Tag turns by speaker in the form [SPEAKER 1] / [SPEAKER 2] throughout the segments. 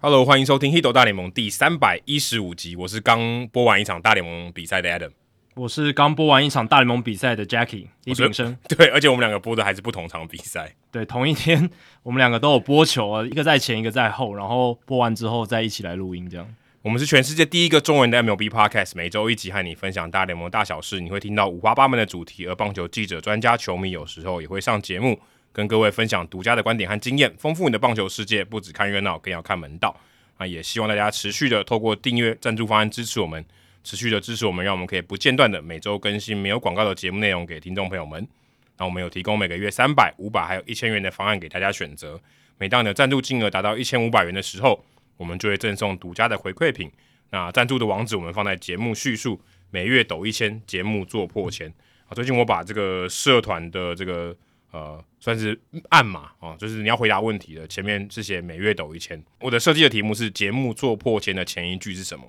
[SPEAKER 1] Hello，欢迎收听《Hito 大联盟》第三百一十五集，我是刚播完一场大联盟比赛的 Adam。
[SPEAKER 2] 我是刚播完一场大联盟比赛的
[SPEAKER 1] 哦
[SPEAKER 2] Jackie 李炳生，
[SPEAKER 1] 对，而且我们两个播的还是不同场比赛。
[SPEAKER 2] 对，同一天 我们两个都有播球啊，一个在前，一个在后，然后播完之后再一起来录音，这样。
[SPEAKER 1] 我们是全世界第一个中文的 MLB Podcast，每周一集和你分享大联盟大小事，你会听到五花八门的主题，而棒球记者、专家、球迷有时候也会上节目，跟各位分享独家的观点和经验，丰富你的棒球世界。不只看热闹，更要看门道。啊，也希望大家持续的透过订阅、赞助方案支持我们，持续的支持我们，让我们可以不间断的每周更新没有广告的节目内容给听众朋友们。那我们有提供每个月三百、五百还有一千元的方案给大家选择。每当你的赞助金额达到一千五百元的时候，我们就会赠送独家的回馈品。那赞助的网址我们放在节目叙述，每月抖一千，节目做破千。啊，最近我把这个社团的这个呃，算是暗码啊，就是你要回答问题的，前面是写每月抖一千。我的设计的题目是节目做破千的前一句是什么？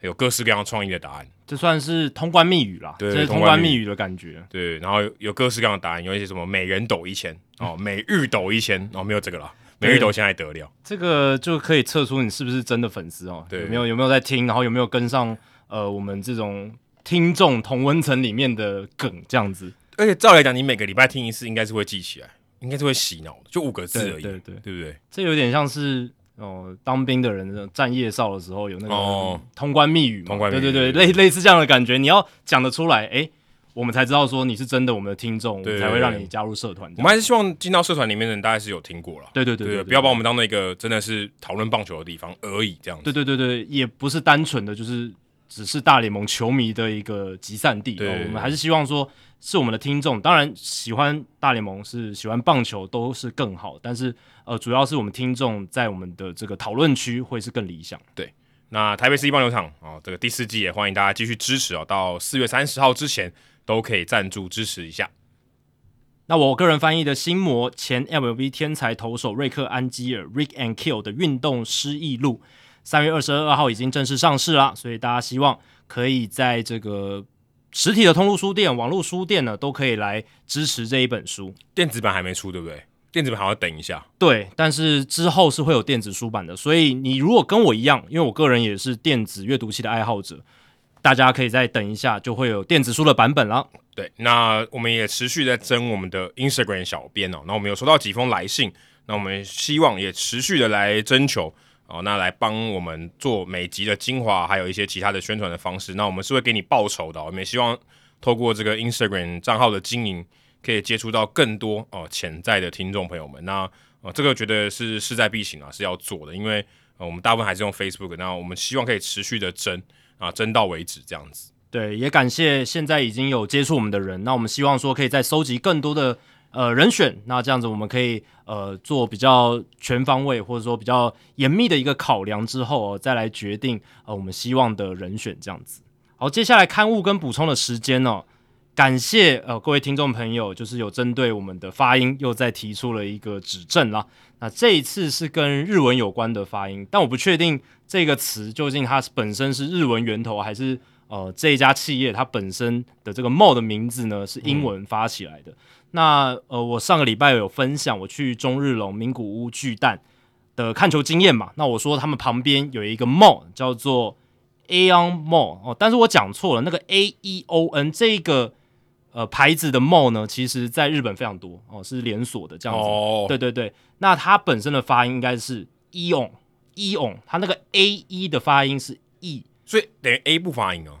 [SPEAKER 1] 有各式各样创意的答案。
[SPEAKER 2] 这算是通关密语啦，
[SPEAKER 1] 对
[SPEAKER 2] 这是
[SPEAKER 1] 通
[SPEAKER 2] 通
[SPEAKER 1] 关
[SPEAKER 2] 关
[SPEAKER 1] 密
[SPEAKER 2] 密语的感觉。
[SPEAKER 1] 对，然后有有各式各样的答案，有一些什么每人抖一千哦，每日抖一千哦，没有这个啦，每日
[SPEAKER 2] 对
[SPEAKER 1] 抖一千还得了？
[SPEAKER 2] 这个就可以测出你是不是真的粉丝哦，
[SPEAKER 1] 对
[SPEAKER 2] 有没有有没有在听，然后有没有跟上呃我们这种听众同温层里面的梗这样子。
[SPEAKER 1] 而且照来讲，你每个礼拜听一次，应该是会记起来，应该是会洗脑的，就五个字
[SPEAKER 2] 对
[SPEAKER 1] 而已，
[SPEAKER 2] 对对，
[SPEAKER 1] 对不对？
[SPEAKER 2] 这有点像是哦、呃当兵的人站夜哨的时候有那个、
[SPEAKER 1] 哦
[SPEAKER 2] 通关密语嘛，
[SPEAKER 1] 通关密语对
[SPEAKER 2] 对对
[SPEAKER 1] 对
[SPEAKER 2] 对，类类似这样的感觉，你要讲得出来，诶，我们才知道说你是真的我们的听众，
[SPEAKER 1] 对对
[SPEAKER 2] 我们才
[SPEAKER 1] 对
[SPEAKER 2] 会让你加入社团这
[SPEAKER 1] 我
[SPEAKER 2] 样。
[SPEAKER 1] 们还是希望进到社团里面的人，大概是有听过了，
[SPEAKER 2] 对对对
[SPEAKER 1] 对
[SPEAKER 2] 对，
[SPEAKER 1] 不要把我们当做一个真的是讨论棒球的地方而已，这样子。
[SPEAKER 2] 对对对对，也不是单纯的就是只是大联盟球迷的一个集散地。
[SPEAKER 1] 对
[SPEAKER 2] 哦
[SPEAKER 1] 对对
[SPEAKER 2] 我们还是希望说是我们的听众，当然喜欢大联盟是喜欢棒球都是更好，但是呃，主要是我们听众在我们的这个讨论区会是更理想。
[SPEAKER 1] 那台北市一棒球场哦，这个第四季也欢迎大家继续支持哦，到四月三十号之前都可以赞助支持一下。
[SPEAKER 2] 那我个人翻译的心魔前 MLB 天才投手瑞克安基尔 Rick and Kill 的运动失忆录，三月二十二号已经正式上市啦，所以大家希望可以在这个实体的通路书店、网络书店呢，都可以来支持这一本书。
[SPEAKER 1] 电子版还没出，对不对？电子版还要等一下。
[SPEAKER 2] 对，但是之后是会有电子书版的，所以你如果跟我一样，因为我个人也是电子阅读器的爱好者，大家可以再等一下，就会有电子书的版本啦。
[SPEAKER 1] 对，那我们也持续在征我们的 Instagram 小编哦，那我们有收到几封来信，那我们希望也持续的来征求哦，那来帮我们做每集的精华，还有一些其他的宣传的方式，那我们是会给你报酬的哦、我们也希望透过这个 Instagram 账号的经营，可以接触到更多哦潜在的听众朋友们，那呃这个觉得是势在必行啊，是要做的，因为呃我们大部分还是用 Facebook，那我们希望可以持续的征啊征到为止这样子。
[SPEAKER 2] 对，也感谢现在已经有接触我们的人。那我们希望说可以再收集更多的呃人选，那这样子我们可以呃做比较全方位或者说比较严密的一个考量之后、哦，再来决定呃我们希望的人选这样子。好，接下来刊物跟补充的时间哦。感谢呃各位听众朋友，就是有针对我们的发音又再提出了一个指正啦。那这一次是跟日文有关的发音，但我不确定这个词究竟它本身是日文源头，还是呃这一家企业它本身的这个 m o 的名字呢是英文发起来的。那呃，我上个礼拜有分享我去中日龙名古屋巨蛋的看球经验嘛，那我说他们旁边有一个 mall 叫做 Aeon Mall 哦，但是我讲错了，那个 A E O N 这个呃牌子的 mall 呢，其实在日本非常多哦，是连锁的这样子。
[SPEAKER 1] 哦，
[SPEAKER 2] 对对对，那它本身的发音应该是 eon eon，它那个 a e 的发音是 e，
[SPEAKER 1] 所以等于 A 不发音哦，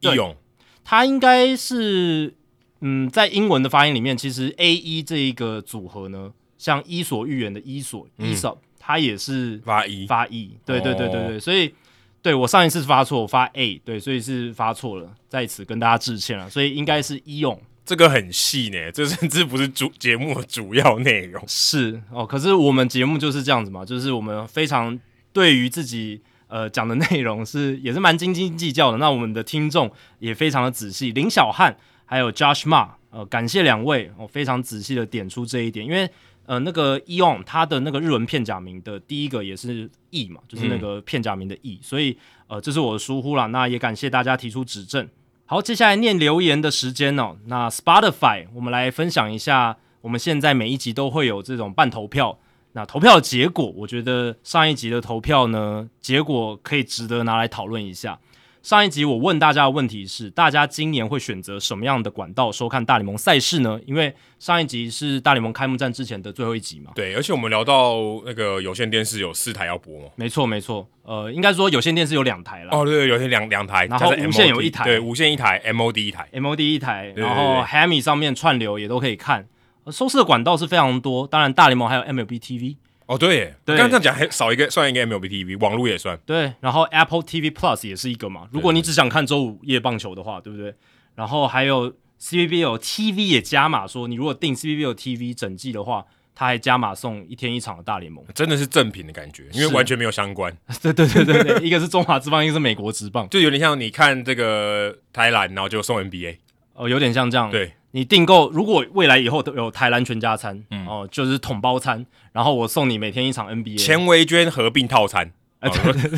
[SPEAKER 1] 义
[SPEAKER 2] 对
[SPEAKER 1] 勇
[SPEAKER 2] 它应该是嗯，在英文的发音里面，其实 a e 这一个组合呢，像伊索寓言的 E 伊索
[SPEAKER 1] 嗯
[SPEAKER 2] Aesop，、它也是
[SPEAKER 1] 发哦一，
[SPEAKER 2] 发 e，对对对对对，所以。对我上一次发错，我发 a，对，所以是发错了，在此跟大家致歉了，所以应该是 E eon
[SPEAKER 1] 这个很细呢，这甚至不是主节目的主要内容。
[SPEAKER 2] 是哦，可是我们节目就是这样子嘛，就是我们非常对于自己呃讲的内容是也是蛮斤斤计较的。那我们的听众也非常的仔细，林小汉还有 Josh Ma，呃，感谢两位哦，非常仔细的点出这一点，因为呃那个 Eon 它的那个日文片假名的第一个也是 E 嘛，就是那个片假名的 E，、所以呃这是我的疏忽啦。那也感谢大家提出指正。好，接下来念留言的时间哦。那 Spotify，我们来分享一下，我们现在每一集都会有这种半投票，那投票的结果，我觉得上一集的投票呢，结果可以值得拿来讨论一下。上一集我问大家的问题是，大家今年会选择什么样的管道收看大联盟赛事呢？因为上一集是大联盟开幕战之前的最后一集嘛。
[SPEAKER 1] 对，而且我们聊到那个有线电视有四台要播嘛。
[SPEAKER 2] 没错，没错。呃，应该说有线电视有两台啦。
[SPEAKER 1] 哦，对，有些两两台，
[SPEAKER 2] 然后
[SPEAKER 1] 加上
[SPEAKER 2] 无线
[SPEAKER 1] MOD
[SPEAKER 2] 有一台
[SPEAKER 1] 对，无线一台，MOD 一台。
[SPEAKER 2] MOD 一台，
[SPEAKER 1] 对对
[SPEAKER 2] 然后 Hami 上面串流也都可以看，呃收视的管道是非常多。当然，大联盟还有 MLB TV，
[SPEAKER 1] 哦，对耶，
[SPEAKER 2] 对
[SPEAKER 1] 刚刚这样讲还少一个，算一个 MLB TV，网络也算。
[SPEAKER 2] 对，然后 Apple TV Plus 也是一个嘛。如果你只想看周五夜棒球的话，对不对？然后还有 CBBL TV 也加码说，你如果订 CBBL TV 整季的话，它还加码送一天一场的大联盟。
[SPEAKER 1] 真的是正品的感觉，因为
[SPEAKER 2] 是
[SPEAKER 1] 完全没有相关，
[SPEAKER 2] 对对对对 对，一个是中华职棒，一个是美国职棒，
[SPEAKER 1] 就有点像你看这个台篮，然后就送 NBA，
[SPEAKER 2] 呃，有点像这样。
[SPEAKER 1] 对，
[SPEAKER 2] 你订购，如果未来以后都有台篮全家餐，哦、就是统包餐，然后我送你每天一场 NBA。
[SPEAKER 1] 钱维娟合并套餐，
[SPEAKER 2] 啊，对对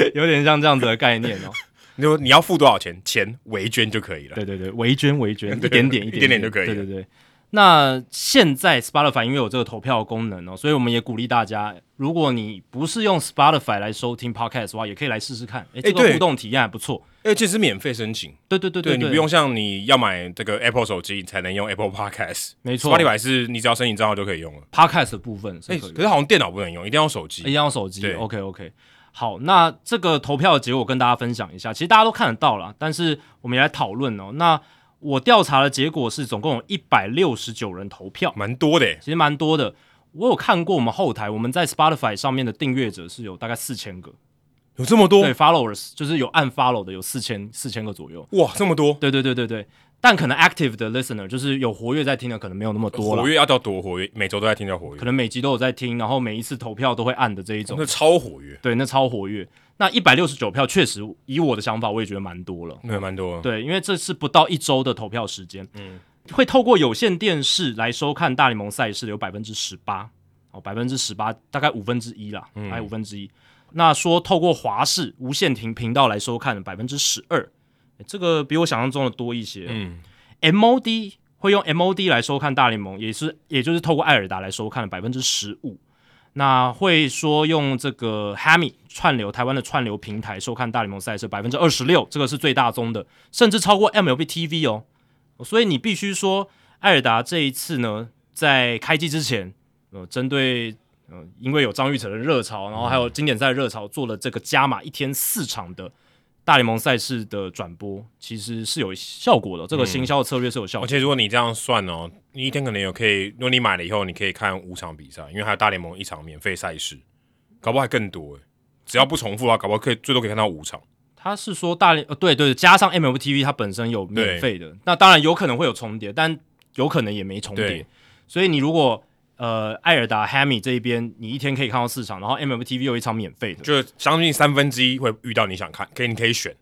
[SPEAKER 2] 对， 有点像这样子的概念哦。
[SPEAKER 1] 你说你要付多少钱，钱维娟就可以了。
[SPEAKER 2] 对对对，微捐微捐，一点点
[SPEAKER 1] 一
[SPEAKER 2] 一
[SPEAKER 1] 点点
[SPEAKER 2] 点
[SPEAKER 1] 就可以了
[SPEAKER 2] 对对对。那现在 Spotify 因为有这个投票功能哦，所以我们也鼓励大家，如果你不是用 Spotify 来收听 Podcast 的话，也可以来试试看。哎，这个
[SPEAKER 1] 对
[SPEAKER 2] 互动体验还不错。
[SPEAKER 1] 而且是免费申请，
[SPEAKER 2] 对对对
[SPEAKER 1] 对
[SPEAKER 2] 对，
[SPEAKER 1] 你不，用像你要买这个 Apple 手机你才能用 Apple Podcast，
[SPEAKER 2] 没错
[SPEAKER 1] Spotify 是你只要申请账号就可以用了。
[SPEAKER 2] Podcast 的部分
[SPEAKER 1] 哎、
[SPEAKER 2] 是可以
[SPEAKER 1] 可是好像电脑不能用，一定要手机。
[SPEAKER 2] 一定要手机
[SPEAKER 1] 对。
[SPEAKER 2] OK OK，好，那这个投票的结果跟大家分享一下，其实大家都看得到了，但是我们也来讨论哦。那我调查的结果是，总共有一百六十九人投票，
[SPEAKER 1] 蛮多的耶，
[SPEAKER 2] 其实蛮多的。我有看过我们后台，我们在 Spotify 上面的订阅者是有大概四千个，
[SPEAKER 1] 有这么多
[SPEAKER 2] 对 followers 就是有按 follow 的有四千四千个左右。
[SPEAKER 1] 哇，这么多，
[SPEAKER 2] 对对对对对，但可能 active 的 listener 就是有活跃在听的，可能没有那么多
[SPEAKER 1] 活
[SPEAKER 2] 了，
[SPEAKER 1] 跃要到多活跃，每周都在听到活跃
[SPEAKER 2] 可，能每集都有在听，然后每一次投票都会按的这一种。
[SPEAKER 1] 那超活跃，
[SPEAKER 2] 对，那超活跃。那一百六十九票确实，以我的想法，我也觉得蛮多了。
[SPEAKER 1] 那蛮多的。
[SPEAKER 2] 对，因为这是不到一周的投票时间，嗯，会透过有线电视来收看大联盟赛事的有百分之十八，哦，百分之十八，大概五分之一啦，还有五分之一。那说透过华视无线频频道来收看的百分之十二，诶这个比我想象中的多一些。
[SPEAKER 1] 嗯，
[SPEAKER 2] MOD 会用 MOD 来收看大联盟，也是也就是透过艾尔达来收看的百分之十五。那会说用这个 Hami 串流台湾的串流平台收看大联盟赛事百分之二十六，这个是最大宗的，甚至超过 MLB TV 哦。所以你必须说，艾尔达这一次呢，在开机之前，呃，针对呃，因为有张玉成的热潮，然后还有经典赛的热潮，做了这个加码一天四场的大联盟赛事的转播，其实是有效果的。这个行销策略是有效
[SPEAKER 1] 而
[SPEAKER 2] 果的。
[SPEAKER 1] 且如果你这样算哦，你一天可能有可以，如果你买了以后，你可以看五场比赛，因为还有大联盟一场免费赛事，搞不好还更多诶。只要不重复啊，搞不好可以最多可以看到五场。
[SPEAKER 2] 他是说大联呃，对对，加上 MLB TV 它本身有免费的，那当然有可能会有重叠，但有可能也没重叠
[SPEAKER 1] 对。
[SPEAKER 2] 所以你如果呃艾尔达 Hammy 这一边，你一天可以看到四场，然后 MLB TV 有一场免费的，
[SPEAKER 1] 就将近三分之一会遇到你想看，可以你可以选。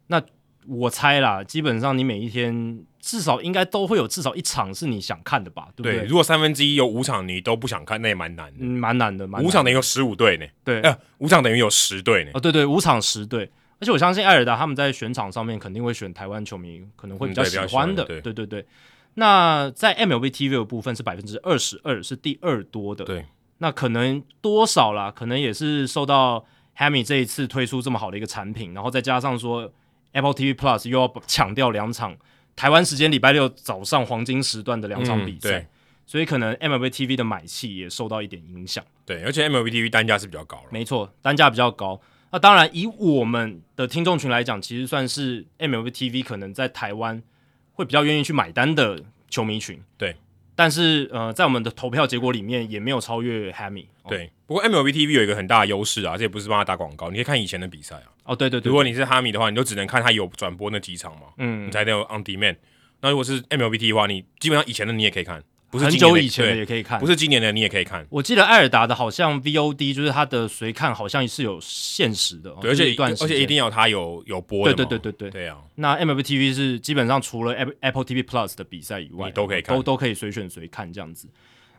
[SPEAKER 2] 我猜啦，基本上你每一天至少应该都会有至少一场是你想看的吧，对不
[SPEAKER 1] 对，
[SPEAKER 2] 对？
[SPEAKER 1] 如果三分之一有五场你都不想看，那也蛮难的。
[SPEAKER 2] 嗯，蛮难的，蛮难
[SPEAKER 1] 五
[SPEAKER 2] 的
[SPEAKER 1] 场等于有十五队呢，
[SPEAKER 2] 对
[SPEAKER 1] 呃，五场等于有十队呢，
[SPEAKER 2] 哦，对对，五场十队，而且我相信艾尔达他们在选场上面肯定会选台湾球迷可能会比
[SPEAKER 1] 嗯
[SPEAKER 2] 较
[SPEAKER 1] 对比
[SPEAKER 2] 喜
[SPEAKER 1] 较喜
[SPEAKER 2] 欢
[SPEAKER 1] 欢
[SPEAKER 2] 的，
[SPEAKER 1] 的对
[SPEAKER 2] 对对对。那在 MLB TV 的部分是百分之二十二，是第二多的。
[SPEAKER 1] 对，
[SPEAKER 2] 那可能多少啦？可能也是受到 Hammy 这一次推出这么好的一个产品，然后再加上说 Apple TV Plus 又要抢掉两场台湾时间礼拜六早上黄金时段的两场
[SPEAKER 1] 嗯
[SPEAKER 2] 比赛，
[SPEAKER 1] 对
[SPEAKER 2] 所以可能 MLB TV 的买气也受到一点影响。
[SPEAKER 1] 对，而且 MLB TV 单价是比较高了，
[SPEAKER 2] 没错，单价比较高。那当然，以我们的听众群来讲，其实算是 MLB TV 可能在台湾会比较愿意去买单的球迷群。
[SPEAKER 1] 对，
[SPEAKER 2] 但是呃，在我们的投票结果里面也没有超越 Hammy 哦。
[SPEAKER 1] 对。不过 MLB TV 有一个很大的优势啊，这也不是帮他打广告，你可以看以前的比赛啊。
[SPEAKER 2] 哦，对对对，
[SPEAKER 1] 如果你是哈米的话，你就只能看他有转播那几场嘛，
[SPEAKER 2] 嗯
[SPEAKER 1] 你才能有 on demand。那如果是 MLBT 的话，你基本上以前的你也可以看，不是
[SPEAKER 2] 很
[SPEAKER 1] 今年
[SPEAKER 2] 久
[SPEAKER 1] 的
[SPEAKER 2] 以前的
[SPEAKER 1] 对
[SPEAKER 2] 也可以看，哦
[SPEAKER 1] 不是今年的你也可以看。
[SPEAKER 2] 我记得艾尔达的好像 VOD 就是它的随看好像是有限时的，哦
[SPEAKER 1] 对，而
[SPEAKER 2] 就是
[SPEAKER 1] 且
[SPEAKER 2] 一段时
[SPEAKER 1] 而
[SPEAKER 2] 间
[SPEAKER 1] 且一定要他有有播的嘛，
[SPEAKER 2] 对对对对对
[SPEAKER 1] 对啊，
[SPEAKER 2] 那 MLB TV 是基本上除了 App- Apple TV Plus 的比赛以外，
[SPEAKER 1] 你都可以看
[SPEAKER 2] 都都可以随选随看这样子。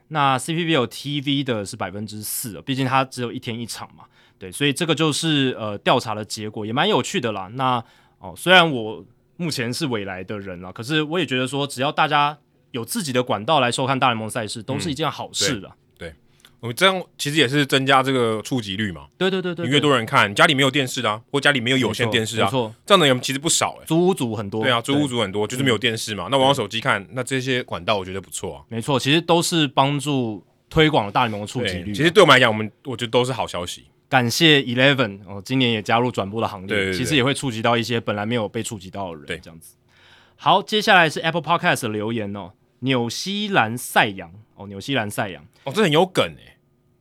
[SPEAKER 2] 那 CPBL TV 的是百分之四，啊毕竟它只有一天一场嘛，对，所以这个就是呃调查的结果，也蛮有趣的啦。那哦，虽然我目前是未来的人啦，可是我也觉得说，只要大家有自己的管道来收看大联盟赛事，都是一件好事啦。
[SPEAKER 1] 我们这样其实也是增加这个触及率嘛。
[SPEAKER 2] 对对对对，
[SPEAKER 1] 你
[SPEAKER 2] 对
[SPEAKER 1] 越多人看，家里没有电视的、啊，或家里没有有线电视
[SPEAKER 2] 没
[SPEAKER 1] 啊，
[SPEAKER 2] 错，没错
[SPEAKER 1] 这样的人其实不少哎、
[SPEAKER 2] 租屋族很多，
[SPEAKER 1] 对啊，租屋族很多，就是没有电视嘛。那我用手机看，那这些管道我觉得不错啊。
[SPEAKER 2] 没错，其实都是帮助推广大联盟的触及
[SPEAKER 1] 对，
[SPEAKER 2] 率。啊
[SPEAKER 1] 其实对我们来讲，我们我觉得都是好消息。
[SPEAKER 2] 感谢 Eleven 哦，今年也加入转播的行列，
[SPEAKER 1] 对对对
[SPEAKER 2] 其实也会触及到一些本来没有被触及到的人，
[SPEAKER 1] 对
[SPEAKER 2] 这样子。好，接下来是 Apple Podcast 的留言哦，纽西兰赛羊哦，纽西兰赛羊，
[SPEAKER 1] 哦，这很有梗哎、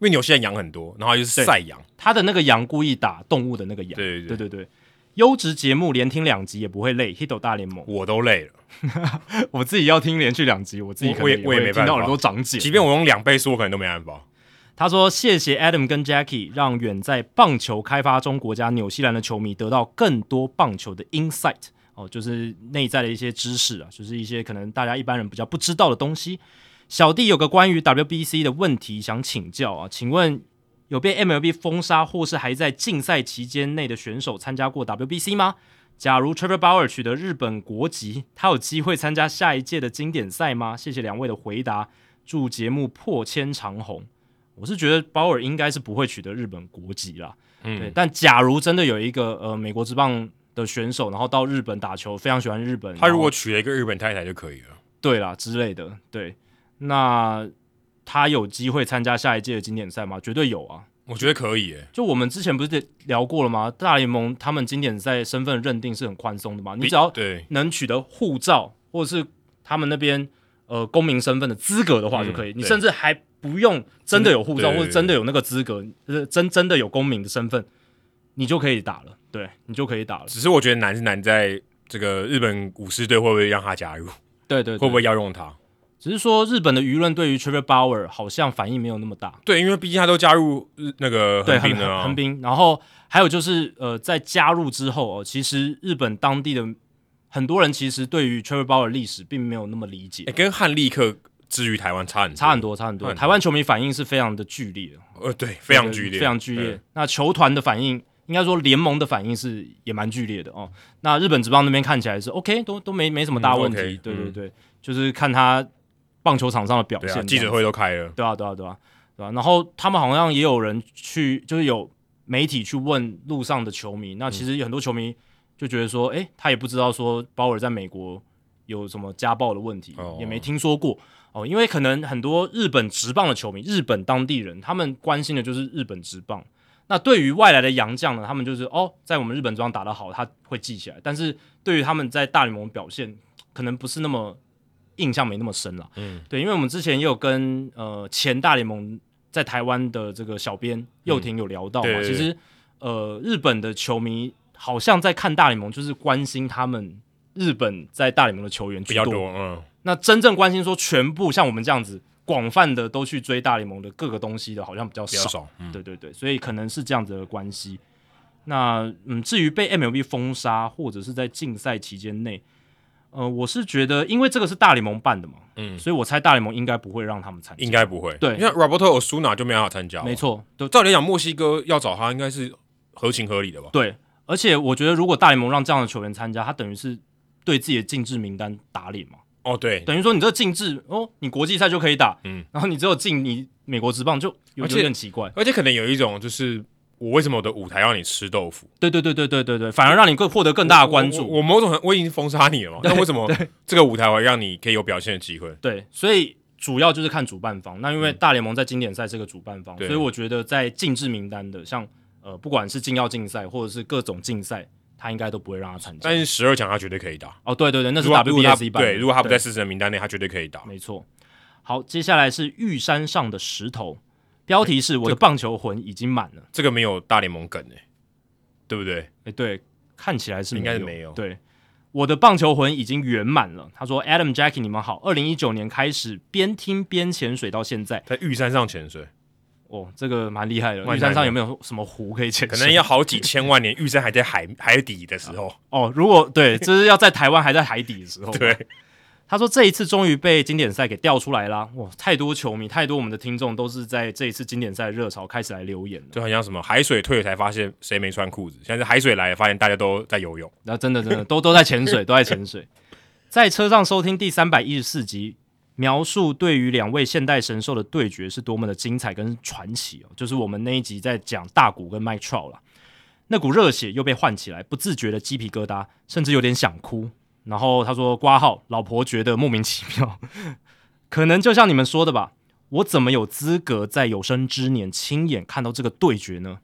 [SPEAKER 1] 因为纽西兰羊很多，然后又是
[SPEAKER 2] 对
[SPEAKER 1] 赛羊，
[SPEAKER 2] 他的那个羊故意打动物的那个羊，
[SPEAKER 1] 对对
[SPEAKER 2] 对
[SPEAKER 1] 对，
[SPEAKER 2] 对对优质节目连听两集也不会累，Hito 大联 盟，
[SPEAKER 1] 我都累了。
[SPEAKER 2] 我自己要听连续两集，我自己
[SPEAKER 1] 我
[SPEAKER 2] 可能
[SPEAKER 1] 我也我也
[SPEAKER 2] 会
[SPEAKER 1] 没
[SPEAKER 2] 听到
[SPEAKER 1] 办法
[SPEAKER 2] 耳朵长茧。
[SPEAKER 1] 即便我用两倍速，我可能都没办法。
[SPEAKER 2] 他说：“谢谢 Adam 跟 Jackie，让远在棒球开发中国家纽西兰的球迷得到更多棒球的 insight 哦，就是内在的一些知识啊，就是一些可能大家一般人比较不知道的东西。小弟有个关于 WBC 的问题想请教啊，请问有被 MLB 封杀或是还在竞赛期间内的选手参加过 WBC 吗？假如 Trevor Bauer 取得日本国籍，他有机会参加下一届的经典赛吗？谢谢两位的回答，祝节目破千长虹。”我是觉得鲍尔应该是不会取得日本国籍啦。
[SPEAKER 1] 嗯
[SPEAKER 2] 对，但假如真的有一个呃美国职棒的选手，然后到日本打球，非常喜欢日本，
[SPEAKER 1] 他如
[SPEAKER 2] 然后
[SPEAKER 1] 果娶了一个日本太太就可以了。
[SPEAKER 2] 对啦之类的，对，那他有机会参加下一届的经典赛吗？绝对有啊！
[SPEAKER 1] 我觉得可以、欸，
[SPEAKER 2] 就我们之前不是聊过了吗？大联盟他们经典赛身份认定是很宽松的嘛，你只要
[SPEAKER 1] 对
[SPEAKER 2] 能取得护照或者是他们那边呃公民身份的资格的话
[SPEAKER 1] 嗯
[SPEAKER 2] 就可以，你
[SPEAKER 1] 对
[SPEAKER 2] 甚至还不用真的有护照
[SPEAKER 1] 对
[SPEAKER 2] 或者真的有那个资格，呃，真真的有公民的身份，你就可以打了，对你就可以打了，
[SPEAKER 1] 只是我觉得难是难在这个日本武士队会不会让他加入，
[SPEAKER 2] 对对
[SPEAKER 1] 会不会要用他？
[SPEAKER 2] 只是说日本的舆论对于 Trevor Bauer 好像反应没有那么大，
[SPEAKER 1] 对，因为毕竟他都加入日那个
[SPEAKER 2] 对，
[SPEAKER 1] 横
[SPEAKER 2] 横
[SPEAKER 1] 滨了、啊，
[SPEAKER 2] 横滨，然后还有就是呃，在加入之后哦，其实日本当地的很多人其实对于 Trevor Bauer 历史并没有那么理解
[SPEAKER 1] 欸，跟汉利克之于台湾差很
[SPEAKER 2] 差很
[SPEAKER 1] 多，
[SPEAKER 2] 多，差很
[SPEAKER 1] 差
[SPEAKER 2] 多。
[SPEAKER 1] 很多
[SPEAKER 2] 台湾球迷反应是非常的剧烈的，
[SPEAKER 1] 呃，对，非常剧
[SPEAKER 2] 对
[SPEAKER 1] 烈，
[SPEAKER 2] 非常剧烈
[SPEAKER 1] 对。。
[SPEAKER 2] 那球团的反应，应该说联盟的反应是也蛮剧烈的哦。那日本职棒那边看起来是 OK，都都没没什么大问题。
[SPEAKER 1] 嗯，OK，
[SPEAKER 2] 对对
[SPEAKER 1] 嗯
[SPEAKER 2] 对，就是看他棒球场上的表
[SPEAKER 1] 对
[SPEAKER 2] 现、
[SPEAKER 1] 啊，记者
[SPEAKER 2] 这样子，
[SPEAKER 1] 会都开了，
[SPEAKER 2] 对啊对啊对啊对啊。然后他们好像也有人去，就是有媒体去问路上的球迷，那其实有很多球迷就觉得说，诶，他也不知道说鲍尔在美国有什么家暴的问题，
[SPEAKER 1] 哦
[SPEAKER 2] 也没听说过。哦，因为可能很多日本职棒的球迷，日本当地人，他们关心的就是日本职棒。那对于外来的洋将呢，他们就是哦，在我们日本职棒打得好，他会记起来。但是对于他们在大联盟表现，可能不是那么印象没那么深了。
[SPEAKER 1] 嗯，
[SPEAKER 2] 对，因为我们之前也有跟呃前大联盟在台湾的这个小编佑廷有聊到嘛，
[SPEAKER 1] 嗯对对对
[SPEAKER 2] 其实呃日本的球迷好像在看大联盟，就是关心他们日本在大联盟的球员
[SPEAKER 1] 比
[SPEAKER 2] 居
[SPEAKER 1] 较多，嗯，
[SPEAKER 2] 那真正关心说全部像我们这样子广泛的都去追大联盟的各个东西的，好像比较
[SPEAKER 1] 比
[SPEAKER 2] 少。
[SPEAKER 1] 较少，嗯，
[SPEAKER 2] 对对对，所以可能是这样子的关系。那嗯，至于被 MLB 封杀或者是在竞赛期间内，呃，我是觉得，因为这个是大联盟办的嘛，
[SPEAKER 1] 嗯
[SPEAKER 2] 所以我猜大联盟应该不会让他们参加。
[SPEAKER 1] 应该不啊会，
[SPEAKER 2] 对
[SPEAKER 1] 因为 Roberto Osuna 就没办法参加了，
[SPEAKER 2] 没错，对
[SPEAKER 1] 照理讲，墨西哥要找他应该是合情合理的吧？
[SPEAKER 2] 对，而且我觉得如果大联盟让这样的球员参加，他等于是对自己的禁制名单打脸嘛，
[SPEAKER 1] 哦，对，
[SPEAKER 2] 等于说你这个禁制哦，你国际赛就可以打，
[SPEAKER 1] 嗯，
[SPEAKER 2] 然后你只有进你美国职棒就有
[SPEAKER 1] 而且
[SPEAKER 2] 有点奇怪。
[SPEAKER 1] 而且可能有一种就是我为什么我的舞台要你吃豆腐？
[SPEAKER 2] 对对对对对对对，反而让你更获得更大的关注。
[SPEAKER 1] 我我我某种程我已经封杀你了嘛，那为什么这个舞台我让你可以有表现的机会？
[SPEAKER 2] 对，所以主要就是看主办方。那因为大联盟在经典赛是个主办方，
[SPEAKER 1] 嗯对
[SPEAKER 2] 所以我觉得在禁制名单的，像呃，不管是禁药竞赛或者是各种竞赛，他应该都不会让他参加
[SPEAKER 1] 但。是十二强他绝对可以打，
[SPEAKER 2] 哦，对对对，那是
[SPEAKER 1] 如果如果他
[SPEAKER 2] WBS 一般的。
[SPEAKER 1] 对，如果他不在四十人名单内，他绝对可以打。
[SPEAKER 2] 没错。好，接下来是玉山上的石头，标题
[SPEAKER 1] 哎
[SPEAKER 2] 是我的棒球魂已经满了。
[SPEAKER 1] 这个没有大联盟梗诶、对不对？
[SPEAKER 2] 哎，对，看起来是
[SPEAKER 1] 应该
[SPEAKER 2] 没
[SPEAKER 1] 是
[SPEAKER 2] 有
[SPEAKER 1] 没有
[SPEAKER 2] 对，我的棒球魂已经圆满了。他说：“Adam、Jackie，你们好。二零一九年开始边听边潜水到现在，
[SPEAKER 1] 在玉山上潜水，
[SPEAKER 2] 哦，这个蛮厉害的。
[SPEAKER 1] 蛮
[SPEAKER 2] 玉山上有没有什么湖可以潜水？
[SPEAKER 1] 可能要好几千万年，玉山还在海海底的时候，
[SPEAKER 2] 哦，如果对，就是要在台湾还在海底的时候。
[SPEAKER 1] 对，
[SPEAKER 2] 他说这一次终于被经典赛给调出来啦！哇，太多球迷，太多我们的听众都是在这一次经典赛的热潮开始来留言了。
[SPEAKER 1] 就很像什么海水退了才发现谁没穿裤子，现在是海水来了发现大家都在游泳。
[SPEAKER 2] 那真的真的都都在潜水，都在潜水。在车上收听第三百一十四集，描述对于两位现代神兽的对决是多么的精彩跟传奇哦。就是我们那一集在讲大谷跟 Mike Trout 啦，那股热血又被唤起来，不自觉的鸡皮疙瘩，甚至有点想哭。然后他说挂号，老婆觉得莫名其妙，可能就像你们说的吧，我怎么有资格在有生之年亲眼看到这个对决呢？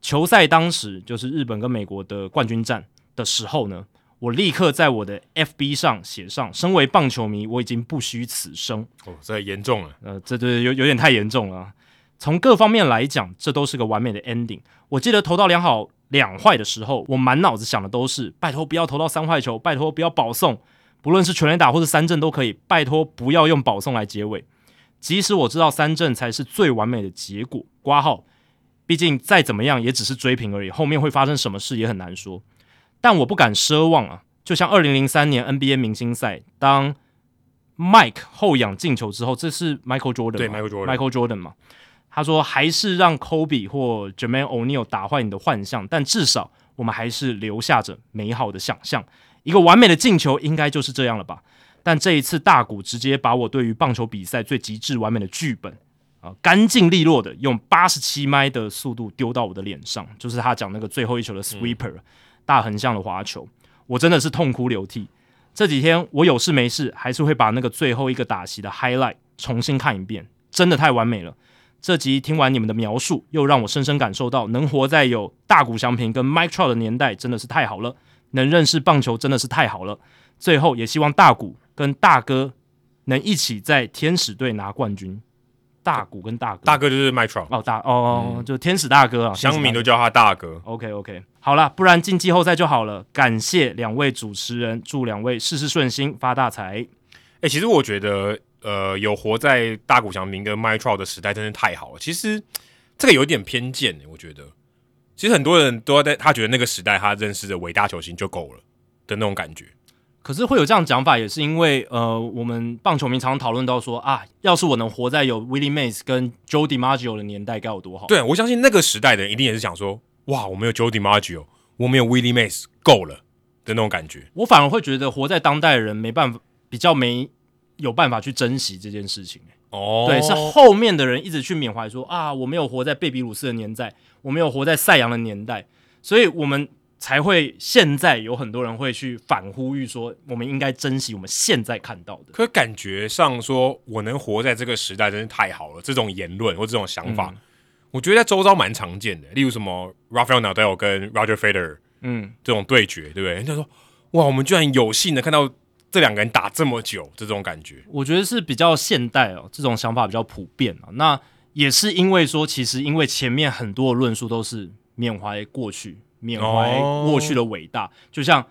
[SPEAKER 2] 球赛当时就是日本跟美国的冠军战的时候呢，我立刻在我的 FB 上写上：身为棒球迷，我已经不虚此生。
[SPEAKER 1] 哦，这严重了，
[SPEAKER 2] 呃，这对有有点太严重了啊。从各方面来讲，这都是个完美的 ending。我记得投到两好两坏的时候，我满脑子想的都是：拜托不要投到三坏球，拜托不要保送，不论是全垒打或是三振都可以，拜托不要用保送来结尾。即使我知道三振才是最完美的结果，挂号，毕竟再怎么样也只是追平而已，后面会发生什么事也很难说。但我不敢奢望啊，就像二零零三年 NBA 明星赛，当 Mike 后仰进球之后，这是 Michael Jordan
[SPEAKER 1] 对
[SPEAKER 2] 吗
[SPEAKER 1] Michael Jordan
[SPEAKER 2] Michael Jordan 嘛，他说还是让 Kobe 或 Jermaine O'Neal 打坏你的幻象，但至少我们还是留下着美好的想象。一个完美的进球应该就是这样了吧？但这一次大谷直接把我对于棒球比赛最极致完美的剧本啊，干净利落的用八十七迈的速度丢到我的脸上，就是他讲那个最后一球的 sweeper、大啊横向的滑球，我真的是痛哭流涕。这几天我有事没事还是会把那个最后一个打席的 highlight 重新看一遍，真的太完美了。这集听完你们的描述，又让我深深感受到，能活在有大谷翔平跟 Mike Trout 的年代真的是太好了，能认识棒球真的是太好了。最后也希望大谷跟大哥能一起在天使队拿冠军。大谷跟大哥，
[SPEAKER 1] 大哥就是 Mike Trout，
[SPEAKER 2] 哦大哦、就天使大哥啊，
[SPEAKER 1] 乡民
[SPEAKER 2] 天使大哥
[SPEAKER 1] 都叫他大哥。
[SPEAKER 2] OK OK，好啦，不然进季后赛就好了。感谢两位主持人，祝两位事事顺心，发大财。
[SPEAKER 1] 哎、其实我觉得，呃，有活在大谷翔平跟 m i t r o 的时代，真是太好了。其实这个有点偏见，我觉得，其实很多人都在他觉得那个时代他认识的伟大球星就够了的那种感觉。
[SPEAKER 2] 可是会有这样讲法，也是因为呃，我们棒球迷常常讨论到说啊，要是我能活在有 Willie Mays 跟 Joe DiMaggio 的年代，该有多好。
[SPEAKER 1] 对我相信那个时代的人一定也是想说，哇，我没有 Jody Maggio，我没有 Willie Mays，够了的那种感觉。
[SPEAKER 2] 我反而会觉得活在当代的人没办法，比较没有办法去珍惜这件事情。
[SPEAKER 1] 哦
[SPEAKER 2] 对，是后面的人一直去缅怀说啊，我没有活在贝比鲁斯的年代，我没有活在赛扬的年代，所以我们才会现在有很多人会去反呼吁说，我们应该珍惜我们现在看到的。
[SPEAKER 1] 可感觉上说，我能活在这个时代真是太好了。这种言论或这种想法，
[SPEAKER 2] 嗯
[SPEAKER 1] 我觉得在周遭蛮常见的。例如什么 Rafael Nadal 跟 Roger Federer
[SPEAKER 2] 嗯，
[SPEAKER 1] 这种对决，对不对？人家说，哇，我们居然有幸的看到这两个人打这么久，这种感觉。
[SPEAKER 2] 我觉得是比较现代哦，这种想法比较普遍啊。那也是因为说，其实因为前面很多的论述都是缅怀过去，缅怀
[SPEAKER 1] 哦
[SPEAKER 2] 过去的伟大，就像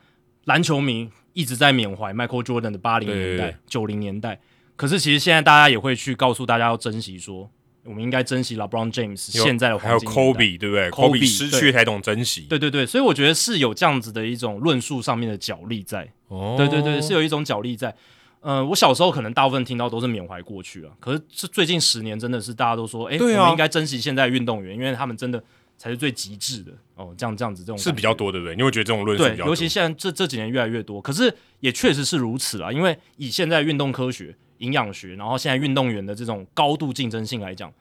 [SPEAKER 2] 篮球迷一直在缅怀 Michael Jordan 的八零
[SPEAKER 1] 对对
[SPEAKER 2] 年代、九零年代。可是其实现在大家也会去告诉大家要珍惜说我们应该珍惜 LeBron James
[SPEAKER 1] 有
[SPEAKER 2] 现在的
[SPEAKER 1] 还有
[SPEAKER 2] 黄金年代
[SPEAKER 1] Kobe，对不对
[SPEAKER 2] Kobe，
[SPEAKER 1] 失去才懂珍惜。
[SPEAKER 2] 对对对，所以我觉得是有这样子的一种论述上面的角力在。
[SPEAKER 1] 哦
[SPEAKER 2] 对对对，是有一种角力在。呃，我小时候可能大部分听到都是缅怀过去啊，可是这最近十年真的是大家都说，哎、
[SPEAKER 1] 对啊
[SPEAKER 2] 我们应该珍惜现在的运动员，因为他们真的才是最极致的哦。这样这样子，这种
[SPEAKER 1] 是比
[SPEAKER 2] 感
[SPEAKER 1] 较多，对不对？你会觉得这种论述
[SPEAKER 2] 觉对
[SPEAKER 1] 比较，多，
[SPEAKER 2] 尤其现在这这几年越来越多，可是也确实是如此啦。因为以现在运动科学、营养学，然后现在运动员的这种高度竞争性来讲，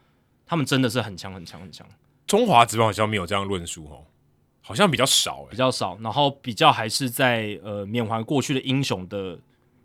[SPEAKER 2] 他们真的是很强、很强、很强，
[SPEAKER 1] 中华职棒好像没有这样论述哦，好像比较少哎、
[SPEAKER 2] 比较少，然后比较还是在呃缅怀过去的英雄的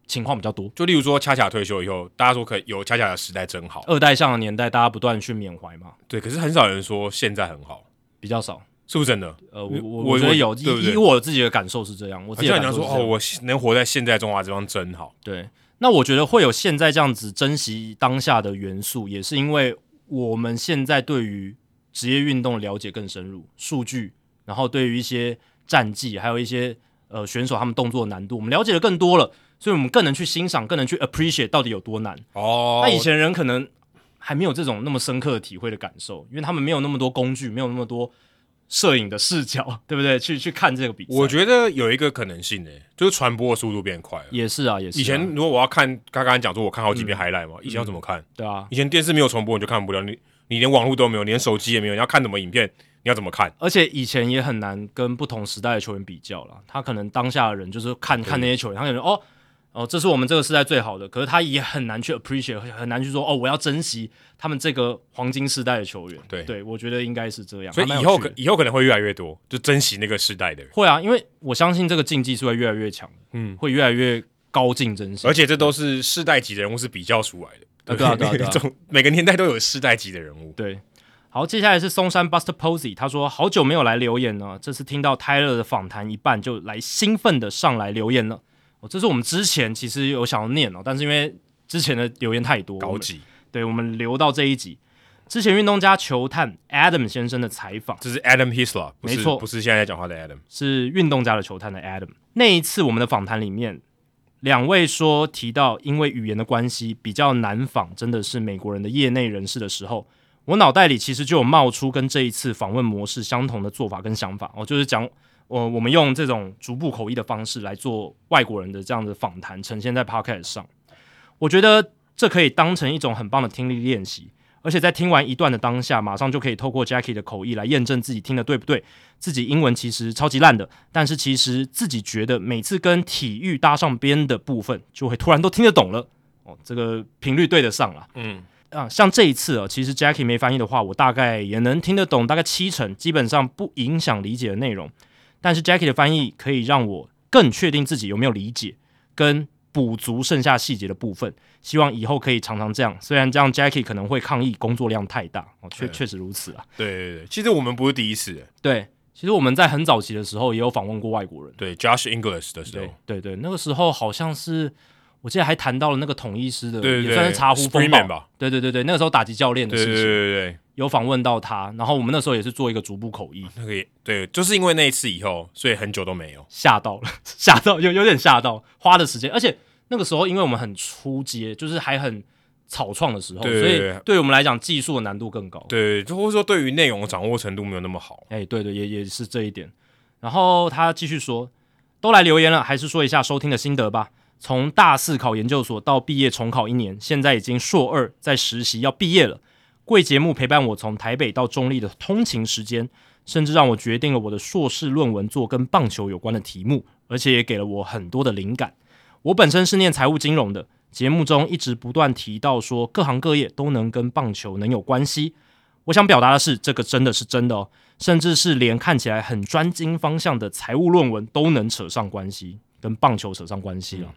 [SPEAKER 2] 情况比较多。
[SPEAKER 1] 就例如说，恰恰退休以后，大家说可以有恰恰的时代真好，
[SPEAKER 2] 二代上的年代，大家不断去缅怀嘛，
[SPEAKER 1] 对，可是很少人说现在很好，
[SPEAKER 2] 比较少。
[SPEAKER 1] 是不是真的？
[SPEAKER 2] 呃，我我
[SPEAKER 1] 我
[SPEAKER 2] 我觉得
[SPEAKER 1] 我
[SPEAKER 2] 有，
[SPEAKER 1] 对不对
[SPEAKER 2] 以以我自己的感受是这样，我
[SPEAKER 1] 好
[SPEAKER 2] 自己的
[SPEAKER 1] 像人
[SPEAKER 2] 感
[SPEAKER 1] 家
[SPEAKER 2] 受是
[SPEAKER 1] 说
[SPEAKER 2] 这
[SPEAKER 1] 哦，
[SPEAKER 2] 样。
[SPEAKER 1] 我能活在现在中华职棒真好，
[SPEAKER 2] 对，那我觉得会有现在这样子珍惜当下的元素，也是因为我们现在对于职业运动的了解更深入，数据，然后对于一些战绩，还有一些呃选手他们动作难度，我们了解的更多了，所以我们更能去欣赏，更能去 appreciate 到底有多难。
[SPEAKER 1] 哦
[SPEAKER 2] 那以前人可能还没有这种那么深刻的体会的感受，因为他们没有那么多工具，没有那么多摄影的视角，对不对？去去看这个比赛，
[SPEAKER 1] 我觉得有一个可能性呢、欸就是传播的速度变快了。
[SPEAKER 2] 也是啊，也是啊、
[SPEAKER 1] 以前嗯如果我要看，刚刚刚讲说我看好几遍 highlight 嘛，以前要怎么看？
[SPEAKER 2] 对啊，
[SPEAKER 1] 以前电视没有重播，你就看不了，你你连网络都没有，连手机也没有，你要看什么影片？你要怎么看？
[SPEAKER 2] 而且以前也很难跟不同时代的球员比较啦，他可能当下的人就是看看那些球员，他可能哦，哦，这是我们这个时代最好的，可是他也很难去 appreciate，很难去说哦，我要珍惜他们这个黄金时代的球员。
[SPEAKER 1] 对
[SPEAKER 2] 对，我觉得应该是这样。
[SPEAKER 1] 所以
[SPEAKER 2] 还蛮
[SPEAKER 1] 以
[SPEAKER 2] 有
[SPEAKER 1] 后
[SPEAKER 2] 趣
[SPEAKER 1] 可
[SPEAKER 2] 的
[SPEAKER 1] 以后可能会越来越多，就珍惜那个世代的人。
[SPEAKER 2] 会啊，因为我相信这个竞技是会越来越强的，
[SPEAKER 1] 嗯，
[SPEAKER 2] 会越来越高竞争性。
[SPEAKER 1] 而且这都是世代级的人物是比较出来的。
[SPEAKER 2] 啊对啊对啊 对啊
[SPEAKER 1] 种每个年代都有世代级的人物。
[SPEAKER 2] 对，好，接下来是松山 Buster Posey，他说好久没有来留言了，这次听到 Tyler 的访谈一半就来兴奋的上来留言了。哦，这是我们之前其实有想要念哦，但是因为之前的留言太多，我
[SPEAKER 1] 高
[SPEAKER 2] 们
[SPEAKER 1] 级，
[SPEAKER 2] 对我们留到这一集。之前运动家球探 Adam 先生的采访
[SPEAKER 1] 这是 Adam Hisla，不是
[SPEAKER 2] 没错
[SPEAKER 1] 不是现在在讲话的 Adam。
[SPEAKER 2] 是运动家的球探的 Adam。那一次我们的访谈里面，两位说提到因为语言的关系比较难访，真的是美国人的业内人士的时候，我脑袋里其实就有冒出跟这一次访问模式相同的做法跟想法。哦，就是讲我、呃我们用这种逐步口译的方式来做外国人的这样的访谈，呈现在 Podcast 上。我觉得这可以当成一种很棒的听力练习，而且在听完一段的当下，马上就可以透过 Jackie 的口译来验证自己听的对不对。自己英文其实超级烂的，但是其实自己觉得每次跟体育搭上边的部分，就会突然都听得懂了。哦，这个频率对得上啦。
[SPEAKER 1] 嗯，
[SPEAKER 2] 啊，像这一次啊，其实 Jackie 没翻译的话，我大概也能听得懂大概七成，基本上不影响理解的内容。但是 Jackie 的翻译可以让我更确定自己有没有理解，跟补足剩下细节的部分。希望以后可以常常这样，虽然这样 Jackie 可能会抗议工作量太大，哦，确
[SPEAKER 1] 对
[SPEAKER 2] 确实如此啊。
[SPEAKER 1] 对对对，其实我们不是第一次，
[SPEAKER 2] 对，其实我们在很早期的时候也有访问过外国人，
[SPEAKER 1] 对 Josh English 的时候
[SPEAKER 2] 对，对对，那个时候好像是我记得还谈到了那个统一师的，
[SPEAKER 1] 对对
[SPEAKER 2] 也
[SPEAKER 1] 对，
[SPEAKER 2] 算是茶壶风
[SPEAKER 1] Freeman
[SPEAKER 2] 暴，
[SPEAKER 1] 吧，
[SPEAKER 2] 对对对对，那个时候打击教练的
[SPEAKER 1] 对
[SPEAKER 2] 事情
[SPEAKER 1] 对对对对，
[SPEAKER 2] 有访问到他，然后我们那时候也是做一个逐步口译，
[SPEAKER 1] 那个也对，就是因为那一次以后，所以很久都没有。
[SPEAKER 2] 吓到了， 吓到有有点吓到，花的时间，而且那个时候因为我们很初阶，就是还很草创的时候，
[SPEAKER 1] 对对对
[SPEAKER 2] 所以对于我们来讲技术的难度更高，
[SPEAKER 1] 对，就或者说对于内容的掌握程度没有那么好。
[SPEAKER 2] 哎、对对，也也是这一点。然后他继续说，都来留言了，还是说一下收听的心得吧。从大四考研究所到毕业重考一年，现在已经硕二，在实习要毕业了。贵节目陪伴我从台北到中立的通勤时间，甚至让我决定了我的硕士论文做跟棒球有关的题目，而且也给了我很多的灵感。我本身是念财务金融的，节目中一直不断提到说各行各业都能跟棒球能有关系。我想表达的是，这个真的是真的哦，甚至是连看起来很专精方向的财务论文都能扯上关系，跟棒球扯上关系了。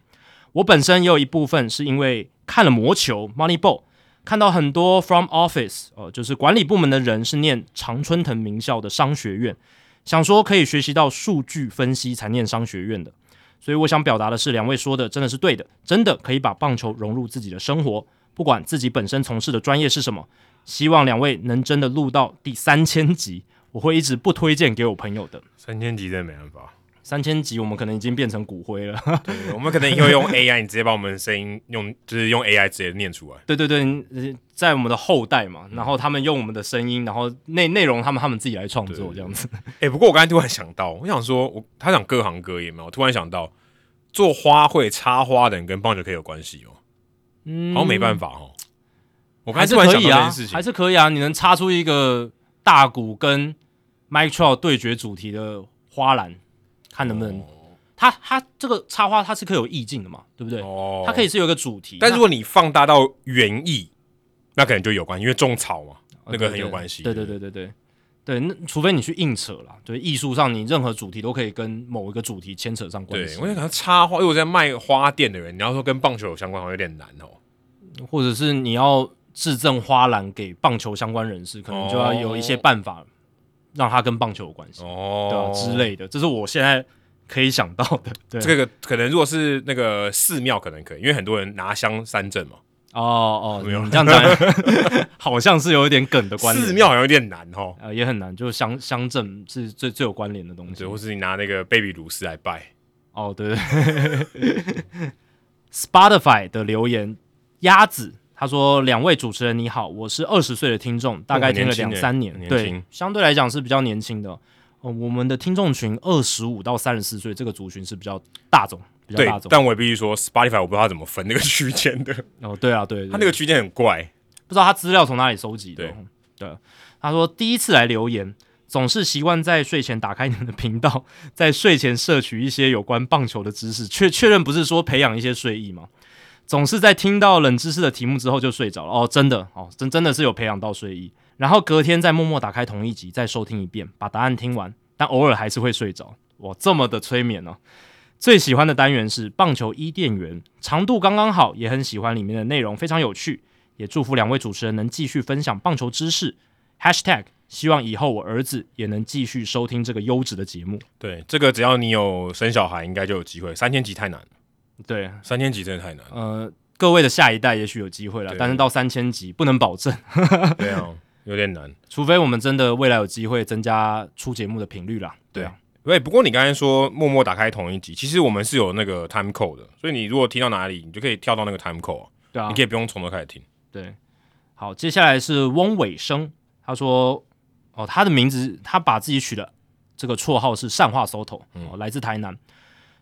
[SPEAKER 2] 我本身也有一部分是因为看了《魔球》（Moneyball），看到很多 From Office，呃，就是管理部门的人是念常春藤名校的商学院，想说可以学习到数据分析才念商学院的。所以我想表达的是，两位说的真的是对的，真的可以把棒球融入自己的生活，不管自己本身从事的专业是什么。希望两位能真的录到第三千集，我会一直不推荐给我朋友的。
[SPEAKER 1] 三千集真的没办法，
[SPEAKER 2] 三千集我们可能已经变成骨灰了。
[SPEAKER 1] 对我们可能以后用 AI，你直接把我们的声音用，就是用 AI 直接念出来。
[SPEAKER 2] 对对对，呃在我们的后代嘛，
[SPEAKER 1] 嗯
[SPEAKER 2] 然后他们用我们的声音，然后内内容他们他们自己来创
[SPEAKER 1] 对
[SPEAKER 2] 作
[SPEAKER 1] 对
[SPEAKER 2] 这样子。
[SPEAKER 1] 哎、不过我刚才突然想到，我想说，我他讲各行各业嘛，我突然想到，做花卉插花的人跟棒球可以有关系哦，
[SPEAKER 2] 嗯
[SPEAKER 1] 好像没办法哦。我刚
[SPEAKER 2] 还
[SPEAKER 1] 才
[SPEAKER 2] 是
[SPEAKER 1] 突然
[SPEAKER 2] 可
[SPEAKER 1] 想到
[SPEAKER 2] 以
[SPEAKER 1] 这件
[SPEAKER 2] 啊
[SPEAKER 1] 事，情
[SPEAKER 2] 还，是可以啊，你能插出一个大鼓跟 Mike Trout 对决主题的花篮，看能不
[SPEAKER 1] 哦
[SPEAKER 2] 能。它它这个插花它是可以有意境的嘛，对不对？
[SPEAKER 1] 哦，
[SPEAKER 2] 它可以是有一个主题，
[SPEAKER 1] 但
[SPEAKER 2] 那
[SPEAKER 1] 如果你放大到园艺，那可能就有关，因为种草嘛，那个很有关系。
[SPEAKER 2] 哦对对对对对对，那除非你去硬扯啦，对艺术上你任何主题都可以跟某一个主题牵扯上关
[SPEAKER 1] 对，
[SPEAKER 2] 系
[SPEAKER 1] 我，就想插花，因为我在卖花店的人，你要说跟棒球有相关，好像有点难哦。
[SPEAKER 2] 或者是你要制赠花篮给棒球相关人士，可能就要有一些办法让它跟棒球有关系，对啊
[SPEAKER 1] 哦，
[SPEAKER 2] 之。类的，这是我现在可以想到的。对，
[SPEAKER 1] 这个可能如果是那个寺庙，可能可以，因为很多人拿香三正嘛。
[SPEAKER 2] 哦哦，
[SPEAKER 1] 没有
[SPEAKER 2] 你这样讲好像是有一点梗的关联，
[SPEAKER 1] 寺庙好像有点难哦。
[SPEAKER 2] 呃也很难，就是乡乡镇是最最有关联的东西
[SPEAKER 1] 对，。或是你拿那个贝比鲁斯来拜，
[SPEAKER 2] 哦，对对 Spotify 的留言，鸭子他说：“两位主持人你好，我是二十岁的听众，大概听了两三年，
[SPEAKER 1] 很哦年轻耶很年
[SPEAKER 2] 对，相对来讲是比较年轻的。哦，我们的听众群二十五到三十四岁这个族群是比较大众，比较
[SPEAKER 1] 对
[SPEAKER 2] 大，众。
[SPEAKER 1] 但我也必须说，Spotify 我不知道它怎么分那个区间的，
[SPEAKER 2] 哦，对啊，对对
[SPEAKER 1] 它那个区间很怪。
[SPEAKER 2] 不知道他资料从哪里收集的
[SPEAKER 1] 对。
[SPEAKER 2] 对，他说第一次来留言，总是习惯在睡前打开你们的频道， 在睡前摄取一些有关棒球的知识，确确认不是说培养一些睡意吗？总是在听到冷知识的题目之后就睡着了。哦，真的哦，真真的是有培养到睡意。然后隔天再默默打开同一集，再收听一遍，把答案听完，但偶尔还是会睡着。哇，这么的催眠呢、最喜欢的单元是棒球伊甸园，长度刚刚好，也很喜欢里面的内容，非常有趣。也祝福两位主持人能继续分享棒球知识。#hashtag 希望以后我儿子也能继续收听这个优质的节目。
[SPEAKER 1] 对，这个只要你有生小孩，应该就有机会。三千级太难，
[SPEAKER 2] 对，。
[SPEAKER 1] 三千级真的太难
[SPEAKER 2] 呃，各位的下一代也许有机会了，
[SPEAKER 1] 对
[SPEAKER 2] 但是到三千集不能保证，
[SPEAKER 1] 对啊，有点难。
[SPEAKER 2] 除非我们真的未来有机会增加出节目的频率啦。对啊，
[SPEAKER 1] 对，不过你刚才说默默打开同一集，其实我们是有那个 time code 的，所以你如果听到哪里，你就可以跳到那个 time code，、啊
[SPEAKER 2] 对啊
[SPEAKER 1] 你可，以不用从头开始听。
[SPEAKER 2] 对。好，接下来是翁伟生，他说，哦，他的名字他把自己取的这个绰号是善化 Soto，、哦，来自台南。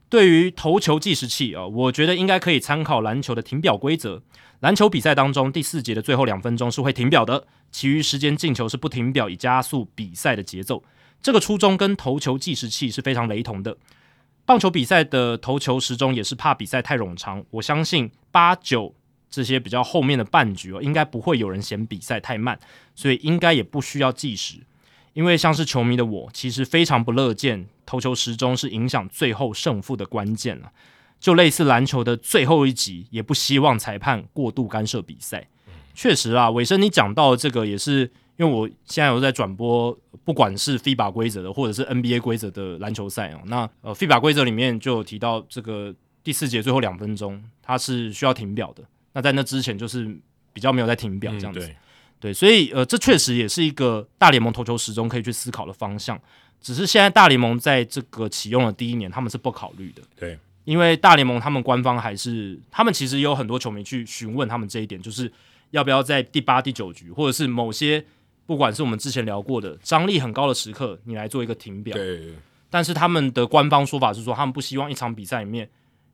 [SPEAKER 2] 对于投球计时器啊、哦我觉得应该可以参考篮球的停表规则。篮球比赛当中，第四节的最后两分钟是会停表的，其余时间进球是不停表，以加速比赛的节奏。这个初衷跟投球计时器是非常雷同的。棒球比赛的投球时钟也是怕比赛太冗长，我相信八九这些比较后面的半局哦，应该不会有人嫌比赛太慢，所以应该也不需要计时。因为像是球迷的我，其实非常不乐见投球时钟是影响最后胜负的关键了、就类似篮球的最后一集，也不希望裁判过度干涉比赛。确实啦，伟生你讲到的这个也是，因为我现在有在转播，不管是 FIBA 规则的或者是 NBA 规则的篮球赛哦。那呃 FIBA 规则里面就有提到这个第四节最后两分钟，它是需要停表的。那在那之前就是比较没有在停表这样
[SPEAKER 1] 嗯
[SPEAKER 2] 子。
[SPEAKER 1] 对，
[SPEAKER 2] 对，所以呃，这确实也是一个大联盟投球时钟可以去思考的方向。只是现在大联盟在这个启用的第一年，他们是不考虑的。
[SPEAKER 1] 对，
[SPEAKER 2] 因为大联盟他们官方还是，他们其实也有很多球迷去询问他们这一点，就是要不要在第八、第九局，或者是某些不管是我们之前聊过的张力很高的时刻，你来做一个停表。
[SPEAKER 1] 对对
[SPEAKER 2] 但是他们的官方说法是说，他们不希望一场比赛里面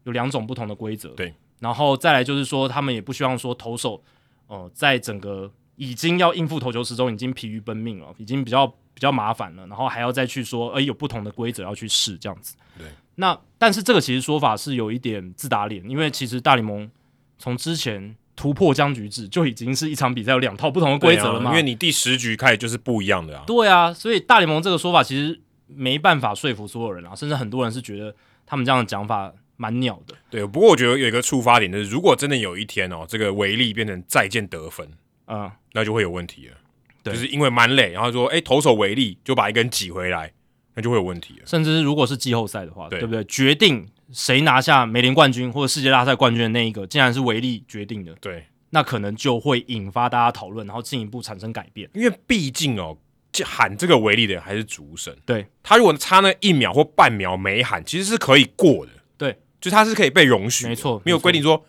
[SPEAKER 2] 有两种不同的规则。
[SPEAKER 1] 对，
[SPEAKER 2] 然后再来就是说，他们也不希望说投手，呃，在整个已经要应付投球时钟已经疲于奔命了，已经比较比较麻烦了，然后还要再去说，哎，有不同的规则要去试这样子。
[SPEAKER 1] 对，
[SPEAKER 2] 那但是这个其实说法是有一点自打脸，因为其实大联盟从之前突破僵局制就已经是一场比赛有两套不同的规则了嘛，
[SPEAKER 1] 啊因为你第十局开始就是不一样的啊。
[SPEAKER 2] 对啊，所以大联盟这个说法其实没办法说服所有人啊，甚至很多人是觉得他们这样的讲法蛮鸟的。
[SPEAKER 1] 对，不过我觉得有一个触发点就是，如果真的有一天哦，这个维力变成再见得分，
[SPEAKER 2] 嗯，
[SPEAKER 1] 那就会有问题了。
[SPEAKER 2] 对
[SPEAKER 1] 就是因为满垒，然后说，哎，投手维力就把一根挤回来，那就会有问题了。
[SPEAKER 2] 甚至是如果是季后赛的话，
[SPEAKER 1] 对
[SPEAKER 2] 对不对？决定谁拿下美联冠军或者世界大赛冠军的那一个，竟然是维利决定的，
[SPEAKER 1] 对，
[SPEAKER 2] 那可能就会引发大家讨论，然后进一步产生改变。
[SPEAKER 1] 因为毕竟哦，这喊这个维力的人还是主审，
[SPEAKER 2] 对
[SPEAKER 1] 他如果差那一秒或半秒没喊，其实是可以过的。
[SPEAKER 2] 对，
[SPEAKER 1] 就他是可以被容许的，
[SPEAKER 2] 没错
[SPEAKER 1] 没有
[SPEAKER 2] 没错
[SPEAKER 1] 规定说，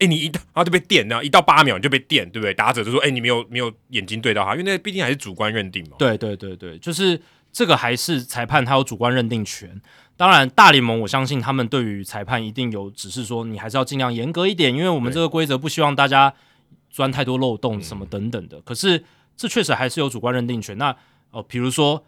[SPEAKER 1] 哎，你一到然后就被电，然后一到八秒你就被电，对不对？打者就说，哎，你没有没有眼睛对到他，因为那毕竟还是主观认定嘛。
[SPEAKER 2] 对对对对，就是这个还是裁判他有主观认定权。当然，大联盟我相信他们对于裁判一定有指示，说你还是要尽量严格一点，因为我们
[SPEAKER 1] 对嗯
[SPEAKER 2] 这个规则不希望大家钻太多漏洞什么等等的。可是这确实还是有主观认定权。那呃，比如说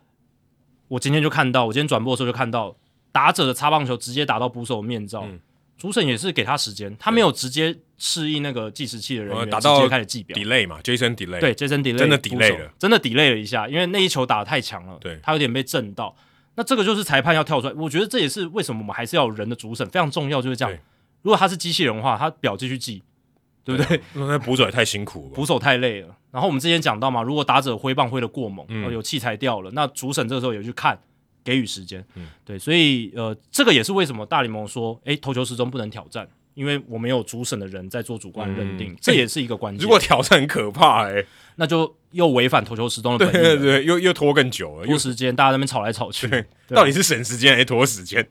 [SPEAKER 2] 我今天就看到，我今天转播的时候就看到打者的擦棒球直接打到捕手的面罩。
[SPEAKER 1] 嗯
[SPEAKER 2] 主审也是给他时间，他没有直接示意那个计时器的人
[SPEAKER 1] 呃
[SPEAKER 2] 员
[SPEAKER 1] 打到
[SPEAKER 2] 直接开始计表。
[SPEAKER 1] delay 嘛，Jason delay，
[SPEAKER 2] 对，Jason delay
[SPEAKER 1] 真的
[SPEAKER 2] 出手
[SPEAKER 1] delay 了，
[SPEAKER 2] 真的 delay 了一下，因为那一球打得太强了，
[SPEAKER 1] 对
[SPEAKER 2] 他有点被震到。那这个就是裁判要跳出来，我觉得这也是为什么我们还是要有人的主审非常重要，就是这样
[SPEAKER 1] 对。
[SPEAKER 2] 如果他是机器人的话，他表继续记，对不对？
[SPEAKER 1] 那捕手也太辛苦了吧。
[SPEAKER 2] 捕手太累了。然后我们之前讲到嘛，如果打者挥棒挥得过猛，
[SPEAKER 1] 嗯
[SPEAKER 2] 呃有器材掉了，那主审这个时候也去看，给予时间。
[SPEAKER 1] 嗯
[SPEAKER 2] 对，所以呃，这个也是为什么大联盟说，诶，投球时钟不能挑战，因为我们有主审的人在做主观认定，
[SPEAKER 1] 嗯
[SPEAKER 2] 这也是一个关 键。
[SPEAKER 1] 如果挑战很可怕哎、
[SPEAKER 2] 那就又违反投球时钟的
[SPEAKER 1] 对
[SPEAKER 2] 本意了
[SPEAKER 1] 对。对，又又拖更久了，又
[SPEAKER 2] 拖时间，大家在那边吵来
[SPEAKER 1] 嗯
[SPEAKER 2] 吵去。对，
[SPEAKER 1] 到底是省时间还是拖时间？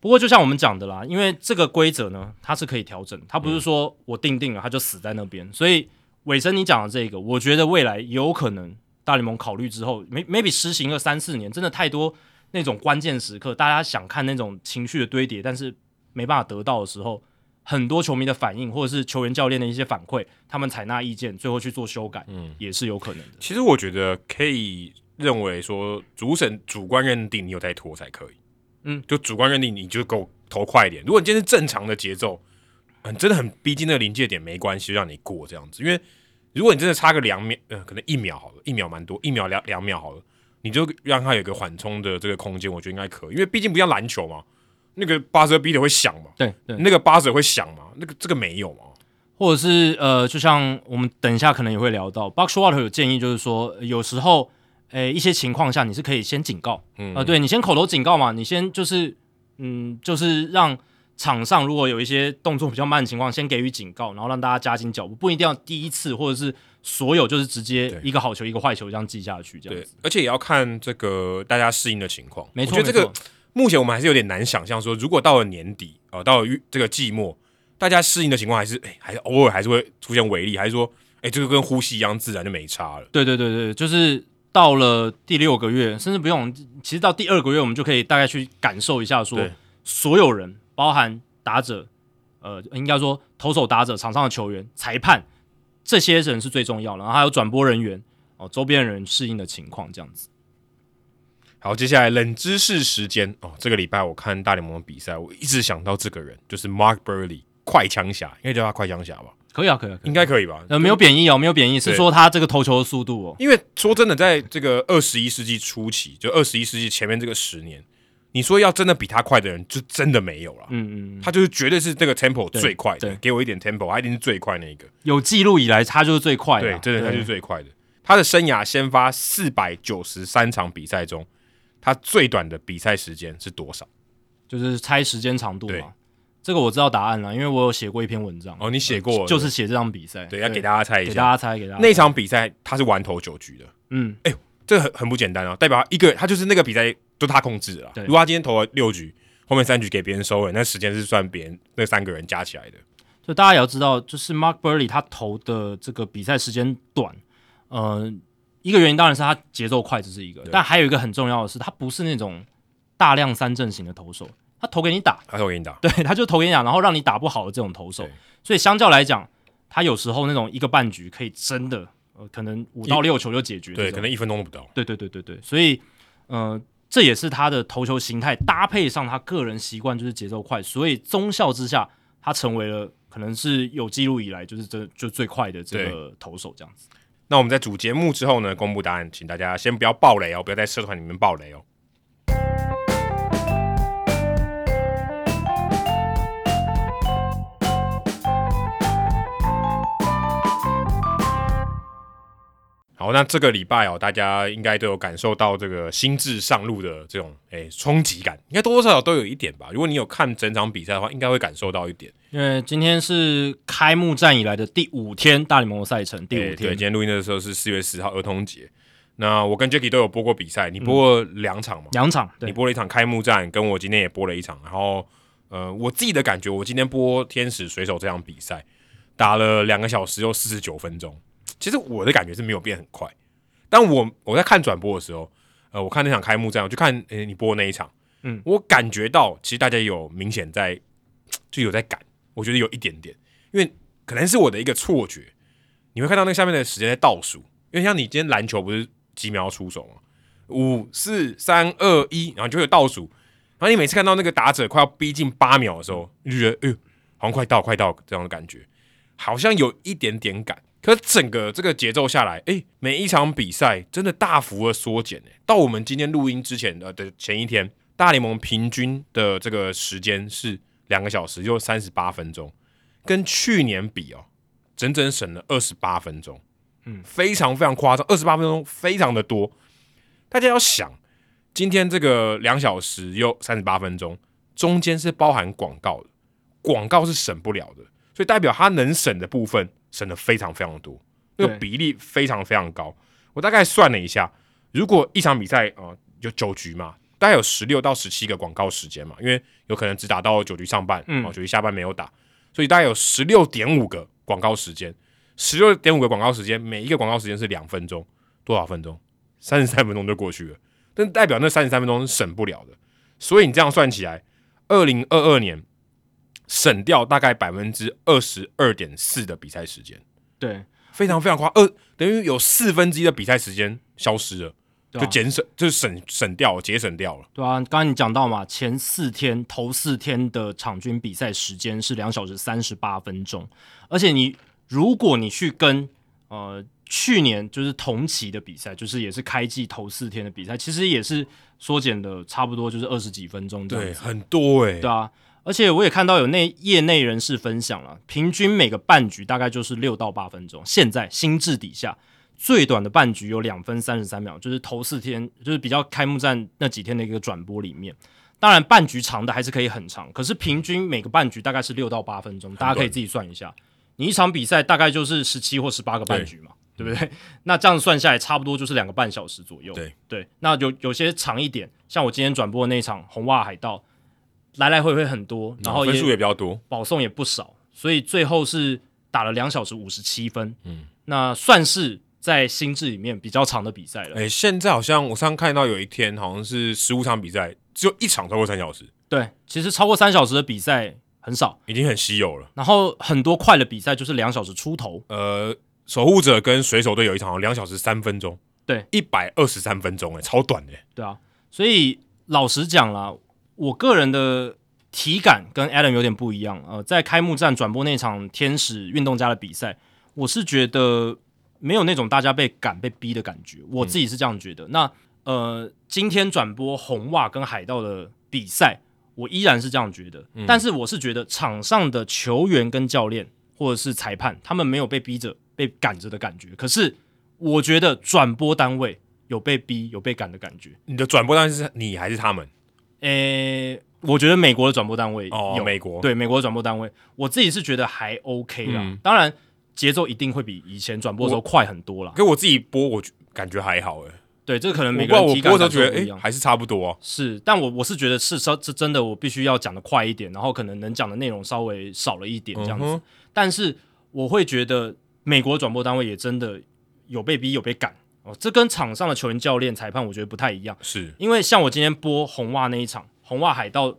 [SPEAKER 2] 不过就像我们讲的啦，因为这个规则呢，它是可以调整，它不是说我定定了它就死在那边。所以尾声你讲的这个，我觉得未来有可能大联盟考虑之后，may-，maybe 施行个三四年，真的太多那种关键时刻，大家想看那种情绪的堆叠，但是没办法得到的时候。很多球迷的反应，或者是球员教练的一些反馈，他们采纳意见，最后去做修改，
[SPEAKER 1] 嗯
[SPEAKER 2] 也是有可能的。
[SPEAKER 1] 其实我觉得可以认为说主审主观认定你有在拖才可以，
[SPEAKER 2] 嗯，
[SPEAKER 1] 就主观认定你就给我投快一点。如果你今天是正常的节奏，很真的很逼近那个临界点，没关系，让你过这样子。因为如果你真的差个两秒，呃，可能一秒好了，一秒蛮多，一秒两两秒好了，你就让他有一个缓冲的这个空间，我觉得应该可以。因为毕竟不像篮球嘛，那个八十逼的会响嘛，
[SPEAKER 2] 对对，
[SPEAKER 1] 那个八十会响嘛，那个这个没有嘛。
[SPEAKER 2] 或者是呃，就像我们等一下可能也会聊到，Boxwater 有建议就是说，呃有时候呃一些情况下你是可以先警告，
[SPEAKER 1] 嗯
[SPEAKER 2] 啊、对你先口头警告嘛，你先就是嗯，就是让场上如果有一些动作比较慢的情况，先给予警告，然后让大家加紧脚步，不一定要第一次或者是所有就是直接
[SPEAKER 1] 对
[SPEAKER 2] 一个好球一个坏球这样记下去，这样
[SPEAKER 1] 对
[SPEAKER 2] 子。，
[SPEAKER 1] 而且也要看这个大家适应的情况。
[SPEAKER 2] 没错，
[SPEAKER 1] 我觉得这个
[SPEAKER 2] 没错
[SPEAKER 1] 目前我们还是有点难想象说，如果到了年底啊、呃到了这个季末，大家适应的情况还是，哎、还是偶尔还是会出现违例，还是说，哎、这个跟呼吸一样自然就没差了。
[SPEAKER 2] 对对对对，就是到了第六个月，甚至不用，其实到第二个月，我们就可以大概去感受一下说，
[SPEAKER 1] 对
[SPEAKER 2] 所有人，包含打者，呃，应该说投手、打者、场上的球员、裁判，这些人是最重要的，然后还有转播人员哦，周边人适应的情况这样子。
[SPEAKER 1] 好，接下来冷知识时间哦，这个礼拜我看大联盟的比赛，我一直想到这个人，就是 Mark Burley，快枪侠，应该叫他快枪侠吧，
[SPEAKER 2] 可以啊，可以啊，可以
[SPEAKER 1] 应该可以吧？
[SPEAKER 2] 呃，没有贬义哦，没有贬义，是
[SPEAKER 1] 对
[SPEAKER 2] 说他这个投球的速度哦，
[SPEAKER 1] 因为说真的，在这个二十一世纪初期，就二十一世纪前面这个十年，你说要真的比他快的人，就真的没有了。
[SPEAKER 2] 嗯嗯，
[SPEAKER 1] 他就是绝对是这个 tempo
[SPEAKER 2] 对
[SPEAKER 1] 最快的
[SPEAKER 2] 对，
[SPEAKER 1] 给我一点 tempo，他一定是最快那一个。
[SPEAKER 2] 有记录以来他就是最快的
[SPEAKER 1] 对
[SPEAKER 2] 啊，，
[SPEAKER 1] 真的他就是
[SPEAKER 2] 对
[SPEAKER 1] 最快的。他的生涯先发四百九十三场比赛中，他最短的比赛时间是多少？
[SPEAKER 2] 就是猜时间长度
[SPEAKER 1] 对
[SPEAKER 2] 嘛。这个我知道答案了，因为我有写过一篇文章。
[SPEAKER 1] 哦，你写过了，
[SPEAKER 2] 呃就是写这场比赛，
[SPEAKER 1] 对，要给大家猜一
[SPEAKER 2] 给大
[SPEAKER 1] 下。
[SPEAKER 2] 家猜，给大家猜
[SPEAKER 1] 那场比赛他是完投九局的，
[SPEAKER 2] 嗯，
[SPEAKER 1] 这很很不简单啊，代表他一个他就是那个比赛都他控制了啊。
[SPEAKER 2] 对
[SPEAKER 1] 如果他今天投了六局，后面三局给别人收了，那时间是算别人那三个人加起来的。
[SPEAKER 2] 就大家也要知道，就是 Mark Burley 他投的这个比赛时间短，呃，一个原因当然是他节奏快，这是一个，但还有一个很重要的是，他不是那种大量三阵型的投手，他投给你打，
[SPEAKER 1] 他说我给你打，
[SPEAKER 2] 对，他就投给你打，然后让你打不好的这种投手
[SPEAKER 1] 对，
[SPEAKER 2] 所以相较来讲，他有时候那种一个半局可以真的，呃，可能五到六球就解决这种，
[SPEAKER 1] 对，可能一分钟都不到。
[SPEAKER 2] 对对对对对，所以呃，这也是他的投球形态搭配上他个人习惯就是节奏快，所以综效之下，他成为了可能是有记录以来就是这就最快的这个投手这样子。
[SPEAKER 1] 那我们在主节目之后呢，公布答案，请大家先不要爆雷哦，不要在社团里面爆雷哦。好，那这个礼拜哦，大家应该都有感受到这个心智上路的这种诶冲击感，应该多多少少都有一点吧。如果你有看整场比赛的话，应该会感受到一点。
[SPEAKER 2] 因为今天是开幕战以来的第五天大联盟的赛程，第
[SPEAKER 1] 哎对
[SPEAKER 2] 五
[SPEAKER 1] 对，
[SPEAKER 2] 天
[SPEAKER 1] 今，天录音的时候是四月十号儿童节。那我跟 Jacky 都有播过比赛，你播过两场嘛？
[SPEAKER 2] 两场，
[SPEAKER 1] 你
[SPEAKER 2] 对，
[SPEAKER 1] 播了一场开幕战，跟我今天也播了一场。然后，呃，我自己的感觉，我今天播天使水手这场比赛，打了两个小时又四十九分钟。其实我的感觉是没有变很快，但我我在看转播的时候，呃，我看那场开幕战，我就看诶、你播的那一场，
[SPEAKER 2] 嗯
[SPEAKER 1] 我感觉到其实大家有明显在就有在赶，我觉得有一点点，因为可能是我的一个错觉，你会看到那个下面的时间在倒数，因为像你今天篮球不是几秒要出手吗？五四三二一，然后就会有倒数。然后你每次看到那个打者快要逼近八秒的时候，你就觉得，哎呦，好像快到，快到这样的感觉，好像有一点点赶。可是整个这个节奏下来，哎，每一场比赛真的大幅的缩减，哎，到我们今天录音之前呃的的前一天，大联盟平均的这个时间是两个小时，就三十八分钟，跟去年比哦，整整省了二十八分钟，嗯，非常非常夸张，二十八分钟非常的多。大家要想，今天这个两小时又三十八分钟，中间是包含广告的，广告是省不了的，所以代表它能省的部分省的非常非常多，那个
[SPEAKER 2] 对
[SPEAKER 1] 比例非常非常高。我大概算了一下，如果一场比赛啊、呃有九局嘛，大概有十六到十七个广告时间嘛，因为有可能只打到九局上半，
[SPEAKER 2] 嗯
[SPEAKER 1] 哦，九局下半没有打，所以大概有十六点五个广告时间，十六点五个广告时间，每一个广告时间是两分钟，多少分钟？三十三分钟就过去了，但代表那三十三分钟是省不了的。所以你这样算起来，二零二二年省掉大概百分之二十二点四的比赛时间，
[SPEAKER 2] 对，
[SPEAKER 1] 非常非常夸，二等于有四分之一的比赛时间消失了。
[SPEAKER 2] 对啊
[SPEAKER 1] 就减省，就是省省掉了，节省掉了。
[SPEAKER 2] 对啊，刚刚你讲到嘛，前四天头四天的场均比赛时间是两小时三十八分钟，而且你如果你去跟呃去年就是同期的比赛，就是也是开季头四天的比赛，其实也是缩减的差不多就是二十几分钟这样
[SPEAKER 1] 对，
[SPEAKER 2] 子
[SPEAKER 1] 很多哎、
[SPEAKER 2] 啊对啊，而且我也看到有内业内人士分享了，平均每个半局大概就是六到八分钟。现在心智底下最短的半局有两分三十三秒，就是头四天，就是比较开幕战那几天的一个转播里面。当然，半局长的还是可以很长，可是平均每个半局大概是六到八分钟，大家可以自己算一下。你一场比赛大概就是十七或十八个半
[SPEAKER 1] 对
[SPEAKER 2] 局嘛，对不对？那这样算下来，差不多就是两个半小时左右。
[SPEAKER 1] 对
[SPEAKER 2] 那有有些长一点，像我今天转播的那一场红袜海盗，来来回回很多，然
[SPEAKER 1] 嗯
[SPEAKER 2] 后
[SPEAKER 1] 分数也
[SPEAKER 2] 也
[SPEAKER 1] 比较多，
[SPEAKER 2] 保送也不少，所以最后是打了两小时五十七分。
[SPEAKER 1] 嗯，
[SPEAKER 2] 那算是在心智里面比较长的比赛了。
[SPEAKER 1] 哎、现在好像我上次看到有一天好像是十五场比赛，只有一场超过三小时，
[SPEAKER 2] 对，其实超过三小时的比赛很少，
[SPEAKER 1] 已经很稀有了。
[SPEAKER 2] 然后很多快的比赛就是两小时出头。
[SPEAKER 1] 呃，守护者跟水手队有一场好像两小时三分钟，
[SPEAKER 2] 对，
[SPEAKER 1] 一百二十三分钟，哎，超短的、
[SPEAKER 2] 对啊，所以老实讲啦，我个人的体感跟 Adam 有点不一样。呃，在开幕战转播那场天使运动家的比赛，我是觉得没有那种大家被赶被逼的感觉，我自己是这样觉得。那呃，今天转播红袜跟海盗的比赛，我依然是这样觉得，但是我是觉得场上的球员跟教练或者是裁判，他们没有被逼着、被赶着的感觉。可是我觉得转播单位有被逼、有被赶的感觉。
[SPEAKER 1] 你的转播单是你还是他们？
[SPEAKER 2] 诶、呃我觉得美国的转播单位有、
[SPEAKER 1] 哦，美国，
[SPEAKER 2] 对美国的转播单位，我自己是觉得还 OK 啦。
[SPEAKER 1] 嗯
[SPEAKER 2] 当然，节奏一定会比以前转播的时候快很多啦。
[SPEAKER 1] 给我自己播，我觉感觉还好哎、
[SPEAKER 2] 对，这个可能
[SPEAKER 1] 我
[SPEAKER 2] 每
[SPEAKER 1] 不
[SPEAKER 2] 个
[SPEAKER 1] 过
[SPEAKER 2] 人
[SPEAKER 1] 我
[SPEAKER 2] 体
[SPEAKER 1] 播
[SPEAKER 2] 感
[SPEAKER 1] 的时候觉得，
[SPEAKER 2] 感受不
[SPEAKER 1] 哎、
[SPEAKER 2] 一样。
[SPEAKER 1] 还是差不多、啊。
[SPEAKER 2] 是，但我我是觉得是稍这真的，我必须要讲的快一点，然后可能能讲的内容稍微少了一点这样子。
[SPEAKER 1] 嗯哼
[SPEAKER 2] 但是我会觉得美国转播单位也真的有被逼有被赶哦，这跟场上的球员、教练、裁判我觉得不太一样。
[SPEAKER 1] 是，
[SPEAKER 2] 因为像我今天播红袜那一场，红袜海盗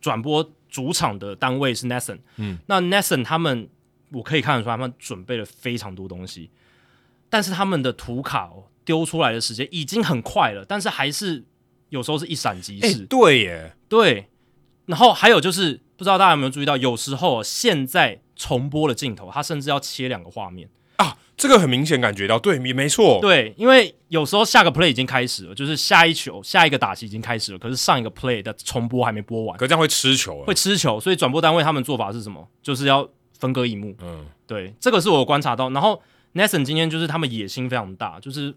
[SPEAKER 2] 转播主场的单位是 Nathan，
[SPEAKER 1] 嗯，
[SPEAKER 2] 那 Nathan 他们我可以看得出来，他们准备了非常多东西，但是他们的图卡、哦、丢出来的时间已经很快了，但是还是有时候是一闪即
[SPEAKER 1] 哎、
[SPEAKER 2] 逝，
[SPEAKER 1] 对耶，
[SPEAKER 2] 对。然后还有就是，不知道大家有没有注意到，有时候哦现在重播的镜头，它甚至要切两个画面。
[SPEAKER 1] 啊，这个很明显感觉到，对，没没错，
[SPEAKER 2] 对，因为有时候下个 play 已经开始了，就是下一球、下一个打击已经开始了，可是上一个 play 的重播还没播完，
[SPEAKER 1] 可这样会吃球、
[SPEAKER 2] 会
[SPEAKER 1] 欸，
[SPEAKER 2] 吃球，所以转播单位他们做法是什么？就是要分割一幕。
[SPEAKER 1] 嗯，
[SPEAKER 2] 对，这个是我观察到。然后 Nathan 今天就是他们野心非常大，就是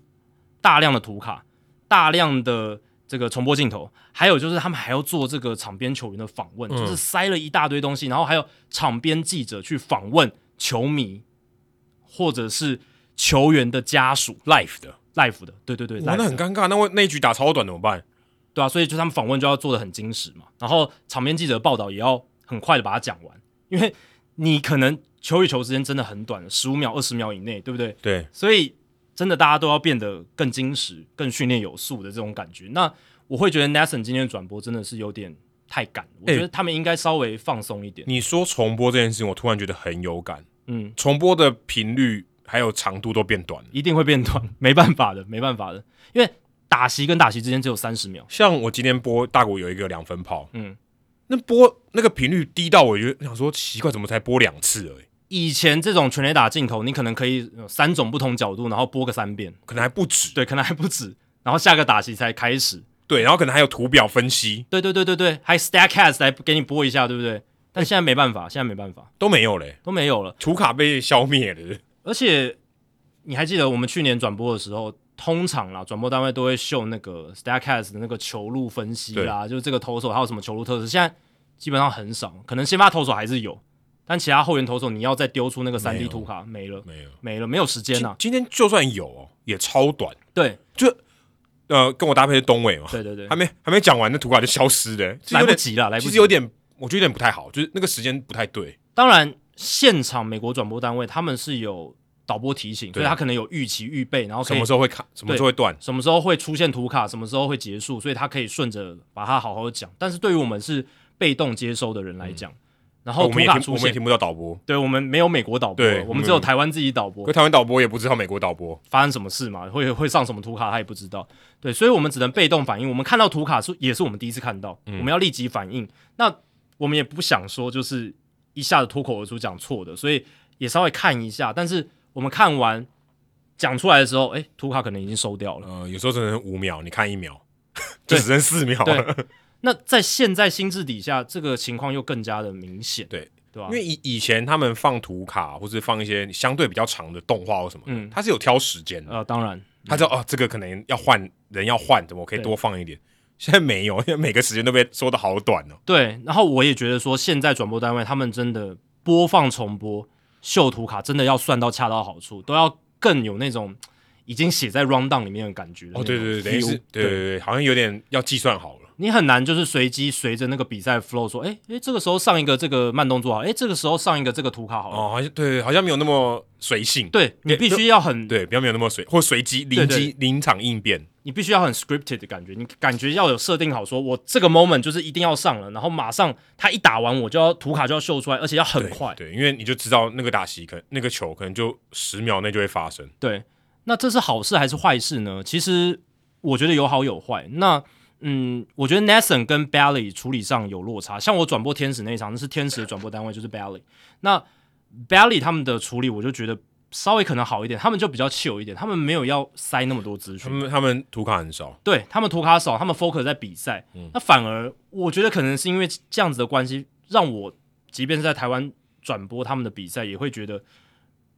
[SPEAKER 2] 大量的图卡、大量的这个重播镜头，还有就是他们还要做这个场边球员的访问，
[SPEAKER 1] 嗯
[SPEAKER 2] 就是塞了一大堆东西，然后还有场边记者去访问球迷或者是球员的家属
[SPEAKER 1] life 的，
[SPEAKER 2] life 的，对对对，
[SPEAKER 1] 哇，
[SPEAKER 2] live
[SPEAKER 1] 那
[SPEAKER 2] 的
[SPEAKER 1] 很尴尬，那我那一局打超短怎么办？
[SPEAKER 2] 对啊，所以就他们访问就要做的很精实嘛，然后场边记者报道也要很快的把它讲完，因为你可能球与球之间真的很短，十五秒、二十秒以内，对不对？
[SPEAKER 1] 对，
[SPEAKER 2] 所以真的大家都要变得更精实、更训练有素的这种感觉。那我会觉得 Nathan 今天的转播真的是有点太赶，我觉得他们应该稍微放松一点。
[SPEAKER 1] 你说重播这件事情，我突然觉得很有感，
[SPEAKER 2] 嗯，
[SPEAKER 1] 重播的频率还有长度都变短了。
[SPEAKER 2] 一定会变短，没办法的，没办法的，因为打席跟打席之间只有三十秒。
[SPEAKER 1] 像我今天播大谷有一个两分炮，
[SPEAKER 2] 嗯，
[SPEAKER 1] 那播那个频率低到我觉得想说奇怪，怎么才播两次而已，
[SPEAKER 2] 以前这种全垒打镜头，你可能可以呃三种不同角度，然后播个三遍。
[SPEAKER 1] 可能还不止。
[SPEAKER 2] 对，可能还不止。然后下个打席才开始，
[SPEAKER 1] 对，然后可能还有图表分析
[SPEAKER 2] 对对对对对，还 Stackcast 来给你播一下，对不对？
[SPEAKER 1] 哎
[SPEAKER 2] 但现在没办法，现在没办法，
[SPEAKER 1] 都没有嘞，
[SPEAKER 2] 都没有了。
[SPEAKER 1] 图卡被消灭了。
[SPEAKER 2] 而且你还记得我们去年转播的时候，通常啦，转播单位都会秀那个 Stackcast 的那个球路分析啦，就是这个投手还有什么球路特质。现在基本上很少，可能先发投手还是有，但其他后援投手你要再丢出那个三
[SPEAKER 1] 没
[SPEAKER 2] D
[SPEAKER 1] 有
[SPEAKER 2] 图卡没了，
[SPEAKER 1] 没有，
[SPEAKER 2] 没了，没有时间
[SPEAKER 1] 今
[SPEAKER 2] 啦。
[SPEAKER 1] 今天就算有哦，也超短。
[SPEAKER 2] 对
[SPEAKER 1] 呃，跟我搭配是东伟嘛，
[SPEAKER 2] 对对对
[SPEAKER 1] 还，没还没讲完，那图卡就消失了，其实
[SPEAKER 2] 来
[SPEAKER 1] 有
[SPEAKER 2] 不
[SPEAKER 1] 点，
[SPEAKER 2] 及了，来不及
[SPEAKER 1] 其
[SPEAKER 2] 了
[SPEAKER 1] 实。有点，我觉得有点不太好，就是那个时间不太对。
[SPEAKER 2] 当然，现场美国转播单位他们是有导播提醒，所以他可能有预期预备，然后可
[SPEAKER 1] 什
[SPEAKER 2] 以
[SPEAKER 1] 么时候会卡，什么时候会断？
[SPEAKER 2] 什么时候会出现图卡，什么时候会结束，所以他可以顺着把它好好地讲。但是对于我们是被动接收的人来讲，然
[SPEAKER 1] 哦我
[SPEAKER 2] 后图
[SPEAKER 1] 们也
[SPEAKER 2] 卡
[SPEAKER 1] 听
[SPEAKER 2] 出
[SPEAKER 1] 我们也
[SPEAKER 2] 现，
[SPEAKER 1] 听不到导播，
[SPEAKER 2] 对我们没有美国导播
[SPEAKER 1] 对，我
[SPEAKER 2] 我们
[SPEAKER 1] 们
[SPEAKER 2] 只有台湾自己导播
[SPEAKER 1] 可，台湾导播也不知道美国导播，
[SPEAKER 2] 发生什么事嘛，会会上什么图卡他也不知道，对，所以我们只能被动反应。我们看到图卡是也是我们第一次看到，
[SPEAKER 1] 嗯
[SPEAKER 2] 我们要立即反应。那我们也不想说就是一下子脱口而出讲错的，所以也稍微看一下。但是我们看完讲出来的时候，哎，图卡可能已经收掉了。
[SPEAKER 1] 呃，有时候只能五秒，你看一秒， 就只剩四秒
[SPEAKER 2] 对
[SPEAKER 1] 了。
[SPEAKER 2] 那在现在心智底下，这个情况又更加的明显，
[SPEAKER 1] 对
[SPEAKER 2] 对吧？
[SPEAKER 1] 因为以以前他们放图卡或是放一些相对比较长的动画或什么的，
[SPEAKER 2] 嗯
[SPEAKER 1] 他是有挑时间的，
[SPEAKER 2] 呃，当然，
[SPEAKER 1] 他知道哦，这个可能要换人要换，怎么我可以
[SPEAKER 2] 对
[SPEAKER 1] 多放一点？现在没有，现在每个时间都被说的好短哦。
[SPEAKER 2] 对，然后我也觉得说，现在转播单位他们真的播放重播、秀图卡，真的要算到恰到好处，都要更有那种已经写在 round down 里面的感觉的
[SPEAKER 1] 哦，对对对，等
[SPEAKER 2] 那种
[SPEAKER 1] 于是
[SPEAKER 2] feel
[SPEAKER 1] 对对对，好像有点要计算好了。
[SPEAKER 2] 你很难就是随机随着那个比赛 flow 说，哎哎，诶这个时候上一个这个慢动作好，哎，这个时候上一个这个图卡好了。
[SPEAKER 1] 哦，好像对，好像没有那么随性，
[SPEAKER 2] 对你必须要很，
[SPEAKER 1] 对，比较没有那么随或随机
[SPEAKER 2] 对
[SPEAKER 1] 临
[SPEAKER 2] 对
[SPEAKER 1] 机临场应变。
[SPEAKER 2] 你必须要很 scripted 的感觉，你感觉要有设定好说我这个 moment 就是一定要上了，然后马上他一打完我就要图卡就要秀出来，而且要很
[SPEAKER 1] 对
[SPEAKER 2] 快。
[SPEAKER 1] 对，因为你就知道那个打席可能那个球可能就十秒内就会发生。
[SPEAKER 2] 对，那这是好事还是坏事呢？其实我觉得有好有坏。那嗯，我觉得 Nathan 跟 Bally 处理上有落差。像我转播天使那一场，那是天使的转播单位就是 Bally。那 Bally 他们的处理，我就觉得稍微可能好一点，他们就比较 chill 一点，他们没有要塞那么多资
[SPEAKER 1] 他
[SPEAKER 2] 讯。
[SPEAKER 1] 们他们图卡很少，
[SPEAKER 2] 对他们图卡少，他们 focus 在比赛，那反而我觉得可能是因为这样子的关系，让我即便是在台湾转播他们的比赛，也会觉得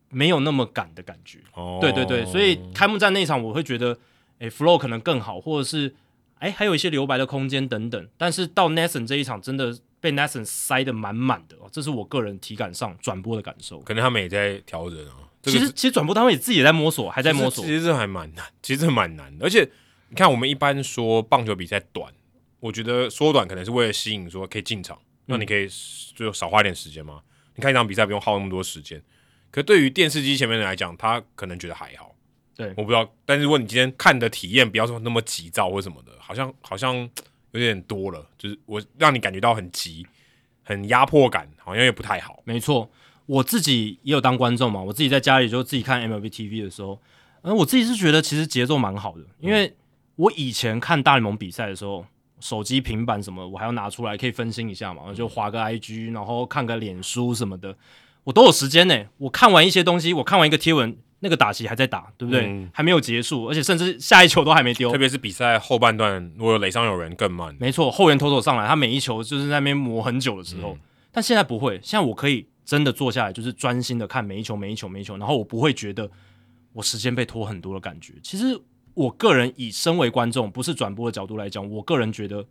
[SPEAKER 2] 没有那么赶的感觉。
[SPEAKER 1] 哦，
[SPEAKER 2] 对对对，所以开幕战那一场，我会觉得，诶 f l o w 可能更好，或者是诶还有一些留白的空间等等。但是到 Nathan 这一场，真的被 Nathan 塞得满满的，哦这是我个人体感上转播的感受。
[SPEAKER 1] 可能他们也在调整啊。这
[SPEAKER 2] 其
[SPEAKER 1] 个
[SPEAKER 2] 实其实转播单位自己也在摸索，还在摸索
[SPEAKER 1] 其。实这还蛮难，其实这蛮难的。而且你看，我们一般说棒球比赛短，我觉得缩短可能是为了吸引说可以进场，那
[SPEAKER 2] 嗯
[SPEAKER 1] 你可以就少花点时间嘛。你看一场比赛不用耗那么多时间。可对于电视机前面的人来讲，他可能觉得还好。
[SPEAKER 2] 对
[SPEAKER 1] 我不知道。但是如果你今天看的体验不要说那么急躁或什么的，好像好像有点多了，就是我让你感觉到很急、很压迫感，好像也不太好。
[SPEAKER 2] 没错，我自己也有当观众嘛，我自己在家里就自己看 MLB TV 的时候，嗯、我自己是觉得其实节奏蛮好的，因为我以前看大联盟比赛的时候，手机、平板什么我还要拿出来可以分心一下嘛，我就划个 IG，然后看个脸书什么的，我都有时间呢、我看完一些东西，我看完一个贴文，那个打席还在打，对不对？
[SPEAKER 1] 嗯
[SPEAKER 2] 还没有结束，而且甚至下一球都还没丢
[SPEAKER 1] 特，别是比赛后半段，如果垒上有人更慢，
[SPEAKER 2] 没错，后援投手上来，他每一球就是在那边磨很久的时
[SPEAKER 1] 嗯
[SPEAKER 2] 候。但现在不会，现在我可以真的坐下来，就是专心的看每一球、每一球、每一球，然后我不会觉得我时间被拖很多的感觉。其实我个人以身为观众，不是转播的角度来讲，我个人觉得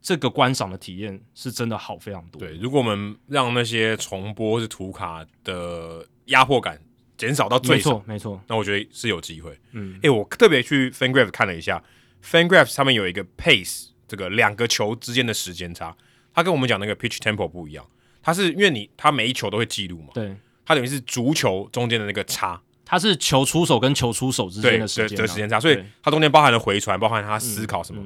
[SPEAKER 2] 这个观赏的体验是真的好非常多。
[SPEAKER 1] 对，如果我们让那些重播或是图卡的压迫感减少到
[SPEAKER 2] 没
[SPEAKER 1] 最少，
[SPEAKER 2] 错，没错，
[SPEAKER 1] 那我觉得是有机会。
[SPEAKER 2] 嗯，
[SPEAKER 1] 诶，我特别去 FanGraph 看了一下，FanGraph 他们有一个 pace，这个两个球之间的时间差，它跟我们讲那个 pitch tempo 不一样，它是因为你它每一球都会记录嘛，
[SPEAKER 2] 对，
[SPEAKER 1] 它等于是足球中间的那个差，
[SPEAKER 2] 它是球出手跟球出手之
[SPEAKER 1] 对
[SPEAKER 2] 间
[SPEAKER 1] 的
[SPEAKER 2] 的时间、啊，
[SPEAKER 1] 的时间差，所以
[SPEAKER 2] 对嗯
[SPEAKER 1] 它中间包含了回传，包含他思考什么。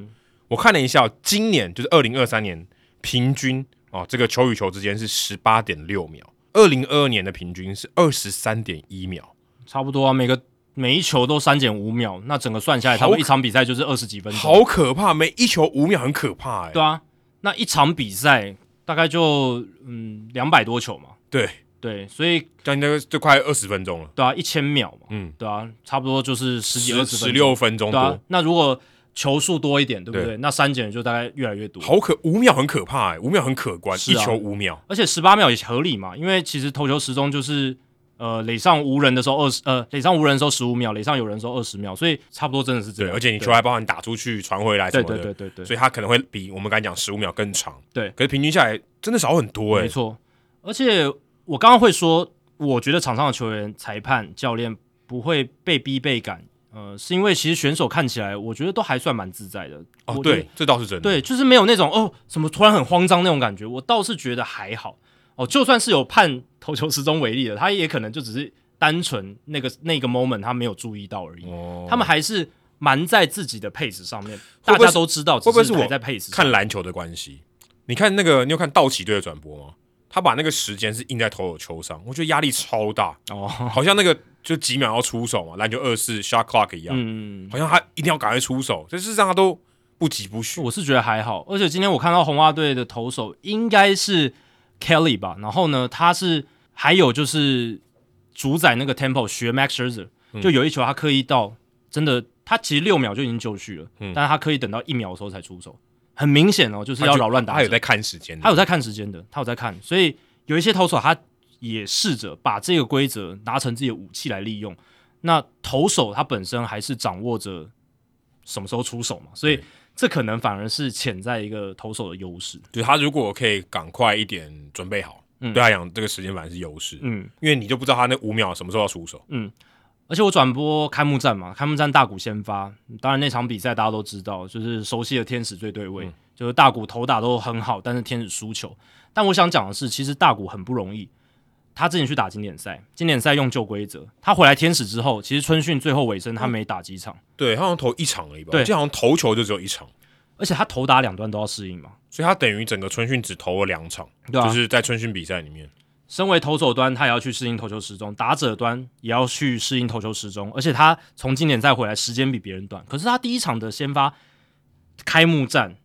[SPEAKER 1] 我看了一下哦，今年就是二零二三年平均哦，这个球与球之间是十八点六秒，二零二二年的平均是二十三点一秒，
[SPEAKER 2] 差不多啊，每个。每一球都三减五秒，那整个算下来，差不多一场比赛就是二十几分钟。
[SPEAKER 1] 好可怕！每一球五秒，很可怕哎、
[SPEAKER 2] 嗯对啊，那一场比赛大概就嗯两百多球嘛，
[SPEAKER 1] 对，
[SPEAKER 2] 对，所以
[SPEAKER 1] 将近那个就快二十分钟了，
[SPEAKER 2] 对啊，一千秒嘛，
[SPEAKER 1] 嗯，
[SPEAKER 2] 对啊，差不多就是十几二
[SPEAKER 1] 十
[SPEAKER 2] 十
[SPEAKER 1] 十
[SPEAKER 2] 分钟
[SPEAKER 1] 六分钟多，
[SPEAKER 2] 对啊。那如果球数多一点，对不对？
[SPEAKER 1] 对
[SPEAKER 2] 那删减就大概越来越多，
[SPEAKER 1] 好可五秒很可怕哎、五秒很可观，
[SPEAKER 2] 是
[SPEAKER 1] 一
[SPEAKER 2] 啊
[SPEAKER 1] 球五秒，
[SPEAKER 2] 而且十八秒也合理嘛，因为其实投球时钟就是。呃，垒上无人的时候二十，呃，垒上无人的时候十五秒，垒上有人的时候二十秒，所以差不多真的是这
[SPEAKER 1] 对，
[SPEAKER 2] 样。
[SPEAKER 1] 而且你球
[SPEAKER 2] 对
[SPEAKER 1] 还包含打出去、传回来什
[SPEAKER 2] 对
[SPEAKER 1] 么的，
[SPEAKER 2] 对对对对，
[SPEAKER 1] 所以它可能会比我们刚才讲十五秒更长，
[SPEAKER 2] 对
[SPEAKER 1] 可是平均下来真的少很多哎、
[SPEAKER 2] 没错，而且我刚刚会说，我觉得场上的球员、裁判、教练不会被逼被赶，呃，是因为其实选手看起来，我觉得都还算蛮自在的。
[SPEAKER 1] 哦，
[SPEAKER 2] 我觉得
[SPEAKER 1] 对，这倒是真的。
[SPEAKER 2] 对，就是没有那种哦，什么突然很慌张那种感觉，我倒是觉得还好。哦，就算是有判投球时钟违例的，他也可能就只是单纯那个那个 moment 他没有注意到而已，
[SPEAKER 1] 哦，
[SPEAKER 2] 他们还是蛮在自己的 pace 上面，
[SPEAKER 1] 会不会
[SPEAKER 2] 大家
[SPEAKER 1] 是
[SPEAKER 2] 都知道，
[SPEAKER 1] 会不会
[SPEAKER 2] 只
[SPEAKER 1] 是我
[SPEAKER 2] 还在 pace 上
[SPEAKER 1] 看篮球的关系，你看那个，你有看道奇队的转播吗？他把那个时间是印在投手球上，我觉得压力超大，
[SPEAKER 2] 哦，
[SPEAKER 1] 好像那个就几秒要出手嘛，篮球二四 shot clock 一样，
[SPEAKER 2] 嗯，
[SPEAKER 1] 好像他一定要赶快出手，这事实上他都不急不徐。
[SPEAKER 2] 我是觉得还好，而且今天我看到红袜队的投手应该是 Kelly 吧，然后呢，他是还有就是主宰那个 tempo 学 Max Scherzer，、就
[SPEAKER 1] 嗯
[SPEAKER 2] 有一球他刻意到真的，他其实六秒就已经就绪了，
[SPEAKER 1] 嗯
[SPEAKER 2] 但是他刻意等到一秒的时候才出手，很明显哦，就是
[SPEAKER 1] 他
[SPEAKER 2] 要
[SPEAKER 1] 就
[SPEAKER 2] 扰乱打
[SPEAKER 1] 他
[SPEAKER 2] 者
[SPEAKER 1] 有在看时间的，
[SPEAKER 2] 他有在看时间的，他有在看，所以有一些投手他也试着把这个规则拿成自己的武器来利用。那投手他本身还是掌握着什么时候出手嘛，所以
[SPEAKER 1] 对
[SPEAKER 2] 这可能反而是潜在一个投手的优势。
[SPEAKER 1] 就是他如果可以赶快一点准备好，
[SPEAKER 2] 嗯
[SPEAKER 1] 对他讲这个时间反而是优势，
[SPEAKER 2] 嗯，
[SPEAKER 1] 因为你就不知道他那五秒什么时候要出手。
[SPEAKER 2] 而且我转播开幕战嘛，开幕战大谷先发，当然那场比赛大家都知道，就是熟悉的天使最对位，就是大谷投打都很好，但是天使输球。但我想讲的是，其实大谷很不容易，他之前去打经典赛，经典赛用旧规则，他回来天使之后，其实春训最后尾声他没打几场，
[SPEAKER 1] 对，他好像投一场而已吧，
[SPEAKER 2] 对
[SPEAKER 1] 我记得好像投球就只有一场，
[SPEAKER 2] 而且他投打两端都要适应嘛，
[SPEAKER 1] 所以他等于整个春训只投了两场，
[SPEAKER 2] 对啊，
[SPEAKER 1] 就是在春训比赛里面，
[SPEAKER 2] 身为投手端，他也要去适应投球时钟；打者端也要去适应投球时钟。而且他从经典赛回来时间比别人短，可是他第一场的先发开幕战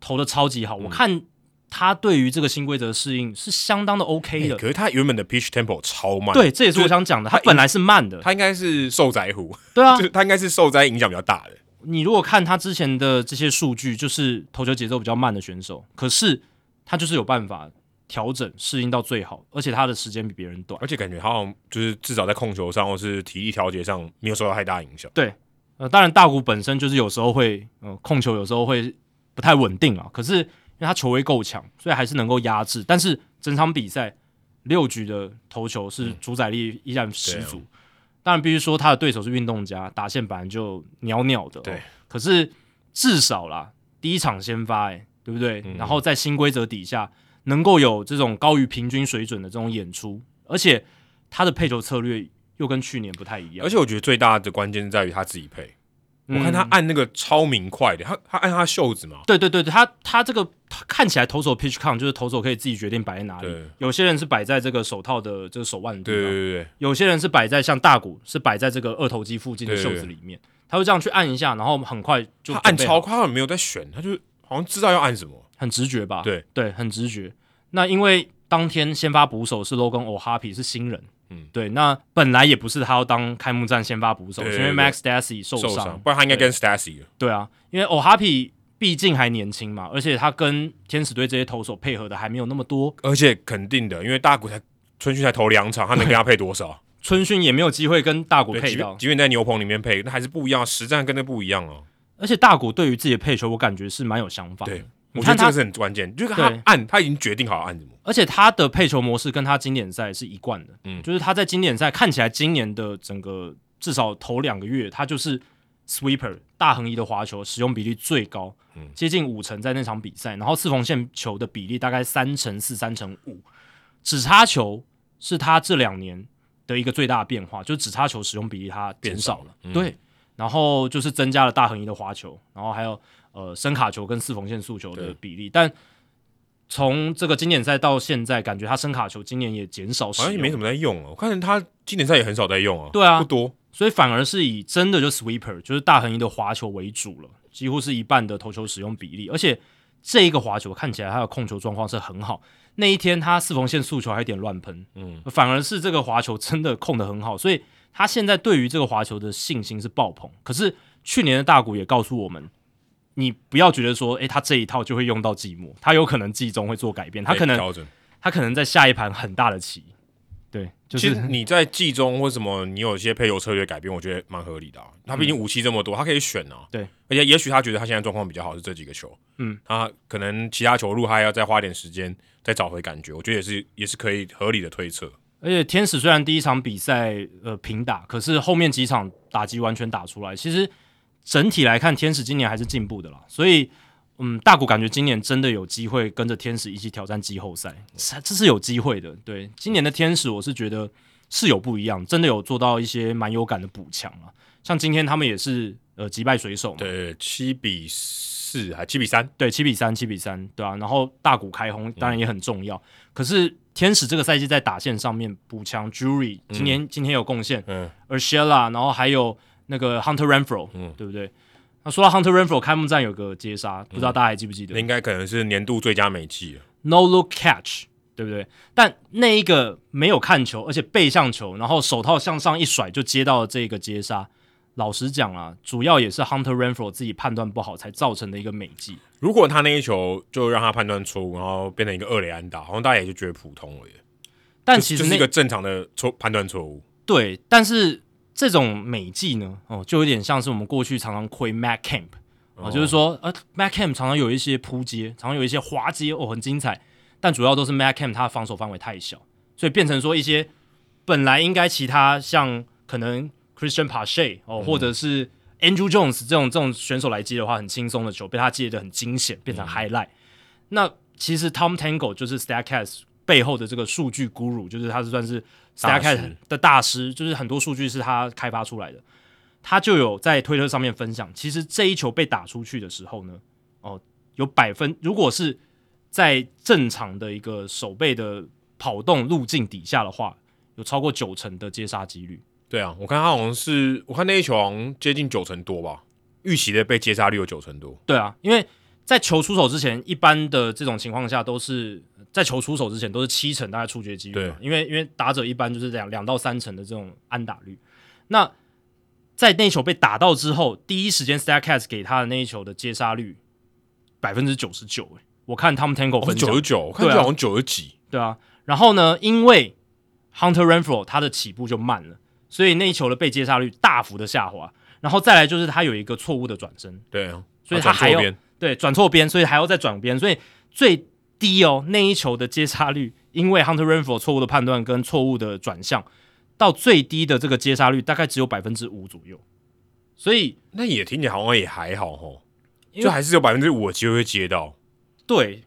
[SPEAKER 2] 投的超级好，我看他对于这个新规则的适应是相当的 OK
[SPEAKER 1] 欸
[SPEAKER 2] 的。
[SPEAKER 1] 可是他原本的 pitch tempo 超慢，，
[SPEAKER 2] 哎对，这也是我想讲的。他本来是慢的，
[SPEAKER 1] 他应该是受灾户，
[SPEAKER 2] 对啊
[SPEAKER 1] 就。是他应该是受灾影响比较大的。
[SPEAKER 2] 你如果看他之前的这些数据，就是投球节奏比较慢的选手，可是他就是有办法调整适应到最好，而且他的时间比别人短。
[SPEAKER 1] 而且感觉他好像就是至少在控球上或是体力调节上没有受到太大影响。
[SPEAKER 2] 呃，当然大谷本身就是有时候会，呃，控球有时候会不太稳定啊。可是因为他球威够强，所以还是能够压制。但是整场比赛六局的投球是主宰力依然十足。当然必须说他的对手是运动家，打线本来就袅袅的、哦
[SPEAKER 1] 对，
[SPEAKER 2] 可是至少啦，第一场先发、欸，对不对？然后在新规则底下能够有这种高于平均水准的这种演出，而且他的配球策略又跟去年不太一样。
[SPEAKER 1] 而且我觉得最大的关键在于他自己配，我看他
[SPEAKER 2] 嗯
[SPEAKER 1] 按那个超明快的，他他按他袖子嘛，
[SPEAKER 2] 对对对，对他他这个他看起来投手 pitch count 就是投手可以自己决定摆在哪里
[SPEAKER 1] 对。
[SPEAKER 2] 有些人是摆在这个手套的这个手腕的
[SPEAKER 1] 对
[SPEAKER 2] 地
[SPEAKER 1] 对
[SPEAKER 2] 方，
[SPEAKER 1] 对对，
[SPEAKER 2] 有些人是摆在像大鼓是摆在这个二头肌附近的袖子里面。他会这样去按一下，然后很快就
[SPEAKER 1] 他按
[SPEAKER 2] 准备
[SPEAKER 1] 超
[SPEAKER 2] 好，
[SPEAKER 1] 快，他没有在选，他就好像知道要按什么。
[SPEAKER 2] 很直觉吧？
[SPEAKER 1] 对
[SPEAKER 2] 对，很直觉。那因为当天先发捕手是 Logan O'Happy 是新人，
[SPEAKER 1] 嗯，
[SPEAKER 2] 对，那本来也不是他要当开幕战先发捕手，
[SPEAKER 1] 对
[SPEAKER 2] 是
[SPEAKER 1] 对
[SPEAKER 2] 因为
[SPEAKER 1] 对
[SPEAKER 2] Max Stassi 受
[SPEAKER 1] 受
[SPEAKER 2] 伤，
[SPEAKER 1] 不然他应该跟 Stacy 了。
[SPEAKER 2] 对啊，因为 O'Happy 毕竟还年轻嘛，而且他跟天使队这些投手配合的还没有那么多，
[SPEAKER 1] 而且肯定的，因为大谷才春训才投两场，他能跟他配多少？
[SPEAKER 2] 春训也没有机会跟大谷
[SPEAKER 1] 对，
[SPEAKER 2] 配
[SPEAKER 1] 即
[SPEAKER 2] 到
[SPEAKER 1] 便，即便在牛棚里面配，那还是不一样，实战跟那不一样哦。
[SPEAKER 2] 而且大谷对于自己的配球，我感觉是蛮有想法的
[SPEAKER 1] 对。
[SPEAKER 2] 你
[SPEAKER 1] 我觉得
[SPEAKER 2] 看
[SPEAKER 1] 这
[SPEAKER 2] 他
[SPEAKER 1] 个，是很关键，就是他
[SPEAKER 2] 对
[SPEAKER 1] 按他已经决定好要按什么。
[SPEAKER 2] 而且他的配球模式跟他经典赛是一贯的，
[SPEAKER 1] 嗯
[SPEAKER 2] 就是他在经典赛看起来今年的整个至少头两个月，他就是 sweeper 大横移的滑球使用比例最高，
[SPEAKER 1] 嗯
[SPEAKER 2] 接近五成在那场比赛，然后四缝线球的比例大概三成四、三成五，指叉球是他这两年的一个最大的变化，就是指叉球使用比例它减少了，
[SPEAKER 1] 变少了嗯
[SPEAKER 2] 对，然后就是增加了大横移的滑球，然后还有呃深卡球跟四缝线速球的
[SPEAKER 1] 对
[SPEAKER 2] 比例，但从这个经典赛到现在，感觉他深卡球今年也减少使
[SPEAKER 1] 好像也
[SPEAKER 2] 用，
[SPEAKER 1] 没什么在用哦，我看他今年赛也很少在用啊，
[SPEAKER 2] 对啊
[SPEAKER 1] 不多。
[SPEAKER 2] 所以反而是以真的就 sweeper 就是大横移的滑球为主了，几乎是一半的投球使用比例，而且这一个滑球看起来他的控球状况是很好。那一天他四缝线速球还有点乱喷，
[SPEAKER 1] 嗯，
[SPEAKER 2] 反而是这个滑球真的控得很好，所以他现在对于这个滑球的信心是爆棚。可是去年的大谷也告诉我们，你不要觉得说，诶、他这一套就会用到季末，他有可能季中会做改变，他可
[SPEAKER 1] 可以
[SPEAKER 2] 能
[SPEAKER 1] 调整。
[SPEAKER 2] 他可能在下一盘很大的棋，对，就
[SPEAKER 1] 其
[SPEAKER 2] 是
[SPEAKER 1] 实你在季中或什么，你有一些配球策略改变，我觉得蛮合理的、啊。他毕竟武器这么多，他可以选啊。
[SPEAKER 2] 嗯对，
[SPEAKER 1] 而且也许他觉得他现在状况比较好是这几个球，
[SPEAKER 2] 嗯，
[SPEAKER 1] 他可能其他球路他还要再花点时间再找回感觉，我觉得也是也是可以合理的推测。
[SPEAKER 2] 而且天使虽然第一场比赛呃平打，可是后面几场打击完全打出来。其实整体来看，天使今年还是进步的啦。所以，嗯，大谷感觉今年真的有机会跟着天使一起挑战季后赛，这这是有机会的。对，今年的天使，我是觉得是有不一样，真的有做到一些蛮有感的补强啊。像今天他们也是呃击败水手嘛。
[SPEAKER 1] 对，七比四还七比三，
[SPEAKER 2] 对，七比三，七比三，对啊。然后大股开轰当然也很重要，可是天使这个赛季在打线上面补强 Jury 今年、今天有贡献，
[SPEAKER 1] 嗯，
[SPEAKER 2] 而 Shella，然后还有那个 Hunter Renfro，
[SPEAKER 1] 嗯
[SPEAKER 2] 对不对？那说到 Hunter Renfro 开幕战有个接杀，不知道大家还记不记得、
[SPEAKER 1] 那应该可能是年度最佳美记了。
[SPEAKER 2] No Look Catch，对不对？但那一个没有看球，而且背向球，然后手套向上一甩就接到了这个接杀。老实讲啊，主要也是 Hunter Renfro 自己判断不好才造成的一个美记。
[SPEAKER 1] 如果他那一球就让他判断错误，然后变成一个二垒安打，好像大家也就觉得普通而已。
[SPEAKER 2] 但
[SPEAKER 1] 就
[SPEAKER 2] 其
[SPEAKER 1] 就是
[SPEAKER 2] 实那
[SPEAKER 1] 一个正常的错判断错误。
[SPEAKER 2] 对，但是这种美技呢，哦，就有点像是我们过去常常亏 Mac Camp 哦，就是说，呃，Mac Camp 常常有一些扑街，常常有一些滑街，哦，很精彩，但主要都是 Mac Camp 他的防守范围太小，所以变成说一些本来应该其他像可能 Christian Pache 哦，
[SPEAKER 1] 嗯
[SPEAKER 2] 或者是 Andrew Jones 这种这种选手来接的话，很轻松的球被他接的很惊
[SPEAKER 1] 嗯
[SPEAKER 2] 险，变成 highlight。那其实 Tom Tango 就是 Stacks 背后的这个数据 guru，就是他是算是
[SPEAKER 1] 大
[SPEAKER 2] Stacks
[SPEAKER 1] 师
[SPEAKER 2] 的大师，就是很多数据是他开发出来的。他就有在推特上面分享，其实这一球被打出去的时候呢，哦，有百分如果是在正常的一个手背的跑动路径底下的话，有超过九成的接杀几率。
[SPEAKER 1] 对啊，我看他好像是，我看那一球好像接近九成多吧，预期的被接杀率有九成多。
[SPEAKER 2] 对啊，因为在球出手之前，一般的这种情况下都是在球出手之前都是七成大概触觉几率嘛，因为因为打者一般就是两两到三成的这种安打率。那在那一球被打到之后，第一时间 Stacks 给他的那一球的接杀率百分之九十九，哎，我看他们 Tango
[SPEAKER 1] 我
[SPEAKER 2] 分
[SPEAKER 1] 是
[SPEAKER 2] 享
[SPEAKER 1] 九十九，我看
[SPEAKER 2] 对啊
[SPEAKER 1] 这好像九十几，
[SPEAKER 2] 对啊，然后呢，因为 Hunter Renfro 他的起步就慢了，所以那一球的被接杀率大幅的下滑。然后再来就是他有一个错误的转身，
[SPEAKER 1] 对啊，
[SPEAKER 2] 所以
[SPEAKER 1] 他转
[SPEAKER 2] 他还
[SPEAKER 1] 错
[SPEAKER 2] 要
[SPEAKER 1] 边
[SPEAKER 2] 对转错边，所以还要再转边，所以最低哦那一球的接杀率，因为 Hunter Renfro 错误的判断跟错误的转向，到最低的这个接杀率大概只有百分之五左右。所以
[SPEAKER 1] 那也听起来好像也还好吼，
[SPEAKER 2] 因为
[SPEAKER 1] 就还是有百分之五的机会会接到。
[SPEAKER 2] 对，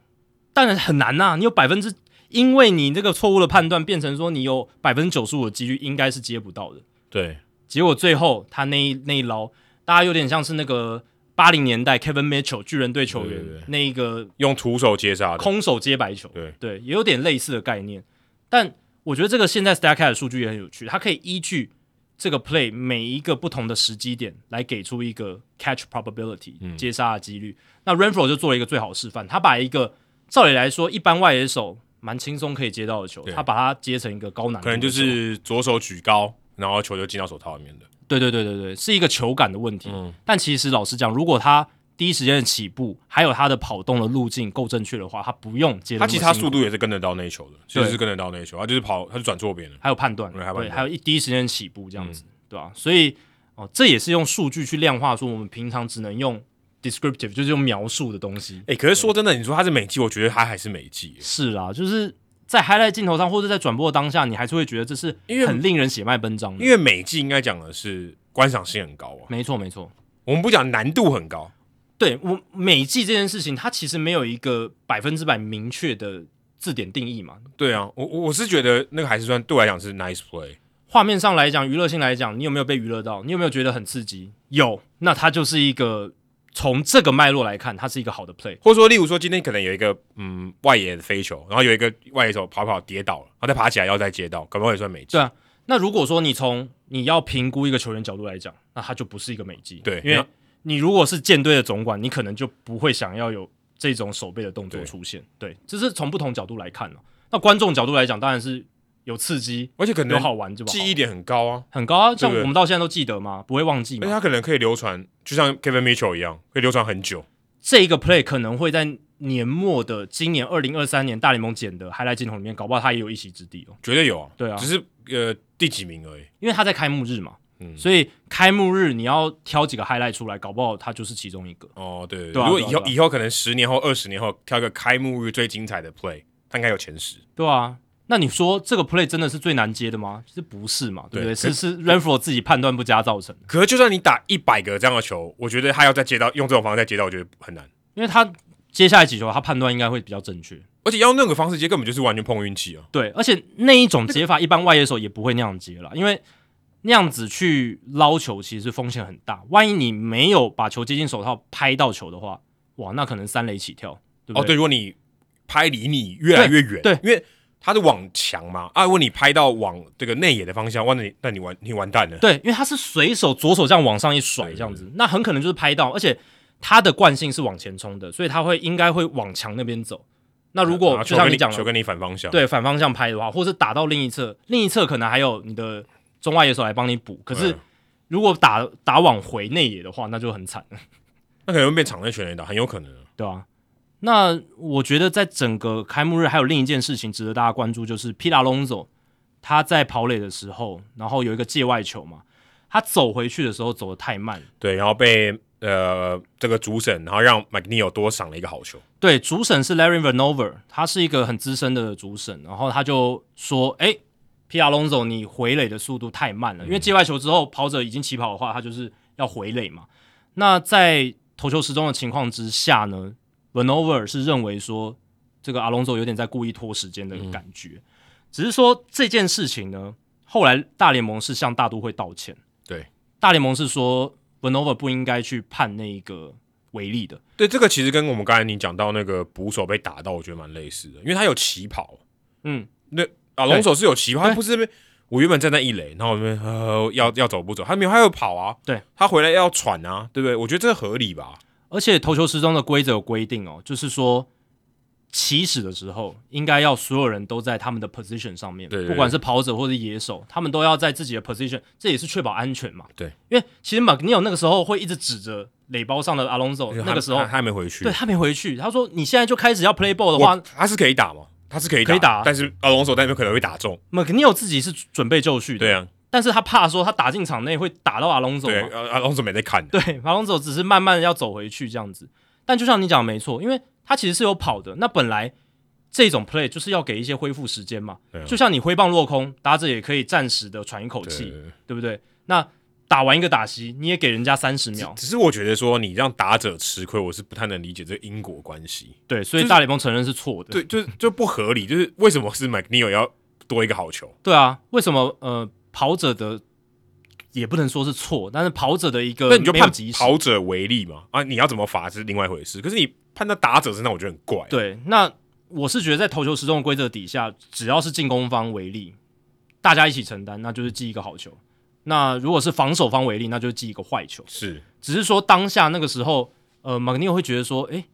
[SPEAKER 2] 当然很难呐、啊你有百分之，因为你这个错误的判断变成说你有百分之九十五的几率应该是接不到的。
[SPEAKER 1] 对，
[SPEAKER 2] 结果最后他那一那一捞，大家有点像是那个八零年代 Kevin Mitchell 巨人队球员
[SPEAKER 1] 对对对
[SPEAKER 2] 那一个
[SPEAKER 1] 用徒手接杀的，
[SPEAKER 2] 空手接白球，
[SPEAKER 1] 对
[SPEAKER 2] 对，也有点类似的概念。但我觉得这个现在 Stacks 的数据也很有趣，它可以依据这个 play 每一个不同的时机点来给出一个 catch probability、接
[SPEAKER 1] 嗯
[SPEAKER 2] 杀的几率。那 Renfro 就做了一个最好示范，他把一个照理来说一般外野手蛮轻松可以接到的球，
[SPEAKER 1] 对
[SPEAKER 2] 他把它接成一个高难度
[SPEAKER 1] 可
[SPEAKER 2] 的球，
[SPEAKER 1] 能就是左手举高，然后球就进到手套里面的。
[SPEAKER 2] 对对对对对，是一个球感的问题。
[SPEAKER 1] 嗯
[SPEAKER 2] 但其实老实讲，如果他第一时间的起步，还有他的跑动的路径够正确的话，他不用接得
[SPEAKER 1] 他
[SPEAKER 2] 那么
[SPEAKER 1] 其
[SPEAKER 2] 辛
[SPEAKER 1] 实他
[SPEAKER 2] 苦。
[SPEAKER 1] 速度也是跟得到那一球的，其实
[SPEAKER 2] 对
[SPEAKER 1] 是跟得到那一球，他就是跑，他就转错边了。
[SPEAKER 2] 还有判断，
[SPEAKER 1] 嗯还有判
[SPEAKER 2] 对，
[SPEAKER 1] 断嗯
[SPEAKER 2] 还有一第一时间起步这样子，对吧、所以哦，这也是用数据去量化，说我们平常只能用 descriptive，就是用描述的东西。
[SPEAKER 1] 哎、可是说真的，你说他是美记，我觉得他还是美记，
[SPEAKER 2] 是啦，就是在 highlight 镜头上或者在转播当下，你还是会觉得这是
[SPEAKER 1] 因为
[SPEAKER 2] 很令人血脉奔张的。
[SPEAKER 1] 因为美记应该讲的是观赏性很高啊。
[SPEAKER 2] 没错没错，
[SPEAKER 1] 我们不讲难度很高，
[SPEAKER 2] 对我美记这件事情，它其实没有一个百分之百明确的字典定义嘛。
[SPEAKER 1] 对啊，我我我是觉得那个还是算对我来讲是 nice play，
[SPEAKER 2] 画面上来讲，娱乐性来讲，你有没有被娱乐到？你有没有觉得很刺激？有，那它就是一个从这个脉络来看，它是一个好的 play。
[SPEAKER 1] 或者说，例如说今天可能有一个嗯外野的飞球，然后有一个外野手跑跑跌倒了，然后再爬起来要再接到，搞不好也算美记。
[SPEAKER 2] 对啊那如果说你从你要评估一个球员角度来讲，那他就不是一个美技，
[SPEAKER 1] 对
[SPEAKER 2] 因
[SPEAKER 1] 你
[SPEAKER 2] 为
[SPEAKER 1] 要
[SPEAKER 2] 你如果是舰队的总管，你可能就不会想要有这种手背的动作
[SPEAKER 1] 对
[SPEAKER 2] 出现，对，这是从不同角度来看哦。那观众角度来讲，当然是有刺激，
[SPEAKER 1] 而且可
[SPEAKER 2] 有
[SPEAKER 1] 能
[SPEAKER 2] 好玩，对吧？
[SPEAKER 1] 记忆点很高啊，
[SPEAKER 2] 很高啊，像
[SPEAKER 1] 对
[SPEAKER 2] 我们到现在都记得嘛，不会忘记
[SPEAKER 1] 而且
[SPEAKER 2] 嘛。
[SPEAKER 1] 他可能可以流传，就像 Kevin Mitchell 一样，可以流传很久。
[SPEAKER 2] 这一个 play 可能会在年末的今年二零二三年大联盟捡的 highlight 镜头里面，搞不好他也有一席之地哦。
[SPEAKER 1] 绝对有啊，
[SPEAKER 2] 对啊
[SPEAKER 1] 只是呃第几名而已。
[SPEAKER 2] 因为他在开幕日嘛，
[SPEAKER 1] 嗯
[SPEAKER 2] 所以开幕日你要挑几个 highlight 出来，搞不好他就是其中一个。
[SPEAKER 1] 哦，对，
[SPEAKER 2] 对啊
[SPEAKER 1] 如果
[SPEAKER 2] 对啊
[SPEAKER 1] 以后、
[SPEAKER 2] 对啊
[SPEAKER 1] 以后可能十年后、二十年后挑一个开幕日最精彩的 play，他应该有前十。
[SPEAKER 2] 对啊，那你说这个 play 真的是最难接的吗？其实不是嘛，对不对？
[SPEAKER 1] 对
[SPEAKER 2] 是是 Renfro 自己判断不佳造成的，
[SPEAKER 1] 可是就算你打一百个这样的球，我觉得他要再接到用这种方式再接到，我觉得很难。
[SPEAKER 2] 因为他接下来几球他判断应该会比较正确。
[SPEAKER 1] 而且要用那个方式接，根本就是完全碰运气啊。
[SPEAKER 2] 对，而且那一种接法，一般外野手也不会那样接了，因为那样子去捞球，其实风险很大。万一你没有把球接近手套拍到球的话，哇，那可能三垒起跳，对不
[SPEAKER 1] 哦，对，如果你拍离你越来越远，
[SPEAKER 2] 对
[SPEAKER 1] 因为它是往墙嘛，啊，如果你拍到往这个内野的方向，哇，那你那你完你完蛋了，
[SPEAKER 2] 对，因为他是随手左手这样往上一甩，
[SPEAKER 1] 对
[SPEAKER 2] 这样子，那很可能就是拍到，而且他的惯性是往前冲的，所以他会应该会往墙那边走。那如
[SPEAKER 1] 然
[SPEAKER 2] 果
[SPEAKER 1] 后啊
[SPEAKER 2] 就
[SPEAKER 1] 球
[SPEAKER 2] 像
[SPEAKER 1] 跟
[SPEAKER 2] 你讲
[SPEAKER 1] 球
[SPEAKER 2] 的，
[SPEAKER 1] 跟你反方向，
[SPEAKER 2] 对反方向拍的话，或是打到另一侧，另一侧可能还有你的中外野手来帮你补，可
[SPEAKER 1] 嗯，
[SPEAKER 2] 是如果打打往回内野的话，那就很惨。
[SPEAKER 1] 那可能会变场内全垒打，很有可能啊。
[SPEAKER 2] 对啊。那我觉得在整个开幕日还有另一件事情值得大家关注，就是皮拉隆佐他在跑垒的时候，然后有一个界外球嘛，他走回去的时候走得太慢，
[SPEAKER 1] 对，然后被呃这个主审，然后让 McNeil 多赏了一个好球，
[SPEAKER 2] 对，主审是 Larry Vanover，他是一个很资深的主审，然后他就说：“哎，皮亚龙总，你回垒的速度太慢了，因为界外球之后跑者已经起跑的话，他就是要回垒嘛。那在投球时钟的情况之下呢，Vanover 是认为说这个阿隆佐有点在故意拖时间的感觉，只是说这件事情呢，后来大联盟是向大都会道歉，
[SPEAKER 1] 对，
[SPEAKER 2] 大联盟是说 Vanover 不应该去判那一个违例的。”
[SPEAKER 1] 对，这个其实跟我们刚才你讲到那个捕手被打到，我觉得蛮类似的，因为他有起跑，
[SPEAKER 2] 嗯，
[SPEAKER 1] 那啊，龙手是有起跑，他不是那边我原本站在一垒，然后我那边呃要要走不走，他没有，他要跑啊，
[SPEAKER 2] 对，
[SPEAKER 1] 他回来要喘啊，对不对？我觉得这个合理吧，
[SPEAKER 2] 而且投球时钟的规则有规定哦，就是说起始的时候应该要所有人都在他们的 position 上面，
[SPEAKER 1] 对对对
[SPEAKER 2] 不管是跑者或是野手，他们都要在自己的 position，这也是确保安全嘛。
[SPEAKER 1] 对，
[SPEAKER 2] 因为其实 McNeil 那个时候会一直指着垒包上的 Alonso，
[SPEAKER 1] 因为他
[SPEAKER 2] 那个时候
[SPEAKER 1] 他他还没回去，
[SPEAKER 2] 对他没回去，他说你现在就开始要 play ball 的
[SPEAKER 1] 哇，
[SPEAKER 2] 话
[SPEAKER 1] 他是可以打吗？他是可以
[SPEAKER 2] 可以打啊
[SPEAKER 1] 但是啊，龙手在那边可能会打中，
[SPEAKER 2] ，McNeil 自己是准备就绪的，
[SPEAKER 1] 对啊，
[SPEAKER 2] 但是他怕说他打进场内会打到 Alonso
[SPEAKER 1] 对
[SPEAKER 2] 嘛，
[SPEAKER 1] 啊，啊龙手没在看，
[SPEAKER 2] 对，马龙走只是慢慢地要走回去这样子。但就像你讲的没错，因为他其实是有跑的。那本来这种 play 就是要给一些恢复时间嘛，
[SPEAKER 1] 对啊
[SPEAKER 2] 就像你挥棒落空，打者也可以暂时的喘一口
[SPEAKER 1] 对
[SPEAKER 2] 气，
[SPEAKER 1] 对
[SPEAKER 2] 对
[SPEAKER 1] 对
[SPEAKER 2] 不对？那打完一个打席，你也给人家三十秒，
[SPEAKER 1] 只是我觉得说你让打者吃亏，我是不太能理解这个因果关系，
[SPEAKER 2] 对，
[SPEAKER 1] 就
[SPEAKER 2] 所以
[SPEAKER 1] 是
[SPEAKER 2] 大联盟承认是错的。
[SPEAKER 1] 对，就是就不合理，就是为什么是 McNeil 要多一个好球？
[SPEAKER 2] 对啊，为什么呃跑者的也不能说是错，但是跑者的一个
[SPEAKER 1] 那你就
[SPEAKER 2] 呃没有
[SPEAKER 1] 判
[SPEAKER 2] 及时
[SPEAKER 1] 跑者为例嘛，啊，你要怎么罚是另外一回事，可是你判到打者身上，我觉得很怪，
[SPEAKER 2] 对，那我是觉得在投球时钟的规则底下，只要是进攻方为例，大家一起承担，那就是记一个好球；那如果是防守方为例，那就是记一个坏球。
[SPEAKER 1] 是
[SPEAKER 2] 只是说当下那个时候，呃，马尼尔会觉得说，诶，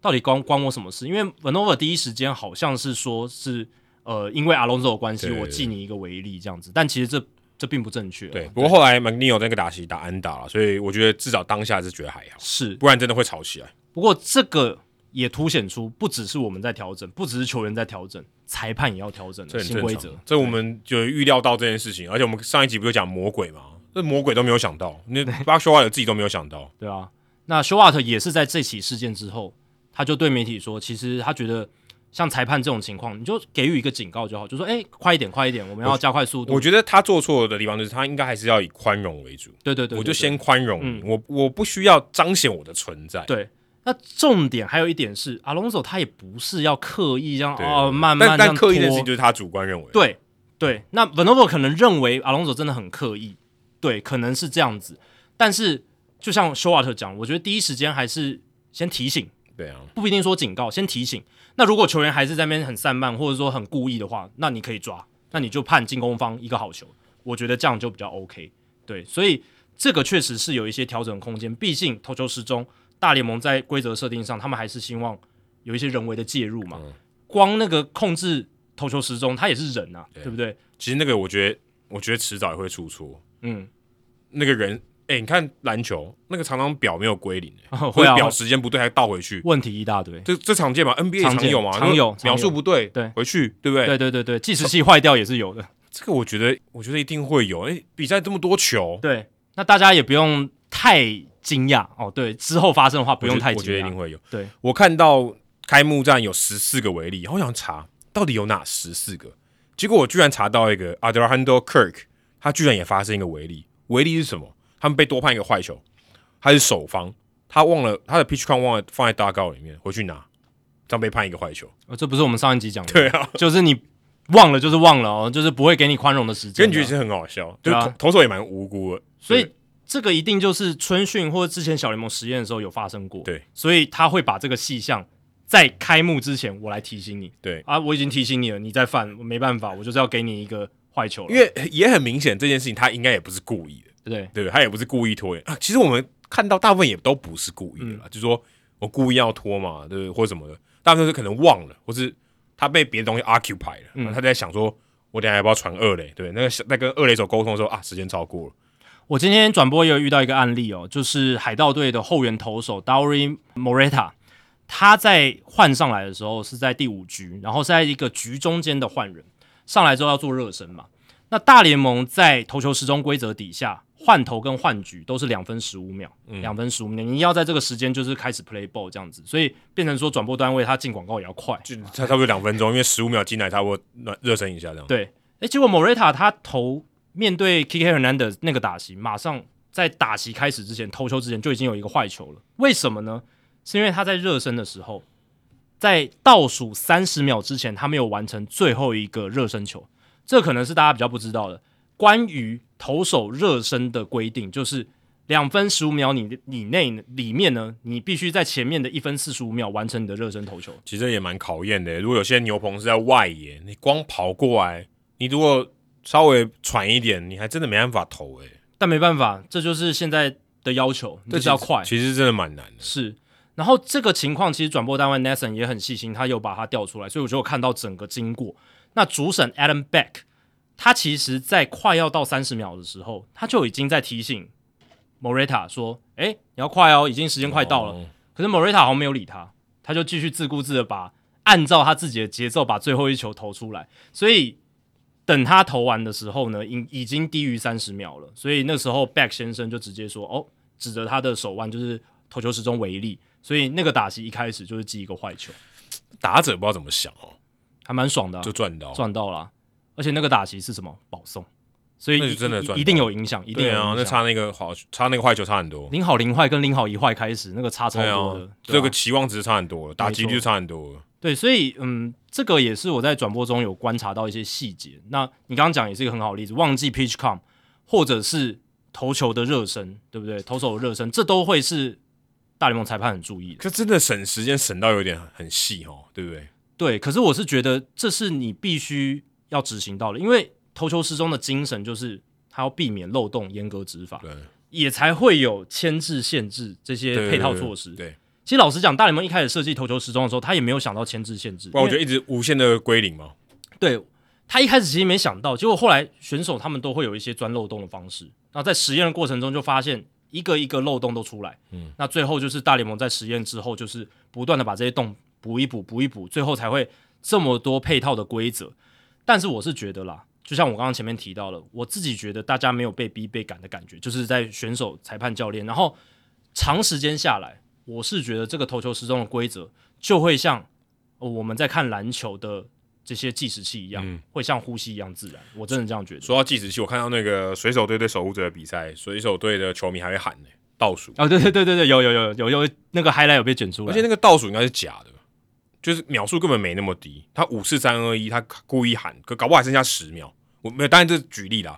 [SPEAKER 2] 到底关关我什么事？因为 Vanova 第一时间好像是说是呃，因为阿隆索的关系，
[SPEAKER 1] 对对
[SPEAKER 2] 我记你一个违例这样子，但其实这这并不正确啊、
[SPEAKER 1] 对。不过后来 McNeil 那个打席打安打了，所以我觉得至少当下是觉得还好，
[SPEAKER 2] 是
[SPEAKER 1] 不然真的会吵起来。
[SPEAKER 2] 不过这个也凸显出，不只是我们在调整，不只是球员在调整，裁判也要调整
[SPEAKER 1] 这
[SPEAKER 2] 了
[SPEAKER 1] 很
[SPEAKER 2] 新
[SPEAKER 1] 正
[SPEAKER 2] 规
[SPEAKER 1] 常
[SPEAKER 2] 则。，
[SPEAKER 1] 这我们就预料到这件事情，而且我们上一集不就讲魔鬼嘛，这魔鬼都没有想到，那巴修瓦尔自己都没有想到，
[SPEAKER 2] 对啊，那 s h o w a t 也是在这起事件之后，他就对媒体说，其实他觉得像裁判这种情况，你就给予一个警告就好，就说，哎、快一点，快一点，我们要加快速
[SPEAKER 1] 我
[SPEAKER 2] 度。
[SPEAKER 1] 觉得他做错的地方就是他应该还是要以宽容为主，
[SPEAKER 2] 对对对对嗯
[SPEAKER 1] 我就先宽容你，我我不需要彰显我的存在，
[SPEAKER 2] 对对。那重点还有一点是，阿隆索他也不是要刻意让
[SPEAKER 1] 对，
[SPEAKER 2] 哦慢慢
[SPEAKER 1] 但
[SPEAKER 2] 这
[SPEAKER 1] 但
[SPEAKER 2] 样
[SPEAKER 1] 刻意这件事情
[SPEAKER 2] 拖
[SPEAKER 1] 就是他主观认为，
[SPEAKER 2] 对对，那 v a n o v o 可能认为阿隆索真的很刻意，对，可能是这样子。但是就像 s h o w a t 讲，我觉得第一时间还是先提醒，
[SPEAKER 1] 对啊，
[SPEAKER 2] 不一定说警告，先提醒。那如果球员还是在那边很散漫，或者说很故意的话，那你可以抓，那你就判进攻方一个好球。我觉得这样就比较 OK。对，所以这个确实是有一些调整空间。毕竟投球时钟，大联盟在规则设定上，他们还是希望有一些人为的介入嘛。光那个控制投球时钟，他也是人啊，对不对？
[SPEAKER 1] 其实那个我觉得，我觉得迟早也会出错，
[SPEAKER 2] 嗯，
[SPEAKER 1] 那个人。哎、你看篮球那个常常表没有归零、欸，
[SPEAKER 2] 会
[SPEAKER 1] 或者
[SPEAKER 2] 啊，
[SPEAKER 1] 表时间不对还倒回去，
[SPEAKER 2] 问题一大堆。
[SPEAKER 1] 这这常见嘛？NBA
[SPEAKER 2] 常
[SPEAKER 1] 常
[SPEAKER 2] 见
[SPEAKER 1] 有嘛？
[SPEAKER 2] 常有
[SPEAKER 1] 就是描述不对，
[SPEAKER 2] 常有对
[SPEAKER 1] 回去对不对？
[SPEAKER 2] 对对对对，计时器坏掉也是有的。
[SPEAKER 1] 这个我觉得，我觉得一定会有。哎，比赛这么多球，
[SPEAKER 2] 对，那大家也不用太惊讶哦。对，之后发生的话不用太啊
[SPEAKER 1] 我
[SPEAKER 2] 惊
[SPEAKER 1] 觉得我觉得一定
[SPEAKER 2] 讶。
[SPEAKER 1] 会有。
[SPEAKER 2] 对，
[SPEAKER 1] 我看到开幕战有十四个为例，然后我想查到底有哪十四个，结果我居然查到一个 Adrahando Kirk，他居然也发生一个违例。违例是什么？他们被多判一个坏球，他是首方，他忘了他的 pitch count 忘了放在大告里面，回去拿，这样被判一个坏球。
[SPEAKER 2] 哦 呃这不是我们上一集讲的，
[SPEAKER 1] 对啊，
[SPEAKER 2] 就是你忘了就是忘了哦，就是不会给你宽容的时间
[SPEAKER 1] 选
[SPEAKER 2] 的。
[SPEAKER 1] 举其实很好笑，就
[SPEAKER 2] 对
[SPEAKER 1] 是
[SPEAKER 2] 啊
[SPEAKER 1] 投投手也蛮无辜的，
[SPEAKER 2] 所以
[SPEAKER 1] 对
[SPEAKER 2] 这个一定就是春训或者之前小联盟实验的时候有发生过。
[SPEAKER 1] 对，
[SPEAKER 2] 所以他会把这个细项在开幕之前我来提醒你。
[SPEAKER 1] 对
[SPEAKER 2] 啊，我已经提醒你了，你再犯，我没办法，我就是要给你一个坏球了。
[SPEAKER 1] 因为也很明显这件事情他应该也不是故意的，
[SPEAKER 2] 对不对，
[SPEAKER 1] 对不对？他也不是故意拖延啊。其实我们看到大部分也都不是故意的啦，
[SPEAKER 2] 嗯
[SPEAKER 1] 就是说我故意要拖嘛，对不对，或者什么的，大部分是可能忘了，或是他被别的东西 occupy 了，
[SPEAKER 2] 嗯
[SPEAKER 1] 然后他在想说，我等一下要不要传二垒？对，那个在跟二垒手沟通的时候啊，时间超过了，
[SPEAKER 2] 我今天转播也有遇到一个案例哦，就是海盗队的后援投手 Dowry Moreta，他在换上来的时候是在第五局，然后是在一个局中间的换人，上来之后要做热身嘛。那大联盟在投球时钟规则底下，换投跟换局都是两分十五秒，两、分十五秒，你要在这个时间就是开始 play ball 这样子，所以变成说转播单位他进广告也要快。
[SPEAKER 1] 就差差不多两分钟，因为十五秒进来，差不多暖热身一下这样。
[SPEAKER 2] 对，哎，结果 Moreta 他投面对 Kike Hernandez 那个打席，马上在打席开始之前，投球之前就已经有一个坏球了。为什么呢？是因为他在热身的时候，在倒数三十秒之前，他没有完成最后一个热身球。这可能是大家比较不知道的。关于投手热身的规定，就是两分十五秒你以内里面呢，你必须在前面的一分四十五秒完成你的热身投球。
[SPEAKER 1] 其实也蛮考验的。如果有些牛棚是在外野，你光跑过来，你如果稍微喘一点，你还真的没办法投诶、欸
[SPEAKER 2] 但没办法，这就是现在的要求，
[SPEAKER 1] 这
[SPEAKER 2] 就是要快。
[SPEAKER 1] 其实真的蛮难的。
[SPEAKER 2] 是，然后这个情况其实转播单位 Nathan 也很细心，他有把它调出来，所以我就有看到整个经过。那主审 Adam Beck，他其实在快要到三十秒的时候，他就已经在提醒 Moreta 说：“哎，你要快哦，已经时间快到了。
[SPEAKER 1] 哦
[SPEAKER 2] 可是 Moreta 好像没有理他，他就继续自顾自的把按照他自己的节奏把最后一球投出来，所以。等他投完的时候呢，已已经低于三十秒了，所以那时候 Beck 先生就直接说：“哦，指着他的手腕就是投球时钟为例，所以那个打席一开始就是记一个坏球，
[SPEAKER 1] 打者不知道怎么想哦，
[SPEAKER 2] 还蛮爽的啊、
[SPEAKER 1] 就赚到。
[SPEAKER 2] 赚到了啊、而且那个打席是什么保送，所以
[SPEAKER 1] 那就
[SPEAKER 2] 一
[SPEAKER 1] 真的赚
[SPEAKER 2] 一
[SPEAKER 1] 到
[SPEAKER 2] 定有影响，一定
[SPEAKER 1] 对
[SPEAKER 2] 有
[SPEAKER 1] 啊，那
[SPEAKER 2] 影响。
[SPEAKER 1] 差那个好，差那个坏球差很多。
[SPEAKER 2] 零好零坏跟零好一坏开始，那个差超
[SPEAKER 1] 对
[SPEAKER 2] 多的。
[SPEAKER 1] 啊，
[SPEAKER 2] 对
[SPEAKER 1] 这
[SPEAKER 2] 啊
[SPEAKER 1] 个期望值差很多了，打击率就差很多了。
[SPEAKER 2] 对，所以嗯，这个也是我在转播中有观察到一些细节。那你刚刚讲也是一个很好的例子，忘记 pitch com 或者是投球的热身，对不对？投手的热身，这都会是大联盟裁判很注意的。
[SPEAKER 1] 可真的省时间省到有点很细哦，对不对？
[SPEAKER 2] 对，可是我是觉得这是你必须要执行到的，因为投球时钟的精神就是它要避免漏洞、严格执法，
[SPEAKER 1] 对，
[SPEAKER 2] 也才会有牵制、限制这
[SPEAKER 1] 对
[SPEAKER 2] 些
[SPEAKER 1] 对
[SPEAKER 2] 配套
[SPEAKER 1] 对
[SPEAKER 2] 措施。
[SPEAKER 1] 对，
[SPEAKER 2] 其实老实讲，大联盟一开始设计投球时钟的时候，他也没有想到牵制、限制。
[SPEAKER 1] 不然我
[SPEAKER 2] 因为
[SPEAKER 1] 觉得一直无限的归零嘛。
[SPEAKER 2] 对他一开始其实没想到，结果后来选手他们都会有一些钻漏洞的方式。那在实验的过程中就发现一个一个漏洞都出来，嗯，那最后就是大联盟在实验之后，就是不断的把这些洞补一补、补一补，最后才会这么多配套的规则。但是我是觉得啦，就像我刚刚前面提到了，我自己觉得大家没有被逼被赶的感觉，就是在选手、裁判、教练，然后长时间下来，我是觉得这个投球时钟的规则就会像、呃我们在看篮球的这些计时器一样，会像呼吸一样自然。我真的这样觉得。
[SPEAKER 1] 说到计时器，我看到那个水手队对守护者的比赛，水手队的球迷还会喊呢、倒数，
[SPEAKER 2] 哦，对对对对对，有有有有有那个 highlight 有被卷出来，
[SPEAKER 1] 而且那个倒数应该是假的，就是秒数根本没那么低。他五四三二一，他故意喊，可搞不好还剩下十秒。我没有，当然这是举例啦，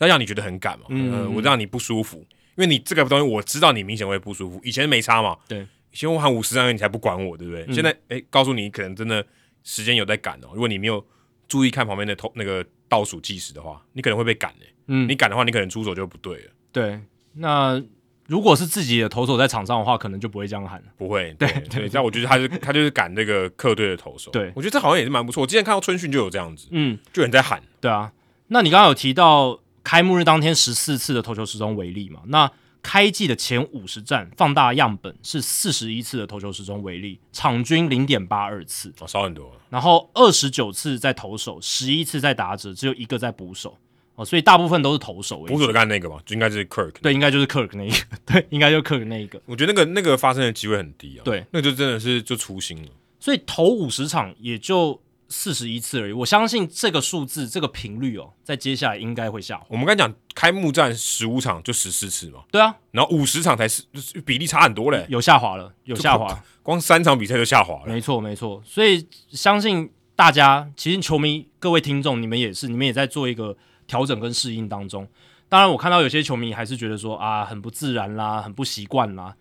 [SPEAKER 1] 要让你觉得很赶嘛，嗯、我让你不舒服，因为你这个东西我知道你明显会不舒服。以前没差嘛，
[SPEAKER 2] 对，
[SPEAKER 1] 以前我喊五十三二你才不管我，对不对？现在哎、诶告诉你可能真的时间有在赶哦，如果你没有注意看旁边的头那个倒数计时的话，你可能会被赶诶、
[SPEAKER 2] 嗯
[SPEAKER 1] 你赶的话，你可能出手就不对了。
[SPEAKER 2] 对。那如果是自己的投手在场上的话，可能就不会这样喊了。
[SPEAKER 1] 不会，对对，但我觉得他是他就是赶这个客队的投手，
[SPEAKER 2] 对
[SPEAKER 1] 我觉得这好像也是蛮不错。我之前看到春训就有这样子，
[SPEAKER 2] 嗯，
[SPEAKER 1] 就有人在喊，
[SPEAKER 2] 对啊，那你刚刚有提到开幕日当天十四次的投球时钟为例嘛？那开季的前五十站放大样本是四十一次的投球时钟为例，场均零点八二次，
[SPEAKER 1] 哦，少很多，
[SPEAKER 2] 然后二十九次在投手，十一次在打者，只有一个在捕手哦，所以大部分都是投手为主
[SPEAKER 1] 捕手的干那个嘛，就应该是 Kirk。
[SPEAKER 2] 对，应该就是 Kirk 那一个， 对，应该就是 Kirk 那一个。
[SPEAKER 1] 我觉得那个那个发生的机会很低啊，
[SPEAKER 2] 对，
[SPEAKER 1] 那就真的是就粗心了。
[SPEAKER 2] 所以投五十场也就四十一次而已。我相信这个数字，这个频率哦，在接下来应该会下滑。
[SPEAKER 1] 我们刚才讲开幕战十五场就十四次嘛，
[SPEAKER 2] 对啊，
[SPEAKER 1] 然后五十场才是就是比例差很多
[SPEAKER 2] 嗯
[SPEAKER 1] 嘞，
[SPEAKER 2] 有下滑了，有下滑。
[SPEAKER 1] 光三场比赛就下滑了。
[SPEAKER 2] 没错，没错。所以相信大家其实球迷各位听众，你们也是，你们也在做一个调整跟适应当中。当然，我看到有些球迷还是觉得说啊，很不自然啦，很不习惯啦。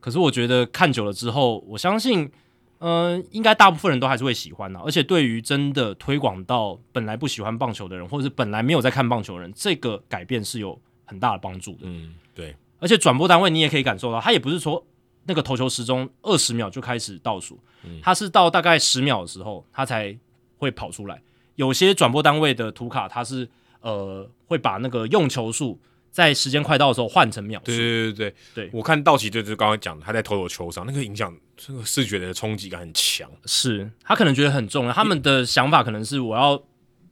[SPEAKER 2] 可是我觉得看久了之后，我相信，嗯、应该大部分人都还是会喜欢的。而且对于真的推广到本来不喜欢棒球的人，或者是本来没有在看棒球的人，这个改变是有很大的帮助的。
[SPEAKER 1] 嗯，对，
[SPEAKER 2] 而且转播单位你也可以感受到，它也不是说那个投球时钟二十秒就开始倒数，它是到大概十秒的时候它才会跑出来。有些转播单位的图卡，它是呃会把那个用球数在时间快到的时候换成秒数
[SPEAKER 1] 对。对对对
[SPEAKER 2] 对
[SPEAKER 1] 我看道奇队就是刚刚讲的，他在投手球上那个影响，这个视觉的冲击感很强。
[SPEAKER 2] 是他可能觉得很重要，他们的想法可能是我要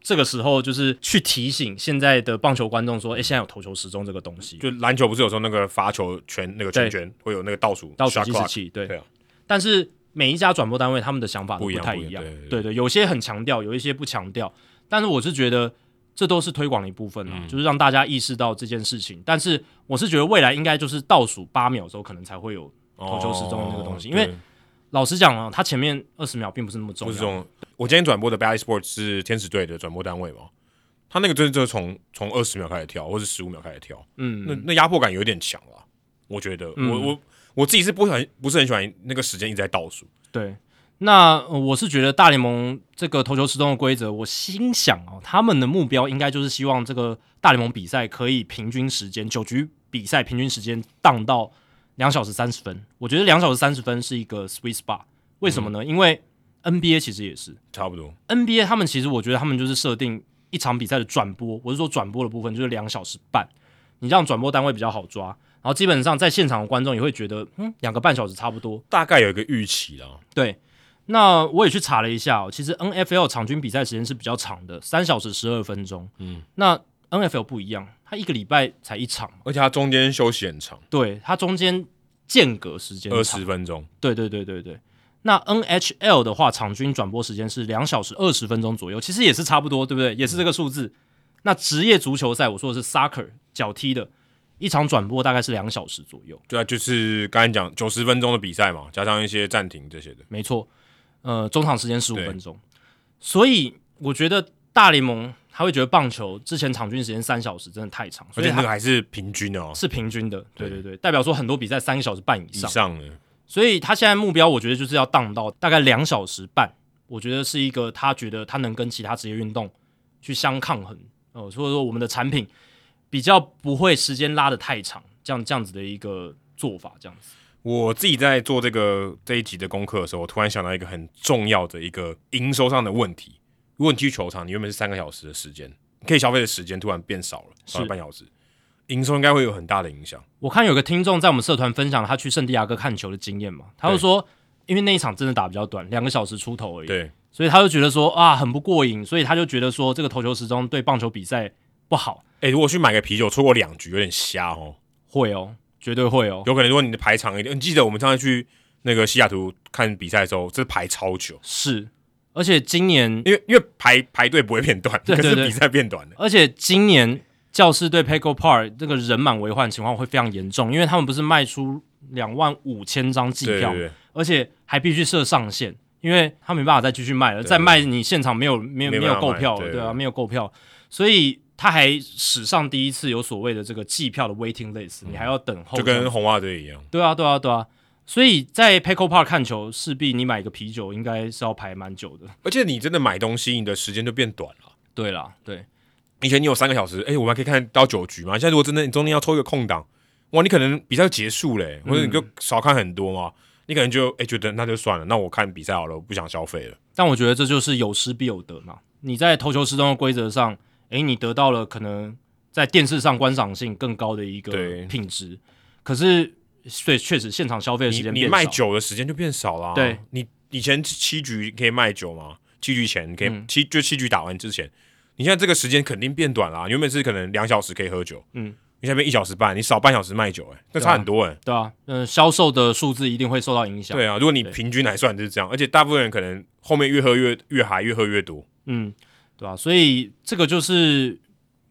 [SPEAKER 2] 这个时候就是去提醒现在的棒球观众说，哎、现在有投球时钟这个东西，
[SPEAKER 1] 就篮球不是有时候那个罚球圈那个圈圈会有那个倒数
[SPEAKER 2] 倒数
[SPEAKER 1] shot
[SPEAKER 2] 计时
[SPEAKER 1] clock
[SPEAKER 2] 器，对。
[SPEAKER 1] 对啊
[SPEAKER 2] 但是每一家转播单位他们的想法都
[SPEAKER 1] 不一样
[SPEAKER 2] 太
[SPEAKER 1] 不一
[SPEAKER 2] 样，
[SPEAKER 1] 样对对
[SPEAKER 2] 对有些很强调，有一些不强调。但是我是觉得这都是推广的一部分
[SPEAKER 1] 嗯
[SPEAKER 2] 啊，就是让大家意识到这件事情。但是我是觉得未来应该就是倒数八秒之后，可能才会有。投球时钟的那个东西因为
[SPEAKER 1] 哦对
[SPEAKER 2] 老实讲啊，它前面二十秒并不是那么重
[SPEAKER 1] 不
[SPEAKER 2] 要，
[SPEAKER 1] 是这种。我今天转播的 Bally Sports 是天使队的转播单位嘛，他那个真的就是从从二十秒开始跳，或是十五秒开始跳，
[SPEAKER 2] 嗯，
[SPEAKER 1] 那那压迫感有点强了。我觉得，
[SPEAKER 2] 嗯
[SPEAKER 1] 我我我自己是不很不是很喜欢那个时间一直在倒数。
[SPEAKER 2] 对，那、呃我是觉得大联盟这个投球时钟的规则，我心想哦，他们的目标应该就是希望这个大联盟比赛可以平均时间九局比赛平均时间荡到两小时三十分。我觉得两小时三十分是一个 sweet spot，为什么呢？因为 NBA 其实也是
[SPEAKER 1] 差不多，
[SPEAKER 2] NBA，他们其实我觉得他们就是设定一场比赛的转播，我是说转播的部分就是两小时半，你让转播单位比较好抓，然后基本上在现场的观众也会觉得，嗯，两个半小时差不多，
[SPEAKER 1] 大概有一个预期啦。
[SPEAKER 2] 对，那我也去查了一下、哦，其实 N F L 场均比赛时间是比较长的，三小时十二分钟。
[SPEAKER 1] 嗯，
[SPEAKER 2] 那 N F L 不一样，它一个礼拜才一场嘛，
[SPEAKER 1] 而且它中间休息很长，
[SPEAKER 2] 对，它中间间隔时间
[SPEAKER 1] 二
[SPEAKER 2] 长。
[SPEAKER 1] 十分钟。
[SPEAKER 2] 对对对对对。那 N H L 的话，场均转播时间是两小时二十分钟左右，其实也是差不多，对不对？也是这个数字。那职业足球赛，我说的是 soccer 脚踢的，一场转播大概是两小时左右。
[SPEAKER 1] 对啊，就是刚才讲九十分钟的比赛嘛，加上一些暂停这些的。
[SPEAKER 2] 没错，呃，中场时间十五
[SPEAKER 1] 对
[SPEAKER 2] 分钟，所以我觉得大联盟他会觉得棒球之前场均时间三小时真的太长，
[SPEAKER 1] 而
[SPEAKER 2] 所以
[SPEAKER 1] 且那个
[SPEAKER 2] 它
[SPEAKER 1] 还是平均的哦，
[SPEAKER 2] 是平均的，对
[SPEAKER 1] 对
[SPEAKER 2] 对对，代表说很多比赛三个小时半以
[SPEAKER 1] 以
[SPEAKER 2] 上，
[SPEAKER 1] 上的。
[SPEAKER 2] 所以他现在目标我觉得就是要荡到大概两小时半，我觉得是一个他觉得他能跟其他职业运动去相抗衡，哦、所以说我们的产品比较不会时间拉得太长，这样这样子的一个做法，这样子，
[SPEAKER 1] 我自己在做这个这一集的功课的时候，我突然想到一个很重要的一个营收上的问题。如果你去球场，你原本是三个小时的时间，你可以消费的时间突然变少了，少了
[SPEAKER 2] 是
[SPEAKER 1] 半小时，营收应该会有很大的影响。
[SPEAKER 2] 我看有个听众在我们社团分享他去圣地亚哥看球的经验嘛，他就说，因为那一场真的打比较短，两个小时出头而已，
[SPEAKER 1] 对，
[SPEAKER 2] 所以他就觉得说啊很不过瘾，所以他就觉得说这个投球时钟对棒球比赛不好，
[SPEAKER 1] 哎、如果去买个啤酒错过两局，有点瞎哦。
[SPEAKER 2] 会哦，绝对会哦，
[SPEAKER 1] 有可能如果你的排长一点，你记得我们上次去那个西雅图看比赛的时候，这排超久，
[SPEAKER 2] 是，而且今年，
[SPEAKER 1] 因为因为排排队不会变短，
[SPEAKER 2] 对对
[SPEAKER 1] 可
[SPEAKER 2] 对
[SPEAKER 1] 是比赛变短了。
[SPEAKER 2] 而且今年教师对 p e c o Park 这个人满为患情况会非常严重，因为他们不是卖出两万五千张季
[SPEAKER 1] 对
[SPEAKER 2] 票
[SPEAKER 1] 对对，
[SPEAKER 2] 而且还必须设上限，因为他没办法再继续卖了，
[SPEAKER 1] 对
[SPEAKER 2] 再卖你现场没有没有
[SPEAKER 1] 没
[SPEAKER 2] 没
[SPEAKER 1] 有
[SPEAKER 2] 有
[SPEAKER 1] 办法
[SPEAKER 2] 购
[SPEAKER 1] 卖
[SPEAKER 2] 票了，
[SPEAKER 1] 对
[SPEAKER 2] 对啊，
[SPEAKER 1] 对
[SPEAKER 2] 没有购票，所以他还史上第一次有所谓的这个计票的 waiting list，、你还要等候
[SPEAKER 1] 嗯就
[SPEAKER 2] 这样子，
[SPEAKER 1] 跟红袜队一样。
[SPEAKER 2] 对啊对啊对啊，所以在 p e c o Park 看球，势必你买一个啤酒应该是要排蛮久的，
[SPEAKER 1] 而且你真的买东西，你的时间就变短了。
[SPEAKER 2] 对啦，对，
[SPEAKER 1] 以前你有三个小时，哎、我们还可以看到九局嘛。现在如果真的你中间要抽一个空档，哇，你可能比赛就结束嘞、
[SPEAKER 2] 嗯
[SPEAKER 1] 或者你就少看很多嘛。你可能就哎、觉得那就算了，那我看比赛好了，我不想消费了。
[SPEAKER 2] 但我觉得这就是有失必有得嘛，你在投球时钟的规则上，诶，你得到了可能在电视上观赏性更高的一
[SPEAKER 1] 对
[SPEAKER 2] 个品质，可是。对，确实现场消费的时
[SPEAKER 1] 你
[SPEAKER 2] 间
[SPEAKER 1] 你
[SPEAKER 2] 变
[SPEAKER 1] 卖
[SPEAKER 2] 少
[SPEAKER 1] 酒的时间就变少啦、
[SPEAKER 2] 对，
[SPEAKER 1] 你以前七局可以卖酒嘛，七局前你可以、
[SPEAKER 2] 嗯
[SPEAKER 1] 七就七局打完之前，你现在这个时间肯定变短啦、原本是可能两小时可以喝酒，
[SPEAKER 2] 嗯，
[SPEAKER 1] 你现在变一小时半，你少半小时卖酒、哎，那差很多哎、
[SPEAKER 2] 对啊，嗯、销售的数字一定会受到影响。，
[SPEAKER 1] 对啊，如果你
[SPEAKER 2] 对
[SPEAKER 1] 平均来算就是这样，而且大部分人可能后面越喝越越嗨，越喝越多。
[SPEAKER 2] 嗯，对啊，所以这个就是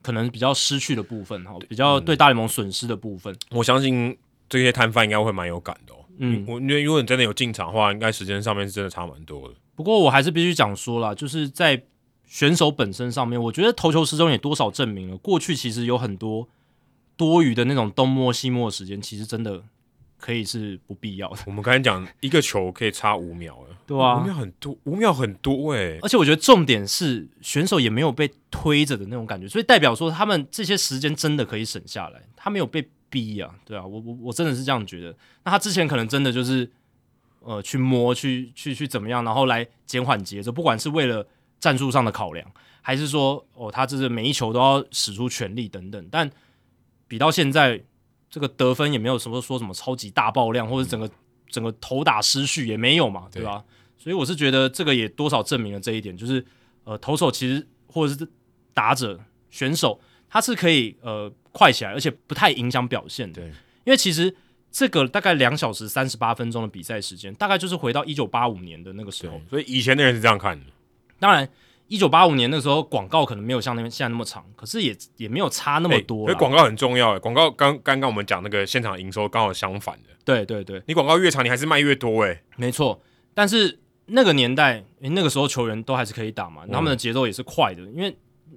[SPEAKER 2] 可能比较失去的部分哈，比较
[SPEAKER 1] 嗯
[SPEAKER 2] 对大联盟损失的部分。
[SPEAKER 1] 我相信这些摊贩应该会蛮有感的哦。
[SPEAKER 2] 嗯，
[SPEAKER 1] 我因为如果你真的有进场的话，应该时间上面是真的差蛮多的。
[SPEAKER 2] 不不过我还是必须讲说啦，就是在选手本身上面，我觉得投球时钟也多少证明了，过去其实有很多多余的那种东摸西摸的时间，其实真的可以是不必要的，
[SPEAKER 1] 我们刚才讲一个球可以差五秒了，
[SPEAKER 2] 对啊
[SPEAKER 1] 五秒很多，五秒很多哎、
[SPEAKER 2] 而且我觉得重点是选手也没有被推着的那种感觉，所以代表说他们这些时间真的可以省下来，他没有被逼啊，对啊，我我我真的是这样觉得。那他之前可能真的就是呃去摸去去去怎么样，然后来减缓节奏，不管是为了战术上的考量，还是说哦他这是每一球都要使出全力等等，但比到现在这个得分也没有什么说什么超级大爆量，或者整个整个头打失序也没有嘛，对吧？所以我是觉得这个也多少证明了这一点，就是呃，投手其实或者是打者选手，他是可以呃快起来，而且不太影响表现的。
[SPEAKER 1] 对，
[SPEAKER 2] 因为其实这个大概两小时三十八分钟的比赛时间，大概就是回到一九八五年的那个时候
[SPEAKER 1] 对。，所以以前的人是这样看的，
[SPEAKER 2] 当然，一九八五年那个时候广告可能没有像那边现在那么长，可是也也没有差那
[SPEAKER 1] 那
[SPEAKER 2] 么多
[SPEAKER 1] 欸所
[SPEAKER 2] 啦、
[SPEAKER 1] 以哎广告很重要哎、广告刚刚刚我们讲那个现场营收刚好相反的，
[SPEAKER 2] 对对对，
[SPEAKER 1] 你广告越长，你还是卖越多哎、
[SPEAKER 2] 没错，但是那个年代，诶那个时候球员都还是可以打嘛，他们
[SPEAKER 1] 嗯
[SPEAKER 2] 的节奏也是快的。因为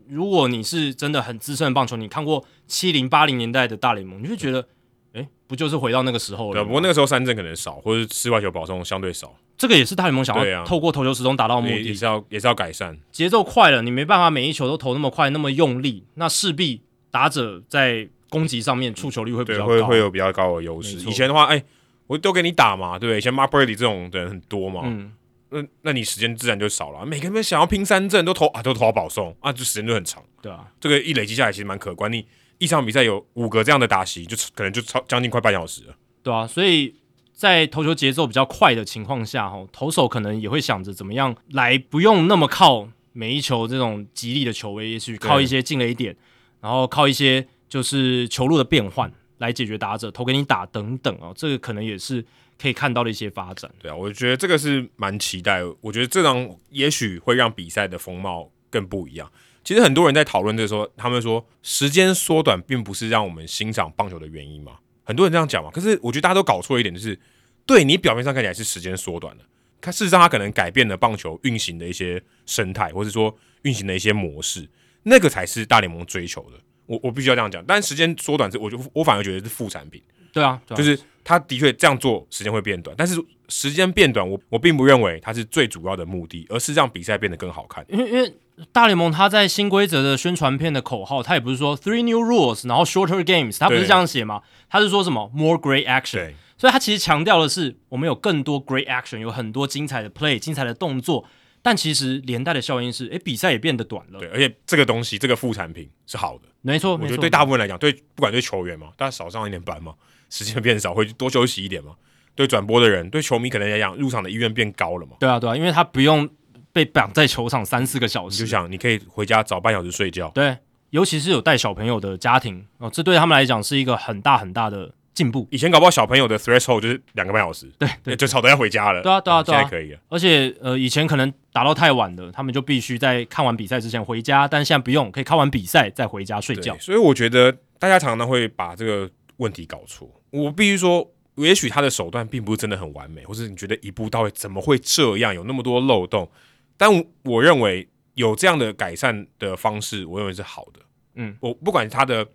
[SPEAKER 2] 如果你是真的很资深的棒球，你看过七零八零年代的大联盟，你就觉得，哎、不就是回到那个时候
[SPEAKER 1] 对啊，
[SPEAKER 2] 了吗？
[SPEAKER 1] 不过那个时候三振可能少，或者室外球保送相对少，
[SPEAKER 2] 这个也是大联盟想
[SPEAKER 1] 对
[SPEAKER 2] 要
[SPEAKER 1] 啊
[SPEAKER 2] 透过投球时钟达到的目
[SPEAKER 1] 也
[SPEAKER 2] 的
[SPEAKER 1] 也。是要也是要改善。
[SPEAKER 2] 节奏快了，你没办法每一球都投那么快、那么用力，那势必打者在攻击上面触球率会比
[SPEAKER 1] 对，
[SPEAKER 2] 较高。
[SPEAKER 1] 会会有比较高的优势。
[SPEAKER 2] 没错
[SPEAKER 1] 以前的话，哎、我都给你打嘛，对不对？以前 Mark Brady 这种的人很多嘛，
[SPEAKER 2] 嗯，
[SPEAKER 1] 那、那你时间自然就少了。啊每个人想要拼三振，都投啊，都投到保送啊，就时间就很长。
[SPEAKER 2] 对啊，
[SPEAKER 1] 这个一累积下来，其实蛮可观。你一场比赛有五个这样的打席，就可能就超将近快半小时了。
[SPEAKER 2] 对啊，所以在投球节奏比较快的情况下，吼，投手可能也会想着怎么样来不用那么靠每一球这种极力的球威，也许靠一些进了一点，然后靠一些就是球路的变换来解决打者投给你打等等哦，这个可能也是可以看到的一些发展。
[SPEAKER 1] 对啊，我觉得这个是蛮期待。我觉得这场也许会让比赛的风貌更不一样。其实很多人在讨论这个时候，他们说时间缩短并不是让我们欣赏棒球的原因嘛，很多人这样讲嘛。可是我觉得大家都搞错一点，就是对你表面上看起来是时间缩短了，它事实上它可能改变了棒球运行的一些生态，或者说运行的一些模式，那个才是大联盟追求的。我我必须要这样讲，但时间缩短是，我就我反而觉得是副产品。
[SPEAKER 2] 对啊，对啊
[SPEAKER 1] 就是他的确这样做时间会变短，但是时间变短，我我并不认为它是最主要的目的，而是让比赛变得更好看。
[SPEAKER 2] 因为因为大联盟它在新规则的宣传片的口号，它也不是说 three new rules，然后 shorter games，它不是
[SPEAKER 1] 对
[SPEAKER 2] 这样写嘛，它是说什么 more great action。
[SPEAKER 1] 对，
[SPEAKER 2] 所以它其实强调的是，我们有更多 great action，有很多精彩的 play、精彩的动作，但其实连带的效应是，诶，比赛也变得短了。
[SPEAKER 1] 对，而且这个东西，这个副产品是好的，
[SPEAKER 2] 没错，
[SPEAKER 1] 我
[SPEAKER 2] 没
[SPEAKER 1] 觉
[SPEAKER 2] 错。
[SPEAKER 1] 得对大部分人来讲，对不管对球员嘛，大家少上一点班嘛，时间变少，会多休息一点嘛。对转播的人，对球迷可能来讲，入场的意愿变高了嘛。
[SPEAKER 2] 对啊，对啊，因为他不用被绑在球场三四个小
[SPEAKER 1] 你就
[SPEAKER 2] 时。
[SPEAKER 1] 想，你可以回家早半小时睡觉，
[SPEAKER 2] 对，尤其是有带小朋友的家庭哦，这对他们来讲是一个很大很大的进步。
[SPEAKER 1] 以前搞不好小朋友的 threshold 就是两个半小时，
[SPEAKER 2] 对对，
[SPEAKER 1] 就吵得要回家了。嗯
[SPEAKER 2] 对啊对啊
[SPEAKER 1] 现
[SPEAKER 2] 对啊
[SPEAKER 1] 在可以了。
[SPEAKER 2] 而且呃，以前可能打到太晚了，他们就必须在看完比赛之前回家，但现在不用，可以看完比赛再回家睡
[SPEAKER 1] 对，
[SPEAKER 2] 觉。
[SPEAKER 1] 所以我觉得大家常常会把这个问题搞错。我必须说，也许他的手段并不是真的很完美，或者你觉得一步到位，怎么会这样？有那么多漏洞？但我我认为有这样的改善的方式，我认为是好的。
[SPEAKER 2] 嗯，
[SPEAKER 1] 我不管他的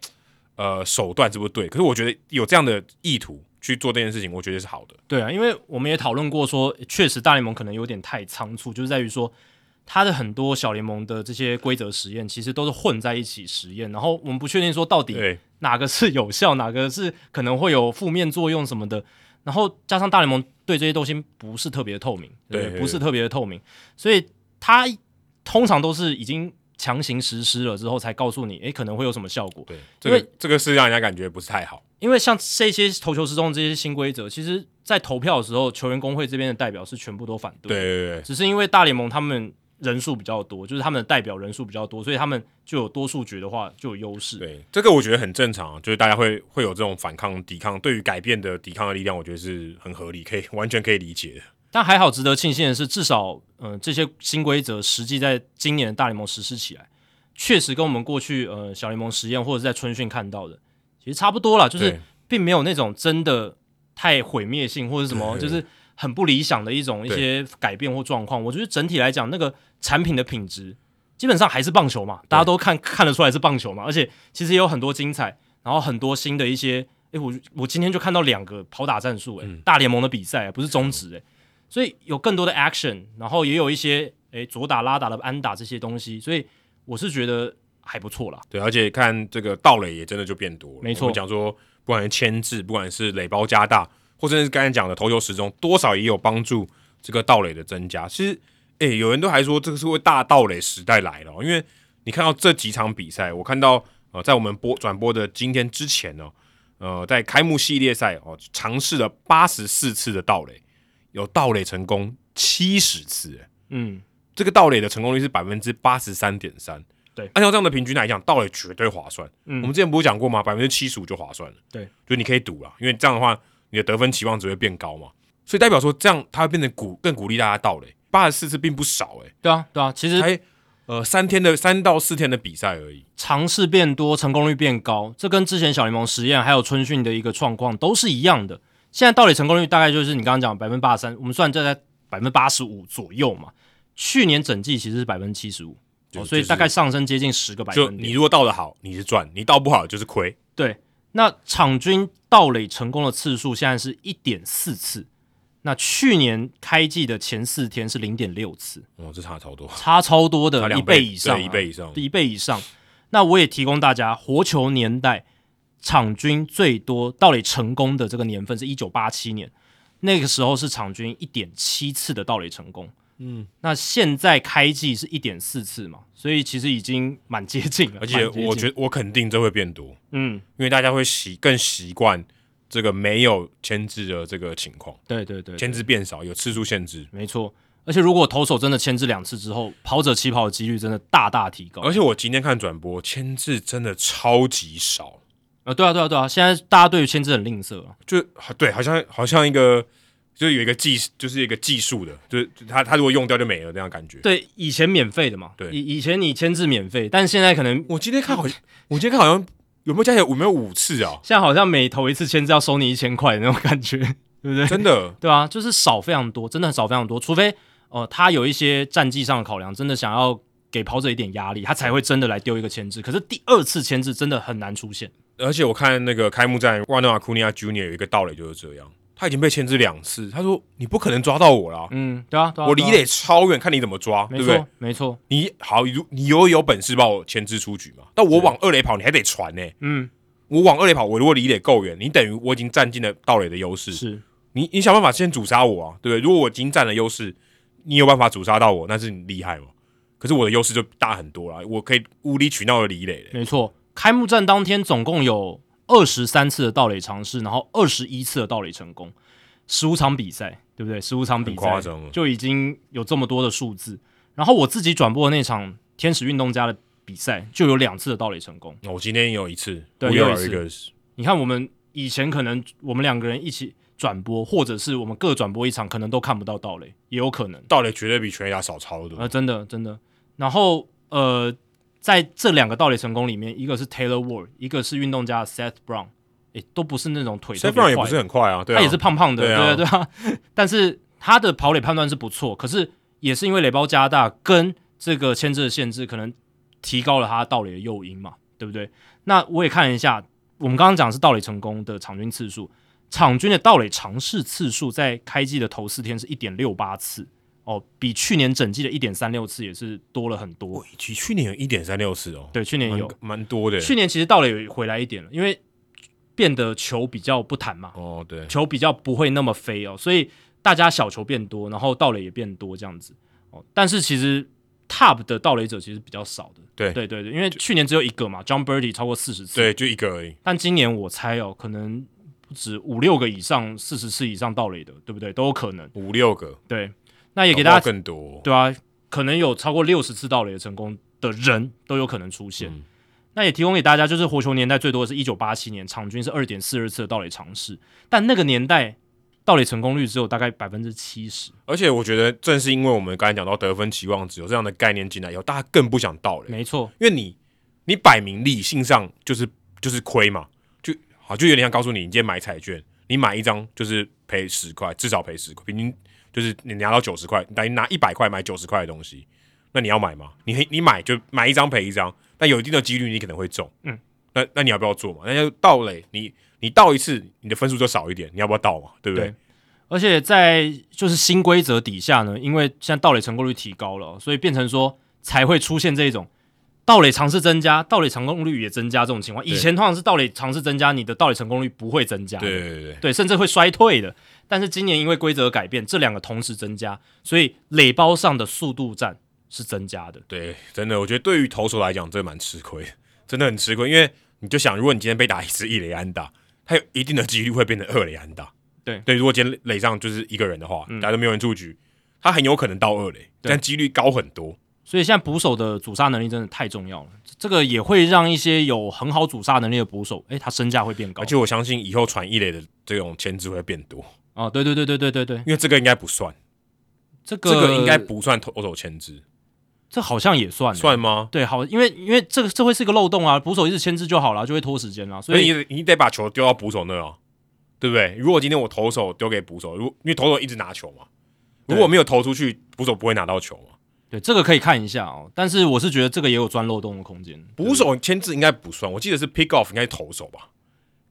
[SPEAKER 1] 呃手段是不是对，可是我觉得有这样的意图去做这件事情，我觉得是好的。
[SPEAKER 2] 对啊，因为我们也讨论过说，确实大联盟可能有点太仓促，就是在于说它的很多小联盟的这些规则实验其实都是混在一起实验，然后我们不确定说到底
[SPEAKER 1] 对，
[SPEAKER 2] 哪个是有效，哪个是可能会有负面作用什么的。然后加上大联盟对这些东西不是特别的透明，对不
[SPEAKER 1] 对
[SPEAKER 2] 对不是特别的透明，所以它通常都是已经强行实施了之后才告诉你，诶，可能会有什么效果。
[SPEAKER 1] 对，这个这个是让人家感觉不是太好。
[SPEAKER 2] 因为像这些投球时钟这些新规则，其实在投票的时候，球员工会这边的代表是全部都反对，
[SPEAKER 1] 对对对，
[SPEAKER 2] 只是因为大联盟他们人数比较多，就是他们的代表人数比较多，所以他们就有多数决的话就有优势。
[SPEAKER 1] 对，这个我觉得很正常啊，就是大家会会有这种反抗、抵抗，对于改变的抵抗的力量，我觉得是很合理，可以完全可以理解的。
[SPEAKER 2] 但还好，值得庆幸的是，至少嗯、呃这些新规则实际在今年的大联盟实施起来，确实跟我们过去呃小联盟实验或者是在春训看到的其实差不多啦，就是
[SPEAKER 1] 对
[SPEAKER 2] 并没有那种真的太毁灭性或者什么，
[SPEAKER 1] 对
[SPEAKER 2] 就是很不理想的一种一
[SPEAKER 1] 对
[SPEAKER 2] 些改变或状况。我觉得整体来讲，那个产品的品质基本上还是棒球嘛，大家都看 看得出来是棒球嘛，而且其实也有很多精彩，然后很多新的一些。诶，我我今天就看到两个跑打战术，诶，
[SPEAKER 1] 嗯
[SPEAKER 2] 大联盟的比赛不是中职，诶，所以有更多的 action，然后也有一些诶左打拉打的安打这些东西，所以我是觉得还不错啦。
[SPEAKER 1] 对，而且看这个盗垒也真的就变多了。
[SPEAKER 2] 没错
[SPEAKER 1] 我们讲说不管是牵制，不管是垒包加大，或者是刚才讲的投球时钟，多少也有帮助这个盗垒的增加。其实，诶、有人都还说这个是会大盗垒时代来了哦，因为你看到这几场比赛，我看到呃，在我们播转播的今天之前呢、呃，在开幕系列赛哦，尝试了八十四次的盗垒，有盗垒成功七十次、欸诶
[SPEAKER 2] 嗯，
[SPEAKER 1] 这个盗垒的成功率是百分之八十三点三。
[SPEAKER 2] 对
[SPEAKER 1] 按照这样的平均来讲，盗垒绝对划算。
[SPEAKER 2] 嗯
[SPEAKER 1] 我们之前不是讲过吗？百分之七十五就划算了。
[SPEAKER 2] 对，
[SPEAKER 1] 就你可以赌啦，因为这样的话，你的得分期望值会变高嘛。所以代表说，这样它会变成鼓更鼓励大家盗垒。八十四次并不少诶、
[SPEAKER 2] 对啊，对啊，其实
[SPEAKER 1] 才呃三天的三到四天的比赛而已。
[SPEAKER 2] 尝试变多，成功率变高，这跟之前小联盟实验还有春训的一个状况都是一样的。现在盗垒成功率大概就是你刚刚讲百分之八十三，我们算这在百分之八十五左右嘛。去年整季其实是百分之七十五，
[SPEAKER 1] 就
[SPEAKER 2] 哦所以
[SPEAKER 1] 就是
[SPEAKER 2] 大概上升接近十个百
[SPEAKER 1] 就
[SPEAKER 2] 分点。
[SPEAKER 1] 你如果盗得好，你是赚；你盗不好就是亏。
[SPEAKER 2] 对，那场均盗垒成功的次数现在是一点四次，那去年开季的前四天是零点六次，
[SPEAKER 1] 哦，这差超多，
[SPEAKER 2] 差超多
[SPEAKER 1] 差
[SPEAKER 2] 的
[SPEAKER 1] 两
[SPEAKER 2] 呃一倍以上、啊
[SPEAKER 1] 对一倍以上。
[SPEAKER 2] 一倍以上。那我也提供大家，活球年代场均最多盗垒成功的这个年份是一九八七年，那个时候是场均一点七次的盗垒成功。嗯，那现在开季是一点四次嘛，所以其实已经蛮接近了。
[SPEAKER 1] 而且
[SPEAKER 2] 蛮接近
[SPEAKER 1] 我觉得我肯定这会变多。
[SPEAKER 2] 嗯，
[SPEAKER 1] 因为大家会习更习惯这个没有牵制的这个情况，
[SPEAKER 2] 对对对，
[SPEAKER 1] 牵制变少，有次数限制。
[SPEAKER 2] 没错。而且如果投手真的牵制两次之后，跑者起跑的几率真的大大提高。
[SPEAKER 1] 而且我今天看转播，牵制真的超级少，
[SPEAKER 2] 啊，对啊，对啊，对啊，现在大家对于牵制很吝啬啊。
[SPEAKER 1] 就对，好像好像一个就是有一个技，就是一个技术的，就是就他他如果用掉就没了那样感觉。
[SPEAKER 2] 对，以前免费的嘛，
[SPEAKER 1] 对
[SPEAKER 2] 以以前你牵制免费，但现在可能
[SPEAKER 1] 我今天看好像，我今天看好像有没有加起来有没有五次啊？
[SPEAKER 2] 现在好像每投一次签字要收你一千块的那种感觉， 对不对？
[SPEAKER 1] 真的，
[SPEAKER 2] 对啊，就是少非常多，真的很少非常多。除非呃，他有一些战绩上的考量，真的想要给跑者一点压力，他才会真的来丢一个签字。可是第二次签字真的很难出现。
[SPEAKER 1] 而且我看那个开幕战，万诺瓦库尼亚 Junior 有一个盗垒就是这样，他已经被牵制两次，他说你不可能抓到我啦，
[SPEAKER 2] 嗯，对啊，对啊
[SPEAKER 1] 我
[SPEAKER 2] 对啊
[SPEAKER 1] 离垒超远，看你怎么抓，对
[SPEAKER 2] 没
[SPEAKER 1] 不对
[SPEAKER 2] 错？，没错，
[SPEAKER 1] 你好，如你有有本事把我牵制出局嘛？但
[SPEAKER 2] 啊
[SPEAKER 1] 我往二垒跑，你还得传呢、
[SPEAKER 2] 嗯，
[SPEAKER 1] 我往二垒跑，我如果离垒够远，你等于我已经占尽了盗垒的优势。
[SPEAKER 2] 是
[SPEAKER 1] 你你想办法先阻杀我啊，对不对？如果我已经占了优势，你有办法阻杀到我，那是你厉害嘛？可是我的优势就大很多了，我可以无理取闹的离垒嘞。
[SPEAKER 2] 没错。开幕战当天总共有二十三次的盗垒尝试，然后二十一次的盗垒成功，十五场比赛，对不对？十五场比
[SPEAKER 1] 很
[SPEAKER 2] 赛，
[SPEAKER 1] 夸张啊了
[SPEAKER 2] 就已经有这么多的数字。然后我自己转播的那场天使运动家的比赛，就有两次的盗垒成功。
[SPEAKER 1] 哦我今天也有一次，
[SPEAKER 2] 对
[SPEAKER 1] 我
[SPEAKER 2] 也有
[SPEAKER 1] 一
[SPEAKER 2] 一次
[SPEAKER 1] 个
[SPEAKER 2] 你看，我们以前可能我们两个人一起转播，或者是我们各转播一场，可能都看不到盗垒，也有可能。
[SPEAKER 1] 盗垒绝对比全垒打少超多。
[SPEAKER 2] 呃，真的真的。然后呃，在这两个盗垒成功里面，一个是 Taylor Ward，一个是运动家的 Seth Brown，诶，都不是那种腿
[SPEAKER 1] s e f
[SPEAKER 2] 特别
[SPEAKER 1] r o
[SPEAKER 2] 坏
[SPEAKER 1] n 也不是
[SPEAKER 2] 的，
[SPEAKER 1] 很快啊，对啊，
[SPEAKER 2] 他也是胖胖的，
[SPEAKER 1] 对
[SPEAKER 2] 对
[SPEAKER 1] 啊
[SPEAKER 2] 对啊。 但是他的跑垒判断是不错，可是也是因为垒包加大跟这个牵制的限制，可能提高了他盗垒的诱因嘛，对不对？那我也看了一下，我们刚刚讲的是盗垒成功的场均次数，场均的盗垒尝试次数在开季的头四天是一点六八次。哦，比去年整季的一点三六次也是多了很多
[SPEAKER 1] 我。去去年有一点三六四哦，
[SPEAKER 2] 对，去年
[SPEAKER 1] 蛮
[SPEAKER 2] 有，
[SPEAKER 1] 蛮多的。
[SPEAKER 2] 去年其实盗垒有回来一点了，因为变得球比较不弹嘛，
[SPEAKER 1] 哦，对，
[SPEAKER 2] 球比较不会那么飞哦，所以大家小球变多，然后盗垒也变多这样子哦。但是其实 top 的盗垒者其实比较少的，
[SPEAKER 1] 对
[SPEAKER 2] 对对对，因为去年只有一个嘛，John Birdie 超过四十次，，
[SPEAKER 1] 对，就一个而已。
[SPEAKER 2] 但今年我猜哦，可能不止五六个以上，四十次以上盗垒的，对不对？都有可能。
[SPEAKER 1] 五六个，
[SPEAKER 2] 对，那也
[SPEAKER 1] 也
[SPEAKER 2] 给大家
[SPEAKER 1] 更多。
[SPEAKER 2] 对啊，可能有超过六十次盗垒的成功的人都有可能出现。
[SPEAKER 1] 嗯
[SPEAKER 2] 那也提供给大家，就是活球年代最多的是一九八七年，场均是二点四二次的盗垒尝试，但那个年代盗垒成功率只有大概百分之七十，
[SPEAKER 1] 而且我觉得，正是因为我们刚才讲到得分期望值有这样的概念进来以后，大家更不想到了，
[SPEAKER 2] 没错，
[SPEAKER 1] 因为你你摆明理性上就是就是亏嘛，就好就有点像告诉你，你今天买彩券，你买一张就是赔十块，至少赔十块，平均就是你拿到九十块，等于拿一百块买九十块的东西，那你要买吗？你你买就买一张赔一张，但有一定的几率你可能会中，
[SPEAKER 2] 嗯，
[SPEAKER 1] 那那你要不要做嘛？那要盗垒，你你盗一次，你的分数就少一点，你要不要盗嘛？对不对？
[SPEAKER 2] 对而且在就是新规则底下呢，因为现在盗垒成功率提高了哦，所以变成说才会出现这一种盗垒尝试增加、盗垒成功率也增加这种情况。以前通常是盗垒尝试增加，你的盗垒成功率不会增加的，
[SPEAKER 1] 对对对对，
[SPEAKER 2] 对，甚至会衰退的。但是今年因为规则改变，这两个同时增加，所以垒包上的速度战是增加的。
[SPEAKER 1] 对，真的，我觉得对于投手来讲，这蛮吃亏的，真的很吃亏。因为你就想，如果你今天被打一次一垒安打，它有一定的几率会变成二垒安打。
[SPEAKER 2] 对嗯
[SPEAKER 1] 对，如果今天垒上就是一个人的话，大家都没有人出局，他很有可能到二垒，但几率高很多。
[SPEAKER 2] 所以现在捕手的阻杀能力真的太重要了，这个也会让一些有很好阻杀能力的捕手，诶，他身价会变高
[SPEAKER 1] 而。且我相信以后传一垒的这种牵制会变多，
[SPEAKER 2] 哦，对对对对对对对，
[SPEAKER 1] 因为这个应该不算，
[SPEAKER 2] 这个
[SPEAKER 1] 这个应该不算投手牵制，
[SPEAKER 2] 这好像也算
[SPEAKER 1] 算吗？
[SPEAKER 2] 对，好，因为因为这个这会是一个漏洞啊，捕手一直牵制就好了，就会拖时间啦。所
[SPEAKER 1] 所
[SPEAKER 2] 以
[SPEAKER 1] 以你你得把球丢到捕手那啊，对不对？如果今天我投手丢给捕手，如因为投手一直拿球嘛，如果没有投出去，捕手不会拿到球嘛。
[SPEAKER 2] 对这个可以看一下哦，但是我是觉得这个也有钻漏洞的空间。
[SPEAKER 1] 捕手牵制应该不算，我记得是 pick off 应该是投手吧？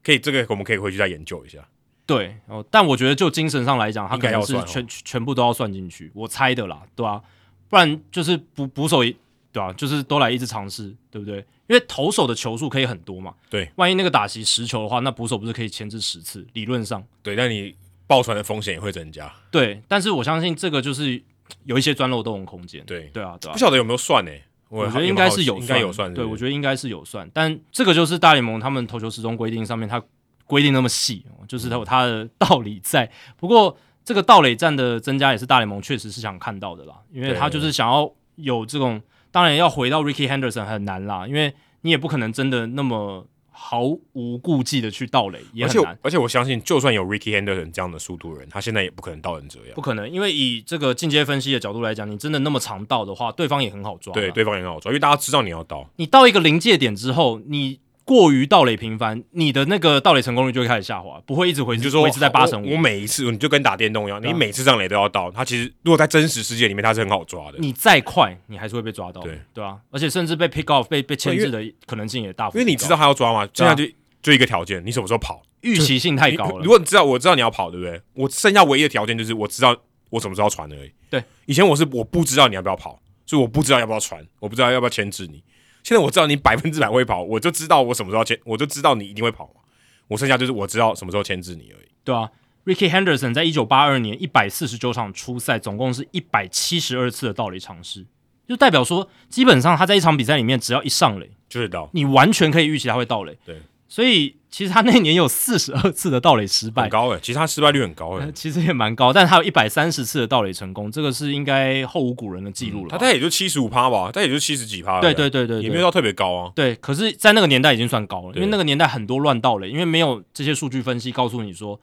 [SPEAKER 1] 可以，这个我们可以回去再研究一下。
[SPEAKER 2] 对哦，但我觉得就精神上来讲，他
[SPEAKER 1] 应该
[SPEAKER 2] 可
[SPEAKER 1] 要
[SPEAKER 2] 能是
[SPEAKER 1] 算哦
[SPEAKER 2] 全全部都要算进去，我猜的啦，对吧、啊不然就是捕捕手也对啊，就是都来一直尝试，对不对？因为投手的球数可以很多嘛，
[SPEAKER 1] 对，
[SPEAKER 2] 万一那个打席十球的话，那捕手不是可以牵制十次？理论上
[SPEAKER 1] 对，但你爆传的风险也会增加。
[SPEAKER 2] 对，但是我相信这个就是有一些钻漏洞的空间。
[SPEAKER 1] 对，
[SPEAKER 2] 对啊，对啊
[SPEAKER 1] 不。晓得有没有算呢、我
[SPEAKER 2] 我觉得应该是有
[SPEAKER 1] 应
[SPEAKER 2] 算，
[SPEAKER 1] 该有算是不
[SPEAKER 2] 对，
[SPEAKER 1] 是。
[SPEAKER 2] 我觉得应该是有算，但这个就是大联盟他们投球时钟规定上面它规定那么细，哦就是它
[SPEAKER 1] 嗯
[SPEAKER 2] 有它的 道理在。不过这个盗垒战的增加也是大联盟确实是想看到的啦，因为
[SPEAKER 1] 对
[SPEAKER 2] 他就是想要有这种，当然要回到 Ricky Henderson 很难啦，因为你也不可能真的那么毫无顾忌的去盗垒，也
[SPEAKER 1] 而且
[SPEAKER 2] 很
[SPEAKER 1] 我
[SPEAKER 2] 难。
[SPEAKER 1] 而且我相信，就算有 Ricky Henderson 这样的速度人，他现在也不可能到人这样
[SPEAKER 2] 不。可能，因为以这个进阶分析的角度来讲，你真的那么长盗的话，对方也很好啊抓。
[SPEAKER 1] 对，对方也很好抓，因为大家知道你要到。
[SPEAKER 2] 你到一个临界点之后，你过于盗垒频繁，你的那个盗垒成功率就会开始下滑，不会一直回，
[SPEAKER 1] 你就说哦
[SPEAKER 2] 维持在八成
[SPEAKER 1] 我我
[SPEAKER 2] 五。
[SPEAKER 1] 每一次你就跟打电动一样，
[SPEAKER 2] 对啊
[SPEAKER 1] 你每次上垒都要到。他其实如果在真实世界里面，他是很好抓的，
[SPEAKER 2] 你再快，你还是会被抓到，
[SPEAKER 1] 对
[SPEAKER 2] 对啊，而且甚至被 pick off 被被牵制的可能性也大幅
[SPEAKER 1] 因为你知
[SPEAKER 2] 提高
[SPEAKER 1] 道他要抓嘛。
[SPEAKER 2] 啊
[SPEAKER 1] 现在就就一个条件，你什么时候跑？
[SPEAKER 2] 预期性太
[SPEAKER 1] 你
[SPEAKER 2] 高了。
[SPEAKER 1] 如果你知道我知道你要跑，对不对？我剩下唯一的条件就是我知道我什么时候要传而已。
[SPEAKER 2] 对，
[SPEAKER 1] 以前我是我不知道你要不要跑，所以我不知道要不要传，我不知道要不要牵制你。现在我知道你百分之百会跑，我就知道我什么时候要牵，我就知道你一定会跑嘛。我剩下就是我知道什么时候牵制你而已。
[SPEAKER 2] 对啊，Ricky Henderson 在一九八二年一百四十九场初赛，总共是一百七十二次的盗垒尝试，就代表说，基本上他在一场比赛里面，只要一上垒，
[SPEAKER 1] 就是到
[SPEAKER 2] 你完全可以预期他会盗垒。
[SPEAKER 1] 对，
[SPEAKER 2] 所以其实他那年有四十二次的盗垒失败
[SPEAKER 1] 很，高诶、欸其实他失败率很高欸诶、
[SPEAKER 2] 呃其实也蛮高，但他有一百三十次的盗垒成功，这个是应该后无古人的记录了吧、
[SPEAKER 1] 嗯他大概也就七十五趴吧，大概也就七十几趴。欸
[SPEAKER 2] 对对对对
[SPEAKER 1] 也
[SPEAKER 2] 对
[SPEAKER 1] 没有到特别高啊。
[SPEAKER 2] 对，可是，在那个年代已经算高了，因
[SPEAKER 1] 对
[SPEAKER 2] 为那个年代很多乱盗垒，因为没有这些数据分析告诉你说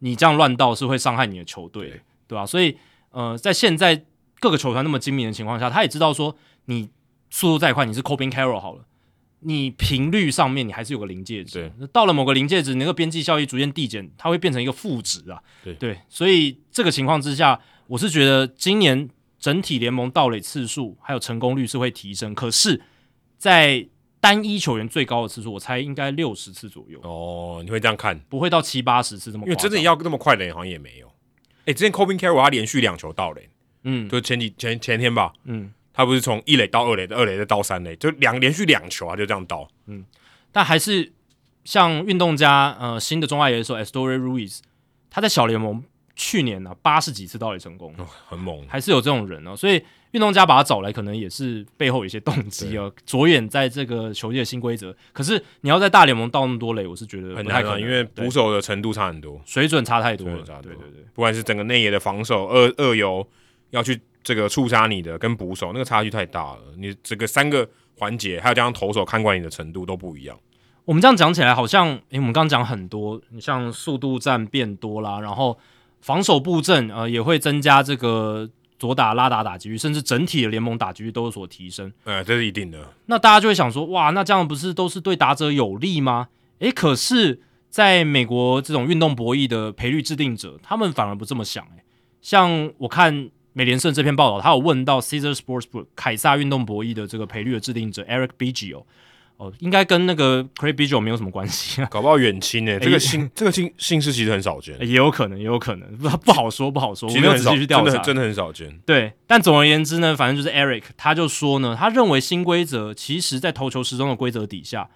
[SPEAKER 2] 你这样乱盗是会伤害你的球队的
[SPEAKER 1] 对，
[SPEAKER 2] 对吧、所以，呃，在现在各个球团那么精明的情况下，他也知道说你速度再快，你是 Cobin Carroll 好了。你频率上面你还是有个临界值
[SPEAKER 1] 对，
[SPEAKER 2] 那到了某个临界值，你那个边际效益逐渐递减，它会变成一个负值啊。
[SPEAKER 1] 对
[SPEAKER 2] 所以这个情况之下，我是觉得今年整体联盟盗垒次数还有成功率是会提升，可是，在单一球员最高的次数，我猜应该六十次左右，
[SPEAKER 1] 哦，你会这样看，
[SPEAKER 2] 不会到七八十次这
[SPEAKER 1] 因
[SPEAKER 2] 么夸
[SPEAKER 1] 为
[SPEAKER 2] 张。
[SPEAKER 1] 真的要那么快的人好像也没有。哎、之前 Cobin Carroll 他连续两球到垒，
[SPEAKER 2] 嗯
[SPEAKER 1] 就前几前前天吧，
[SPEAKER 2] 嗯，
[SPEAKER 1] 他不是从一垒到二垒，二垒再到三垒，就两连续两球啊，就这样倒。
[SPEAKER 2] 但还是像运动家呃新的中外野手 Estory Ruiz，他在小联盟去年呢八十几次盗垒成功，
[SPEAKER 1] 哦很猛，
[SPEAKER 2] 还是有这种人哦，所以运动家把他找来，可能也是背后有一些动机哦，着眼在这个球界的新规则。可是你要在大联盟盗那么多垒，我是觉得
[SPEAKER 1] 很
[SPEAKER 2] 不
[SPEAKER 1] 难
[SPEAKER 2] 太可
[SPEAKER 1] 啊，
[SPEAKER 2] 能，
[SPEAKER 1] 因为
[SPEAKER 2] 对
[SPEAKER 1] 捕手的程度差很多，
[SPEAKER 2] 水准差太多了
[SPEAKER 1] 水准。差
[SPEAKER 2] 对
[SPEAKER 1] 多
[SPEAKER 2] 对对，
[SPEAKER 1] 不管是整个内野的防守、二二游要去这个触杀你的，跟捕手那个差距太大了。你这个三个环节，还有加上投手看管你的程度都不一样。
[SPEAKER 2] 我们这样讲起来，好像诶，我们刚刚讲很多，你像速度战变多啦，然后防守布阵呃也会增加这个左打拉打打击率，甚至整体的联盟打击率都有所提升。
[SPEAKER 1] 呃，这是一定的，
[SPEAKER 2] 那大家就会想说，哇，那这样不是都是对打者有利吗？诶，可是在美国这种运动博弈的赔率制定者，他们反而不这么想、欸。像我看美联社这篇报道，他有问到 Caesar Sportsbook 凯撒运动博弈的这个赔率的制定者 Eric Biggio，哦，应该跟那个 Craig Biggio 没有什么关系啊，
[SPEAKER 1] 搞不好远亲呢。欸这
[SPEAKER 2] 哎
[SPEAKER 1] 个哎姓这个姓姓氏其实很少见，
[SPEAKER 2] 也有可能，也有可能，不不好说，不好说，我
[SPEAKER 1] 其
[SPEAKER 2] 没
[SPEAKER 1] 实
[SPEAKER 2] 有
[SPEAKER 1] 很
[SPEAKER 2] 仔
[SPEAKER 1] 少，
[SPEAKER 2] 细去
[SPEAKER 1] 真
[SPEAKER 2] 调查
[SPEAKER 1] 的，真的很少见。
[SPEAKER 2] 对，但总而言之呢，反正就是 Eric 他就说呢，他认为新规则其实在投球时钟的规则底下，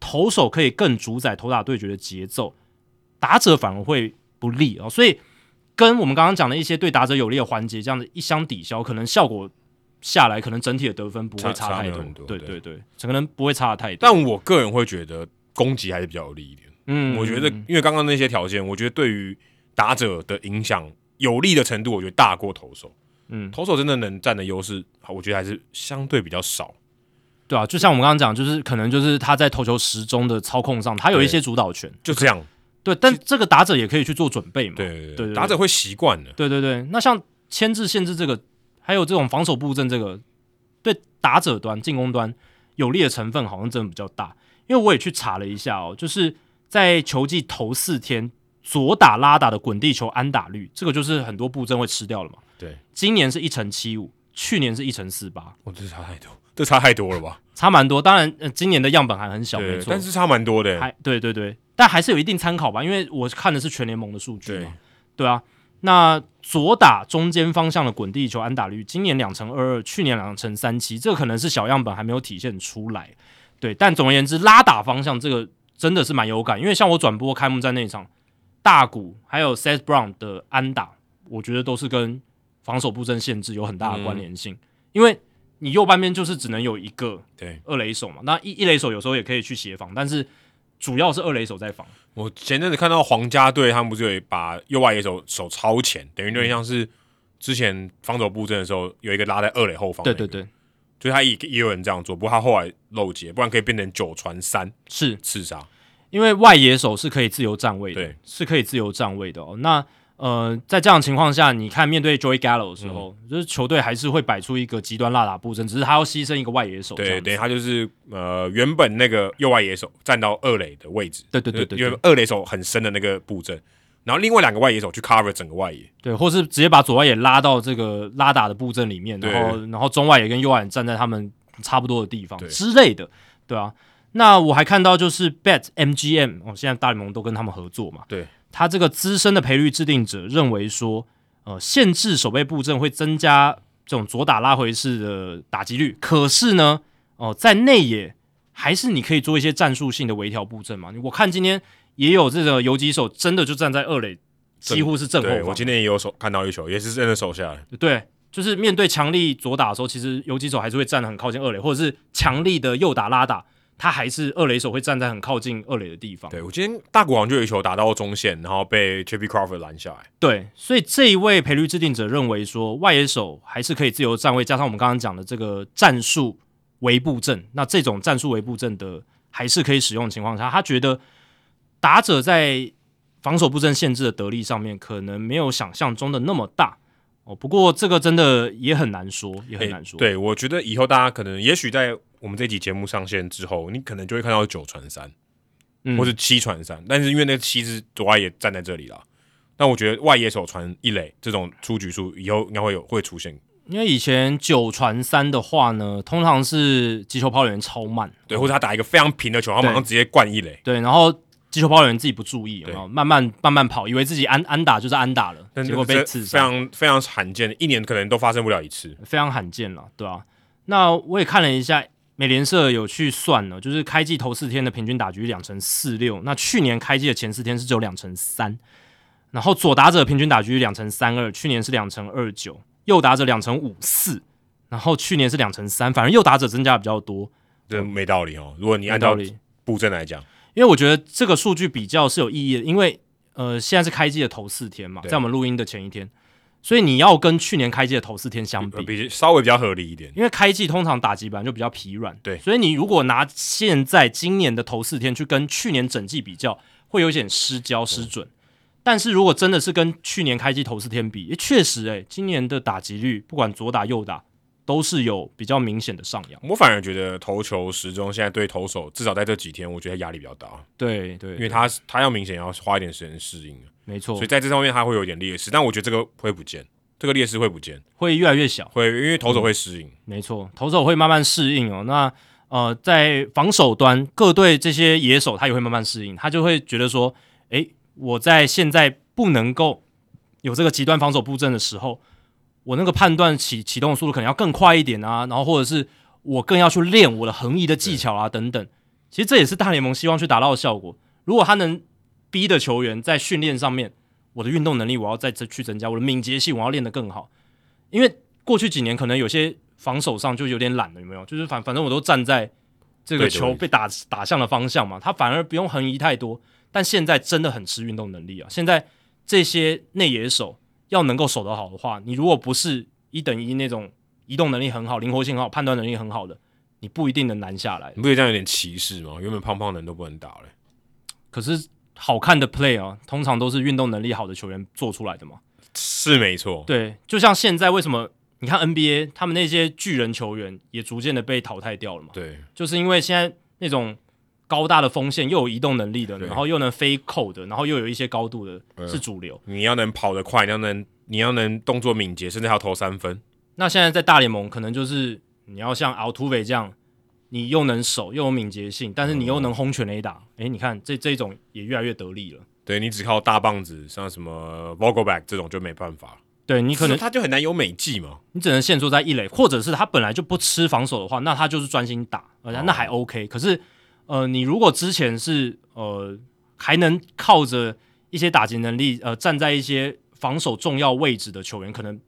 [SPEAKER 2] 投手可以更主宰投打对决的节奏，打者反而会不利哦。所以跟我们刚刚讲的一些对打者有利的环节，这样子一相抵消，可能效果下来，可能整体的得分不会
[SPEAKER 1] 差差
[SPEAKER 2] 太
[SPEAKER 1] 没
[SPEAKER 2] 多。
[SPEAKER 1] 有很多
[SPEAKER 2] 对
[SPEAKER 1] 对
[SPEAKER 2] 对对，可能不会差得太多。
[SPEAKER 1] 但我个人会觉得攻击还是比较有利一点。
[SPEAKER 2] 嗯
[SPEAKER 1] 我觉得，因为刚刚那些条件，我觉得对于打者的影响有利的程度，我觉得大过投手。
[SPEAKER 2] 嗯，
[SPEAKER 1] 投手真的能占的优势，我觉得还是相对比较少。
[SPEAKER 2] 对啊，就像我们刚刚讲，就是可能就是他在投球时钟的操控上，他有一些主导权。
[SPEAKER 1] 就这样，
[SPEAKER 2] 对，但这个打者也可以去做准备嘛。
[SPEAKER 1] 对对
[SPEAKER 2] 对对
[SPEAKER 1] 打者会习惯的。
[SPEAKER 2] 对对对，那像牵制、限制这个，还有这种防守布阵这个，对打者端、进攻端有利的成分好像真的比较大。因为我也去查了一下哦，就是在球季头四天，左打拉打的滚地球安打率，这个就是很多布阵会吃掉了嘛。
[SPEAKER 1] 对，
[SPEAKER 2] 今年是一成七五，去年是一成四八，
[SPEAKER 1] 我这差太多，这差太多了吧？
[SPEAKER 2] 差蛮多。当然，呃，今年的样本还很小，没
[SPEAKER 1] 对，
[SPEAKER 2] 错，
[SPEAKER 1] 但是差蛮多的。
[SPEAKER 2] 还对对对，但还是有一定参考吧，因为我看的是全联盟的数据
[SPEAKER 1] 对
[SPEAKER 2] 嘛。对啊，那左打中间方向的滚地球安打率，今年两成二二，去年两成三七，这可能是小样本还没有体现出来。对，但总而言之，拉打方向这个真的是蛮有感，因为像我转播开幕战那一场，大谷还有 Seth Brown 的安打，我觉得都是跟防守布阵限制有很大的关联性，因为你右半边就是只能有一个
[SPEAKER 1] 对
[SPEAKER 2] 二垒手嘛，那一一垒手有时候也可以去协防，但是主要是二垒手在防。
[SPEAKER 1] 我前阵子看到皇家队，他们不是有一把右外野手手超前，等于
[SPEAKER 2] 嗯
[SPEAKER 1] 有点像是之前防守布阵的时候，有一个拉在二垒后方、
[SPEAKER 2] 对对，对，
[SPEAKER 1] 就是他也也有人这样做，不过他后来漏接，不然可以变成九传三
[SPEAKER 2] 是
[SPEAKER 1] 刺杀。
[SPEAKER 2] 因为外野手是可以自由站位的
[SPEAKER 1] 对，
[SPEAKER 2] 是可以自由站位的哦。那呃，在这样的情况下，你看面对 Joey Gallo 的时候，
[SPEAKER 1] 嗯
[SPEAKER 2] 就是球队还是会摆出一个极端辣打布阵，只是他要牺牲一个外野手这样
[SPEAKER 1] 对，
[SPEAKER 2] 子。
[SPEAKER 1] 等于他就是呃原本那个右外野手站到二垒的位置，
[SPEAKER 2] 对对对对
[SPEAKER 1] 因
[SPEAKER 2] 对
[SPEAKER 1] 为二垒手很深的那个布阵，然后另外两个外野手去 cover 整个外野，
[SPEAKER 2] 对，或是直接把左外野拉到这个拉打的布阵里面，
[SPEAKER 1] 对
[SPEAKER 2] 然后然后中外野跟右外野站在他们差不多的地方
[SPEAKER 1] 对
[SPEAKER 2] 之类的，对啊。那我还看到就是 Bet MGM，哦，现在大联盟都跟他们合作嘛，
[SPEAKER 1] 对，
[SPEAKER 2] 他这个资深的赔率制定者认为说，呃，限制守备布阵会增加这种左打拉回式的打击率，可是呢，哦、在内野还是你可以做一些战术性的微调布阵嘛。我看今天也有这个游击手真的就站在二垒，
[SPEAKER 1] 正
[SPEAKER 2] 几乎是正后
[SPEAKER 1] 对
[SPEAKER 2] 方
[SPEAKER 1] 我，今天也有手看到一球，也是真的手下来，
[SPEAKER 2] 对，就是面对强力左打的时候，其实游击手还是会站得很靠近二垒，或者是强力的右打拉打，他还是二垒手会站在很靠近二垒的地方。
[SPEAKER 1] 对我今天大谷好像就有一球打到中线，然后被 Chippy Crawford 拦下来，
[SPEAKER 2] 对，所以这一位赔率制定者认为说，外野手还是可以自由站位，加上我们刚刚讲的这个战术围布阵，那这种战术围布阵的还是可以使用的情况下，他觉得打者在防守布阵限制的得力上面，可能没有想象中的那么大哦。不过这个真的也很难说，也很
[SPEAKER 1] 诶
[SPEAKER 2] 难说。
[SPEAKER 1] 对我觉得以后大家可能也许在我们这集节目上线之后，你可能就会看到九传三。
[SPEAKER 2] 嗯，
[SPEAKER 1] 或是七传三，但是因为那七只左外野站在这里啦，但我觉得外野手传一垒这种出局数以后应该会有会出现，
[SPEAKER 2] 因为以前九传三的话呢，通常是击球抛垒员超慢，
[SPEAKER 1] 对，或者他打一个非常平的球，他马上直接灌一垒，
[SPEAKER 2] 对，然后击球抛垒员自己不注意，有
[SPEAKER 1] 对
[SPEAKER 2] 没有慢慢慢慢跑，以为自己安安打就是安打了，
[SPEAKER 1] 但是
[SPEAKER 2] 结果被
[SPEAKER 1] 这
[SPEAKER 2] 刺
[SPEAKER 1] 非
[SPEAKER 2] 伤，
[SPEAKER 1] 常非常罕见，一年可能都发生不了一次。
[SPEAKER 2] 非常罕见了，对啊。那我也看了一下，美联社有去算了，就是开季头四天的平均打局两成四六，那去年开季的前四天是只有两成三，然后左打者平均打局两成三二，去年是两成二九，右打者两成五四，然后去年是两成三，反而右打者增加的比较多，
[SPEAKER 1] 这没道理哦！如果你
[SPEAKER 2] 有
[SPEAKER 1] 按
[SPEAKER 2] 道
[SPEAKER 1] 照
[SPEAKER 2] 理。
[SPEAKER 1] 布阵来讲，
[SPEAKER 2] 因为我觉得这个数据比较是有意义的，因为呃，现在是开机的头四天嘛，
[SPEAKER 1] 对
[SPEAKER 2] 在我们录音的前一天，所以你要跟去年开机的头四天相
[SPEAKER 1] 呃
[SPEAKER 2] 比，
[SPEAKER 1] 比稍微比较合理一点。
[SPEAKER 2] 因为开季通常打击本来就比较疲软，
[SPEAKER 1] 对
[SPEAKER 2] 所以你如果拿现在今年的头四天去跟去年整季比较，会有一点失焦失准。但是如果真的是跟去年开季头四天比，诶确实、诶，今年的打击率不管左打右打都是有比较明显的上扬。
[SPEAKER 1] 我反而觉得投球时钟现在对投手，至少在这几天，我觉得压力比较大，
[SPEAKER 2] 对对，哦
[SPEAKER 1] 因为他他要明显要花一点时间适应，
[SPEAKER 2] 没错
[SPEAKER 1] 所以，在这方面他会有点劣势。但我觉得这个会不见，这个劣势会不见，
[SPEAKER 2] 会越来越小。
[SPEAKER 1] 会因为投
[SPEAKER 2] 嗯
[SPEAKER 1] 手会适应。
[SPEAKER 2] 没错，投手会慢慢适应哦。那呃，在防守端，各队这些野手他也会慢慢适应，他就会觉得说，诶，我在现在不能够有这个极端防守布阵的时候，我那个判断启启动速度可能要更快一点啊，然后或者是我更要去练我的横移的技巧啊等等。其实这也是大联盟希望去达到的效果。如果他能逼的球员在训练上面，我的运动能力我要再去增加，我的敏捷性我要练得更好，因为过去几年可能有些防守上就有点懒了，有没有？就是反反正我都站在
[SPEAKER 1] 对
[SPEAKER 2] 这个
[SPEAKER 1] 的位
[SPEAKER 2] 球
[SPEAKER 1] 置
[SPEAKER 2] 被打打向的方向嘛，他反而不用横移太多。但现在真的很吃运动能力啊！现在这些内野手要能够守得好的话，你如果不是一等一那种移动能力很好、灵活性很好、判断能力很好的，你不一定能拦下来。
[SPEAKER 1] 你不觉得这样有点歧视吗？原本胖胖的人都不能打嘞、
[SPEAKER 2] 可是好看的 play 啊，通常都是运动能力好的球员做出来的嘛。
[SPEAKER 1] 是没错。
[SPEAKER 2] 对，就像现在为什么你看 NBA 他们那些巨人球员也逐渐的被淘汰掉了嘛，
[SPEAKER 1] 对，
[SPEAKER 2] 就是因为现在那种高大的锋线又有移动能力的，
[SPEAKER 1] 对
[SPEAKER 2] 然后又能飞扣的，然后又有一些高度的
[SPEAKER 1] 嗯
[SPEAKER 2] 是主流。
[SPEAKER 1] 你要能跑得快，你要能你要能动作敏捷，甚至还要投三分。
[SPEAKER 2] 那现在在大联盟可能就是你要像奥图伟这样。你又能守又有敏捷性，但是你又能轰全垒打，诶、你看这这种也越来越得力了。
[SPEAKER 1] 对你只靠大棒子，像什么 Vogelback 这种就没办法了。
[SPEAKER 2] 对你可能
[SPEAKER 1] 他就很难有美技嘛。
[SPEAKER 2] 你只能限缩在一垒，或者是他本来就不吃防守的话，那他就是专心打，呃，那还 OK。可是，呃，你如果之前是呃还能靠着一些打击能力，呃，站在一些防守重要位置的球员，可能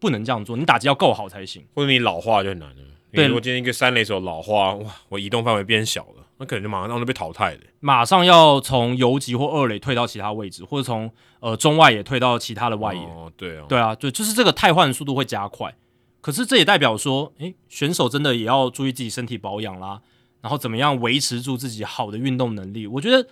[SPEAKER 2] 不能这样做，你打击要够好才行。
[SPEAKER 1] 或者你老化就很难了。你
[SPEAKER 2] 对
[SPEAKER 1] 如果今天一个三垒手老化，哇，我移动范围变小了，那可能就马上就被淘汰了。
[SPEAKER 2] 马上要从游击或二垒退到其他位置，或者从呃中外野退到其他的外野。
[SPEAKER 1] 哦，对啊，
[SPEAKER 2] 对啊，对，就是这个汰换速度会加快。可是这也代表说，诶，选手真的也要注意自己身体保养啦，然后怎么样维持住自己好的运动能力。我觉得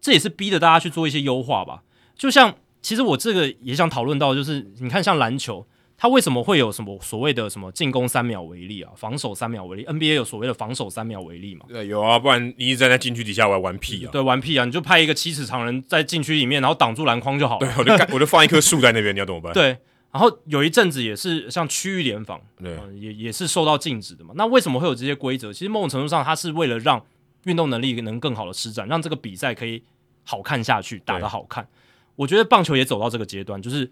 [SPEAKER 2] 这也是逼着大家去做一些优化吧。就像其实我这个也想讨论到，就是你看像篮球，它为什么会有什么所谓的什么进攻三秒为例啊，防守三秒为例？NBA 有所谓的防守三秒为例嘛？
[SPEAKER 1] 对，有啊，不然你一直站在禁区底下，我还玩屁啊！
[SPEAKER 2] 对，玩屁啊！你就派一个七尺长人在禁区里面，然后挡住篮筐就好了。
[SPEAKER 1] 对，我 就干，我就放一棵树在那边，你要怎么办？
[SPEAKER 2] 对，然后有一阵子也是像区域联防，
[SPEAKER 1] 对
[SPEAKER 2] 呃也也是受到禁止的嘛。那为什么会有这些规则？其实某种程度上，它是为了让运动能力能更好的施展，让这个比赛可以好看下去，打得好看。我觉得棒球也走到这个阶段，就是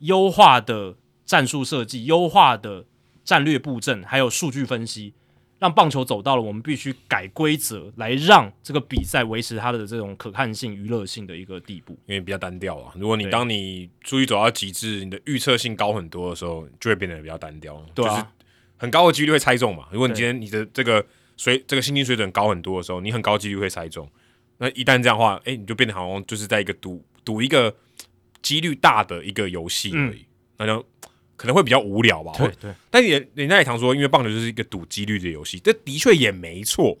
[SPEAKER 2] 优化的战术设计、优化的战略布阵，还有数据分析，让棒球走到了我们必须改规则来让这个比赛维持它的这种可看性、娱乐性的一个地步。
[SPEAKER 1] 因为比较单调啊。如果你
[SPEAKER 2] 对
[SPEAKER 1] 当你注意走到极致，你的预测性高很多的时候，就会变得比较单调。
[SPEAKER 2] 对
[SPEAKER 1] 就是
[SPEAKER 2] 啊，
[SPEAKER 1] 很高的几率会猜中嘛。如果你
[SPEAKER 2] 对
[SPEAKER 1] 今天你的这个水这个薪金水准高很多的时候，你很高几率会猜中。那一旦这样的话，哎、你就变得好像就是在一个赌赌一个几率大的一个游戏而已，那就可能会比较无聊吧。
[SPEAKER 2] 嗯对
[SPEAKER 1] 或
[SPEAKER 2] 对。
[SPEAKER 1] 但也人家也常说，因为棒球就是一个赌几率的游戏，这的确也没错。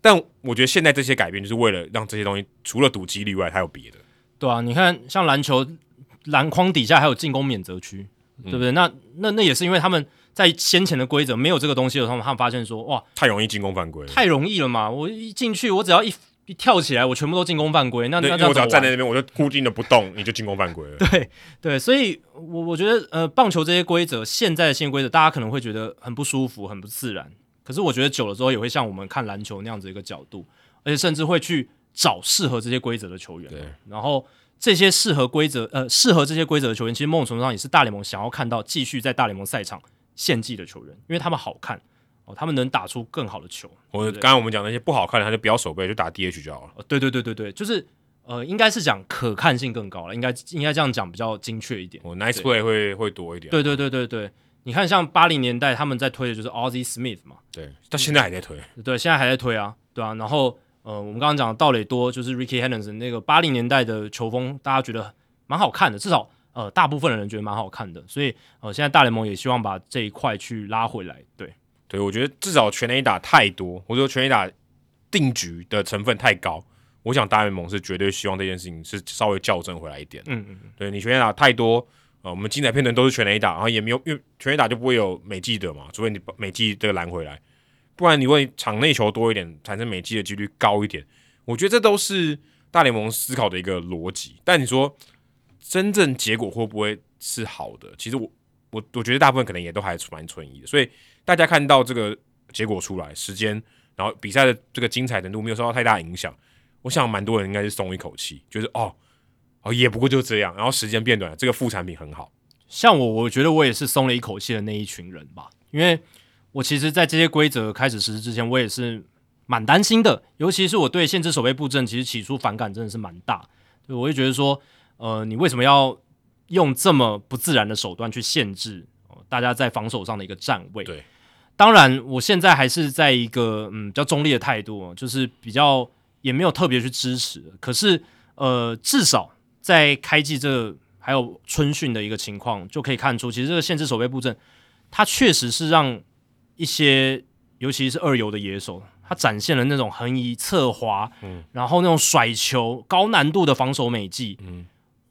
[SPEAKER 1] 但我觉得现在这些改变，就是为了让这些东西除了赌几率以外，还有别的。
[SPEAKER 2] 对啊，你看像篮球篮筐底下还有进攻免责区，
[SPEAKER 1] 嗯
[SPEAKER 2] 对不对？那那那也是因为他们在先前的规则没有这个东西的时候，他们发现说，哇，
[SPEAKER 1] 太容易进攻犯规了。
[SPEAKER 2] 太容易了嘛！我一进去，我只要一一跳起来，我全部都进攻犯规，那
[SPEAKER 1] 对，
[SPEAKER 2] 那
[SPEAKER 1] 因为
[SPEAKER 2] 这样
[SPEAKER 1] 我只要
[SPEAKER 2] 怎
[SPEAKER 1] 站
[SPEAKER 2] 么
[SPEAKER 1] 在
[SPEAKER 2] 玩
[SPEAKER 1] 那
[SPEAKER 2] 啊
[SPEAKER 1] 边，我就固定的不动，你就进攻犯规了。
[SPEAKER 2] 对对，所以我我觉得呃，棒球这些规则，现在的新规则，大家可能会觉得很不舒服，很不自然。可是我觉得久了之后，也会像我们看篮球那样子一个角度，而且甚至会去找适合这些规则的球员。
[SPEAKER 1] 对，
[SPEAKER 2] 然后这些适合规则呃适合这些规则的球员，其实某种程度上也是大联盟想要看到继续在大联盟赛场献技的球员，因为他们好看哦，他们能打出更好的球。
[SPEAKER 1] 我
[SPEAKER 2] 对
[SPEAKER 1] 刚才我们讲那些不好看的，他就不要手背，就打 DH 就好了。
[SPEAKER 2] 呃，对对对对对，就是呃，应该是讲可看性更高了，应该应该这样讲比较精确一点。
[SPEAKER 1] 我 nice
[SPEAKER 2] 对
[SPEAKER 1] play 会会多一点。
[SPEAKER 2] 对对对对对，你看像八零年代他们在推的就是 Ozzy Smith 嘛，
[SPEAKER 1] 对，到现在
[SPEAKER 2] 嗯
[SPEAKER 1] 还在推。
[SPEAKER 2] 对，现在还在推啊，对啊。然后呃，我们刚刚讲的道垒多就是 Ricky Henderson 那个八零年代的球风，大家觉得蛮好看的，至少呃大部分的人觉得蛮好看的，所以呃现在大联盟也希望把这一块去拉回来，对。
[SPEAKER 1] 对，我觉得至少全垒打太多，或者说全垒打定局的成分太高。我想大联盟是绝对希望这件事情是稍微校正回来一点。
[SPEAKER 2] 嗯嗯，
[SPEAKER 1] 对你全垒打太多，呃，我们精彩片段都是全垒打，然后也没有因为全垒打就不会有美记的嘛，除非你把美记这个拦回来，不然你会场内球多一点，产生美记的几率高一点。我觉得这都是大联盟思考的一个逻辑。但你说真正结果会不会是好的？其实我我我觉得大部分可能也都还蛮存疑的。所以大家看到这个结果出来，时间，然后比赛的这个精彩程度没有受到太大影响，我想蛮多人应该是松一口气，就是哦哦也不过就这样，然后时间变短了，这个副产品很好。
[SPEAKER 2] 像我，我觉得我也是松了一口气的那一群人吧，因为我其实，在这些规则开始实施之前，我也是蛮担心的，尤其是我对限制守备布阵，其实起初反感真的是蛮大，对，我就觉得说，呃，你为什么要用这么不自然的手段去限制、呃大家在防守上的一个站位？
[SPEAKER 1] 对，
[SPEAKER 2] 当然，我现在还是在一个嗯比较中立的态度哦，就是比较也没有特别去支持，可是呃，至少在开季这还有春训的一个情况，就可以看出，其实这个限制守备布阵，它确实是让一些尤其是二游的野手，他展现了那种横移侧滑，
[SPEAKER 1] 嗯
[SPEAKER 2] 然后那种甩球高难度的防守美技，
[SPEAKER 1] 嗯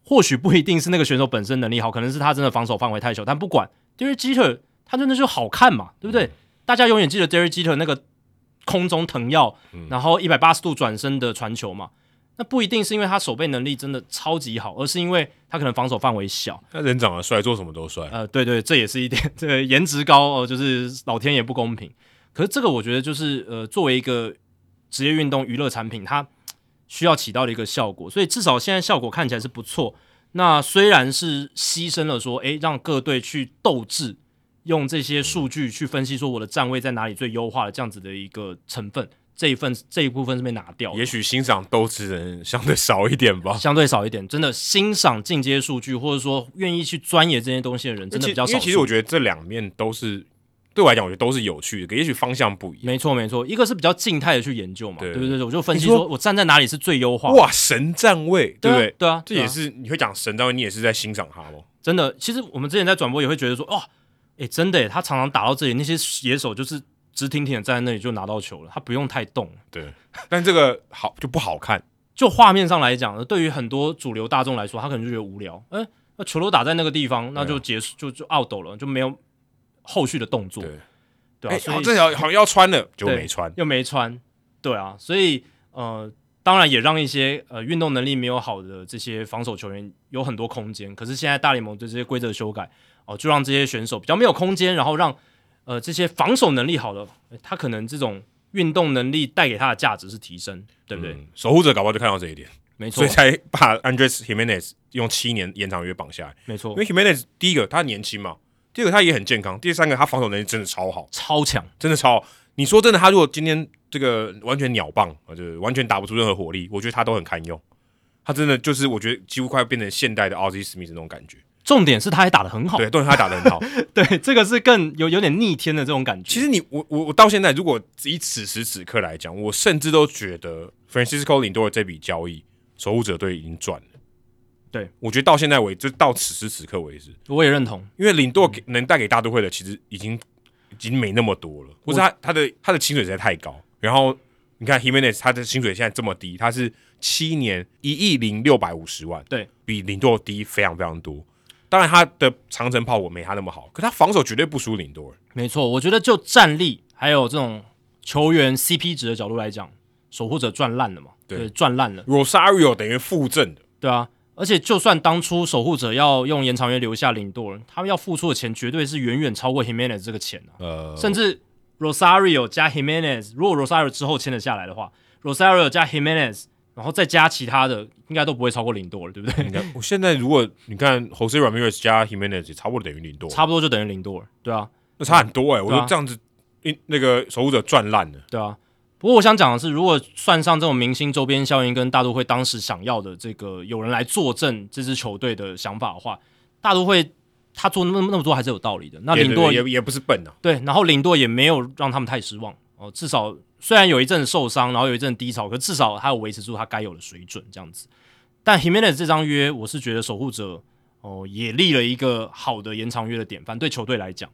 [SPEAKER 2] 或许不一定是那个选手本身能力好，可能是他真的防守范围太小，但不管 Derek Jeter 他真的就好看嘛，对
[SPEAKER 1] 嗯
[SPEAKER 2] 不对？大家永远记得 Derek Jeter 那个空中腾跃，
[SPEAKER 1] 嗯
[SPEAKER 2] 然后一百八十度转身的传球嘛。那不一定是因为他守备能力真的超级好，而是因为他可能防守范围小。
[SPEAKER 1] 那人长得帅，做什么都帅。
[SPEAKER 2] 呃，对对，这也是一点， 这个颜值高哦、就是老天爷不公平。可是这个我觉得就是呃，作为一个职业运动娱乐产品，它需要起到的一个效果，所以至少现在效果看起来是不错。那虽然是牺牲了说，诶，让各队去斗志，用这些数据去分析说我的站位在哪里最优化的这样子的一个成分，这一份这一部分是被拿掉的
[SPEAKER 1] 也。许欣赏斗志的人相对少一点吧，
[SPEAKER 2] 相对少一点，真的欣赏进阶数据，或者说愿意去钻研这些东西的人， 真的比较
[SPEAKER 1] 因
[SPEAKER 2] 少
[SPEAKER 1] 为
[SPEAKER 2] 数。
[SPEAKER 1] 其实我觉得这两面都是对我来讲，我觉得都是有趣的，也许方向不一样。
[SPEAKER 2] 没错没错，一个是比较静态的去研究嘛，
[SPEAKER 1] 对
[SPEAKER 2] 对不对？我就分析
[SPEAKER 1] 你说
[SPEAKER 2] 说我站在哪里是最优化，，
[SPEAKER 1] 哇，神站位，对
[SPEAKER 2] 对
[SPEAKER 1] 不
[SPEAKER 2] 啊
[SPEAKER 1] 对？
[SPEAKER 2] 对啊，
[SPEAKER 1] 这
[SPEAKER 2] 对啊
[SPEAKER 1] 也是你会讲神站位，你也是在欣赏他咯。
[SPEAKER 2] 真的。其实我们之前在转播也会觉得说，哦，诶，真的耶，他常常打到这里，那些野手就是直挺挺的站在那里就拿到球了，他不用太动。
[SPEAKER 1] 对，但这个好就不好看。
[SPEAKER 2] 就画面上来讲，对于很多主流大众来说，他可能就觉得无聊，诶，那球都打在那个地方，
[SPEAKER 1] 啊
[SPEAKER 2] 那就结束，就就 out 了，就没有后续的动作，
[SPEAKER 1] 对
[SPEAKER 2] 对啊，
[SPEAKER 1] 哎，
[SPEAKER 2] 所
[SPEAKER 1] 好
[SPEAKER 2] 以
[SPEAKER 1] 这条好像要穿了，结果
[SPEAKER 2] 对
[SPEAKER 1] 没穿。
[SPEAKER 2] 又没穿，对啊，所以呃，当然也让一些呃运动能力没有好的这些防守球员有很多空间。可是现在大联盟对这些规则的修改哦、就让这些选手比较没有空间，然后让呃这些防守能力好的，呃他可能这种运动能力带给他的价值是提升，对不对？
[SPEAKER 1] 嗯守护者搞不好就看到这一点，
[SPEAKER 2] 没
[SPEAKER 1] 所
[SPEAKER 2] 错
[SPEAKER 1] 以，才把 Andres Jimenez 用七年延长约绑下来。
[SPEAKER 2] 没错
[SPEAKER 1] 因，为 Jimenez 第一个他年轻嘛，第二个他也很健康，第三个他防守能力真的超好。
[SPEAKER 2] 超强，
[SPEAKER 1] 真的超好。你说真的，他如果今天这个完全鸟棒，啊，就是完全打不出任何火力，我觉得他都很堪用。他真的就是，我觉得几乎快要变成现代的 Ozzy Smith 那种感觉。
[SPEAKER 2] 重点是他还打得很好，
[SPEAKER 1] 对，都是他打的很好。
[SPEAKER 2] 对，这个是更有有点逆天的这种感觉。
[SPEAKER 1] 其实你我我我到现在，如果以此时此刻来讲，我甚至都觉得 Francisco Lindor 这笔交易，守护者队已经赚了。
[SPEAKER 2] 对，
[SPEAKER 1] 我觉得到现在为就到此时此刻为止，
[SPEAKER 2] 我也认同，
[SPEAKER 1] 因为领舵
[SPEAKER 2] 嗯
[SPEAKER 1] 给能带给大都会的，其实已经已经没那么多了，或是他他的他的薪水实在太高。然后你看 Himenes 他的薪水现在这么低，他是七年一亿零六百五十万，
[SPEAKER 2] 对，
[SPEAKER 1] 比领舵低非常非常多。当然他的长城炮我没他那么好，可他防守绝对不输领舵。
[SPEAKER 2] 没错，我觉得就战力还有这种球员 CP 值的角度来讲，守护者赚烂了嘛，
[SPEAKER 1] 对
[SPEAKER 2] 对，赚烂了，
[SPEAKER 1] Rosario 等于负正的，
[SPEAKER 2] 对啊。而且就算当初守护者要用延长约留下领舵人，他们要付出的钱绝对是远远超过 Himenez 这个钱啊，
[SPEAKER 1] 呃，
[SPEAKER 2] 甚至 Rosario 加 Himenez，如果 Rosario 之后签了下来的话，Rosario 加 Himenez，然后再加其他的，应该都不会超过领舵了，对不对？
[SPEAKER 1] 你 看我现在如果你看 Jose Ramirez 加 Himenes 也差不多等于领舵，
[SPEAKER 2] 差不多就等于领舵了，对啊。
[SPEAKER 1] 那差很多哎、我
[SPEAKER 2] 对啊
[SPEAKER 1] 说这样子，一那个守护者赚烂了。
[SPEAKER 2] 对啊。不过我想讲的是，如果算上这种明星周边效应跟大都会当时想要的这个有人来作证这支球队的想法的话，大都会他做那么那么多还是有道理的。那
[SPEAKER 1] 也
[SPEAKER 2] 领舵
[SPEAKER 1] 也也不是笨啊，
[SPEAKER 2] 对，然后领舵也没有让他们太失望哦，至少虽然有一阵受伤，然后有一阵低潮，可至少他有维持住他该有的水准这样子。但 Himenez 这张约，我是觉得守护者哦也立了一个好的延长约的典范，对球队来讲，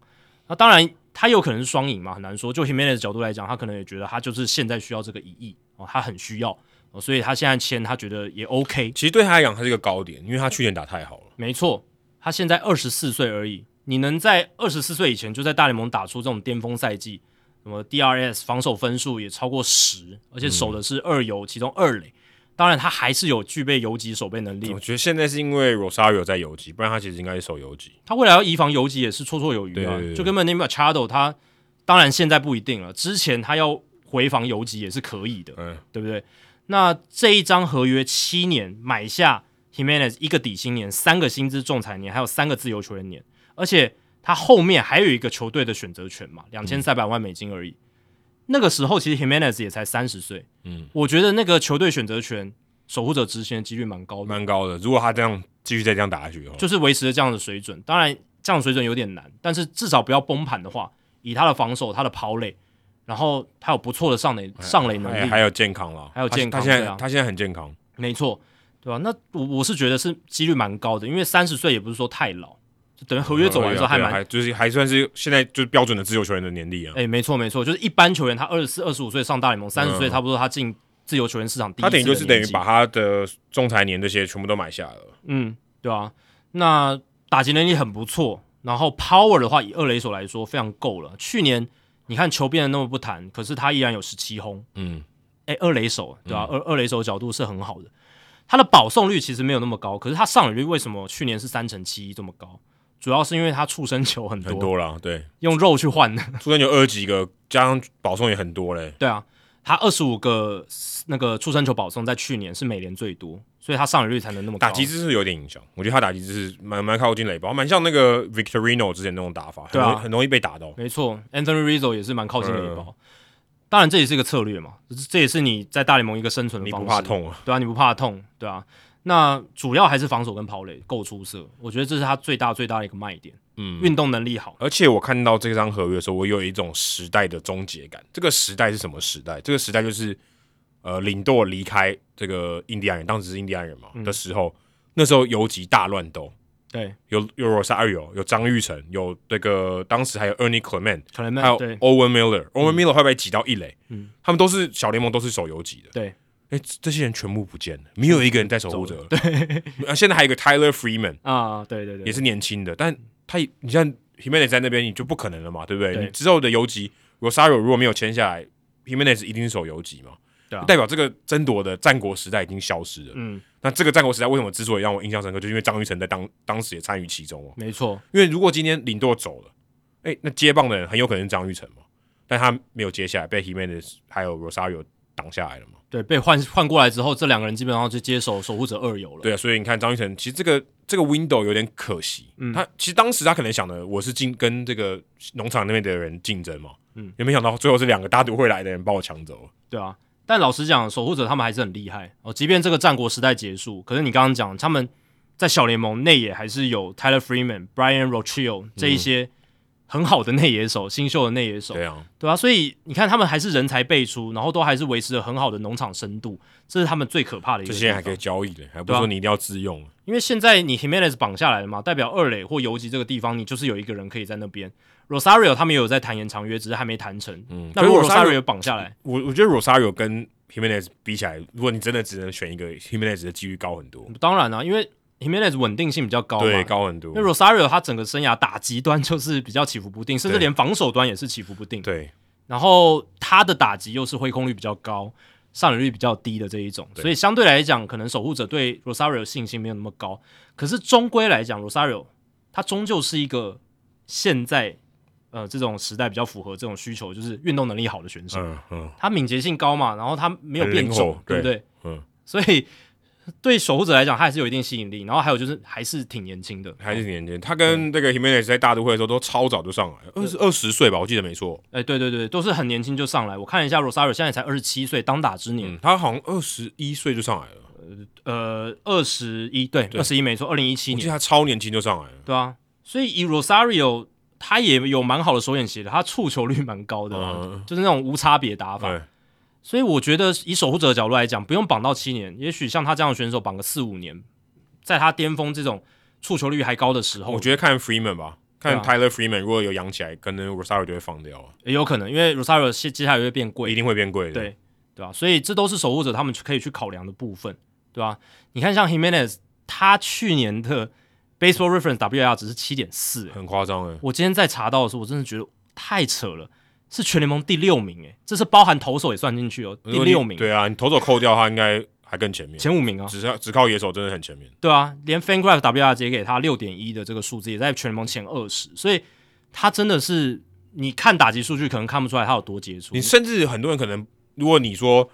[SPEAKER 2] 那当然他有可能是双赢嘛，很难说。就 Himenez 的角度来讲，他可能也觉得他就是现在需要这个一亿哦，他很需要哦，所以他现在签他觉得也 OK，
[SPEAKER 1] 其实对他来讲，他是一个高点，因为他去年打太好了。
[SPEAKER 2] 没错，他现在二十四岁而已，你能在二十四岁以前就在大联盟打出这种巅峰赛季，什么 DRS 防守分数也超过十，而且
[SPEAKER 1] 嗯
[SPEAKER 2] 守的是二游，其中二垒。当然，他还是有具备游击守备能力
[SPEAKER 1] 我，觉得现在是因为 Rosario 在游击，不然他其实应该是守游击。
[SPEAKER 2] 他未来要移防游击也是绰绰有余啊。
[SPEAKER 1] 对对对
[SPEAKER 2] 就跟 m a n i Machado，他当然现在不一定了，之前他要回防游击也是可以的，
[SPEAKER 1] 嗯
[SPEAKER 2] 对不对？那这一张合约七年买下 Jimenez 一个底薪年、三个薪资仲裁年，还有三个自由球员年，而且他后面还有一个球队的选择权嘛，两千三百万美金而已。那个时候其实 Jimenez 也才三十岁，
[SPEAKER 1] 嗯，
[SPEAKER 2] 我觉得那个球队选择权守护者执行的几率蛮高的。
[SPEAKER 1] 蛮高的。如果他这样继续再这样打下去的话，
[SPEAKER 2] 就是维持着这样的水准。当然，这样的水准有点难，但是至少不要崩盘的话，以他的防守、他的跑垒，然后他有不错的上垒上垒能
[SPEAKER 1] 哎还
[SPEAKER 2] 力，
[SPEAKER 1] 还有健康了，
[SPEAKER 2] 还有健康
[SPEAKER 1] 他现
[SPEAKER 2] 对
[SPEAKER 1] 在
[SPEAKER 2] 啊
[SPEAKER 1] 他现在很健康，
[SPEAKER 2] 没错，对吧、那我我是觉得是几率蛮高的，因为三十岁也不是说太老，就等于合约走完之后还
[SPEAKER 1] 对啊
[SPEAKER 2] 蛮。
[SPEAKER 1] 还就是还算是现在就是标准的自由球员的年龄啊。
[SPEAKER 2] 哎、没错没错，就是一般球员他二十四、二十五岁上大联盟，三十岁差不多他进自由球员市场第
[SPEAKER 1] 嗯
[SPEAKER 2] 一
[SPEAKER 1] 他
[SPEAKER 2] 次
[SPEAKER 1] 等
[SPEAKER 2] 的
[SPEAKER 1] 于
[SPEAKER 2] 年
[SPEAKER 1] 就
[SPEAKER 2] 纪，
[SPEAKER 1] 是等于把他的仲裁年这些全部都买下了，
[SPEAKER 2] 嗯，对啊，那打击能力很不错，然后 power 的话，以二垒手来说非常够了。去年你看球变得那么不谈，可是他依然有十七轰，
[SPEAKER 1] 嗯，
[SPEAKER 2] 哎，二垒手对吧、二二垒手角度是很好的，他的保送率其实没有那么高，可是他上垒率为什么去年是三成七这么高？主要是因为他触身球很多，
[SPEAKER 1] 很多了。对，
[SPEAKER 2] 用肉去换的。
[SPEAKER 1] 出生有二十几个，加上保送也很多嘞。
[SPEAKER 2] 对啊，他二十五个那个触身球保送在去年是美联最多，所以他上垒率才能那么高。
[SPEAKER 1] 打击姿势有点影响，我觉得他打击姿势蛮蛮靠近垒包，蛮像那个 Victorino 之前那种打法，
[SPEAKER 2] 对
[SPEAKER 1] 很
[SPEAKER 2] 啊
[SPEAKER 1] 容易很容易被打到。
[SPEAKER 2] 没错，Anthony Rizzo 也是蛮靠近
[SPEAKER 1] 嗯
[SPEAKER 2] 垒包。当然，这也是一个策略嘛，这这也是你在大联盟一个生存的
[SPEAKER 1] 你
[SPEAKER 2] 方
[SPEAKER 1] 不
[SPEAKER 2] 式。
[SPEAKER 1] 怕，痛啊？
[SPEAKER 2] 对啊，你不怕痛，对啊。那主要还是防守跟跑垒够出色，我觉得这是他最大最大的一个卖点。
[SPEAKER 1] 嗯，
[SPEAKER 2] 运动能力好，
[SPEAKER 1] 而且我看到这张合约的时候，我有一种时代的终结感。这个时代是什么时代？这个时代就是呃，领舵离开这个印第安人，当时是印第安人
[SPEAKER 2] 嗯
[SPEAKER 1] 嘛、的时候，那时候游击大乱斗，
[SPEAKER 2] 对，
[SPEAKER 1] 有有 Rosario，有张玉成，有这个当时还有 Ernie Clement，
[SPEAKER 2] 可能
[SPEAKER 1] 还有
[SPEAKER 2] 对
[SPEAKER 1] Owen Miller，Owen Miller 会被挤到一垒，
[SPEAKER 2] 嗯
[SPEAKER 1] 他们都是小联盟都是守游击的，
[SPEAKER 2] 对，
[SPEAKER 1] 哎、这这些人全部不见了，没有一个人在守护者，对，啊，现在还有一个 Tyler Freeman，
[SPEAKER 2] 啊，对对
[SPEAKER 1] 也
[SPEAKER 2] 对，
[SPEAKER 1] 是年轻的，但他你像 Himenez 在那边，你就不可能了嘛，对不对？
[SPEAKER 2] 对
[SPEAKER 1] 你之后的游击 Rosario 如果没有签下来，Himenez 一定是守游击嘛，
[SPEAKER 2] 对啊
[SPEAKER 1] 代表这个争夺的战国时代已经消失了。
[SPEAKER 2] 嗯，
[SPEAKER 1] 那这个战国时代为什么之所以让我印象深刻，就是因为张玉成在当当时也参与其中哦。
[SPEAKER 2] 没错，
[SPEAKER 1] 因为如果今天领舵走了，哎、那接棒的人很有可能是张玉成嘛，但他没有接下来，被 Himenez 还有 Rosario 挡下来了嘛。
[SPEAKER 2] 对，被换换过来之后，这两个人基本上就接手守护者二游了。
[SPEAKER 1] 对啊，所以你看张玉成，其实这个这个 window 有点可惜。
[SPEAKER 2] 嗯
[SPEAKER 1] 他其实当时他可能想的，我是竞跟这个农场那边的人竞争嘛，
[SPEAKER 2] 嗯，
[SPEAKER 1] 也没想到最后是两个大都会来的人把我抢走了。
[SPEAKER 2] 对啊，但老实讲，守护者他们还是很厉害哦。即便这个战国时代结束，可是你刚刚讲他们在小联盟内野还是有 Tyler Freeman、Brian Rochio 这
[SPEAKER 1] 嗯
[SPEAKER 2] 一些很好的内野手、新秀的内野手，
[SPEAKER 1] 对啊，
[SPEAKER 2] 对啊，所以你看他们还是人才辈出，然后都还是维持着很好的农场深度，这是他们最可怕的一个
[SPEAKER 1] 这
[SPEAKER 2] 地方。
[SPEAKER 1] 些人还可以交易的，还不
[SPEAKER 2] 对
[SPEAKER 1] 是
[SPEAKER 2] 啊
[SPEAKER 1] 说你一定要自用。
[SPEAKER 2] 因为现在你 Himenez 绑下来了嘛，代表二垒或游击这个地方，你就是有一个人可以在那边。Rosario 他们也有在谈延长约，只是还没谈成。
[SPEAKER 1] 嗯
[SPEAKER 2] 那如果
[SPEAKER 1] 可是 Rosario-
[SPEAKER 2] Rosario 绑下来，
[SPEAKER 1] 我我觉得 Rosario 跟 Himenez 比起来，如果你真的只能选一个 Himenez 的几率高很多，
[SPEAKER 2] 当然啦、因为 Himenez 稳定性比较高嘛，
[SPEAKER 1] 对，高很多
[SPEAKER 2] 因为。Rosario 他整个生涯打击端就是比较起伏不定，甚至
[SPEAKER 1] 对
[SPEAKER 2] 连防守端也是起伏不定。
[SPEAKER 1] 对，
[SPEAKER 2] 然后他的打击又是挥空率比较高，上垒率比较低的这一种，
[SPEAKER 1] 对
[SPEAKER 2] 所以相对来讲，可能守护者对 Rosario 信心没有那么高。可是终归来讲，Rosario 他终究是一个现在呃这种时代比较符合这种需求，就是运动能力好的选手。
[SPEAKER 1] 嗯嗯，
[SPEAKER 2] 他敏捷性高嘛，然后他没有
[SPEAKER 1] 很
[SPEAKER 2] 变
[SPEAKER 1] 灵
[SPEAKER 2] 重
[SPEAKER 1] 活，
[SPEAKER 2] 对不
[SPEAKER 1] 对
[SPEAKER 2] 对？
[SPEAKER 1] 嗯，
[SPEAKER 2] 所以对守护者来讲，他还是有一定吸引力。然后还有就是还是挺年轻的，
[SPEAKER 1] 还是年轻。
[SPEAKER 2] 嗯
[SPEAKER 1] 他跟这个 Himenez 在大都会的时候都超早就上来了，二十二十岁吧，我记得没错。
[SPEAKER 2] 哎、对对对，都是很年轻就上来。我看了一下，Rosario 现在才二十七岁，当打之年，
[SPEAKER 1] 嗯，他好像二十一岁就上来了，
[SPEAKER 2] 呃，二十一，对，二十一没错，二零一七
[SPEAKER 1] 我记
[SPEAKER 2] 年，
[SPEAKER 1] 得他超年轻就上来了。
[SPEAKER 2] 对啊。所以以 Rosario 他也有蛮好的手眼协的，他触球率蛮高的嘛，
[SPEAKER 1] 嗯
[SPEAKER 2] 就是那种无差别打法。
[SPEAKER 1] 对，
[SPEAKER 2] 所以我觉得以守护者的角度来讲，不用绑到七年，也许像他这样的选手绑个四五年，在他巅峰这种触球率还高的时候，
[SPEAKER 1] 我觉得看 Freeman 吧，看
[SPEAKER 2] 对啊
[SPEAKER 1] Tyler Freeman 如果有养起来，可能 Rosario 就会放掉啊，
[SPEAKER 2] 也有可能，因为 Rosario 接接下来会变贵
[SPEAKER 1] 一，定会变贵的。
[SPEAKER 2] 对对吧、所以这都是守护者他们可以去考量的部分，对吧、你看，像 Himenez，他去年的 Baseball Reference WAR 只是七点四，
[SPEAKER 1] 很夸张哎。
[SPEAKER 2] 我今天在查到的时候，我真的觉得太扯了，是全联盟第六名诶、这是包含投手也算进去哦，
[SPEAKER 1] 如
[SPEAKER 2] 第
[SPEAKER 1] 果你
[SPEAKER 2] 六名，
[SPEAKER 1] 对啊，你投手扣掉他应该还更前面，
[SPEAKER 2] 前五名啊，
[SPEAKER 1] 只是只靠野手真的很前面。
[SPEAKER 2] 对啊，连 FanGraph WR 直接给他六点一的这个数字，也在全联盟前二十，所以他真的是你看打击数据可能看不出来他有多杰出
[SPEAKER 1] 你，甚至很多人可能，如果你说，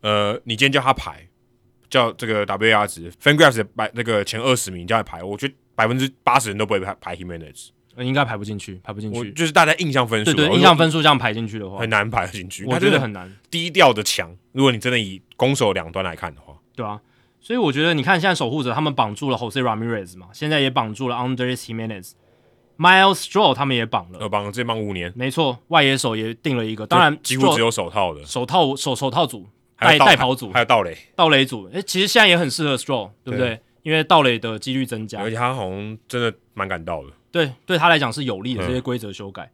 [SPEAKER 1] 呃，你今天叫他排，叫这个 WAR 值 FanGraphs 的百那个前二十名叫你排，我觉得百分之八十人都不会排排 Himenez，
[SPEAKER 2] 呃应该排不进去，排不进
[SPEAKER 1] 我
[SPEAKER 2] 去，
[SPEAKER 1] 就是大家印象分数
[SPEAKER 2] 对
[SPEAKER 1] 啊，
[SPEAKER 2] 对，
[SPEAKER 1] 我
[SPEAKER 2] 印
[SPEAKER 1] 说
[SPEAKER 2] 象分数这样排进去的话
[SPEAKER 1] 很，难排进去，
[SPEAKER 2] 我
[SPEAKER 1] 他
[SPEAKER 2] 觉
[SPEAKER 1] 真
[SPEAKER 2] 得
[SPEAKER 1] 的
[SPEAKER 2] 很难，
[SPEAKER 1] 低调的强。如果你真的以攻守两端来看的话，
[SPEAKER 2] 对啊，所以我觉得你看现在守护者他们绑住了 Jose Ramirez 嘛，现在也绑住了 Andres Jimenez、Miles Straw 他们也绑了，
[SPEAKER 1] 呃，帮这帮五年，
[SPEAKER 2] 没错，外野手也定了一个，当然
[SPEAKER 1] 就几乎
[SPEAKER 2] Straw
[SPEAKER 1] 只有手套的，
[SPEAKER 2] 手套手手套组、
[SPEAKER 1] 还有
[SPEAKER 2] 带
[SPEAKER 1] 盗
[SPEAKER 2] 带跑组
[SPEAKER 1] 还有盗垒，
[SPEAKER 2] 盗垒组，诶，其实现在也很适合 Straw，对不对？因为盗垒的几率增加
[SPEAKER 1] 而，且他好像真的蛮敢盗的。
[SPEAKER 2] 对对他来讲是有利的
[SPEAKER 1] 嗯
[SPEAKER 2] 这些规则修改。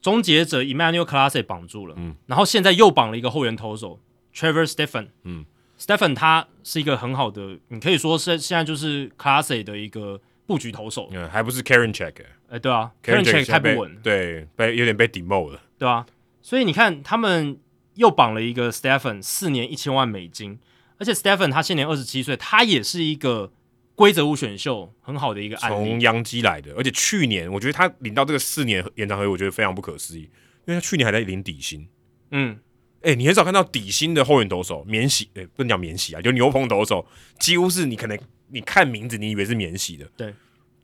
[SPEAKER 2] 终结者 Emmanuel Classe 绑住了，
[SPEAKER 1] 嗯
[SPEAKER 2] 然后现在又绑了一个后援投手 Trevor Stephen，
[SPEAKER 1] 嗯
[SPEAKER 2] ，Stephen 他是一个很好的，你可以说是现在就是 Classe 的一个布局投手，
[SPEAKER 1] 嗯，还不是 Karen Check，
[SPEAKER 2] 哎，对啊 k a r e n c h e 太不稳，
[SPEAKER 1] 对，被有点被 demo 了。
[SPEAKER 2] 对啊，所以你看他们又绑了一个 Stephen 四年一千万美金，而且 Stephen 他现年二十七岁，他也是一个规则五选秀很好的一个案例，
[SPEAKER 1] 从洋基来的，而且去年我觉得他领到这个四年延长合约，我觉得非常不可思议，因为他去年还在领底薪。
[SPEAKER 2] 嗯，
[SPEAKER 1] 哎、你很少看到底薪的后援投手免洗，哎、不能讲免洗啊，就牛棚投手，几乎是你可能你看名字，你以为是免洗的，
[SPEAKER 2] 对，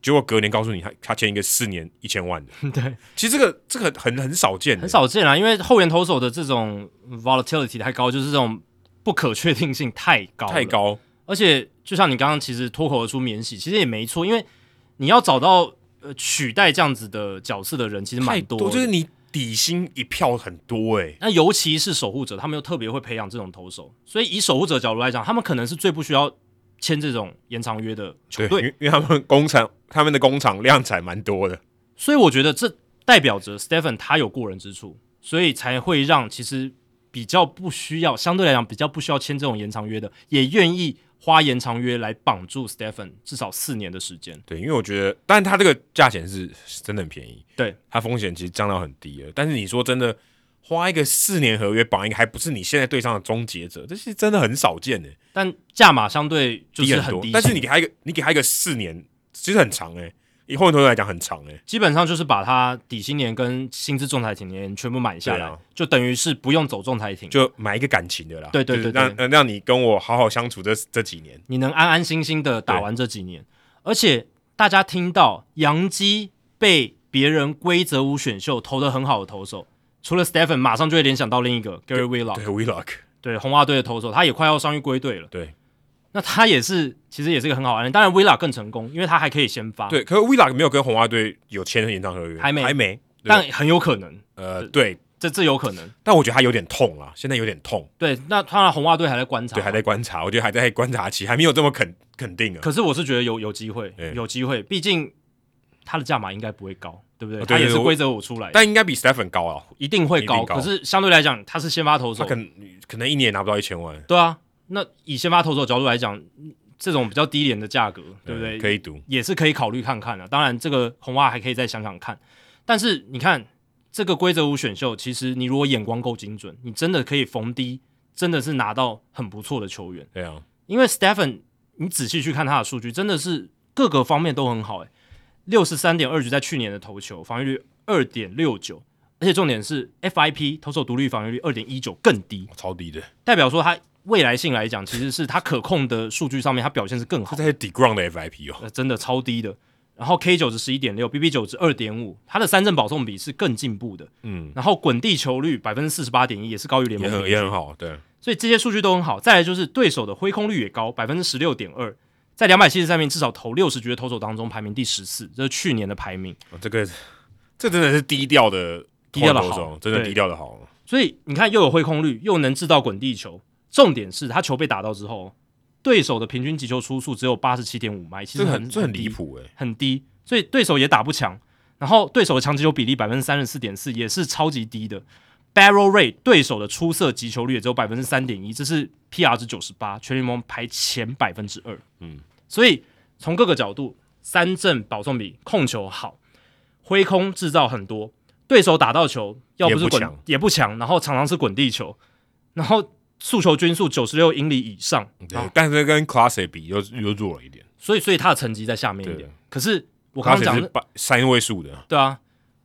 [SPEAKER 1] 结果隔年告诉你他他签一个四年一千万的，
[SPEAKER 2] 对，
[SPEAKER 1] 其实这个这个很很少见、
[SPEAKER 2] 很。少见啊，因为后援投手的这种 volatility 太高，就是这种不可确定性太高，
[SPEAKER 1] 太。高，
[SPEAKER 2] 而且就像你刚刚其实脱口而出免洗，其实也没错，因为你要找到呃取代这样子的角色的人，其实蛮
[SPEAKER 1] 太
[SPEAKER 2] 多的。
[SPEAKER 1] 就是你底薪一票很多哎、
[SPEAKER 2] 那尤其是守护者，他们又特别会培养这种投手，所以以守护者角度来讲，他们可能是最不需要签这种延长约的球
[SPEAKER 1] 对，
[SPEAKER 2] 队。
[SPEAKER 1] 因为因为他们工厂他们的工厂量产蛮多的，
[SPEAKER 2] 所以我觉得这代表着 Stephen 他有过人之处，所以才会让其实比较不需要，相对来讲比较不需要签这种延长约的，也愿意花延长约来绑住 Stephen 至少四年的时间。
[SPEAKER 1] 对，因为我觉得，但它这个价钱是真的很便宜，
[SPEAKER 2] 对，
[SPEAKER 1] 它风险其实降到很低了。但是你说真的，花一个四年合约绑一个，还不是你现在队上的终结者，这是真的很少见的，欸
[SPEAKER 2] 但价码相对就是
[SPEAKER 1] 很
[SPEAKER 2] 很
[SPEAKER 1] 多
[SPEAKER 2] 低，。
[SPEAKER 1] 但是你给他一个，你给他一个四年，其实很长诶、以后援投手来讲很长欸诶、
[SPEAKER 2] 基本上就是把他底薪年跟薪资仲裁庭年全部买下来，
[SPEAKER 1] 对啊
[SPEAKER 2] 就等于是不用走仲裁庭，
[SPEAKER 1] 就买一个感情的啦。
[SPEAKER 2] 对对
[SPEAKER 1] 就是
[SPEAKER 2] 对
[SPEAKER 1] 让呃让你跟我好好相处这这几年。
[SPEAKER 2] 你能安安心心的打完这几年。而且大家听到杨基被别人规则五选秀投的很好的投手，除了 Stephen，马上就会联想到另一个 Gary Willock，
[SPEAKER 1] 对，Vlog，
[SPEAKER 2] 对红袜队的投手，他也快要伤愈归队了。
[SPEAKER 1] 对
[SPEAKER 2] 那他也是，其实也是一个很好的案例。当然 Willock 更成功，因为他还可以先发，，
[SPEAKER 1] 对，可是 Vlog 没有跟红袜队有签延长合约，
[SPEAKER 2] 啊还没
[SPEAKER 1] 还没。对
[SPEAKER 2] 但很有可能，
[SPEAKER 1] 呃，对，
[SPEAKER 2] 这这有可能。
[SPEAKER 1] 但我觉得他有点痛啦，现在有点痛。
[SPEAKER 2] 对，那当然红袜队还在观察，
[SPEAKER 1] 对，还在。观察，我觉得还在观察期，还没有这么肯肯定啊。
[SPEAKER 2] 可是我是觉得有有机会
[SPEAKER 1] 对，
[SPEAKER 2] 有机会，毕竟他的价码应该不会高，对不对？
[SPEAKER 1] 哦对
[SPEAKER 2] 他也
[SPEAKER 1] 对
[SPEAKER 2] 是
[SPEAKER 1] 我
[SPEAKER 2] 规则五出来的，
[SPEAKER 1] 但应该比 Stephen 高啊，
[SPEAKER 2] 一定会
[SPEAKER 1] 一
[SPEAKER 2] 高。
[SPEAKER 1] 定高
[SPEAKER 2] 可是相对来讲，他是先发投手
[SPEAKER 1] 他，可能可能一年也拿不到一千万，
[SPEAKER 2] 对啊，那以先发投手角度来讲，嗯这种比较低廉的价格，对不对？
[SPEAKER 1] 可以赌，
[SPEAKER 2] 也是可以考虑看看的、当然，这个红袜还可以再想想看。但是你看这个规则五选秀，其实你如果眼光够精准，你真的可以逢低，真的是拿到很不错的球员。
[SPEAKER 1] 对啊，
[SPEAKER 2] 因为 Stephen，你仔细去看他的数据，真的是各个方面都很好、欸，六十三点二局在去年的投球防御率二点六九，而且重点是 FIP 投手独立防御率二点一九更低，
[SPEAKER 1] 超低的，
[SPEAKER 2] 代表说他未来性来讲，其实是他可控的数据上面，他表现是更好
[SPEAKER 1] 他，在 d e g r o u n d 的 FIP 哦，
[SPEAKER 2] 呃，真的超低的。然后 K 九值十一点六，BB 九值二点五，他的三振保送比是更进步的。
[SPEAKER 1] 嗯，
[SPEAKER 2] 然后滚地球率百分之四十八点一，也是高于联
[SPEAKER 1] 也
[SPEAKER 2] 盟
[SPEAKER 1] 很
[SPEAKER 2] 平
[SPEAKER 1] 也
[SPEAKER 2] 均
[SPEAKER 1] 很好，对，哦
[SPEAKER 2] 所以这些数据都很好。再来就是对手的挥空率也高，百分之十六点二，在两百七十三名至少投六十局的投手当中排名第十四，这是去年的排名。
[SPEAKER 1] 哦这个这真的是低调的
[SPEAKER 2] 低调的
[SPEAKER 1] 投手
[SPEAKER 2] 好
[SPEAKER 1] 真的
[SPEAKER 2] 对
[SPEAKER 1] 低调的好，
[SPEAKER 2] 所以你看，又有挥空率，又能制造滚地球。重点是他球被打到之后，对手的平均击球出速只有八十七点五迈，其
[SPEAKER 1] 这
[SPEAKER 2] 实
[SPEAKER 1] 很这很
[SPEAKER 2] 低
[SPEAKER 1] 离，谱哎，
[SPEAKER 2] 很低，所以对手也打不强。然后对手的强击球比例百分之三十四点四，也是超级低的。Barrel rate 对手的出色击球率也只有百分之三点一，这是 PR 值九十八，全联盟排前百分之二。嗯，所以从各个角度，三振保送比控球好，挥空制造很多，对手打到球要不
[SPEAKER 1] 也
[SPEAKER 2] 是
[SPEAKER 1] 不
[SPEAKER 2] 滚
[SPEAKER 1] 强
[SPEAKER 2] 也不强，然后常常是滚地球，然后速球均速九十六英里以上，
[SPEAKER 1] 对，但是跟 Class 比又又弱了一点，
[SPEAKER 2] 所以所以他的成绩在下面一
[SPEAKER 1] 对
[SPEAKER 2] 点。可是我
[SPEAKER 1] 我
[SPEAKER 2] 刚刚讲
[SPEAKER 1] 是
[SPEAKER 2] 的
[SPEAKER 1] 八三位数的，
[SPEAKER 2] 对啊，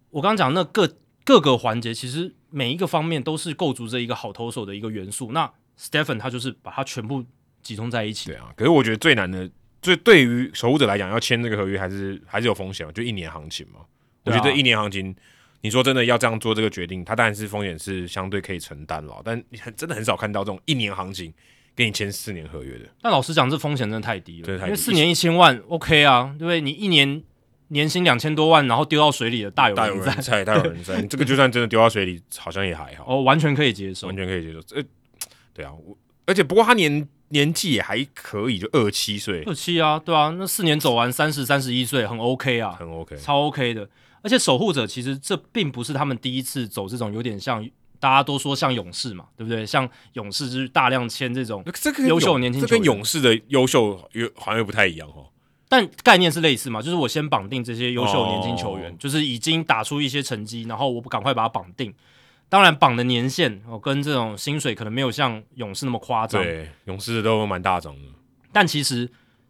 [SPEAKER 2] 我刚刚讲那各各个环节，其实每一个方面都是构筑这一个好投手的一个元素。那 Stephen 他就是把它全部集中在一起
[SPEAKER 1] 对。啊。可是我觉得最难的，最对于守护者来讲，要签这个合约还是还是有风险嘛，就一年行情嘛。我
[SPEAKER 2] 对啊
[SPEAKER 1] 觉得一年行情，你说真的要这样做这个决定，它当然是风险是相对可以承担了，但你很真的很少看到这种一年行情给你签四年合约的。
[SPEAKER 2] 但老实讲，这风险真的太低了，
[SPEAKER 1] 真的太低
[SPEAKER 2] 因为四年一千万，OK 啊，对不对？你一年年薪两千多万，然后丢到水里的大 有
[SPEAKER 1] 大有
[SPEAKER 2] 人 在，
[SPEAKER 1] 人在，大有人在。你这个就算真的丢到水里，好像也还好，
[SPEAKER 2] 哦，完全可以接 受
[SPEAKER 1] 完。全可以接受。呃，对啊，我而且不过他年年纪也还可以，就二七岁，
[SPEAKER 2] 二七啊，对啊，那四年走完三十三十一岁，很 OK 啊，
[SPEAKER 1] 很 OK。
[SPEAKER 2] 超 OK 的。而且守护者其实这并不是他们第一次走这种有点像大家都说像勇士嘛，对不对？像勇士就是大量签这种，
[SPEAKER 1] 这个跟
[SPEAKER 2] 优秀
[SPEAKER 1] 勇
[SPEAKER 2] 年轻
[SPEAKER 1] 这
[SPEAKER 2] 球员
[SPEAKER 1] 跟勇士的优秀又好像又不太一样哦。
[SPEAKER 2] 但概念是类似嘛，就是我先绑定这些优秀年轻球员，
[SPEAKER 1] 哦
[SPEAKER 2] 就是已经打出一些成绩，然后我赶快把它绑定。当然，绑的年限哦，跟这种薪水可能没有像勇士那么夸张，
[SPEAKER 1] 对，勇士都蛮大张的。
[SPEAKER 2] 但其实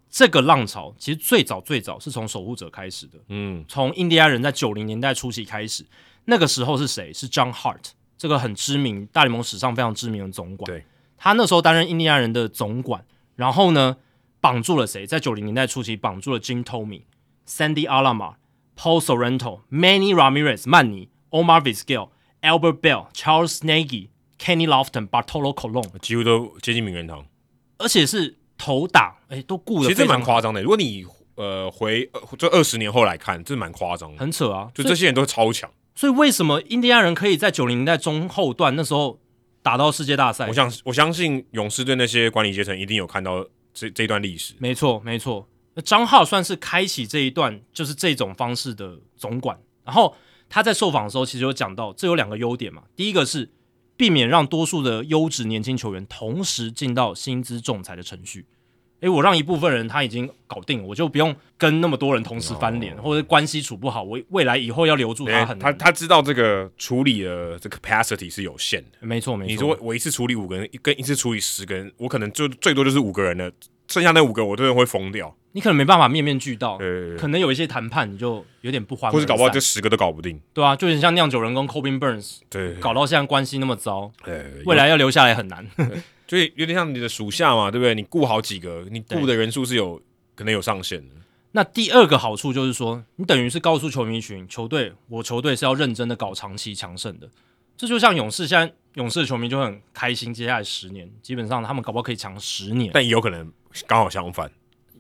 [SPEAKER 2] 这个浪潮其实最早最早是从守护者开始的，
[SPEAKER 1] 嗯，
[SPEAKER 2] 从印第安人在九零年代初期开始，那个时候是谁？是 John Hart，这个很知名，大联盟史上非常知名的总管。
[SPEAKER 1] 对，
[SPEAKER 2] 他那时候担任印第安人的总管，然后呢，绑住了谁？在九零年代初期绑住了 Jim Tomey、Sandy Alomar、Paul Sorrento、Manny Ramirez、曼尼、Omar Vizquel、Albert Bell、Charles Nagy、Kenny Lofton、Bartolo Colon，
[SPEAKER 1] 几乎都接近名人堂，
[SPEAKER 2] 而且是头打，哎，都顾
[SPEAKER 1] 其
[SPEAKER 2] 得
[SPEAKER 1] 实这
[SPEAKER 2] 非
[SPEAKER 1] 蛮
[SPEAKER 2] 常好，
[SPEAKER 1] 夸张的。如果你呃回呃这二十年后来看，这蛮夸张的。
[SPEAKER 2] 很扯啊。
[SPEAKER 1] 就
[SPEAKER 2] 所以
[SPEAKER 1] 这些人都超强，
[SPEAKER 2] 所以为什么印第安人可以在九零年代中后段那时候打到世界大赛
[SPEAKER 1] 我？想我相信勇士队那些管理阶层一定有看到这这段历史。
[SPEAKER 2] 没错，没错。那张浩算是开启这一段就是这种方式的总管。然后他在受访的时候，其实有讲到，这有两个优点嘛。第一个是避免让多数的优质年轻球员同时进到薪资仲裁的程序。诶，我让一部分人他已经搞定了，我就不用跟那么多人同时翻脸，或者关系处不好，我未来以后要留住
[SPEAKER 1] 对
[SPEAKER 2] 他很
[SPEAKER 1] 哎他
[SPEAKER 2] 难。
[SPEAKER 1] 他知道这个处理的这个 capacity 是有限的。
[SPEAKER 2] 没错，没错。
[SPEAKER 1] 你说我一次处理五个人，跟一次处理十个人，我可能就最多就是五个人了，剩下那五个我真的会疯掉。
[SPEAKER 2] 你可能没办法面面俱到，
[SPEAKER 1] 呃，
[SPEAKER 2] 可能有一些谈判你就有点不欢而散，
[SPEAKER 1] 或者搞不好这十个都搞不定。
[SPEAKER 2] 对啊，就有点像酿酒人跟 Cobin Burns
[SPEAKER 1] 对，
[SPEAKER 2] 搞到现在关系那么糟，
[SPEAKER 1] 呃，
[SPEAKER 2] 未来要留下来很难。
[SPEAKER 1] 就有点像你的属下嘛，对不对？你雇好几个，你雇的人数是有可能有上限的。
[SPEAKER 2] 那第二个好处就是说，你等于是告诉球迷群，球队我球队是要认真的搞长期强盛的。这就像勇士现在勇士的球迷就很开心，接下来十年基本上他们搞不好可以强十年，
[SPEAKER 1] 但也有可能刚好相反，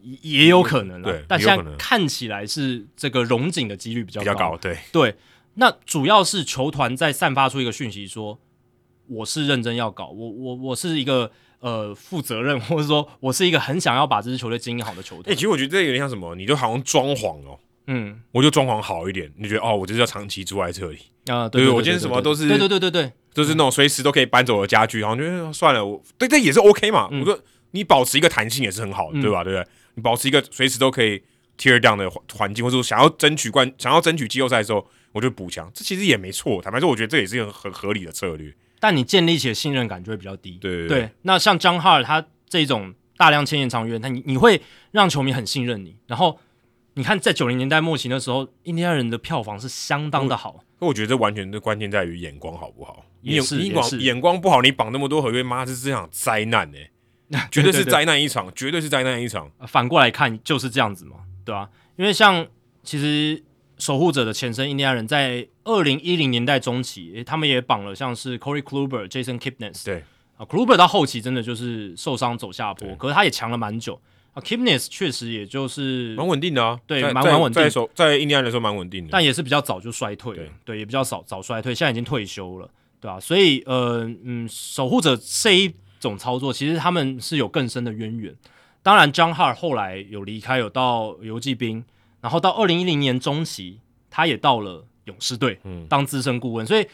[SPEAKER 2] 也也有可能啊。
[SPEAKER 1] 对
[SPEAKER 2] 但
[SPEAKER 1] 也有
[SPEAKER 2] 现
[SPEAKER 1] 可能
[SPEAKER 2] 在看起来是这个荣景的几率比较
[SPEAKER 1] 比
[SPEAKER 2] 高。
[SPEAKER 1] 较高。啊对，
[SPEAKER 2] 对，那主要是球团在散发出一个讯息说，我是认真要搞，我我我是一个呃负责任，或者说我是一个很想要把这支球队经营好的球
[SPEAKER 1] 哎，
[SPEAKER 2] 队。
[SPEAKER 1] 其实我觉得这有点像什么，你就好像装潢哦，
[SPEAKER 2] 嗯，
[SPEAKER 1] 我就装潢好一点，你就觉得哦，我就是要长期住在这里。
[SPEAKER 2] 啊，
[SPEAKER 1] 对
[SPEAKER 2] 对，
[SPEAKER 1] 我今天什么都是
[SPEAKER 2] 对对对对对，
[SPEAKER 1] 就是那种随时都可以搬走的家具，然后就呃算了，我对这也是 OK 嘛。我说你保持一个弹性也是很好的，
[SPEAKER 2] 嗯
[SPEAKER 1] 对吧？对不对？你保持一个随时都可以 tear down 的环环境，或者说想要争取冠、想要争取季后赛的时候，我就补强，这其实也没错。坦白说，我觉得这也是一个很合理的策略。
[SPEAKER 2] 但你建立起的信任感就会比较低。
[SPEAKER 1] 对对
[SPEAKER 2] 对，那像张哈尔他这种大量签延长约，他你你会让球迷很信任你，然后你看在九零年代末期的时候，印第安人的票房是相当的好，
[SPEAKER 1] 那我觉得这完全的关键在于眼光好不好。你
[SPEAKER 2] 也
[SPEAKER 1] 眼
[SPEAKER 2] 是
[SPEAKER 1] 你
[SPEAKER 2] 也
[SPEAKER 1] 往
[SPEAKER 2] 是
[SPEAKER 1] 眼光不好，你绑那么多合约，妈这是这场灾难 呢、绝对是灾难一场，绝对是灾难一场。
[SPEAKER 2] 呃反过来看就是这样子嘛，对吧、因为像其实守护者的前身印第安人在二零一零年代中期，诶他们也绑了像是 Corey Kluber、Jason Kipnis，
[SPEAKER 1] 对
[SPEAKER 2] 啊，Kluber 到后期真的就是受伤走下坡
[SPEAKER 1] 对，
[SPEAKER 2] 可是他也强了蛮久啊，Kipnis 确实也就是
[SPEAKER 1] 蛮稳定的啊，
[SPEAKER 2] 对
[SPEAKER 1] 在
[SPEAKER 2] 蛮
[SPEAKER 1] 在
[SPEAKER 2] 蛮稳定
[SPEAKER 1] 在手在印第安人的时候蛮稳定的，
[SPEAKER 2] 但也是比较早就衰退了，
[SPEAKER 1] 对
[SPEAKER 2] 对，也比较早早衰退，现在已经退休了，对吧、所以呃嗯，守护者这一种操作，其实他们是有更深的渊源。当然，John Hart 后来有离开，有到游击兵，然后到二零一零年中期，他也到了勇士队，
[SPEAKER 1] 嗯
[SPEAKER 2] 当资深顾问。所以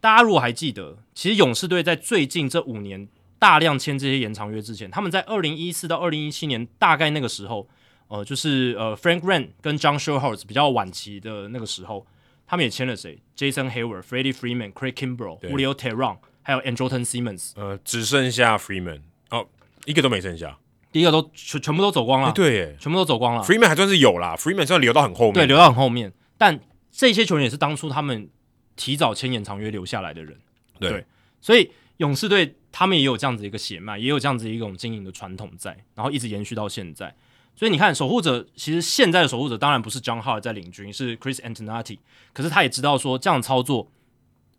[SPEAKER 2] 大家如果还记得，其实勇士队在最近这五年大量签这些延长约之前，他们在二零一四到二零一七年大概那个时候，呃，就是呃 Frank Ren 跟 John Showalter 比较晚期的那个时候，他们也签了谁？Jason Hayward、Freddie Freeman、Craig Kimbrell、
[SPEAKER 1] 对
[SPEAKER 2] Julio Teheran，还有 Andrelton Simmons，
[SPEAKER 1] 呃，只剩下 Freeman 哦，一个都没剩下。
[SPEAKER 2] 第一个都全全部都走光了，
[SPEAKER 1] 哎，对耶
[SPEAKER 2] 全部都走光了。
[SPEAKER 1] ，Freeman 还算是有啦，Freeman 算留到很后面。
[SPEAKER 2] 啊对，留到很后面。但这些球员也是当初他们提早签延长约留下来的人，
[SPEAKER 1] 对
[SPEAKER 2] 对所以勇士队他们也有这样子一个血脉，也有这样子一种经营的传统在，然后一直延续到现在。所以你看，守护者其实现在的守护者当然不是 John Hart 在领军，是 Chris Antonati，可是他也知道说这样操作，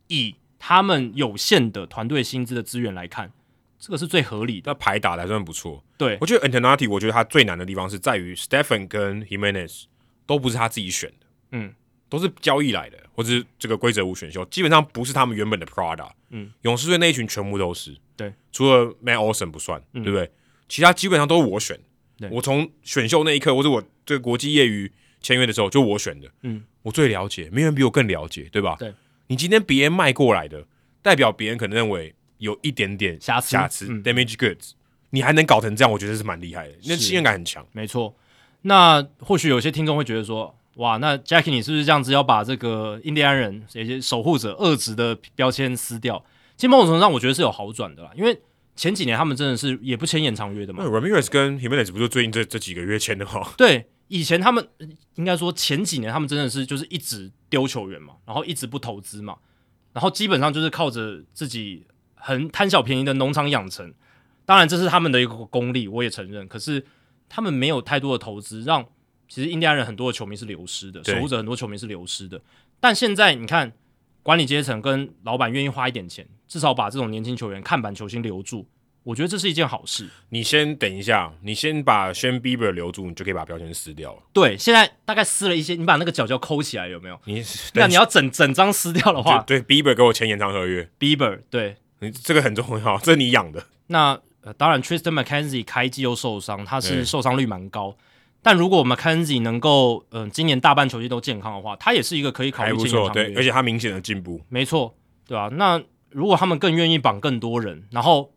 [SPEAKER 2] 以他们有限的团队薪资的资源来看，这个是最合理的。
[SPEAKER 1] 那牌打的还算不错。
[SPEAKER 2] 对
[SPEAKER 1] 我觉得 Antonati，我觉得他最难的地方是在于 Stephen 跟 Jimenez 都不是他自己选的，
[SPEAKER 2] 嗯，
[SPEAKER 1] 都是交易来的，或者是这个规则五选秀，基本上不是他们原本的 Prada。
[SPEAKER 2] 嗯，
[SPEAKER 1] 勇士队那一群全部都是，
[SPEAKER 2] 对，嗯
[SPEAKER 1] 除了 Matt Olson 不算，对不对？其他基本上都是我选
[SPEAKER 2] 对，
[SPEAKER 1] 我从选秀那一刻，或者我这个国际业余签约的时候，就我选的，
[SPEAKER 2] 嗯，
[SPEAKER 1] 我最了解，没人比我更了解，对吧？
[SPEAKER 2] 对，
[SPEAKER 1] 你今天别人卖过来的，代表别人可能认为有一点点
[SPEAKER 2] 瑕疵
[SPEAKER 1] 瑕疵、
[SPEAKER 2] 嗯
[SPEAKER 1] damage goods，你还能搞成这样，我觉得是蛮厉害的，那信任感很强。
[SPEAKER 2] 没错。那或许有些听众会觉得说，哇，那 Jackie 你是不是这样子要把这个印第安人也就是守护者恶职的标签撕掉？其实某种程度上，我觉得是有好转的啦，因为前几年他们真的是也不签延长约的嘛
[SPEAKER 1] 那。Ramirez 跟 Jimenez 不就最近这这几个月签的吗？
[SPEAKER 2] 对，以前他们呃应该说前几年他们真的是就是一直丢球员嘛，然后一直不投资嘛，然后基本上就是靠着自己很贪小便宜的农场养成。当然这是他们的一个功力，我也承认。可是他们没有太多的投资，让其实印第安人很多的球迷是流失的，
[SPEAKER 1] 对
[SPEAKER 2] 守护者很多球迷是流失的。但现在你看，管理阶层跟老板愿意花一点钱，至少把这种年轻球员、看板球星留住，我觉得这是一件好事。
[SPEAKER 1] 你先等一下，你先把 s h a n Bieber 留住，你就可以把标签撕掉了。
[SPEAKER 2] 对，现在大概撕了一些，你把那个角角抠起来有没有？
[SPEAKER 1] 你
[SPEAKER 2] 那你要整整张撕掉的话
[SPEAKER 1] 就对 Bieber 给我签延长合约，
[SPEAKER 2] ，Bieber 对，
[SPEAKER 1] 你这个很重要，这你养的。
[SPEAKER 2] 那、呃、当然 Tristan McKenzie 开季又受伤，他是
[SPEAKER 1] 对
[SPEAKER 2] 受伤率蛮高。但如果 McKenzie 能够嗯、呃今年大半球季都健康的话，他也是一个可以考
[SPEAKER 1] 还
[SPEAKER 2] 虑
[SPEAKER 1] 不
[SPEAKER 2] 进入
[SPEAKER 1] 错，
[SPEAKER 2] 长
[SPEAKER 1] 对，而
[SPEAKER 2] 约。
[SPEAKER 1] 且他明显的进步。
[SPEAKER 2] 没错，对吧、那如果他们更愿意绑更多人，然后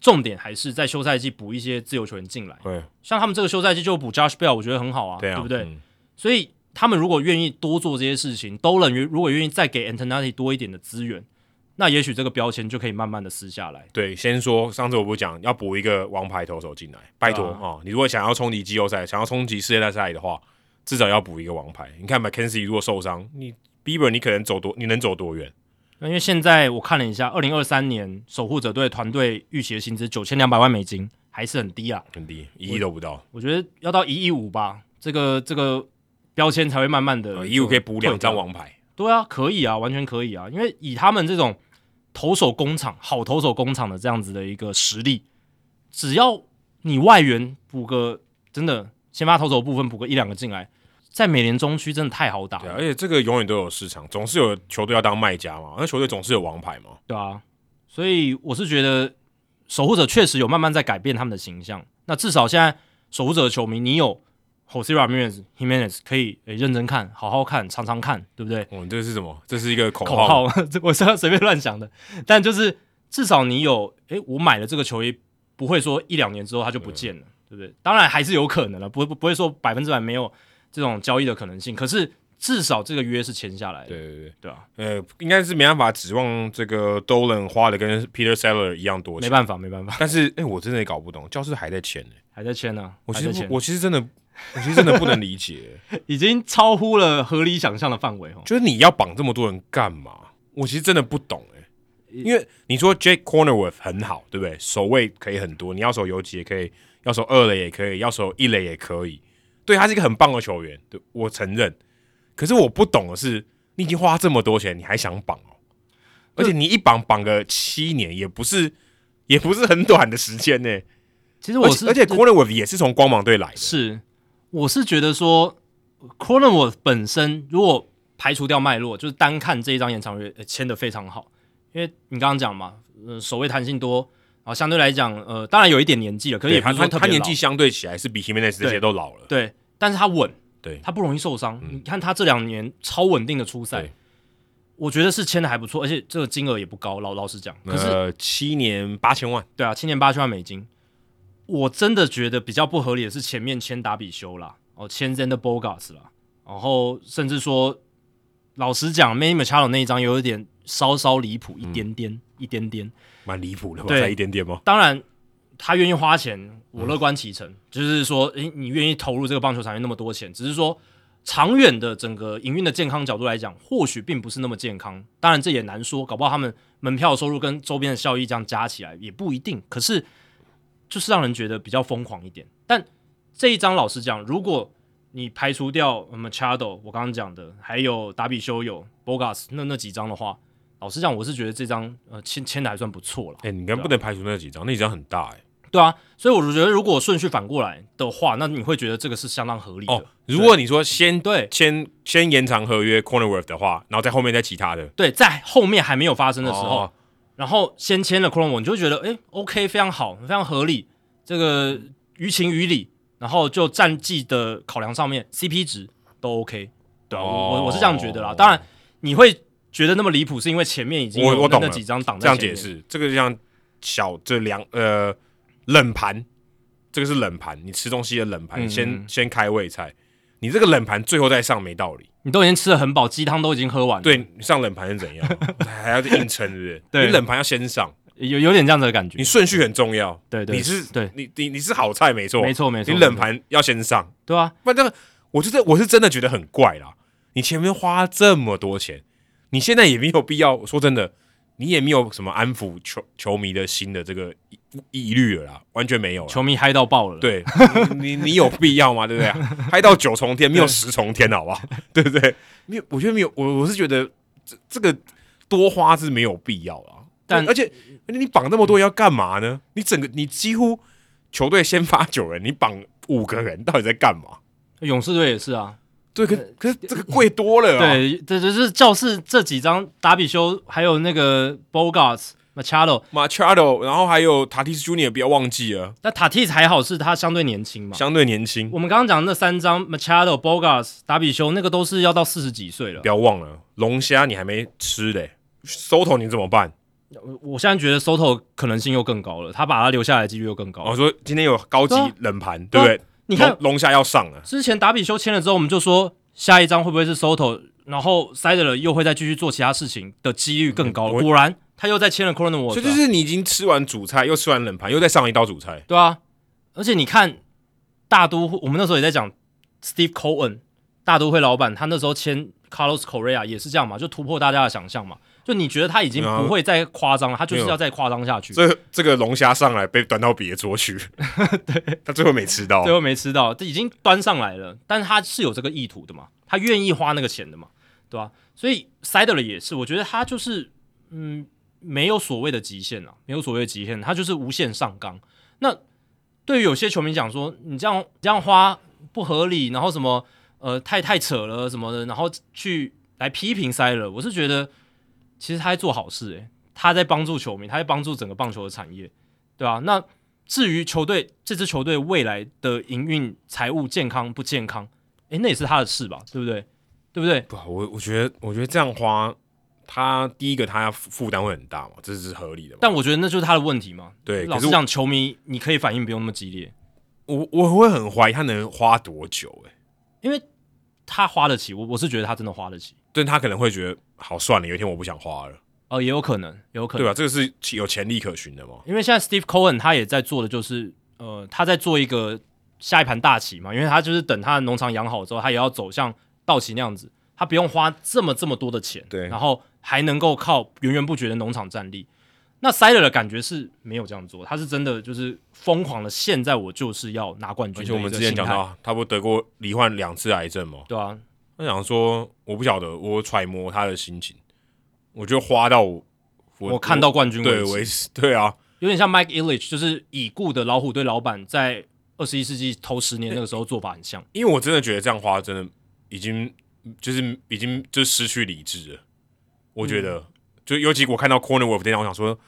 [SPEAKER 2] 重点还是在休赛季补一些自由球员进来，
[SPEAKER 1] 对
[SPEAKER 2] 像他们这个休赛季就补 Josh Bell，我觉得很好啊，
[SPEAKER 1] 啊，
[SPEAKER 2] 不对？
[SPEAKER 1] 嗯
[SPEAKER 2] 所以他们如果愿意多做这些事情，都能如果愿意再给 Antonati 多一点的资源，那也许这个标签就可以慢慢的撕下来。
[SPEAKER 1] 对，先说上次我不是讲要补一个王牌投手进来，拜托
[SPEAKER 2] 对
[SPEAKER 1] 啊
[SPEAKER 2] 啊、
[SPEAKER 1] 哦你如果想要冲击季后赛，想要冲击世界大赛的话，至少要补一个王牌。你看 McKenzie 如果受伤，你 Bieber 你可能走多，你能走多远？
[SPEAKER 2] 那因为现在我看了一下，二零二三年守护者队团队预期的薪资九千两百万美金，还是很低啊。
[SPEAKER 1] 很低，一亿都不到，
[SPEAKER 2] 我觉得要到一亿五吧，这个这个标签才会慢慢的。
[SPEAKER 1] 呃一亿五可以补两张
[SPEAKER 2] 王。
[SPEAKER 1] 王牌。
[SPEAKER 2] 对啊，可以啊，完全可以啊，因为以他们这种投手工厂、好投手工厂的这样子的一个实力，只要你外援补个真的先发投手部分补个一两个进来，在美联中区真的太好打
[SPEAKER 1] 对、
[SPEAKER 2] 了，
[SPEAKER 1] 啊，而且这个永远都有市场，总是有球队要当卖家嘛，那球队总是有王牌嘛。
[SPEAKER 2] 对啊，所以我是觉得守护者确实有慢慢在改变他们的形象。那至少现在守护者的球迷，你有 Jose Ramirez、Jimenez 可以诶认真看、好好看、常常看，对不对？
[SPEAKER 1] 哦，这是什么？这是一个口
[SPEAKER 2] 口
[SPEAKER 1] 号。
[SPEAKER 2] 号， 这我是要随便乱想的。但就是至少你有，诶，我买了这个球衣，不会说一两年之后它就不见了，对不对？当然还是有可能了，不不不会说百分之百没有这种交易的可能性。可是至少这个约是签下来的，
[SPEAKER 1] 对对对，
[SPEAKER 2] 对啊，
[SPEAKER 1] 呃，应该是没办法指望这个 Dolan 花的跟 Peter Seller 一样多
[SPEAKER 2] 没
[SPEAKER 1] 钱，
[SPEAKER 2] 办法，没办法，
[SPEAKER 1] 但是哎、我真的也搞不懂，教室还在签呢、
[SPEAKER 2] 还在签呢、
[SPEAKER 1] 我
[SPEAKER 2] 还
[SPEAKER 1] 其
[SPEAKER 2] 在
[SPEAKER 1] 实
[SPEAKER 2] 签
[SPEAKER 1] 不，我其实真的，我其实真的不能理 解，
[SPEAKER 2] 已经超乎了合理想象的范围哦。
[SPEAKER 1] 就是你要绑这么多人干嘛？我其实真的不懂哎、
[SPEAKER 2] 呃
[SPEAKER 1] 因为你说 Jake Cornerworth 很好，对不对？守卫可以很多，你要守游击也可以，要守二垒也可以，要守一垒也可以。对他是一个很棒的球员，对我承认。可是我不懂的是，你已经花这么多钱，你还想绑哦？而且你一绑绑个七年，也不是也不是很短的时间呢、
[SPEAKER 2] 其实
[SPEAKER 1] 而
[SPEAKER 2] 我是
[SPEAKER 1] 且而且 Cornerworth 也是从光芒队来的，
[SPEAKER 2] 是，我是觉得说 c o r n e r w o r t 本身如果排除掉脉络，就是单看这一张延长约呃签的非常好，因为你刚刚讲嘛，呃，守卫弹性多，然后相对来讲，呃，当然有一点年纪了，可是
[SPEAKER 1] 对
[SPEAKER 2] 也不
[SPEAKER 1] 他
[SPEAKER 2] 是说
[SPEAKER 1] 他
[SPEAKER 2] 特
[SPEAKER 1] 他
[SPEAKER 2] 别
[SPEAKER 1] 年
[SPEAKER 2] 老
[SPEAKER 1] 纪相对起来是比 Jimenez 这
[SPEAKER 2] 对
[SPEAKER 1] 些都老了。
[SPEAKER 2] 对，但是他稳，
[SPEAKER 1] 对嗯
[SPEAKER 2] 他不容易受伤。你看他这两年超稳定的出赛
[SPEAKER 1] 对，
[SPEAKER 2] 我觉得是签的还不错，而且这个金额也不高，老老实讲，可是
[SPEAKER 1] 呃呃，七年八千万，
[SPEAKER 2] 对啊，七年八千万美金，我真的觉得比较不合理的是前面签达比修啦，哦，签 Zander Bogarts 啦，然后甚至说，老实讲，Manny Machado 那一张有一点稍稍离谱，一点点，一点点。
[SPEAKER 1] 蛮离谱的吧？
[SPEAKER 2] 对
[SPEAKER 1] 才一点点吗？
[SPEAKER 2] 当然，他愿意花钱，我乐观其成。就是说，诶，你愿意投入这个棒球产业那么多钱，只是说长远的整个营运的健康角度来讲，或许并不是那么健康。当然，这也难说，搞不好他们门票收入跟周边的效益这样加起来也不一定。可是，就是让人觉得比较疯狂一点。但这一张，老实讲，如果你排除掉呃 Machado，我刚刚讲的，还有达比修有 Bogas 那那几张的话，老实讲，我是觉得这张呃签签的还算不错了。
[SPEAKER 1] 哎、你刚不能排除那几张，那几张很大哎、
[SPEAKER 2] 对啊，所以我就觉得如果顺序反过来的话，那你会觉得这个是相当合理的。
[SPEAKER 1] 哦，如果你说先
[SPEAKER 2] 对
[SPEAKER 1] 先先延长合约 Cornerworth 的话，然后在后面再其他的
[SPEAKER 2] 对，在后面还没有发生的时候，
[SPEAKER 1] 哦
[SPEAKER 2] 然后先签了 c r o m 你就会觉得诶 o k 非常好，非常合理，这个于情于理，然后就战绩的考量上面，CP 值都 OK。对啊，我
[SPEAKER 1] 哦
[SPEAKER 2] 我我是这样觉得啦。当然你会觉得那么离谱，是因为前面已经
[SPEAKER 1] 我
[SPEAKER 2] 有
[SPEAKER 1] 我
[SPEAKER 2] 那
[SPEAKER 1] 懂
[SPEAKER 2] 那
[SPEAKER 1] 了
[SPEAKER 2] 几张挡在
[SPEAKER 1] 这样
[SPEAKER 2] 前
[SPEAKER 1] 解
[SPEAKER 2] 面。
[SPEAKER 1] 释，这个就像小这两呃冷盘，这个是冷盘，你吃东西的冷盘，
[SPEAKER 2] 嗯
[SPEAKER 1] 先先开胃菜，你这个冷盘最后再上没道理。
[SPEAKER 2] 你都已经吃的很饱，鸡汤都已经喝完了，
[SPEAKER 1] 对，你上冷盘是怎样？还要硬撑，对不对？
[SPEAKER 2] 对
[SPEAKER 1] 你冷盘要先上，
[SPEAKER 2] 有有点这样子的感觉
[SPEAKER 1] 你。顺序很重要。
[SPEAKER 2] 对对
[SPEAKER 1] 你是
[SPEAKER 2] 对
[SPEAKER 1] 你你你是好菜没错，
[SPEAKER 2] 没错没错
[SPEAKER 1] 你冷盘要先上，
[SPEAKER 2] 对啊，
[SPEAKER 1] 不然这个，我就真我是真的觉得很怪啦。你前面花这么多钱，你现在也没有必要。说真的，你也没有什么安抚球球迷的心的这个疑疑虑了啦，完全没有啦。
[SPEAKER 2] 球迷嗨到爆了。
[SPEAKER 1] 对你，你 你有必要吗？对不对？嗨到九重天，没有十重天，好不 好？对不对？没有，我觉得没有，我我是觉得这这个多花是没有必要啦。
[SPEAKER 2] 但
[SPEAKER 1] 而且而且你绑那么多人要干嘛呢？你整个你几乎球队先发九人，你绑五个人，到底在干嘛？
[SPEAKER 2] 勇士队也是啊，
[SPEAKER 1] 对，可可是这个贵多了啊！
[SPEAKER 2] 对，这就是教室这几张达比修，还有那个 Bogarts、Machado。
[SPEAKER 1] ，Machado，然后还有 Tatis Junior，不要忘记了，
[SPEAKER 2] 那塔蒂还好是他相对年轻嘛。
[SPEAKER 1] 相对年轻，
[SPEAKER 2] 我们刚刚讲的那三张 Machado、Bogarts、达比修，那个都是要到四十几岁了
[SPEAKER 1] 不。要忘了龙虾你还没吃嘞，Soto 你怎么办？
[SPEAKER 2] 我我现在觉得 Soto 可能性又更高了，他把他留下来的几率又更高。
[SPEAKER 1] 我哦说今天有高级
[SPEAKER 2] 对啊
[SPEAKER 1] 冷盘，对
[SPEAKER 2] 对啊
[SPEAKER 1] 不对？
[SPEAKER 2] 你看
[SPEAKER 1] 龙龙虾要上了，
[SPEAKER 2] 之前达比修签了之后，我们就说下一张会不会是 Soto，然后塞德勒又会再继续做其他事情的几率更高了。
[SPEAKER 1] 我
[SPEAKER 2] 果然他又再签了 Corona w a
[SPEAKER 1] 所以就是你已经吃完主菜，又吃完冷盘，又再上一道主菜，
[SPEAKER 2] 对啊，而且你看大都会，我们那时候也在讲 Steve Cohen 大都会老板，他那时候签 Carlos Correa 也是这样嘛，就突破大家的想象嘛。就你觉得他已经
[SPEAKER 1] 对啊
[SPEAKER 2] 不会再夸张了，他就
[SPEAKER 1] 没
[SPEAKER 2] 是
[SPEAKER 1] 有
[SPEAKER 2] 要再夸张下去，
[SPEAKER 1] 这这个龙虾上来被端到别桌 去，对，他最后没吃到
[SPEAKER 2] 最，后没吃到，这已经端上来了，但是他是有这个意图的嘛，他愿意花那个钱的嘛，对吧、所以 Sider 也是，我觉得他就是嗯，没有所谓的极限啊，没有所谓的极限，他就是无限上纲。那对于有些球迷讲说，你这样你这样花不合理，然后什么呃太太扯了什么的，然后去来批评 Sider，我是觉得其实他在做好事、欸，诶，他在帮助球迷，他在帮助整个棒球的产业，对啊，那至于球队这支球队未来的营运、财务健康不健康，诶，那也是他的事吧，对不对？对不对？
[SPEAKER 1] 不，我我觉得我觉得这样花，他第一个他负负担会很大嘛，这是合理的嘛，
[SPEAKER 2] 但我觉得那就是他的问题嘛。
[SPEAKER 1] 对，可
[SPEAKER 2] 老
[SPEAKER 1] 是
[SPEAKER 2] 实
[SPEAKER 1] 我
[SPEAKER 2] 讲，球迷你可以反应不用那么激烈，
[SPEAKER 1] 我我会很怀疑他能花多久、欸，
[SPEAKER 2] 因为他花得起，我我是觉得他真的花得起，
[SPEAKER 1] 但他可能会觉得好算了，有一天我不想花了，
[SPEAKER 2] 呃，也有可能，也有可
[SPEAKER 1] 对
[SPEAKER 2] 能，
[SPEAKER 1] 吧？这个是有潜力可循的嘛。
[SPEAKER 2] 因为现在 Steve Cohen 他也在做的就是，呃，他在做一个下一盘大棋嘛，因为他就是等他的农场养好之后，他也要走向道奇那样子，他不用花这么这么多的钱，
[SPEAKER 1] 对
[SPEAKER 2] 然后还能够靠源源不绝的农场战力。那 Sider 的感觉是没有这样做，他是真的就是疯狂的，现在我就是要拿冠军
[SPEAKER 1] 而
[SPEAKER 2] 的一
[SPEAKER 1] 且
[SPEAKER 2] 个
[SPEAKER 1] 我
[SPEAKER 2] 心态。
[SPEAKER 1] 们之前讲到，他不得过罹患两次癌症嘛？
[SPEAKER 2] 对啊，
[SPEAKER 1] 他想说，我不晓得，我揣摩他的心情，我就花到我
[SPEAKER 2] 我看到冠军
[SPEAKER 1] 对
[SPEAKER 2] 为止
[SPEAKER 1] 为止，对啊，
[SPEAKER 2] 有点像 Mike Ilitch，就是已故的老虎队老板，在二十一世纪头十年那个时候做法很像。
[SPEAKER 1] 因为我真的觉得这样花真的已经就是已经就失去理智了。我觉
[SPEAKER 2] 嗯
[SPEAKER 1] 得，就尤其我看到 Corner Wolf 那张，我想说，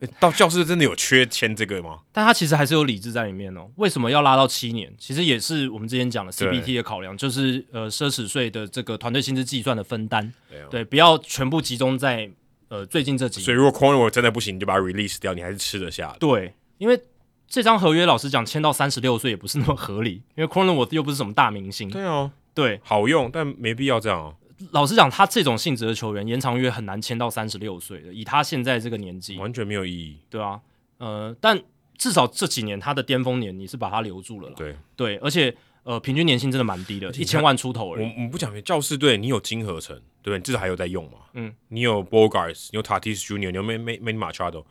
[SPEAKER 1] 诶到教室真的有缺签这个吗？
[SPEAKER 2] 但他其实还是有理智在里面哦。为什么要拉到七年？其实也是我们之前讲的
[SPEAKER 1] 对
[SPEAKER 2] CBT 的考量，就是呃奢侈税的这个团队薪资计算的分担，
[SPEAKER 1] 对啊
[SPEAKER 2] 对，不要全部集中在呃最近这几年
[SPEAKER 1] 所以如果 Corner Wolf 真的不行，你就把它 release 掉，你还是吃得下的。
[SPEAKER 2] 对，因为这张合约老实讲签到三十六岁也不是那么合理，因为 Cronenworth 又不是什么大明星。
[SPEAKER 1] 对啊，
[SPEAKER 2] 对，
[SPEAKER 1] 好用，但没必要这样啊。
[SPEAKER 2] 老实讲，他这种性质的球员延长约很难签到三十六岁的，以他现在这个年纪，
[SPEAKER 1] 完全没有意义。
[SPEAKER 2] 对啊，呃，但至少这几年他的巅峰年你是把他留住了啦。
[SPEAKER 1] 对
[SPEAKER 2] 对，而且呃，平均年薪真的蛮低的，
[SPEAKER 1] 且你
[SPEAKER 2] 一
[SPEAKER 1] 看
[SPEAKER 2] 千万出头
[SPEAKER 1] 我
[SPEAKER 2] 而已。
[SPEAKER 1] 我们不讲教士队，你有金合成，对不对？你至少还有在用嘛。
[SPEAKER 2] 嗯，
[SPEAKER 1] 你有 Bogarts，你有 Tatis Junior，你有 Manny Manny Machado，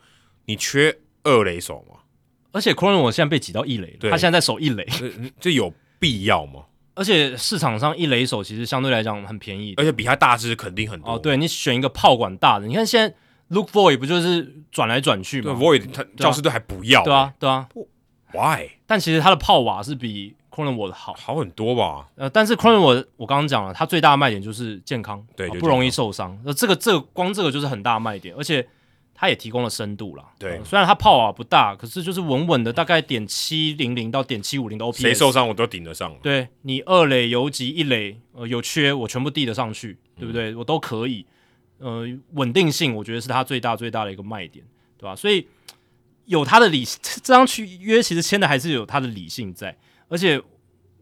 [SPEAKER 1] 你缺二垒手 吗？
[SPEAKER 2] 而且 c r o n e n 现在被挤到一垒
[SPEAKER 1] 对
[SPEAKER 2] 了，他现在在守一垒，
[SPEAKER 1] 这这有必要吗？
[SPEAKER 2] 而且市场上一垒手其实相对来讲很便宜
[SPEAKER 1] 而且比他大只肯定很多。
[SPEAKER 2] 哦。对你选一个炮管大的，你看现在 Luke Voy 不就是转来转去
[SPEAKER 1] 对
[SPEAKER 2] 嘛？
[SPEAKER 1] ，Void 他教士队还不要、欸
[SPEAKER 2] 啊对啊，对啊，
[SPEAKER 1] ，Why
[SPEAKER 2] 但其实他的炮瓦是比 c r o n e n 的好。
[SPEAKER 1] 好很多吧？
[SPEAKER 2] 呃，但是 c r o n e n 我刚刚讲了，他最大的卖点就是健康，
[SPEAKER 1] 对
[SPEAKER 2] 啊
[SPEAKER 1] 就
[SPEAKER 2] 不容易受伤。那这个这个光这个就是很大的卖点，而且他也提供了深度啦。
[SPEAKER 1] 对
[SPEAKER 2] 呃虽然他炮啊不大，可是就是稳稳的，大概点七零零到点七五零的 OPS。
[SPEAKER 1] 谁受？伤我都顶得上。
[SPEAKER 2] 对你二垒游击一垒呃有缺，我全部递得上去，对不
[SPEAKER 1] 嗯
[SPEAKER 2] 对？我都可以。呃，稳定性我觉得是他最大最大的一个卖点，对吧？所以有他的理，这张去约其实签的还是有他的理性在，而且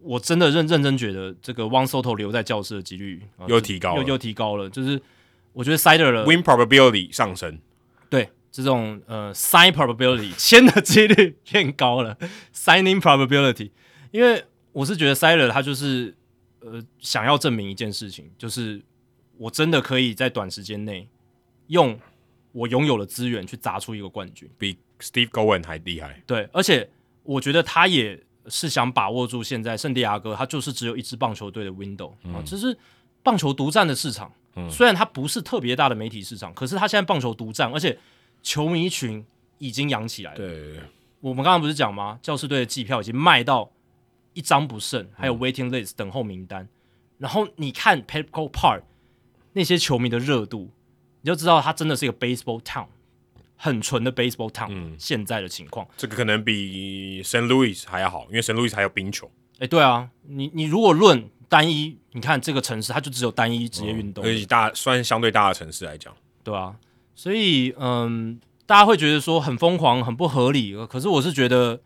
[SPEAKER 2] 我真的认认真觉得这个汪 Soto 留在教室的几率、呃
[SPEAKER 1] 又提高了
[SPEAKER 2] 又又提高了，就是我觉得 Sider 了
[SPEAKER 1] Win probability 上升，
[SPEAKER 2] 对这种呃 sign probability 签的几率变高了，signing probability，因为我是觉得 Siler 他就是呃想要证明一件事情，就是我真的可以在短时间内用我拥有的资源去砸出一个冠军，
[SPEAKER 1] 比 Steve Cohen 还厉害。
[SPEAKER 2] 对，而且我觉得他也是想把握住现在圣地亚哥，他就是只有一支棒球队的 window 啊，这是棒球独占的市场。虽然它不是特别大的媒体市场，可是他现在棒球独占，而且球迷群已经养起来了。
[SPEAKER 1] 对，
[SPEAKER 2] 我们刚刚不是讲吗？教士队的季票已经卖到一张不剩，还有 waiting list 等候名单。然后你看 Petco Park 那些球迷的热度，你就知道它真的是一个 baseball town，很纯的 baseball town、现在的情况。
[SPEAKER 1] 这个可能比 San Louis 还要好，因为 San Louis 还有冰球，
[SPEAKER 2] 哎、对啊，你你如果论单一，你看这个城市，它就只有单一职业运动，
[SPEAKER 1] 而且大算相对大的城市来讲，
[SPEAKER 2] 对啊，所以嗯，大家会觉得说很疯狂、很不合理，呃可是我是觉得，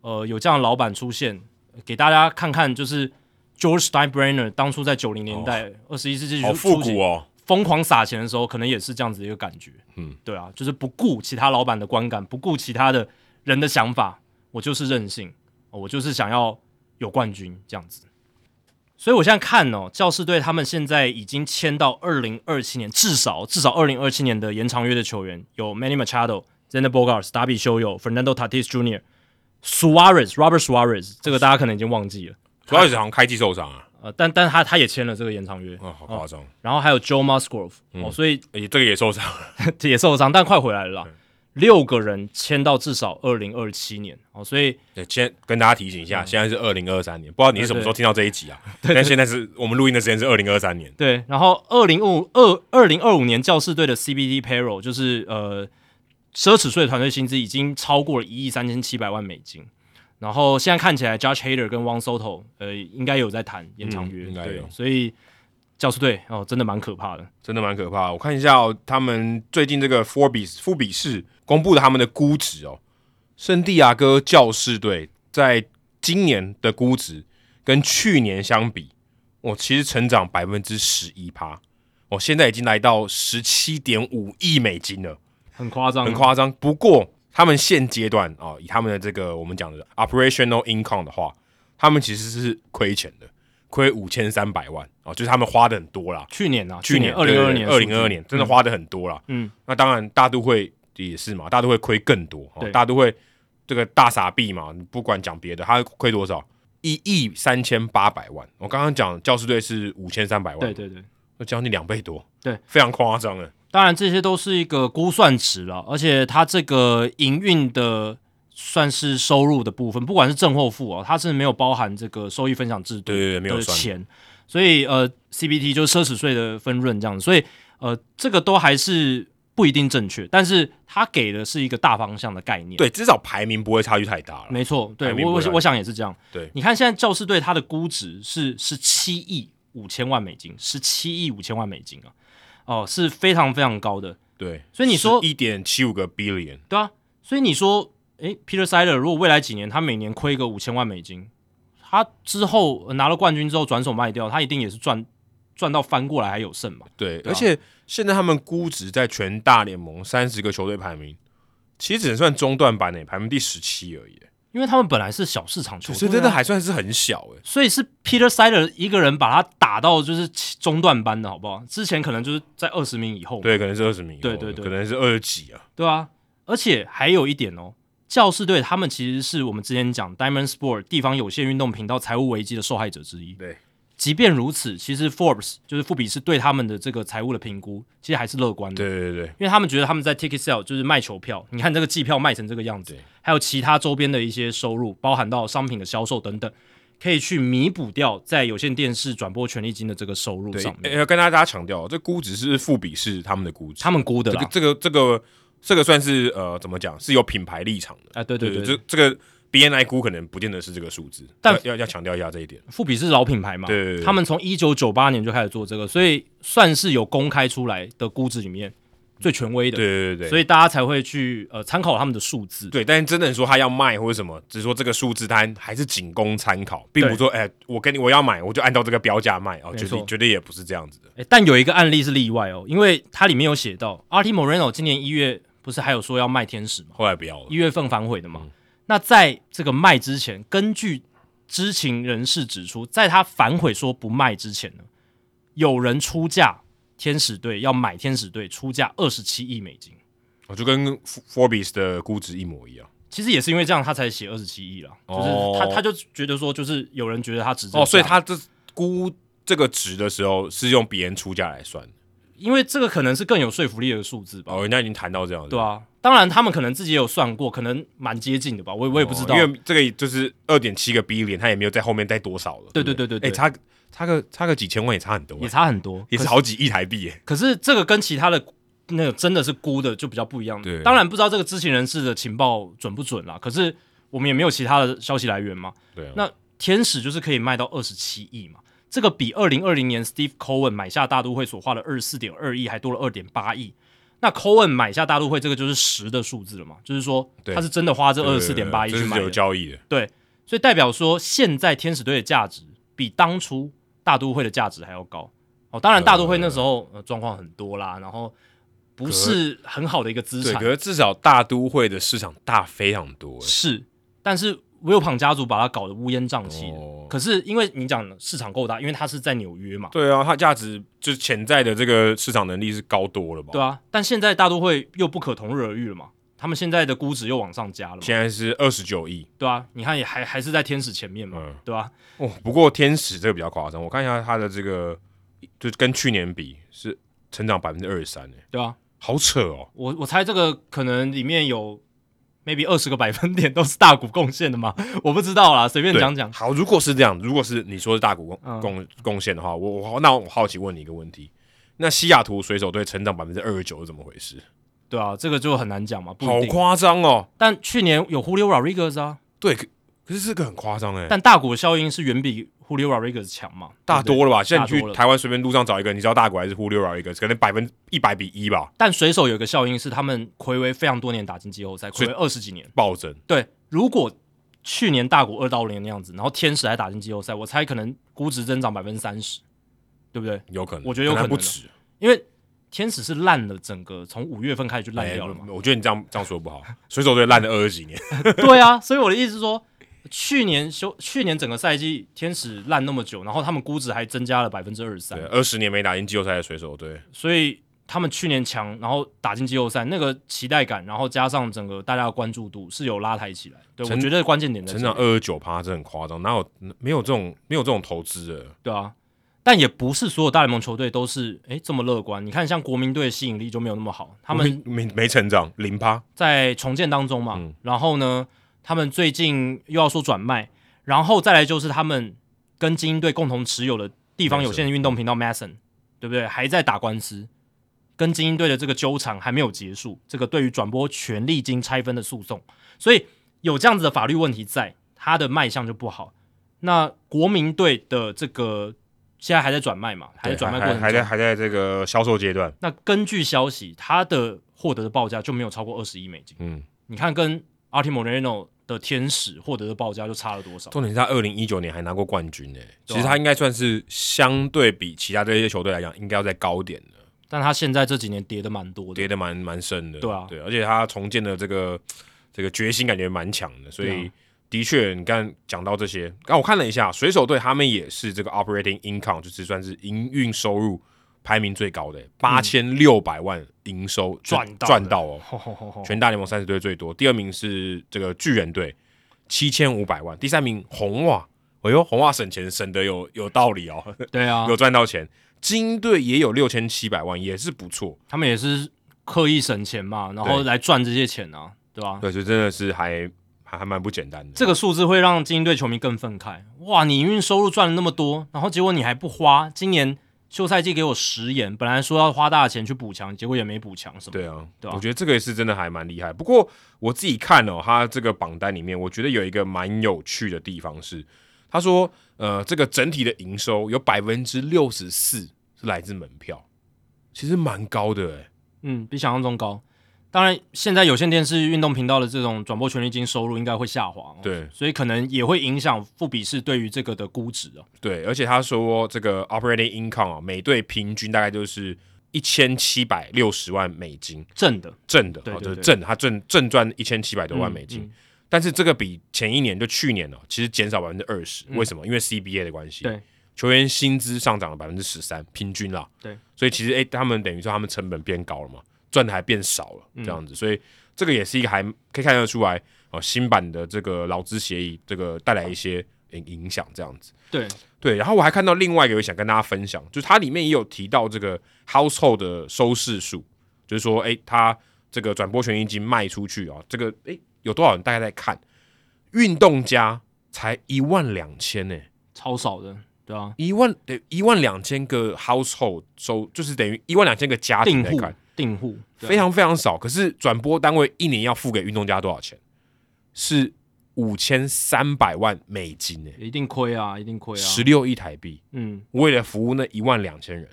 [SPEAKER 2] 呃，有这样的老板出现，给大家看看，就是 George Steinbrenner 当初在九零年代、二十一世纪
[SPEAKER 1] 哦好
[SPEAKER 2] 初
[SPEAKER 1] 复
[SPEAKER 2] 期
[SPEAKER 1] 古哦。
[SPEAKER 2] 疯狂撒钱的时候，可能也是这样子的一个感觉。嗯，对啊，就是不顾其他老板的观感，不顾其他的人的想法，我就是任性，哦我就是想要有冠军这样子。所以我现在看哦，教士队他们现在已经签到二零二七年，至少至少二零二七年的延长约的球员有 Manny Machado、Zander Bogarts、达比修友、Fernando Tatis Jr.、Suarez、Robert Suarez，这个大家可能已经忘记了。
[SPEAKER 1] 主要是好像开季受伤啊，
[SPEAKER 2] 呃，但但他他也签了这个延长约，
[SPEAKER 1] 哦，好夸张，
[SPEAKER 2] 然后还有 Joe Musgrove，、哦，所以
[SPEAKER 1] 而且这个也受伤，
[SPEAKER 2] 也受伤，但快回来了啦。六个人签到至少二零二七年哦，所以
[SPEAKER 1] 对，先跟大家提醒一下，现在是二零二三年，不知道你是什么时候听到这一集啊？但现在是 我们录音的时间是二零二三年，
[SPEAKER 2] 对，然后二零五二二零二五年教士队的 CBD payroll 就是呃奢侈税团队薪资已经超过了一亿三千七百万美金，然后现在看起来 Judge Hader 跟 Wang Soto 呃应该有在谈延长约，
[SPEAKER 1] 嗯应该
[SPEAKER 2] 对
[SPEAKER 1] 有，
[SPEAKER 2] 所以教士队哦真的蛮可怕的，
[SPEAKER 1] 真的蛮可怕的。我看一下、哦、他们最近这个 f o r b e s 富比士公布了他们的估值哦，圣地亚哥教士队在今年的估值跟去年相比，我、哦、其实成长百分之十一趴，哦，现在已经来到十七点五亿美金了。
[SPEAKER 2] 很夸张，
[SPEAKER 1] 很夸张。不过他们现阶段啊、哦以他们的这个我们讲的 operational income 的话，他们其实是亏钱的，亏五千三百万啊、哦就是他们花的很多啦。
[SPEAKER 2] 去年啊，
[SPEAKER 1] 去年
[SPEAKER 2] 二零二二年，
[SPEAKER 1] 二零二二年真的
[SPEAKER 2] 嗯
[SPEAKER 1] 花的很多啦。
[SPEAKER 2] 嗯，
[SPEAKER 1] 那当然大都会也是嘛，大都会亏更多。哦
[SPEAKER 2] 对
[SPEAKER 1] 大都会这个大傻逼嘛，你不管讲别的，他亏多少？一亿三千八百万。我刚刚讲教师队是五千三百万，
[SPEAKER 2] 对，对对。
[SPEAKER 1] 那将近两倍多，
[SPEAKER 2] 对，
[SPEAKER 1] 非常夸张了。
[SPEAKER 2] 当然，这些都是一个估算值了，而且它这个营运的算是收入的部分，不管是正或负啊，它是没有包含这个收益分享制度
[SPEAKER 1] 对对对，没有
[SPEAKER 2] 的
[SPEAKER 1] 算
[SPEAKER 2] 钱，所以呃，CBT 就是奢侈税的分润这样子，所以呃，这个都还是不一定正确，但是它给的是一个大方向的概念。
[SPEAKER 1] 对，至少排名不会差距太大了。
[SPEAKER 2] 没错，对
[SPEAKER 1] 排名
[SPEAKER 2] 我
[SPEAKER 1] 不
[SPEAKER 2] 我
[SPEAKER 1] 会
[SPEAKER 2] 我想也是这样。
[SPEAKER 1] 对
[SPEAKER 2] 你看现在教士队它的估值是十七亿五千万美金，十七亿五千万美金啊，哦、是非常非常高的。
[SPEAKER 1] 对，
[SPEAKER 2] 所以你说
[SPEAKER 1] 一点七五个 billion，
[SPEAKER 2] 对啊，所以你说，诶诶 p e t e r Siler 如果未来几年他每年亏个五千万美金，他之后呃拿了冠军之后转手卖掉，他一定也是赚赚到翻过来还有剩嘛？
[SPEAKER 1] 对，
[SPEAKER 2] 啊
[SPEAKER 1] 而且现在他们估值在全大联盟三十个球队排名，其实只能算中段班诶，排名第十七而已耶，
[SPEAKER 2] 因为他们本来是小市场球
[SPEAKER 1] 所
[SPEAKER 2] 队、
[SPEAKER 1] 以
[SPEAKER 2] 啊，
[SPEAKER 1] 真的还算是很小欸诶。
[SPEAKER 2] 所以是 Peter Siler 一个人把他打到就是中段班的好不好？之前可能就是在二十名以后嘛，
[SPEAKER 1] 对，可能是二十名以后，
[SPEAKER 2] 对对对
[SPEAKER 1] 可能是二十几啊，
[SPEAKER 2] 对啊，而且还有一点哦，教士队他们其实是我们之前讲 Diamond Sport 地方有限运动频道财务危机的受害者之一。
[SPEAKER 1] 对，
[SPEAKER 2] 即便如此，其实 Forbes 就是富比士对他们的这个财务的评估，其实还是乐观的。
[SPEAKER 1] 对对对，
[SPEAKER 2] 因为他们觉得他们在 ticket sale 就是卖球票，你看这个季票卖成这个样子
[SPEAKER 1] 对，
[SPEAKER 2] 还有其他周边的一些收入，包含到商品的销售等等，可以去弥补掉在有线电视转播权利金的这个收入
[SPEAKER 1] 对，哎
[SPEAKER 2] 上面。
[SPEAKER 1] 诶要跟大家强调，这估值是富比是他们的估值，
[SPEAKER 2] 他们估的
[SPEAKER 1] 这
[SPEAKER 2] 啦，
[SPEAKER 1] 个这个这个这个算是呃怎么讲，是有品牌立场的，
[SPEAKER 2] 啊，对对对，
[SPEAKER 1] 这这个 BNI 估可能不见得是这个数字，
[SPEAKER 2] 但
[SPEAKER 1] 要要要强调一下这一点，
[SPEAKER 2] 富比是老品牌嘛，
[SPEAKER 1] 对对对
[SPEAKER 2] 他们从一九九八年就开始做这个，所以算是有公开出来的估值里面最权威的，
[SPEAKER 1] 对对对对，
[SPEAKER 2] 所
[SPEAKER 1] 以
[SPEAKER 2] 以大家才会去呃参考他们的数字。
[SPEAKER 1] 对，但是真的说他要卖或者什么，只是说这个数字单还是仅供参考，并不
[SPEAKER 2] 对
[SPEAKER 1] 说哎、我跟你我要买我就按照这个标价卖哦，
[SPEAKER 2] 没
[SPEAKER 1] 绝
[SPEAKER 2] 错
[SPEAKER 1] 对绝对也不是这样子的，
[SPEAKER 2] 诶但有一个案例是例外哦，因为它里面有写到 r t Moreno 今年一月不是还有说要卖天使嘛，
[SPEAKER 1] 后来不要了
[SPEAKER 2] 一，月份反悔的嘛。
[SPEAKER 1] 嗯
[SPEAKER 2] 那在这个卖之前，根据知情人士指出，在他反悔说不卖之前呢，有人出价天使队要买天使队，出价二十七亿美金。
[SPEAKER 1] 哦就跟 Forbes 的估值一模一样
[SPEAKER 2] 其实也是因为这样，他才写二十七亿啦。
[SPEAKER 1] 哦
[SPEAKER 2] 就是他他就觉得说，就是有人觉得他值这个
[SPEAKER 1] 哦，所以
[SPEAKER 2] 价
[SPEAKER 1] 他这估这个值的时候是用别人出价来算的
[SPEAKER 2] 因为这个可能是更有说服力的数字吧，
[SPEAKER 1] 哦，人家已经谈到这样子，
[SPEAKER 2] 对啊。当然，他们可能自己也有算过，可能蛮接近的吧，我我也不知道。
[SPEAKER 1] 哦因为这个就是二点七个 B 脸，他也没有在后面带多少了。
[SPEAKER 2] 对
[SPEAKER 1] 不
[SPEAKER 2] 对对对对
[SPEAKER 1] 哎、差差个差个几千万也差很多、
[SPEAKER 2] 也
[SPEAKER 1] 欸，
[SPEAKER 2] 差很多，
[SPEAKER 1] 也是好几亿台币、欸。
[SPEAKER 2] 可是这个跟其他的那个真的是估的就比较不一样。
[SPEAKER 1] 对
[SPEAKER 2] 当然不知道这个知情人士的情报准不准啦。可是我们也没有其他的消息来源嘛。
[SPEAKER 1] 对啊，
[SPEAKER 2] 那天使就是可以卖到二十七亿嘛，这个比二零二零年 Steve Cohen 买下大都会所花的二十四点二亿还多了二点八亿。那 Cohen 买下大都会，这个就是十的数字了嘛，就是说
[SPEAKER 1] 对
[SPEAKER 2] 他是真的花这
[SPEAKER 1] 对
[SPEAKER 2] 二
[SPEAKER 1] 对
[SPEAKER 2] 十四点八亿
[SPEAKER 1] 对
[SPEAKER 2] 去
[SPEAKER 1] 这
[SPEAKER 2] 买
[SPEAKER 1] 是
[SPEAKER 2] 的
[SPEAKER 1] 有交易的，
[SPEAKER 2] 对，所以代表说现在天使队的价值比当初大都会的价值还要高。哦，当然大都会那时候呃状况很多啦，然后不是很好的一个资
[SPEAKER 1] 对。
[SPEAKER 2] 产
[SPEAKER 1] 可是至少大都会的市场大非常多、欸，
[SPEAKER 2] 是，但是 Will 庞家族把它搞得乌烟瘴气的。
[SPEAKER 1] 哦
[SPEAKER 2] 可是因为你讲了市场够大，因为它是在纽约嘛，
[SPEAKER 1] 对啊，它价值就是潜在的这个市场能力是高多了吧？
[SPEAKER 2] 对啊，但现在大都会又不可同日而语了嘛。他们现在的估值又往上加了嘛，
[SPEAKER 1] 现在是二十九亿，
[SPEAKER 2] 对啊，你看也还还是在天使前面嘛，
[SPEAKER 1] 嗯
[SPEAKER 2] 对啊吧、
[SPEAKER 1] 哦，不过天使这个比较夸张，我看一下它的这个，就是跟去年比是成长百分之二十三，哎，
[SPEAKER 2] 对啊，
[SPEAKER 1] 好扯哦，
[SPEAKER 2] 我我猜这个可能里面有 maybe 二十个百分点都是大股贡献的嘛， 我不知道啦，随便
[SPEAKER 1] 对
[SPEAKER 2] 讲讲。
[SPEAKER 1] 好，如果是这样，如果是你说是大股
[SPEAKER 2] 嗯
[SPEAKER 1] 贡贡贡献的话，我我那我好奇问你一个问题。那西雅图水手队成长百分之二十九是怎么回事？
[SPEAKER 2] 对啊，这个就很难讲嘛，不
[SPEAKER 1] 好
[SPEAKER 2] 一定。
[SPEAKER 1] 夸张哦！
[SPEAKER 2] 但去年有 Julio Rodriguez 啊，
[SPEAKER 1] 对，可可是这个很夸张哎，
[SPEAKER 2] 但大股效应是远比 Julio Rodriguez 强嘛，
[SPEAKER 1] 大
[SPEAKER 2] 对不对
[SPEAKER 1] 多了吧？现在
[SPEAKER 2] 大
[SPEAKER 1] 你
[SPEAKER 2] 多了
[SPEAKER 1] 去台湾随便路上找一个，你知道大股还是忽略了一个，可能百分一百比一吧，
[SPEAKER 2] 但水手有一个效应是他们暌违非常多年打进季后赛，暌
[SPEAKER 1] 所以
[SPEAKER 2] 违二十几年。
[SPEAKER 1] 暴增。
[SPEAKER 2] 对，如果去年大股二到零那样子，然后天使还打进季后赛，我猜可能估值增长百分之三十，对不对？
[SPEAKER 1] 有可能，
[SPEAKER 2] 我觉得有可能啊
[SPEAKER 1] 不止。
[SPEAKER 2] 因为天使是烂了整个，从五月份开始就烂
[SPEAKER 1] 哎
[SPEAKER 2] 掉了嘛。
[SPEAKER 1] 我觉得你这样这样说不好。水手队烂了二十几 年，
[SPEAKER 2] 对啊，所以我的意思是说，去年休去年整个赛季天使烂那么久，然后他们估值还增加了百分之二十
[SPEAKER 1] 对，啊
[SPEAKER 2] 三，
[SPEAKER 1] 二十年没打进季后赛的水手队，
[SPEAKER 2] 所以他们去年强，然后打进季后赛，那个期待感，然后加上整个大家的关注度是有拉抬起来。对，我
[SPEAKER 1] 成
[SPEAKER 2] 觉得关键点在
[SPEAKER 1] 成
[SPEAKER 2] 这
[SPEAKER 1] 长
[SPEAKER 2] 里，
[SPEAKER 1] 二十九趴，这很夸张。哪有没有这种没有这种投资的？
[SPEAKER 2] 对啊。但也不是所有大联盟球队都是诶这么乐观。你看，像国民队的吸引力就没有那么好，他们
[SPEAKER 1] 没没没成长，零趴。
[SPEAKER 2] 在重建当中嘛，
[SPEAKER 1] 嗯
[SPEAKER 2] 然后呢，他们最近又要说转卖，然后再来就是他们跟精英队共同持有的地方有线运动频道 Mason，对不对？还在打官司，跟精英队的这个纠缠还没有结束，这个对于转播权利金拆分的诉讼，所以有这样子的法律问题在，它的卖相就不好。那国民队的这个现在还在转卖嘛，还在
[SPEAKER 1] 对
[SPEAKER 2] 转卖过
[SPEAKER 1] 还
[SPEAKER 2] 程
[SPEAKER 1] 还在
[SPEAKER 2] 中
[SPEAKER 1] 还在这个销售阶段。
[SPEAKER 2] 那根据消息，它的获得的报价就没有超过二十亿美金。
[SPEAKER 1] 嗯，
[SPEAKER 2] 你看跟 Arti Moreno 的天使获得的报价就差了多少？
[SPEAKER 1] 重点是他二零一九年还拿过冠军呢、其
[SPEAKER 2] 对啊
[SPEAKER 1] 实他应该算是相对比其他这些球队来讲，应该要再高点的，
[SPEAKER 2] 但他现在这几年跌的蛮多的，
[SPEAKER 1] 跌的蛮蛮深的。
[SPEAKER 2] 对啊
[SPEAKER 1] 对，而且他重建的这个这个决心感觉蛮强的，所
[SPEAKER 2] 对啊
[SPEAKER 1] 以的确，你刚讲到这些，刚我看了一下，水手队他们也是这个 operating income，就是算是营运收入排名最高的、八千六百万营收
[SPEAKER 2] 嗯赚到的
[SPEAKER 1] 赚到哦，
[SPEAKER 2] 吼吼吼吼
[SPEAKER 1] 全大联盟三十队最多，第二名是这个巨人队，七千五百万，第三名红袜，哎呦，红袜省钱省得有有道理哦，，
[SPEAKER 2] 对啊
[SPEAKER 1] 有赚到钱。金队也有六千七百万，也是不错，
[SPEAKER 2] 他们也是刻意省钱嘛，然后
[SPEAKER 1] 对
[SPEAKER 2] 来赚这些钱啊，对吧、
[SPEAKER 1] 对，所以真的是还还还蛮不简单的。
[SPEAKER 2] 这个数字会让精英队球迷更愤慨。哇，你营运收入赚了那么多，然后结果你还不花，今年休赛季给我食言，本来说要花大钱去补强，结果也没补强什么。
[SPEAKER 1] 对啊，
[SPEAKER 2] 对啊
[SPEAKER 1] 我觉得这个是真的还蛮厉害。不过我自己看哦，他这个榜单里面，我觉得有一个蛮有趣的地方是，他说，呃，这个整体的营收有百分之六十四是来自门票，其实蛮高的诶、欸
[SPEAKER 2] 嗯，比想象中高。当然，现在有线电视运动频道的这种转播权利金收入应该会下滑、哦，
[SPEAKER 1] 对
[SPEAKER 2] 所以可能也会影响富比士对于这个的估值啊。
[SPEAKER 1] 对，而且他说这个 operating income 啊，每队平均大概就是一千七百六十万美金
[SPEAKER 2] 正的
[SPEAKER 1] 挣的，
[SPEAKER 2] 对
[SPEAKER 1] 哦
[SPEAKER 2] 对
[SPEAKER 1] 就是
[SPEAKER 2] 对
[SPEAKER 1] 挣，他挣挣赚一千七百多万美金。
[SPEAKER 2] 嗯嗯
[SPEAKER 1] 但是这个比前一年就去年哦，其实减少百分之二十，为什么？因为 CBA 的关系，
[SPEAKER 2] 嗯对，
[SPEAKER 1] 球员薪资上涨了百分之十三，平均啦，
[SPEAKER 2] 对，
[SPEAKER 1] 所以其实诶，他们等于说他们成本变高了嘛，赚的还变少了，
[SPEAKER 2] 嗯
[SPEAKER 1] 这样子，所以这个也是一个还可以看得出来哦，新版的这个劳资协议这个带来一些影影响，这样子。
[SPEAKER 2] 对，
[SPEAKER 1] 对，然后我还看到另外一个我想跟大家分享，就是它里面也有提到这个 household 的收视数，就是说，诶，它这个转播权益金卖出去啊，这个诶有多少人大概在看？运动家才一万两千呢，
[SPEAKER 2] 超少的，对啊，
[SPEAKER 1] 一万对一万两千个 household 收，就是等于一万两千个家庭
[SPEAKER 2] 订
[SPEAKER 1] 在
[SPEAKER 2] 户
[SPEAKER 1] 看，
[SPEAKER 2] 订户对啊
[SPEAKER 1] 非常非常少。可是转播单位一年要付给运动家多少钱？是五千三百万美金呢，
[SPEAKER 2] 一定亏啊，一定亏啊。
[SPEAKER 1] 十六亿台币。
[SPEAKER 2] 嗯，
[SPEAKER 1] 为了服务那一万两千人。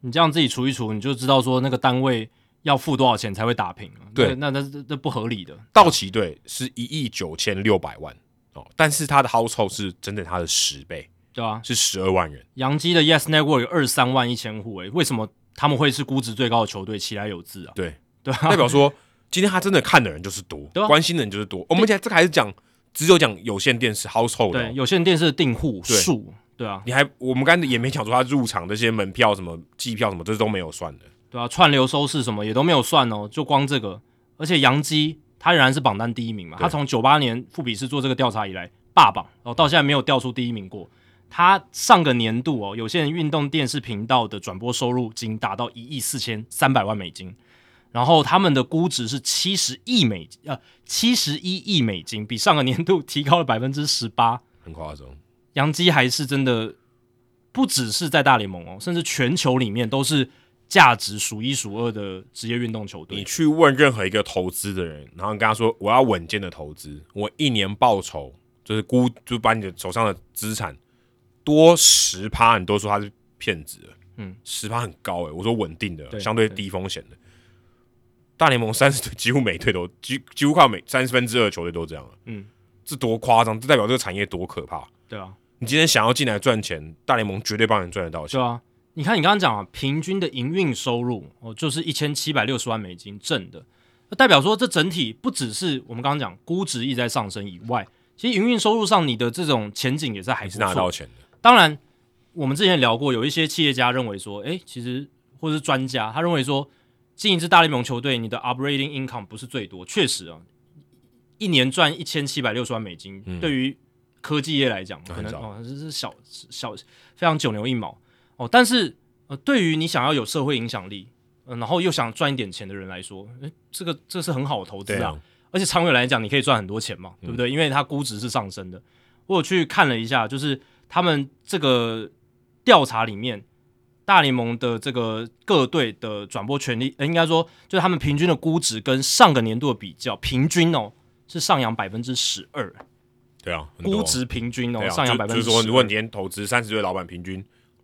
[SPEAKER 2] 你这样自己除一除，你就知道说那个单位要付多少钱才会打平了。
[SPEAKER 1] 对
[SPEAKER 2] 那那那那不合理的。
[SPEAKER 1] 道奇队是一亿九千六百万哦，但是他的 household 是整整他的十倍，
[SPEAKER 2] 对啊，
[SPEAKER 1] 是十二万人。
[SPEAKER 2] 杨基的 Yes Network 有二三万一千户，诶，为什么他们会是估值最高的球队？其来有自啊，
[SPEAKER 1] 对，
[SPEAKER 2] 对
[SPEAKER 1] 代
[SPEAKER 2] 啊，
[SPEAKER 1] 表说今天他真的看的人就是多，
[SPEAKER 2] 对啊
[SPEAKER 1] 关心的人就是多。我们讲这个还是讲只有讲有线电视 household 的
[SPEAKER 2] 对，
[SPEAKER 1] 哦。
[SPEAKER 2] 有线电视的订户
[SPEAKER 1] 对
[SPEAKER 2] 数，对啊，
[SPEAKER 1] 你还我们刚才也没讲说他入场这些门票什么机票什么，这都没有算的。
[SPEAKER 2] 对啊，串流收视什么也都没有算哦，就光这个，而且杨基他仍然是榜单第一名嘛，
[SPEAKER 1] 对
[SPEAKER 2] 他从九八年富比士做这个调查以来霸榜，哦，到现在没有调出第一名过。他上个年度哦，有线运动电视频道的转播收入仅达到一亿四千三百万美金，然后他们的估值是七十亿美呃七十一亿美金，比上个年度提高了百分之十八。
[SPEAKER 1] 很夸张，
[SPEAKER 2] 杨基还是真的不只是在大联盟哦，甚至全球里面都是价值数一数二的职业运动球
[SPEAKER 1] 你
[SPEAKER 2] 队。
[SPEAKER 1] 去问任何一个投资的人，然后你跟他说我要稳健的投资，我一年报酬就是估，就把你的手上的资产多十趴，你都说他是骗子了。
[SPEAKER 2] 嗯，
[SPEAKER 1] 十趴很高诶、欸我说稳定的，
[SPEAKER 2] 对
[SPEAKER 1] 相对低风险的。大联盟三十队几乎每队都几几乎快每三分之二球队都这样了。
[SPEAKER 2] 嗯，
[SPEAKER 1] 这多夸张！这代表这个产业多可怕。
[SPEAKER 2] 对啊，
[SPEAKER 1] 你今天想要进来赚钱，大联盟绝对帮你赚得到钱。
[SPEAKER 2] 对啊。你看，你刚刚讲啊，平均的营运收入哦，就是一千七百六十万美金挣的，那代表说这整体不只是我们刚刚讲估值一直在上升以外，其实营运收入上你的这种前景也是还
[SPEAKER 1] 你
[SPEAKER 2] 不
[SPEAKER 1] 是
[SPEAKER 2] 错
[SPEAKER 1] 拿得到钱的，
[SPEAKER 2] 当然，我们之前聊过，有一些企业家认为说，诶，其实或者是专家，他认为说，进一支大联盟球队，你的 operating income 不是最多，确实啊，一年赚一千七百六十万美金，对于科技业来讲，可能
[SPEAKER 1] 嗯很少
[SPEAKER 2] 哦，这是小小非常九牛一毛哦。但是呃，对于你想要有社会影响力，嗯、然后又想赚一点钱的人来说，诶，这个这是很好的投资
[SPEAKER 1] 对
[SPEAKER 2] 啊
[SPEAKER 1] 啊。
[SPEAKER 2] 而且长远来讲，你可以赚很多钱嘛，
[SPEAKER 1] 嗯
[SPEAKER 2] 对不对？因为它估值是上升的。我有去看了一下，就是他们这个调查里面，大联盟的这个各队的转播权利，呃、应该说就是他们平均的估值跟上个年度的比较，平均哦是上扬百分之十二，
[SPEAKER 1] 对啊，很多
[SPEAKER 2] 估值平均哦、
[SPEAKER 1] 对啊，
[SPEAKER 2] 上扬百
[SPEAKER 1] 就
[SPEAKER 2] 分
[SPEAKER 1] 就是
[SPEAKER 2] 之十
[SPEAKER 1] 说，
[SPEAKER 2] 二。
[SPEAKER 1] 如果你今天投资三十岁老板，平均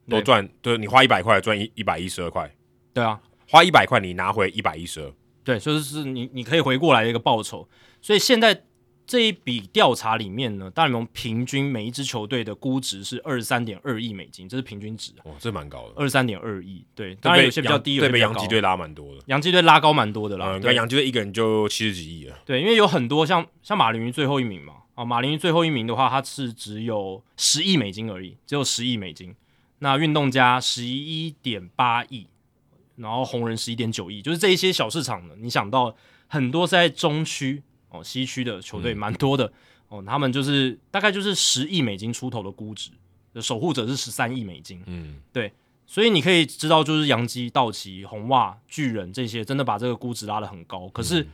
[SPEAKER 1] 都
[SPEAKER 2] 对
[SPEAKER 1] 赚，就是你花一百块赚一一百一十二块，
[SPEAKER 2] 对啊，
[SPEAKER 1] 花一百块你拿回一百一十二，
[SPEAKER 2] 对，就是你你可以回过来的一个报酬。所以现在这一笔调查里面呢，大联盟平均每一支球队的估值是二十三点二亿美金，这是平均值，啊
[SPEAKER 1] 哦，这蛮高的。
[SPEAKER 2] 二十三点二亿。对，当然有些比较低，有
[SPEAKER 1] 对
[SPEAKER 2] 些
[SPEAKER 1] 被
[SPEAKER 2] 比较
[SPEAKER 1] 洋
[SPEAKER 2] 高
[SPEAKER 1] 基。队拉蛮多的。
[SPEAKER 2] 洋基队拉高蛮多的啦，
[SPEAKER 1] 嗯，
[SPEAKER 2] 对
[SPEAKER 1] 那洋基队一个人就七十几亿了，
[SPEAKER 2] 对，因为有很多像像马林鱼最后一名嘛，啊，马林鱼最后一名的话，它是只有十亿美金而已，只有十亿美金。那运动家十一点八亿，然后红人十一点九亿，就是这一些小市场呢，你想到很多是在中区哦、西区的球队蛮多的、哦，他们就是大概就是十亿美金出头的估值，守护者是十三亿美金，
[SPEAKER 1] 嗯，
[SPEAKER 2] 所以你可以知道，就是洋基、道奇、红袜、巨人这些，真的把这个估值拉得很高。可
[SPEAKER 1] 嗯
[SPEAKER 2] 是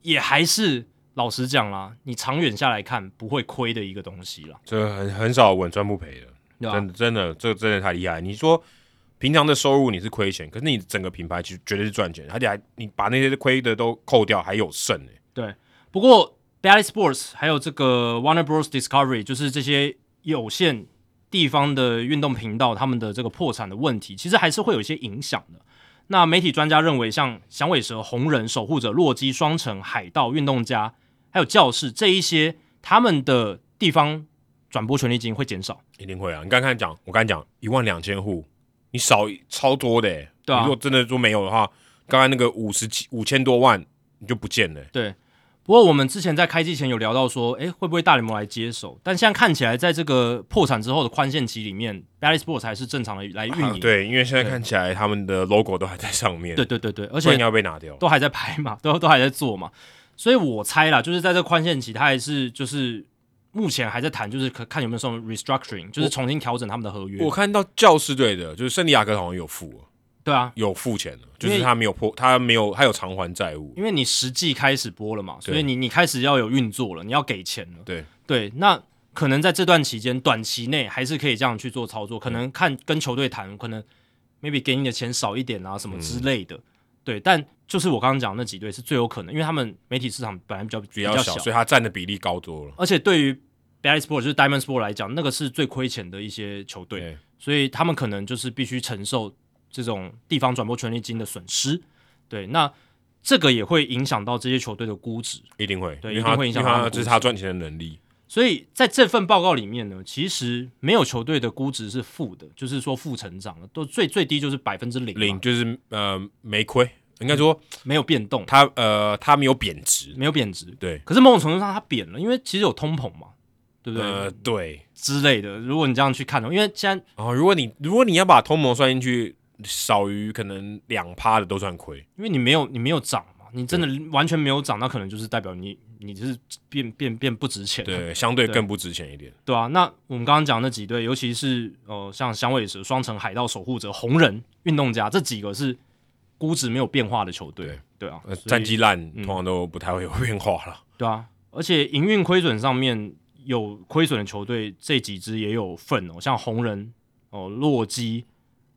[SPEAKER 2] 也还是老实讲啦，你长远下来看不会亏的一个东西啦，
[SPEAKER 1] 这很很少稳赚不赔的，
[SPEAKER 2] 对啊吧、
[SPEAKER 1] 真的真的，这个真的太厉害。你说平常的收入你是亏钱，可是你整个品牌其实绝对是赚钱，而且还你把那些亏的都扣掉，还有剩哎、
[SPEAKER 2] 不过 Bally Sports 还有这个 Warner Bros Discovery，就是这些有线地方的运动频道，他们的这个破产的问题，其实还是会有一些影响的。那媒体专家认为，像响尾蛇、红人、守护者、洛基、双城、海盗、运动家，还有教室这一些，他们的地方转播权利金会减少。
[SPEAKER 1] 一定会啊！你刚才讲，我刚才讲一万两千户，你少超多的、欸。
[SPEAKER 2] 对啊
[SPEAKER 1] 你如果真的说没有的话，刚才那个五十几五千多万你就不见了欸、
[SPEAKER 2] 对，不过我们之前在开机前有聊到说，诶，会不会大联盟来接手？但现在看起来，在这个破产之后的宽限期里面 b a l l y Sports 还是正常的来运营。
[SPEAKER 1] 啊对，因为现在看起来他们的 logo 都还在上面，
[SPEAKER 2] 对，对对对，而
[SPEAKER 1] 而且
[SPEAKER 2] 且
[SPEAKER 1] 要被拿掉。
[SPEAKER 2] 都还在拍嘛， 都都还在做嘛，所以我猜啦，就是在这宽限期，他还是就是目前还在谈，就是可看有没有什么 restructuring，就是重新调整他们的合约
[SPEAKER 1] 我。看到教师队的，就是圣地亚哥好像有付了
[SPEAKER 2] 对啊，
[SPEAKER 1] 有付钱了，
[SPEAKER 2] 因
[SPEAKER 1] 就
[SPEAKER 2] 为
[SPEAKER 1] 是他没有破，他没有他有偿还债务
[SPEAKER 2] 因。为你实际开始播了嘛，所以你你开始要有运作了，你要给钱了。
[SPEAKER 1] 对
[SPEAKER 2] 对，那可能在这段期间，短期内还是可以这样去做操作，可能看跟球队谈，可能 maybe 给你的钱少一点啊，什么
[SPEAKER 1] 嗯
[SPEAKER 2] 之类的。对，但就是我刚刚讲的那几队是最有可能，因为他们媒体市场本来比较比
[SPEAKER 1] 比较
[SPEAKER 2] 小
[SPEAKER 1] 小，，所以他占的比例高多了。
[SPEAKER 2] 而且对于 b a l l y Sport 就是 Diamond Sport 来讲，那个是最亏钱的一些球队，
[SPEAKER 1] 对
[SPEAKER 2] 所以他们可能就是必须承受这种地方转播权利金的损失。对，那这个也会影响到这些球队的估值。
[SPEAKER 1] 一定会，
[SPEAKER 2] 对
[SPEAKER 1] 因为
[SPEAKER 2] 一
[SPEAKER 1] 他
[SPEAKER 2] 定会影响
[SPEAKER 1] 因为
[SPEAKER 2] 他
[SPEAKER 1] 他
[SPEAKER 2] 们
[SPEAKER 1] 这是他赚钱的能力。
[SPEAKER 2] 所以在这份报告里面呢，其实没有球队的估值是负的，就是说负成长的，都最最低就是百分之零嘛，
[SPEAKER 1] 领就是呃没亏，应该说
[SPEAKER 2] 没有变动，
[SPEAKER 1] 他呃他没有贬值。
[SPEAKER 2] 没有贬值。
[SPEAKER 1] 对，
[SPEAKER 2] 可是某种程度上它贬了，因为其实有通膨嘛，对不对、
[SPEAKER 1] 呃对，
[SPEAKER 2] 之类的？如果你这样去看的话，因为现在
[SPEAKER 1] 然后如果你如果你要把通膨算进去，少于可能两趴的都算亏。
[SPEAKER 2] 因为你没有你没有涨嘛，你真的完全没有涨，那可能就是代表你你就是变变变不值钱了，
[SPEAKER 1] 对，相对
[SPEAKER 2] 对
[SPEAKER 1] 更不值钱一点。
[SPEAKER 2] 对啊，那我们刚刚讲那几队，尤其是呃像响尾蛇、双城、海盗、守护者、红人、运动家这几个是估值没有变化的球队
[SPEAKER 1] 对，
[SPEAKER 2] 对啊，
[SPEAKER 1] 呃，
[SPEAKER 2] 所以
[SPEAKER 1] 战绩烂，通常都不太会有变化了。
[SPEAKER 2] 对啊，而且营运亏损上面有亏损的球队，这几支也有份哦，像红人哦、洛基，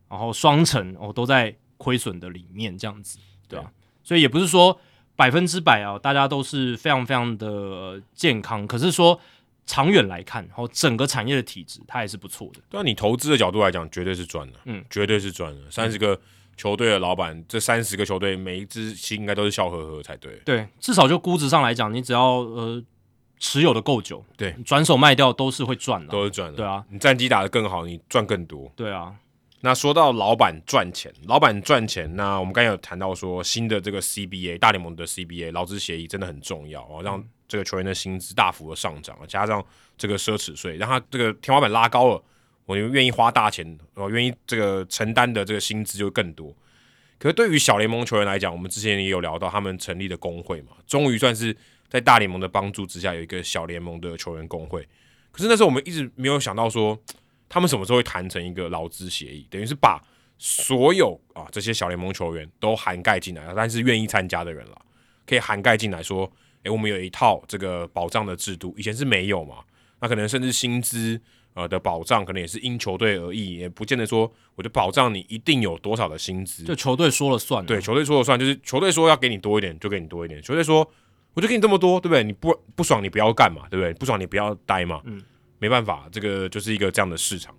[SPEAKER 2] 然后双城哦都在亏损的里面，这样子，对啊，所以也不是说百分之百啊，大家都是非常非常的呃健康，可是说长远来看，然、后整个产业的体质它还是不错的，
[SPEAKER 1] 对啊，你投资的角度来讲，绝对是赚的，
[SPEAKER 2] 嗯，
[SPEAKER 1] 绝对是赚的。三十个球队的老板，这三十个球队每一支心应该都是笑呵呵才对。
[SPEAKER 2] 对，至少就估值上来讲，你只要呃持有的够久，
[SPEAKER 1] 对，
[SPEAKER 2] 转手卖掉都是会赚的啊，
[SPEAKER 1] 都是赚的，
[SPEAKER 2] 对啊，
[SPEAKER 1] 你战绩打得更好，你赚更多。
[SPEAKER 2] 对啊，
[SPEAKER 1] 那说到老板赚钱，老板赚钱，那我们刚才有谈到说，新的这个 CBA 大联盟的 CBA 劳资协议真的很重要哦，让这个球员的薪资大幅的上涨，啊加上这个奢侈税，让他这个天花板拉高了，我愿意花大钱，我愿意这个承担的这个薪资就更多。可是对于啊小联盟球员来讲，我们之前也有聊到他们成立的工会嘛，终于算是在大联盟的帮助之下，有一个小联盟的球员工会。可是那时候我们一直没有想到说，他们什么时候会谈成一个劳资协议，等于是把所有啊这些小联盟球员都涵盖进来了，但是愿意参加的人了，可以涵盖进来说，诶、我们有一套这个保障的制度，以前是没有嘛，那可能甚至薪资呃的保障，可能也是因球队而异，也不见得说我就保障你一定有多少的薪资，
[SPEAKER 2] 就球队说了算了，
[SPEAKER 1] 对，球队说了算，就是球队说要给你多一点就给你多一点，球队说我就给你这么多，对不对？你不不爽你不要干嘛，对不对？不爽你不要待嘛，
[SPEAKER 2] 嗯，
[SPEAKER 1] 没办法，这个就是一个这样的市场。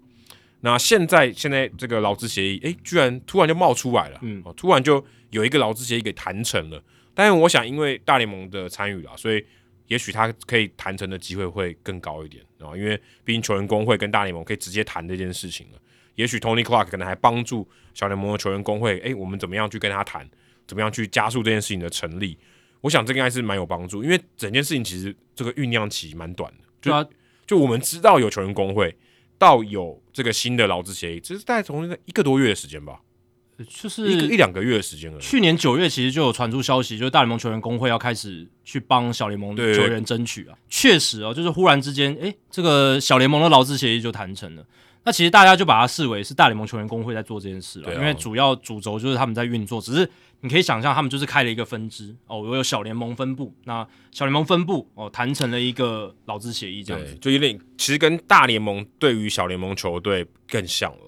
[SPEAKER 1] 那现在现在这个劳资协议，诶，居然突然就冒出来了，
[SPEAKER 2] 嗯
[SPEAKER 1] 哦，突然就有一个劳资协议给谈成了。但是我想，因为大联盟的参与啦，所以也许他可以谈成的机会会更高一点啊，因为毕竟球员工会跟大联盟可以直接谈这件事情了。也许 Tony Clark 可能还帮助小联盟的球员工会，诶，我们怎么样去跟他谈，怎么样去加速这件事情的成立？我想这个应该是蛮有帮助，因为整件事情其实这个酝酿期蛮短的，就、
[SPEAKER 2] 对啊，
[SPEAKER 1] 就我们知道有球员工会，到有这个新的劳资协议，这是大概从一个多月的时间吧，
[SPEAKER 2] 就
[SPEAKER 1] 一个
[SPEAKER 2] 是
[SPEAKER 1] 一两个月的时间而已。
[SPEAKER 2] 去年九月其实就有传出消息，就是大联盟球员工会要开始去帮小联盟
[SPEAKER 1] 对
[SPEAKER 2] 球员争取啊。确实哦，就是忽然之间，诶，这个小联盟的劳资协议就谈成了。那其实大家就把它视为是大联盟球员工会在做这件事了，
[SPEAKER 1] 对啊
[SPEAKER 2] 因为主要主轴就是他们在运作。只是你可以想象，他们就是开了一个分支哦，我有小联盟分部，那小联盟分部哦谈成了一个劳资协议这样
[SPEAKER 1] 对，
[SPEAKER 2] 子。
[SPEAKER 1] 就有点其实跟大联盟对于小联盟球队更像了啦。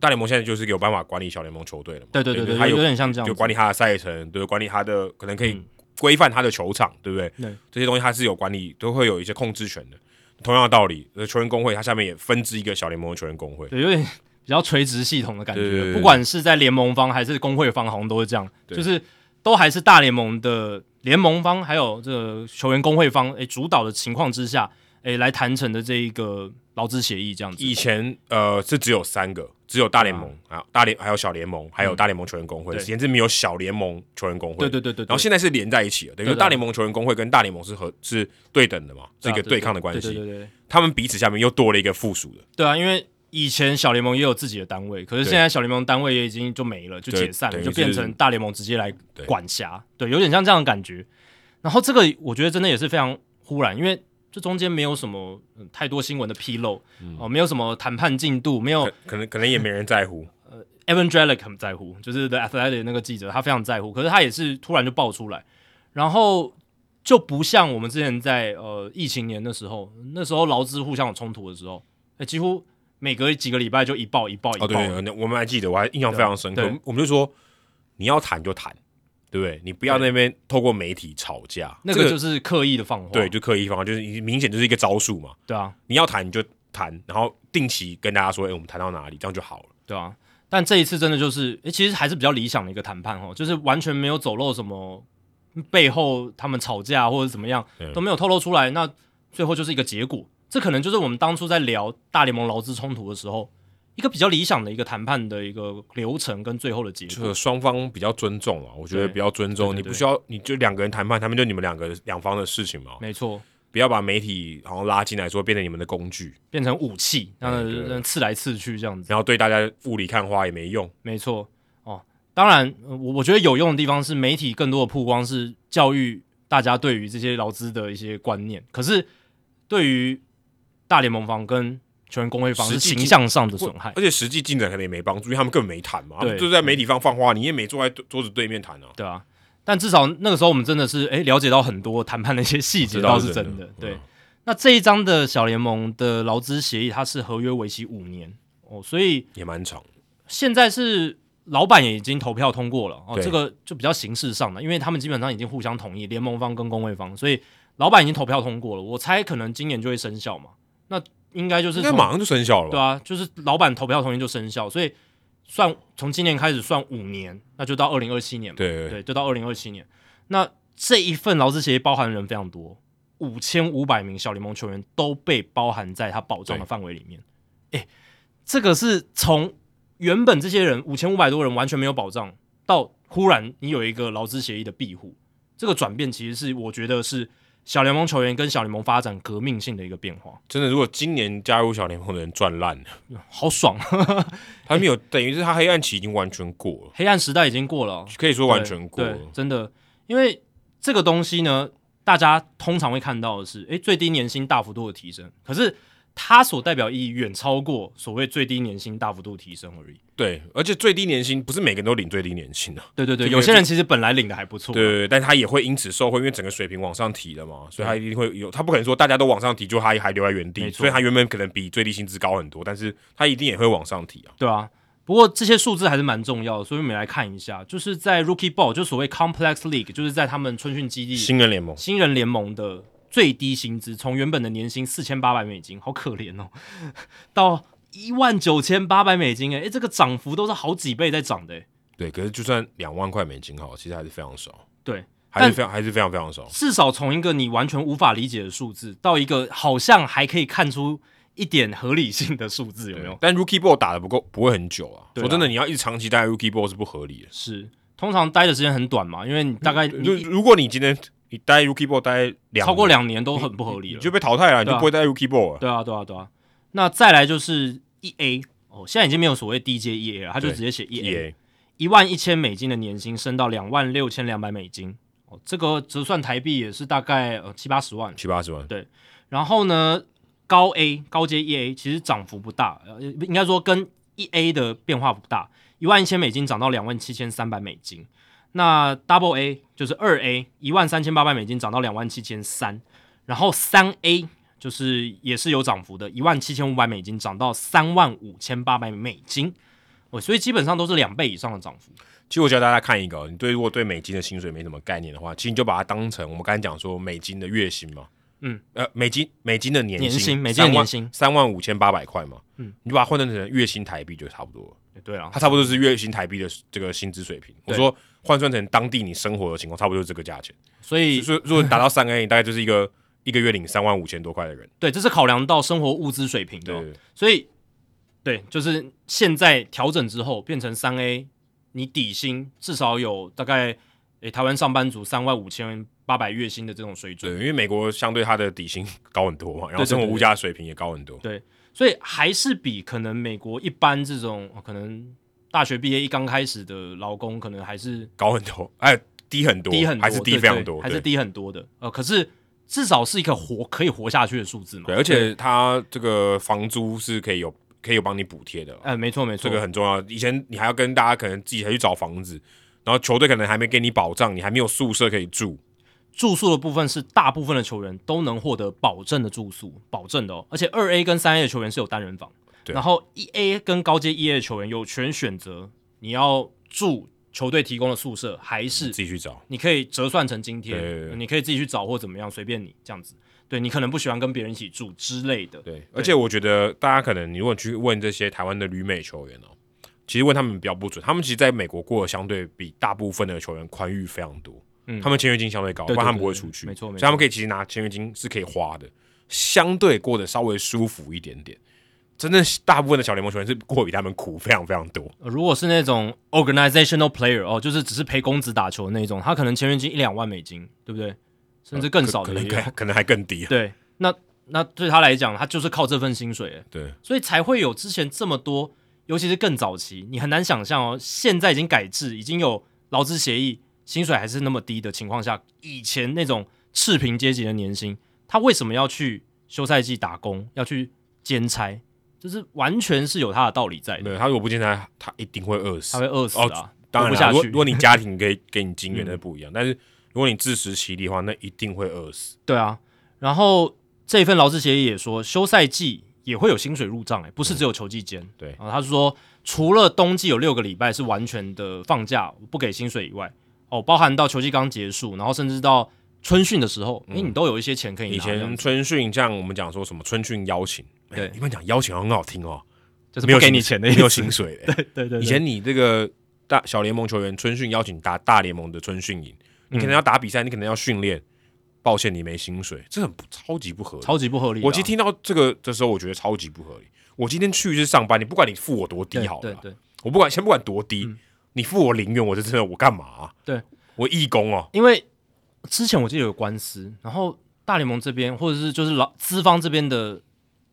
[SPEAKER 1] 大联盟现在就是有办法管理小联盟球队了嘛？
[SPEAKER 2] 对对对
[SPEAKER 1] 就
[SPEAKER 2] 对，
[SPEAKER 1] 他
[SPEAKER 2] 有
[SPEAKER 1] 有
[SPEAKER 2] 有点像这样
[SPEAKER 1] 就
[SPEAKER 2] 子。
[SPEAKER 1] 管理他的赛程，对，管理他的可能可以
[SPEAKER 2] 嗯
[SPEAKER 1] 规范他的球场，对不对？
[SPEAKER 2] 对
[SPEAKER 1] 这些东西他是有管理，都会有一些控制权的。同样的道理，呃，球员工会它下面也分支一个小联盟的球员工会，
[SPEAKER 2] 对，有点 比较垂直系统的感觉。
[SPEAKER 1] 对对对对
[SPEAKER 2] 不管是在联盟方还是工会方，好像都是这样，
[SPEAKER 1] 对
[SPEAKER 2] 就是都还是大联盟的联盟方，还有这个球员工会方，诶、主导的情况之下，诶、来谈成的这一个劳资协议这样子。
[SPEAKER 1] 以前呃是只有三个，只有大联盟啊，大联还有小联盟，还有大联盟球员工会，
[SPEAKER 2] 嗯对
[SPEAKER 1] 以前是没有小联盟球员工会。
[SPEAKER 2] 对对对对对，
[SPEAKER 1] 然后现在是连在一起了，等于
[SPEAKER 2] 对
[SPEAKER 1] 说
[SPEAKER 2] 的
[SPEAKER 1] 大联盟球员工会跟大联盟是和是对等的嘛，是一
[SPEAKER 2] 啊
[SPEAKER 1] 个对抗的关
[SPEAKER 2] 对
[SPEAKER 1] 系。
[SPEAKER 2] 对对对
[SPEAKER 1] 他们彼此下面又多了一个附属的，
[SPEAKER 2] 对啊，因为。以前小联盟也有自己的单位，可是
[SPEAKER 1] 对
[SPEAKER 2] 现在小联盟单位也已经就没了，就
[SPEAKER 1] 对
[SPEAKER 2] 解散了，
[SPEAKER 1] 等于
[SPEAKER 2] 就变
[SPEAKER 1] 是
[SPEAKER 2] 成大联盟直接来
[SPEAKER 1] 对
[SPEAKER 2] 管辖，对，有点像这样的感觉。然后这个我觉得真的也是非常忽然，因为这中间没有什么、嗯太多新闻的披露，哦、
[SPEAKER 1] 嗯
[SPEAKER 2] 没有什么谈判进度，没有
[SPEAKER 1] 可可能可能也没人在乎。
[SPEAKER 2] Evan Drellick 很在乎，就是 The Athletic 那个记者，他非常在乎，可是他也是突然就爆出来，然后就不像我们之前在呃疫情年的时候，那时候劳资互相有冲突的时候，哎，几乎每隔几个礼拜就一爆一爆一爆，
[SPEAKER 1] 哦，对，对对我们还记得，我还印象非常深刻
[SPEAKER 2] 对对。
[SPEAKER 1] 我们就说你要谈就谈，对不对？你不要
[SPEAKER 2] 对
[SPEAKER 1] 那边透过媒体吵架，
[SPEAKER 2] 那
[SPEAKER 1] 这
[SPEAKER 2] 个就是刻意的放话，
[SPEAKER 1] 对，就刻意放话，就是明显就是一个招数嘛。
[SPEAKER 2] 对啊，
[SPEAKER 1] 你要谈你就谈，然后定期跟大家说，哎，我们谈到哪里，这样就好了。
[SPEAKER 2] 对啊。但这一次真的就是，诶，其实还是比较理想的一个谈判哦，就是完全没有走漏什么背后他们吵架或者怎么样
[SPEAKER 1] 嗯
[SPEAKER 2] 都没有透露出来，那最后就是一个结果。这可能就是我们当初在聊大联盟劳资冲突的时候，一个比较理想的一个谈判的一个流程跟最后的结
[SPEAKER 1] 就
[SPEAKER 2] 果
[SPEAKER 1] 是。双方比较尊重啊，我觉得
[SPEAKER 2] 对
[SPEAKER 1] 比较尊重，
[SPEAKER 2] 对对
[SPEAKER 1] 你
[SPEAKER 2] 对
[SPEAKER 1] 不需要，你就两个人谈判，他们就你们两个两方的事情嘛，
[SPEAKER 2] 没错，
[SPEAKER 1] 不要把媒体好像拉进来说变成你们的工具，
[SPEAKER 2] 变成武器，
[SPEAKER 1] 对对
[SPEAKER 2] 让
[SPEAKER 1] 对
[SPEAKER 2] 让刺来刺去这样子。
[SPEAKER 1] 然后对大家雾里看花也没用。
[SPEAKER 2] 没错哦，当然，呃我我觉得有用的地方是媒体更多的曝光是教育大家对于这些劳资的一些观念。可是对于大联盟方跟球员工会方
[SPEAKER 1] 实
[SPEAKER 2] 是
[SPEAKER 1] 际
[SPEAKER 2] 形象上的损害。
[SPEAKER 1] 而且实际进展可能也没帮助，因为他们根本没谈嘛，他
[SPEAKER 2] 对
[SPEAKER 1] 们就是在媒体上放话，你也没坐在桌子对面谈啊。
[SPEAKER 2] 对啊，但至少那个时候我们真的是诶了解到很多谈判的一些细节，
[SPEAKER 1] 这倒
[SPEAKER 2] 倒
[SPEAKER 1] 是
[SPEAKER 2] 是真
[SPEAKER 1] 真的
[SPEAKER 2] 的。对
[SPEAKER 1] 嗯，
[SPEAKER 2] 那这一章的小联盟的劳资协议，它是合约为期五年哦，所以
[SPEAKER 1] 也蛮长，
[SPEAKER 2] 现在是老板也已经投票通过了哦，
[SPEAKER 1] 对
[SPEAKER 2] 这个就比较形式上的，因为他们基本上已经互相同意，联盟方跟工会方，所以老板已经投票通过了，我猜可能今年就会生效嘛。那应该就是
[SPEAKER 1] 应该
[SPEAKER 2] 从
[SPEAKER 1] 马上就生效了
[SPEAKER 2] 对
[SPEAKER 1] 吧？
[SPEAKER 2] 啊，就是老板投票同意就生效，所以算从今年开始算五年，那就到二零二七年嘛。
[SPEAKER 1] 对对
[SPEAKER 2] 对，就到二零二七年。那这一份劳资协议包含的人非常多，五千五百名小联盟球员都被包含在他保障的
[SPEAKER 1] 对
[SPEAKER 2] 范围里面。诶，这个是从原本这些人五千五百多人完全没有保障，到忽然你有一个劳资协议的庇护，这个转变其实是我觉得是小联盟球员跟小联盟发展革命性的一个变化，
[SPEAKER 1] 真的，如果今年加入小联盟的人赚烂了，
[SPEAKER 2] 好爽！
[SPEAKER 1] 他没有，等于是他黑暗期已经完全过了，
[SPEAKER 2] 黑暗时代已经过了哦，
[SPEAKER 1] 可以说完全过
[SPEAKER 2] 对
[SPEAKER 1] 了
[SPEAKER 2] 对，。真的，因为这个东西呢，大家通常会看到的是，诶，最低年薪大幅度的提升，可是它所代表意义远超过所谓最低年薪大幅度提升而已。
[SPEAKER 1] 对，而且最低年薪不是每个人都领最低年薪的、
[SPEAKER 2] 对对对，
[SPEAKER 1] 这个
[SPEAKER 2] 有些人其实本来领的还不错，啊
[SPEAKER 1] 对对对，但他也会因此受惠，因为整个水平往上提了嘛，所以他一定会有，他不可能说大家都往上提，就他还留在原地，
[SPEAKER 2] 没错
[SPEAKER 1] 所以他原本可能比最低薪资高很多，但是他一定也会往上提啊。
[SPEAKER 2] 对啊。不过这些数字还是蛮重要的，所以我们也来看一下，就是在 Rookie Ball，就所谓 Complex League，就是在他们春训基地
[SPEAKER 1] 新人联盟，
[SPEAKER 2] 新人联盟的最低薪资，从原本的年薪四千八百美金，好可怜哦， 到一万九千八百美金，哎，这个涨幅都是好几倍在涨的诶。哎
[SPEAKER 1] 对，可是就算两万块美金好，其实还是非常少。
[SPEAKER 2] 对，
[SPEAKER 1] 还是非常还是非常非常少。
[SPEAKER 2] 至少从一个你完全无法理解的数字，到一个好像还可以看出一点合理性的数字，有没有？
[SPEAKER 1] 但 Rookie Ball 打的不够，不会很久啊。
[SPEAKER 2] 对啊
[SPEAKER 1] 说真的，你要一直长期待 Rookie Ball 是不合理的。
[SPEAKER 2] 是，通常待的时间很短嘛，因为你大概
[SPEAKER 1] 嗯就
[SPEAKER 2] 你
[SPEAKER 1] 如果你今天你待 Rookie Ball 待两
[SPEAKER 2] 超过
[SPEAKER 1] 年
[SPEAKER 2] 两年都很不合理
[SPEAKER 1] 你
[SPEAKER 2] 了。
[SPEAKER 1] 就被淘汰了，你
[SPEAKER 2] 对啊
[SPEAKER 1] 就不会待 Rookie Ball 了。
[SPEAKER 2] 对啊，对啊，对啊。那再来就是 E A 哦，现在已经没有所谓低阶 E A 了，他就
[SPEAKER 1] 对
[SPEAKER 2] 直接写 E A，
[SPEAKER 1] 也
[SPEAKER 2] 一万一千美金的年薪升到两万六千两百美金哦，这个折算台币也是大概呃七八十万。
[SPEAKER 1] 七八十万，
[SPEAKER 2] 然后呢，高 A 高阶 E A 其实涨幅不大，呃，应该说跟 E A 的变化不大，一万一千美金涨到两万七千三百美金。那 Double A 就是二 A，一万三千八百美金涨到两万七千三，然后三 A 就是也是有涨幅的，一万七千五百美金涨到三万五千八百美金，哦，所以基本上都是两倍以上的涨幅。
[SPEAKER 1] 其实我教大家看一个哦，你对如果对美金的薪水没什么概念的话，其实你就把它当成我们刚才讲说美金的月薪嘛，
[SPEAKER 2] 嗯，
[SPEAKER 1] 呃，美金美金的年
[SPEAKER 2] 年薪
[SPEAKER 1] 薪，
[SPEAKER 2] 美金的年薪
[SPEAKER 1] 三万五千八百块嘛，
[SPEAKER 2] 嗯，
[SPEAKER 1] 你就把它换算成月薪台币就差不多了，
[SPEAKER 2] 对啊，
[SPEAKER 1] 它差不多是月薪台币的这个薪资水平。我
[SPEAKER 2] 对
[SPEAKER 1] 说换算成当地你生活的情况，差不多就是这个价钱。
[SPEAKER 2] 所以
[SPEAKER 1] 所以如果你达到三 A，你大概就是一个一个月领三万五千多块的人，
[SPEAKER 2] 对，这是考量到生活物资水平的
[SPEAKER 1] 对
[SPEAKER 2] 哦、
[SPEAKER 1] 对对
[SPEAKER 2] 所以对，就是现在调整之后变成三 A，你底薪至少有大概诶、台湾上班族三万五千八百月薪的这种水
[SPEAKER 1] 对，
[SPEAKER 2] 准，
[SPEAKER 1] 因为美国相对它的底薪 高很多嘛，然后
[SPEAKER 2] 对对
[SPEAKER 1] 生活
[SPEAKER 2] 对
[SPEAKER 1] 物价水平也高很多。
[SPEAKER 2] 所以还是比可能美国一般这种、哦可能大学毕业一刚开始的劳工，可能还是
[SPEAKER 1] 高很多，哎，低很多，
[SPEAKER 2] 低很多，
[SPEAKER 1] 还是低
[SPEAKER 2] 对
[SPEAKER 1] 非常
[SPEAKER 2] 对
[SPEAKER 1] 多，
[SPEAKER 2] 还是
[SPEAKER 1] 对
[SPEAKER 2] 低很多的。呃，可是至少是一个活可以活下去的数字嘛。
[SPEAKER 1] 对，而且它这个房租是可以有可以有帮你补贴的，
[SPEAKER 2] 呃，没错没错，
[SPEAKER 1] 这个很重要。以前你还要跟大家可能自己还去找房子，然后球队可能还没给你保障，你还没有宿舍可以住，
[SPEAKER 2] 住宿的部分是大部分的球员都能获得保证的住宿，保证的哦。而且二 A 跟三 A 的球员是有单人房，
[SPEAKER 1] 对
[SPEAKER 2] 然后一 A 跟高阶一 A 的球员有权选择你要住球队提供的宿舍，还是
[SPEAKER 1] 自己去找。
[SPEAKER 2] 你可以折算成津贴
[SPEAKER 1] 对对，对
[SPEAKER 2] 你可以自己去找或怎么样，随便你这样子。对你可能不喜欢跟别人一起住之类的，
[SPEAKER 1] 对，而且我觉得大家可能如果去问这些台湾的旅美球员哦，其实问他们比较不准，他们其实在美国过得相对比大部分的球员宽裕非常多，
[SPEAKER 2] 嗯
[SPEAKER 1] 他们签约金相对高，
[SPEAKER 2] 对对
[SPEAKER 1] 不然他
[SPEAKER 2] 对
[SPEAKER 1] 们不会
[SPEAKER 2] 对
[SPEAKER 1] 出去，
[SPEAKER 2] 没错
[SPEAKER 1] 所
[SPEAKER 2] 没错
[SPEAKER 1] 以他们可以其实拿签约金是可以花的，相对过得稍微舒服一点点。真的，大部分的小联盟球员是过比他们苦非常非常多。
[SPEAKER 2] 呃如果是那种 organizational player 哦，就是只是陪公子打球的那种，他可能签约金一两万美金，对不对？甚至更少
[SPEAKER 1] 可
[SPEAKER 2] 的
[SPEAKER 1] 可
[SPEAKER 2] 也
[SPEAKER 1] 能
[SPEAKER 2] 有、
[SPEAKER 1] 更可能还更低啊。
[SPEAKER 2] 对，那那对他来讲，他就是靠这份薪水欸，
[SPEAKER 1] 对，
[SPEAKER 2] 所以才会有之前这么多，尤其是更早期，你很难想象哦。现在已经改制，已经有劳资协议，薪水还是那么低的情况下，以前那种赤贫阶级的年薪，他为什么要去休赛季打工，要去兼差？就是完全是有他的道理在
[SPEAKER 1] 没
[SPEAKER 2] 的，
[SPEAKER 1] 有他如果不进来，他一定会饿
[SPEAKER 2] 他
[SPEAKER 1] 死。
[SPEAKER 2] 会饿死
[SPEAKER 1] 哦
[SPEAKER 2] 啊，
[SPEAKER 1] 当然
[SPEAKER 2] 活不
[SPEAKER 1] 啦，
[SPEAKER 2] 下
[SPEAKER 1] 如果
[SPEAKER 2] 去
[SPEAKER 1] 如。果你家庭给给你金元，
[SPEAKER 2] 嗯
[SPEAKER 1] 那不一样。但是如果你自食其力的话，那一定会饿死。
[SPEAKER 2] 对啊，然后这一份劳资协议也说，休赛季也会有薪水入账，哎，不是只有球季间。
[SPEAKER 1] 嗯对
[SPEAKER 2] 啊，他是说除了冬季有六个礼拜是完全的放假，不给薪水以外，哦，包含到球季刚结束，然后甚至到春训的时候，哎、你都有一些钱可以
[SPEAKER 1] 嗯
[SPEAKER 2] 拿，
[SPEAKER 1] 以
[SPEAKER 2] 这
[SPEAKER 1] 前
[SPEAKER 2] 样子
[SPEAKER 1] 春训，像我们讲说什么春训邀请，
[SPEAKER 2] 对
[SPEAKER 1] 哎你们讲邀请好像很好听哦，
[SPEAKER 2] 就是
[SPEAKER 1] 没有
[SPEAKER 2] 不给
[SPEAKER 1] 薪
[SPEAKER 2] 你
[SPEAKER 1] 水
[SPEAKER 2] 钱的意
[SPEAKER 1] 没有
[SPEAKER 2] 思。
[SPEAKER 1] 薪水的。
[SPEAKER 2] 对对对，
[SPEAKER 1] 以前你这个大小联盟球员春训邀请打大联盟的春训营，
[SPEAKER 2] 嗯
[SPEAKER 1] 你可能要打比赛，你可能要训练，抱歉你没薪水，这很不超级不合理。
[SPEAKER 2] 超级不合理的啊、
[SPEAKER 1] 我其实听到这个的时候，我觉得超级不合理。我今天去是上班，你不管你付我多低
[SPEAKER 2] 对
[SPEAKER 1] 好了
[SPEAKER 2] 对
[SPEAKER 1] 啦，
[SPEAKER 2] 对，
[SPEAKER 1] 我不管先不管多低，你付我零元，我是真的我干嘛啊、
[SPEAKER 2] 对
[SPEAKER 1] 我义工哦，
[SPEAKER 2] 因为之前我记得有官司，然后大联盟这边或者是就是老资方这边的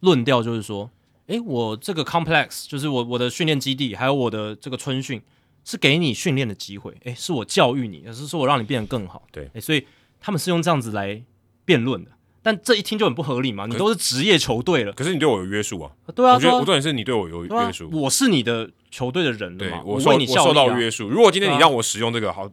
[SPEAKER 2] 论调就是说，诶，我这个 complex 就是我我的训练基地，还有我的这个春训是给你训练的机会，诶，是我教育你，也是说我让你变得更好，
[SPEAKER 1] 对
[SPEAKER 2] 诶，所以他们是用这样子来辩论的，但这一听就很不合理嘛，你都是职业球队了，
[SPEAKER 1] 可是你对我有约束啊。
[SPEAKER 2] 对啊，
[SPEAKER 1] 我觉
[SPEAKER 2] 对
[SPEAKER 1] 得
[SPEAKER 2] 啊
[SPEAKER 1] 我重点是你对我有
[SPEAKER 2] 对啊
[SPEAKER 1] 约束，
[SPEAKER 2] 我是你的球队的人了
[SPEAKER 1] 对
[SPEAKER 2] 嘛，
[SPEAKER 1] 我受
[SPEAKER 2] 为你效
[SPEAKER 1] 我受
[SPEAKER 2] 力、
[SPEAKER 1] 到
[SPEAKER 2] 啊，
[SPEAKER 1] 约束。如果今天
[SPEAKER 2] 对啊嗯
[SPEAKER 1] 你让我使用这个好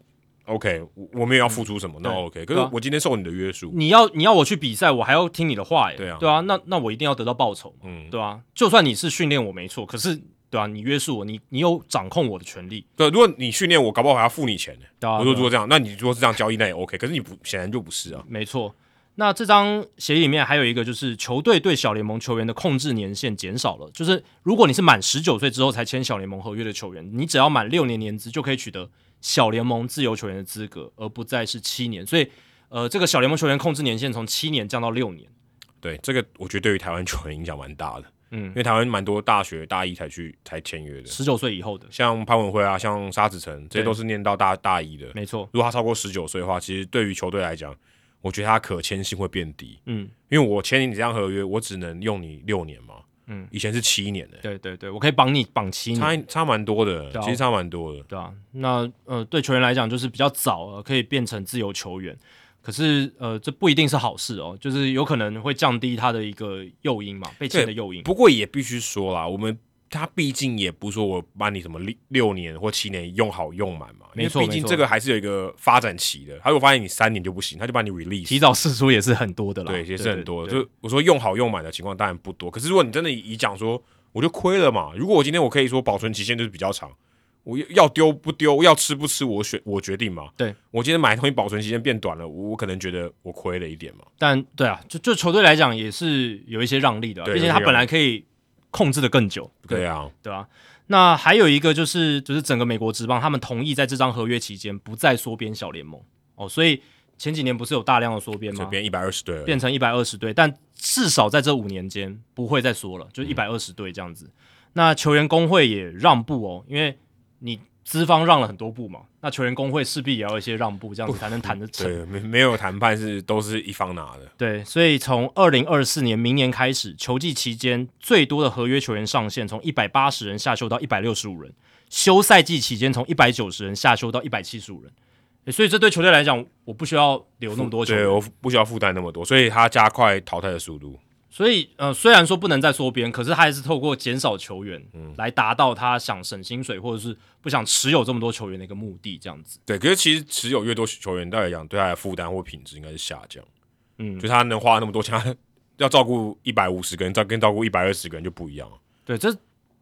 [SPEAKER 1] ，OK，我我没有要付出什么，那
[SPEAKER 2] 对
[SPEAKER 1] OK。可
[SPEAKER 2] 对
[SPEAKER 1] 是
[SPEAKER 2] 啊
[SPEAKER 1] 我今天受你的约束，
[SPEAKER 2] 你要你要我去比赛，我还要听你的话耶，
[SPEAKER 1] 对啊
[SPEAKER 2] 对啊，那那我一定要得到报酬嘛。
[SPEAKER 1] 嗯，
[SPEAKER 2] 对啊，就算你是训练我没错，可是对啊，你约束我，你你有掌控我的权利，
[SPEAKER 1] 对。如果你训练我，搞不好还要付你钱呢。
[SPEAKER 2] 对啊，
[SPEAKER 1] 我说
[SPEAKER 2] 对啊
[SPEAKER 1] 如果这样，那你如果是这样交易，那也 OK。可是你不显然就不是啊。
[SPEAKER 2] 没错。那这张协议里面还有一个就是球队对小联盟球员的控制年限减少了，就是如果你是满十九岁之后才签小联盟合约的球员，你只要满六年年资就可以取得小联盟自由球员的资格，而不再是七年。所以，呃，这个小联盟球员控制年限从七年降到六年。
[SPEAKER 1] 对，这个我觉得对于台湾球员影响蛮大的，
[SPEAKER 2] 嗯
[SPEAKER 1] 因，为台湾蛮多大学大一才去才签约的，
[SPEAKER 2] 十九岁以后的，
[SPEAKER 1] 像潘文辉啊，像沙子成，这些
[SPEAKER 2] 对
[SPEAKER 1] 都是念到大大一的。
[SPEAKER 2] 没错。
[SPEAKER 1] 如果他超过十九岁的话，其实对于球队来讲，我觉得他可签性会变低，
[SPEAKER 2] 嗯，
[SPEAKER 1] 因为我签你这样合约，我只能用你六年嘛，
[SPEAKER 2] 嗯，
[SPEAKER 1] 以前是七年的、
[SPEAKER 2] 对对对，我可以帮你绑七年。
[SPEAKER 1] 差一差蛮多的，
[SPEAKER 2] 对啊
[SPEAKER 1] 其实差蛮多的。
[SPEAKER 2] 对啊，那呃，对球员来讲就是比较早呃，可以变成自由球员，可是呃，这不一定是好事哦，就是有可能会降低他的一个诱因嘛，被签的诱因。
[SPEAKER 1] 不过也必须说啦，我们他毕竟也不是说我把你什么六六年或七年用好用满嘛，因
[SPEAKER 2] 没
[SPEAKER 1] 为
[SPEAKER 2] 错
[SPEAKER 1] 毕竟
[SPEAKER 2] 没错
[SPEAKER 1] 这个还是有一个发展期的。他如果发现你三年就不行，他就把你 release。
[SPEAKER 2] 提早试出也是很多的啦，
[SPEAKER 1] 对，也是很多的。
[SPEAKER 2] 对
[SPEAKER 1] 就我说用好用满的情况当然不多，可是如果你真的以讲说，我就亏了嘛。如果我今天我可以说保存期限就是比较长，我要要丢不丢，要吃不吃，我选我决定嘛。
[SPEAKER 2] 对，
[SPEAKER 1] 我今天买的东西保存期限变短了，我我可能觉得我亏了一点嘛。
[SPEAKER 2] 但对啊，就就球队来讲也是有一些让利的啊、
[SPEAKER 1] 对
[SPEAKER 2] 毕竟
[SPEAKER 1] 有一
[SPEAKER 2] 他
[SPEAKER 1] 些
[SPEAKER 2] 本
[SPEAKER 1] 让
[SPEAKER 2] 来可以控制的更久，
[SPEAKER 1] 对啊，
[SPEAKER 2] 对啊。那还有一个就是，就是整个美国职棒他们同意在这张合约期间不再缩编小联盟哦，所以前几年不是有大量的缩编
[SPEAKER 1] 这
[SPEAKER 2] 吗？
[SPEAKER 1] 边一百二十对了，
[SPEAKER 2] 嗯变成一百二十队，但至少在这五年间不会再缩了，
[SPEAKER 1] 嗯
[SPEAKER 2] 就是一百二十队这样子。那球员工会也让步哦，因为你资方让了很多步嘛，那球员工会势必也要有一些让步，这样子才能谈得成。
[SPEAKER 1] 对，没没有谈判是都是一方拿的。
[SPEAKER 2] 对，所以从二零二四年明年开始，球季期间最多的合约球员上限从一百八十人下修到一百六十五人，休赛季期间从一百九十人下修到一百七十五人。诶所以这对球队来讲，我不需要留那么多球员
[SPEAKER 1] 对，我不需要负担那么多，所以他加快淘汰的速度。
[SPEAKER 2] 所以呃，虽然说不能再缩编，可是他还是透过减少球员，
[SPEAKER 1] 嗯
[SPEAKER 2] 来达到他想省薪水或者是不想持有这么多球员的一个目的，这样子。
[SPEAKER 1] 对，可是其实持有越多球员，对他来讲，对他的负担或品质应该是下降。
[SPEAKER 2] 嗯
[SPEAKER 1] 就他能花那么多钱， 他要照顾一百五十个人，照跟照顾一百二十个人就不一样了。
[SPEAKER 2] 对，这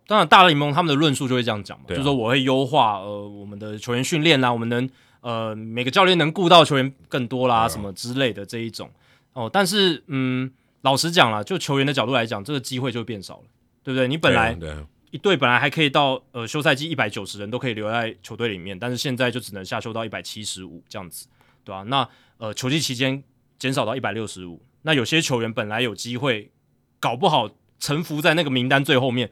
[SPEAKER 2] 当然大联盟他们的论述就会这样讲嘛，
[SPEAKER 1] 对啊
[SPEAKER 2] 就说我会优化呃我们的球员训练啦，我们能呃每个教练能顾到球员更多
[SPEAKER 1] 啊
[SPEAKER 2] 啦、什么之类的这一种哦。但是嗯，老实讲啦，就球员的角度来讲，这个机会就变少了，对不对？你本来
[SPEAKER 1] 对啊对啊
[SPEAKER 2] 一队本来还可以到呃休赛季一百九十人都可以留在球队里面，但是现在就只能下修到一百七十五这样子，对吧、那呃球季期间减少到一百六十五，那有些球员本来有机会，搞不好沉浮在那个名单最后面，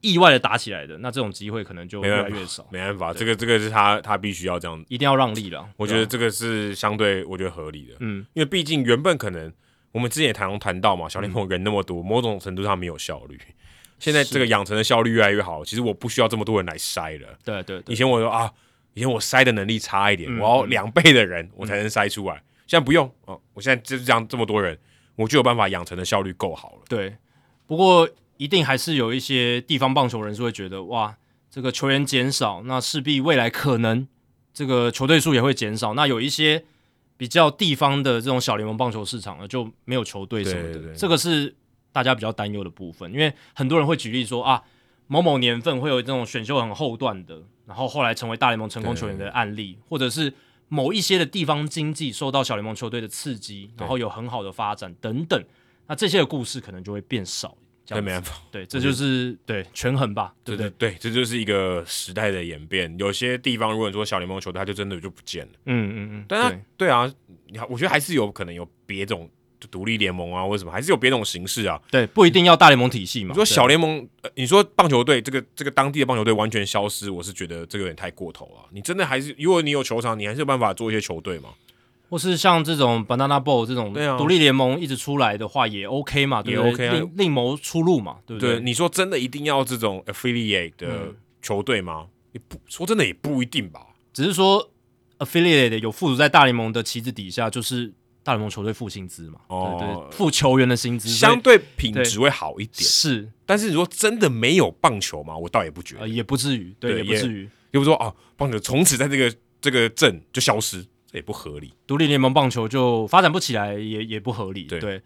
[SPEAKER 2] 意外的打起来的，那这种机会可能就
[SPEAKER 1] 没
[SPEAKER 2] 越
[SPEAKER 1] 办
[SPEAKER 2] 来
[SPEAKER 1] 法
[SPEAKER 2] 越少，
[SPEAKER 1] 没办法，这个这个是他他必须要这样，
[SPEAKER 2] 一定要让利了。
[SPEAKER 1] 我觉得
[SPEAKER 2] 对啊
[SPEAKER 1] 这个是相对我觉得合理的，
[SPEAKER 2] 嗯，
[SPEAKER 1] 因为毕竟原本可能我们之前也谈谈到嘛，小联
[SPEAKER 2] 嗯
[SPEAKER 1] 盟人那么多，某种程度上没有效率。现在这个养成的效率越来越好，其实我不需要这么多人来筛了。
[SPEAKER 2] 对对
[SPEAKER 1] 以
[SPEAKER 2] 对，
[SPEAKER 1] 前我说啊，以前我筛的能力差一点，
[SPEAKER 2] 嗯
[SPEAKER 1] 我要两倍的人我才能筛出来。现在不用哦、我现在就是这样这么多人，我就有办法养成的效率够好了。
[SPEAKER 2] 对，不过一定还是有一些地方棒球人士会觉得，哇，这个球员减少，那势必未来可能这个球队数也会减少。那有一些比较地方的这种小联盟棒球市场呢，就没有球队什么的，
[SPEAKER 1] 对对对
[SPEAKER 2] 这个是大家比较担忧的部分。因为很多人会举例说啊，某某年份会有这种选秀很后段的，然后后来成为大联盟成功球员的案例，或者是。某一些的地方经济受到小联盟球队的刺激，然后有很好的发展等等，那这些的故事可能就会变少。
[SPEAKER 1] 这
[SPEAKER 2] 这样子
[SPEAKER 1] 没办法，
[SPEAKER 2] 对，这就是对权衡吧，对
[SPEAKER 1] 对
[SPEAKER 2] 不对
[SPEAKER 1] 对？对，这就是一个时代的演变。有些地方，如果你说小联盟球队，它就真的就不见了。
[SPEAKER 2] 嗯嗯嗯，
[SPEAKER 1] 但它
[SPEAKER 2] 对
[SPEAKER 1] 对啊，你我觉得还是有可能有别种就独立联盟啊，或者什么，还是有别种形式啊。
[SPEAKER 2] 对，不一定要大联盟体系嘛。
[SPEAKER 1] 你说
[SPEAKER 2] 对
[SPEAKER 1] 小联盟，呃你说棒球队这个这个当地的棒球队完全消失，我是觉得这个有点太过头了。你真的还是，如果你有球场，你还是有办法做一些球队嘛，
[SPEAKER 2] 或是像这种 Banana Bowl 这种
[SPEAKER 1] 对啊
[SPEAKER 2] 独立联盟一直出来的话，也 OK 嘛，对不对
[SPEAKER 1] 也 OK 啊
[SPEAKER 2] 另另谋出路嘛，对不
[SPEAKER 1] 对，？你说真的一定要这种 affiliate 的
[SPEAKER 2] 嗯
[SPEAKER 1] 球队吗？也不说真的也不一定吧。
[SPEAKER 2] 只是说 affiliate 有附属在大联盟的旗帜底下，就是大联盟球队付薪资嘛，
[SPEAKER 1] 哦
[SPEAKER 2] 对对，付球员的薪资，
[SPEAKER 1] 相
[SPEAKER 2] 所
[SPEAKER 1] 对品
[SPEAKER 2] 对
[SPEAKER 1] 质会好一
[SPEAKER 2] 以
[SPEAKER 1] 点，
[SPEAKER 2] 是
[SPEAKER 1] 但是你说真的没有棒球吗？我倒也不觉得
[SPEAKER 2] 呃。也不至于，对，
[SPEAKER 1] 对
[SPEAKER 2] 也不
[SPEAKER 1] 也
[SPEAKER 2] 至于。
[SPEAKER 1] 又不是说哦，棒球从此在这个这个镇就消失，这也不合理。
[SPEAKER 2] 独立联盟棒球就发展不起来也，也不合理。
[SPEAKER 1] 对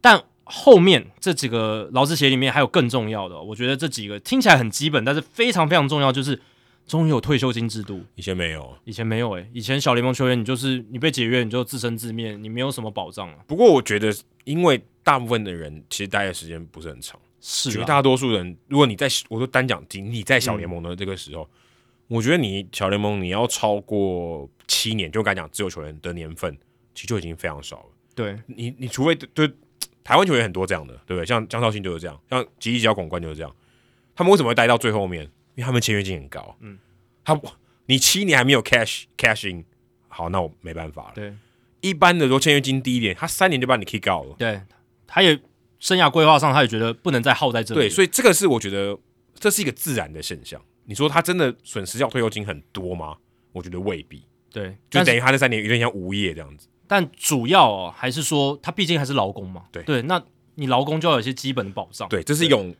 [SPEAKER 2] 但后面这几个劳资协议里面还有更重要的哦、我觉得这几个听起来很基本，但是非常非常重要，就是终于有退休金制度，
[SPEAKER 1] 以前没有，
[SPEAKER 2] 以前没有诶、欸以前小联盟球员你就是你被解约你就自生自灭，你没有什么保障啊。
[SPEAKER 1] 不过我觉得，因为大部分的人其实待的时间不是很长，
[SPEAKER 2] 是
[SPEAKER 1] 绝
[SPEAKER 2] 啊，嗯
[SPEAKER 1] 大多数人，如果你在我说单讲，你在小联盟的这个时候，我觉得你小联盟你要超过七年，就刚才讲自由球员的年份，其实就已经非常少了。
[SPEAKER 2] 对，
[SPEAKER 1] 你你除非对台湾球员很多这样的，对不对？像江绍兴就是这样，像吉吉角广冠就是这样。他们为什么会待到最后面？因为他们签约金很高。嗯，他你七年还没有 cash cash in，好，那我没办法了。
[SPEAKER 2] 对，
[SPEAKER 1] 一般的说签约金低一点，他三年就把你 kick out 了。
[SPEAKER 2] 对，他也生涯规划上，他也觉得不能再耗在这里。
[SPEAKER 1] 对，
[SPEAKER 2] 以
[SPEAKER 1] 所以这个是我觉得这是一个自然的现象。你说他真的损失掉退休金很多吗？我觉得未必，
[SPEAKER 2] 对，
[SPEAKER 1] 就
[SPEAKER 2] 但
[SPEAKER 1] 等
[SPEAKER 2] 是
[SPEAKER 1] 于他那三年有点像无业这样子。
[SPEAKER 2] 但主要哦，还是说他毕竟还是劳工嘛。
[SPEAKER 1] 对
[SPEAKER 2] 那你劳工就要有一些基本的保障，
[SPEAKER 1] 对，这是一种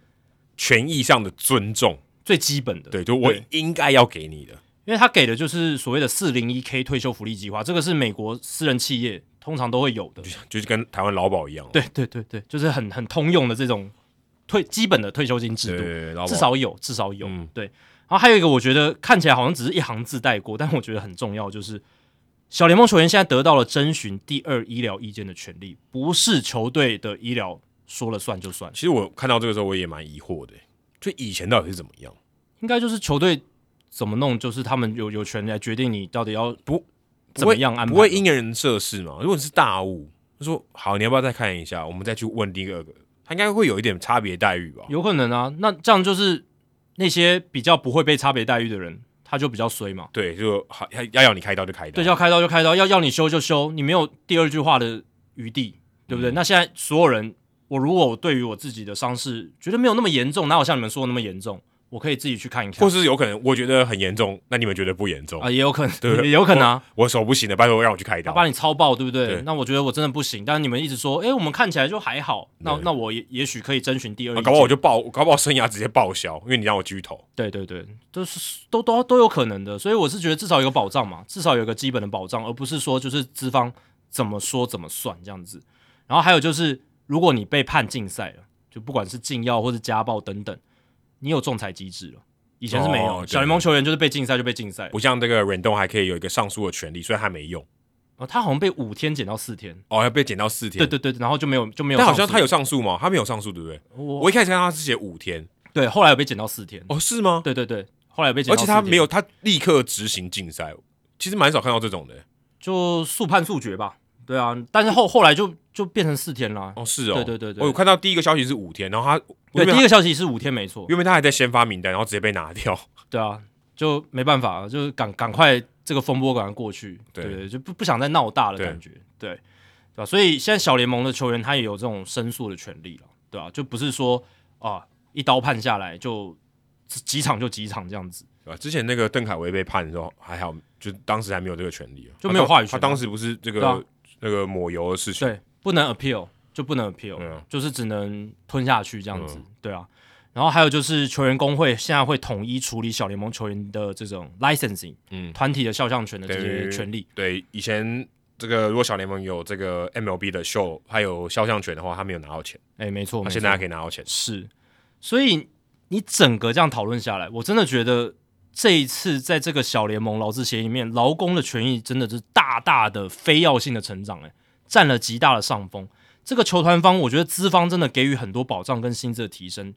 [SPEAKER 1] 权益上的尊重。
[SPEAKER 2] 最基本的。
[SPEAKER 1] 对，就我
[SPEAKER 2] 对
[SPEAKER 1] 应该要给你的。
[SPEAKER 2] 因为他给的就是所谓的四零一 k 退休福利计划，这个是美国私人企业通常都会有的。
[SPEAKER 1] 就是跟台湾劳保一样、哦，
[SPEAKER 2] 对对对对，就是很很通用的这种退基本的退休金制
[SPEAKER 1] 对
[SPEAKER 2] 度。
[SPEAKER 1] 对对，劳保
[SPEAKER 2] 至少有，至少有。
[SPEAKER 1] 嗯
[SPEAKER 2] 对，然后还有一个，我觉得看起来好像只是一行字带过，但我觉得很重要，就是小联盟球员现在得到了征询第二医疗意见的权利，不是球队的医疗说了算就算，
[SPEAKER 1] 其实我看到这个时候，我也蛮疑惑的，欸就以前到底是怎么样？
[SPEAKER 2] 应该就是球队怎么弄，就是他们有有权来决定你到底要
[SPEAKER 1] 不
[SPEAKER 2] 怎么样安排，
[SPEAKER 1] 不会因人设事嘛？如果你是大物，就说好，你要不要再看一下？我们再去问第二个，他应该会有一点差别待遇吧？
[SPEAKER 2] 有可能啊。那这样就是那些比较不会被差别待遇的人，他就比较衰嘛。
[SPEAKER 1] 对，就好要要要你开刀就开刀，
[SPEAKER 2] 对，要开刀就开刀，要要你修就修，你没有第二句话的余地，
[SPEAKER 1] 嗯
[SPEAKER 2] 对不对？那现在所有人，我如果我对于我自己的伤势觉得没有那么严重，哪有像你们说的那么严重？我可以自己去看一看
[SPEAKER 1] 或，是有可能我觉得很严重，那你们觉得不严重？
[SPEAKER 2] 啊，也啊有可能，
[SPEAKER 1] 对不对
[SPEAKER 2] 也有可能啊，
[SPEAKER 1] 我手不行了，拜托让我去开
[SPEAKER 2] 他
[SPEAKER 1] 刀。
[SPEAKER 2] 把你超爆，对不对？
[SPEAKER 1] 对
[SPEAKER 2] 那我觉得我真的不行，但是你们一直说，哎，我们看起来就还好，那
[SPEAKER 1] 对
[SPEAKER 2] 那我也也许可以征询第二意
[SPEAKER 1] 啊
[SPEAKER 2] 见，
[SPEAKER 1] 搞不好我就报，搞不好生涯直接报销，因为你让我狙头。
[SPEAKER 2] 对对对，都是都都都有可能的，所以我是觉得至少有保障嘛，至少有个基本的保障，而不是说就是资方怎么说怎么算这样子。然后还有就是，如果你被判禁赛了，就不管是禁药或是家暴等等，你有仲裁机制了。以前是没有，
[SPEAKER 1] 哦对
[SPEAKER 2] 小联盟球员就是被禁赛就被禁赛，
[SPEAKER 1] 不像这个 Rendon 还可以有一个上诉的权利，虽然他没用，
[SPEAKER 2] 哦，他好像被五天减到四天，
[SPEAKER 1] 哦，要被减到四天。
[SPEAKER 2] 对对对，然后就没有就没有
[SPEAKER 1] 但好
[SPEAKER 2] 上诉，
[SPEAKER 1] 像他有上诉吗？他没有上诉，对不对？
[SPEAKER 2] 我
[SPEAKER 1] 我一开始看他是写五天，
[SPEAKER 2] 对，后来有被减到四天，
[SPEAKER 1] 哦，是吗？
[SPEAKER 2] 对对对，后来有被减，
[SPEAKER 1] 而且他没，有，他立刻执行禁赛，哦其实蛮少看到这种的。
[SPEAKER 2] 就速判速决吧，对啊，但是后后来就就变成四天了，啊
[SPEAKER 1] 哦，是哦，
[SPEAKER 2] 对对对对
[SPEAKER 1] 我有看到第一个消息是五天，然后他原
[SPEAKER 2] 对，第
[SPEAKER 1] 本
[SPEAKER 2] 一
[SPEAKER 1] 他
[SPEAKER 2] 个消息是五天没错，
[SPEAKER 1] 原本他还在先发名单，然后直接被拿掉。
[SPEAKER 2] 对啊，就没办法，就是赶赶快这个风波赶快过去，
[SPEAKER 1] 对
[SPEAKER 2] 对就不不想再闹大了
[SPEAKER 1] 对
[SPEAKER 2] 感觉，对对吧、所以现在小联盟的球员他也有这种申诉的权利了，对啊，就不是说啊一刀判下来就几场就几场这样子，
[SPEAKER 1] 对吧？之前那个邓凯威被判的时候还好，就当时还没有这个权利，啊
[SPEAKER 2] 就没有话语权啊
[SPEAKER 1] 他当时不是这个、
[SPEAKER 2] 对啊
[SPEAKER 1] 那个抹油的事情，
[SPEAKER 2] 对，不能 appeal 就不能 appeal，、
[SPEAKER 1] 嗯
[SPEAKER 2] 就是只能吞下去这样子，
[SPEAKER 1] 嗯
[SPEAKER 2] 对啊。然后还有就是球员工会现在会统一处理小联盟球员的这种 licensing，
[SPEAKER 1] 嗯
[SPEAKER 2] 团体的肖像权的这
[SPEAKER 1] 等
[SPEAKER 2] 些
[SPEAKER 1] 于
[SPEAKER 2] 权利，
[SPEAKER 1] 对，以前这个如果小联盟有这个 MLB 的 show 还有肖像权的话，他没有拿到钱，
[SPEAKER 2] 哎，没错，
[SPEAKER 1] 他
[SPEAKER 2] 没
[SPEAKER 1] 现
[SPEAKER 2] 错
[SPEAKER 1] 在还可以拿到钱。
[SPEAKER 2] 是，所以你整个这样讨论下来，我真的觉得这一次在这个小联盟劳资协议里面，劳工的权益真的是大大的非要性的成长、欸，占了极大的上风。这个球团方，我觉得资方真的给予很多保障跟薪资的提升，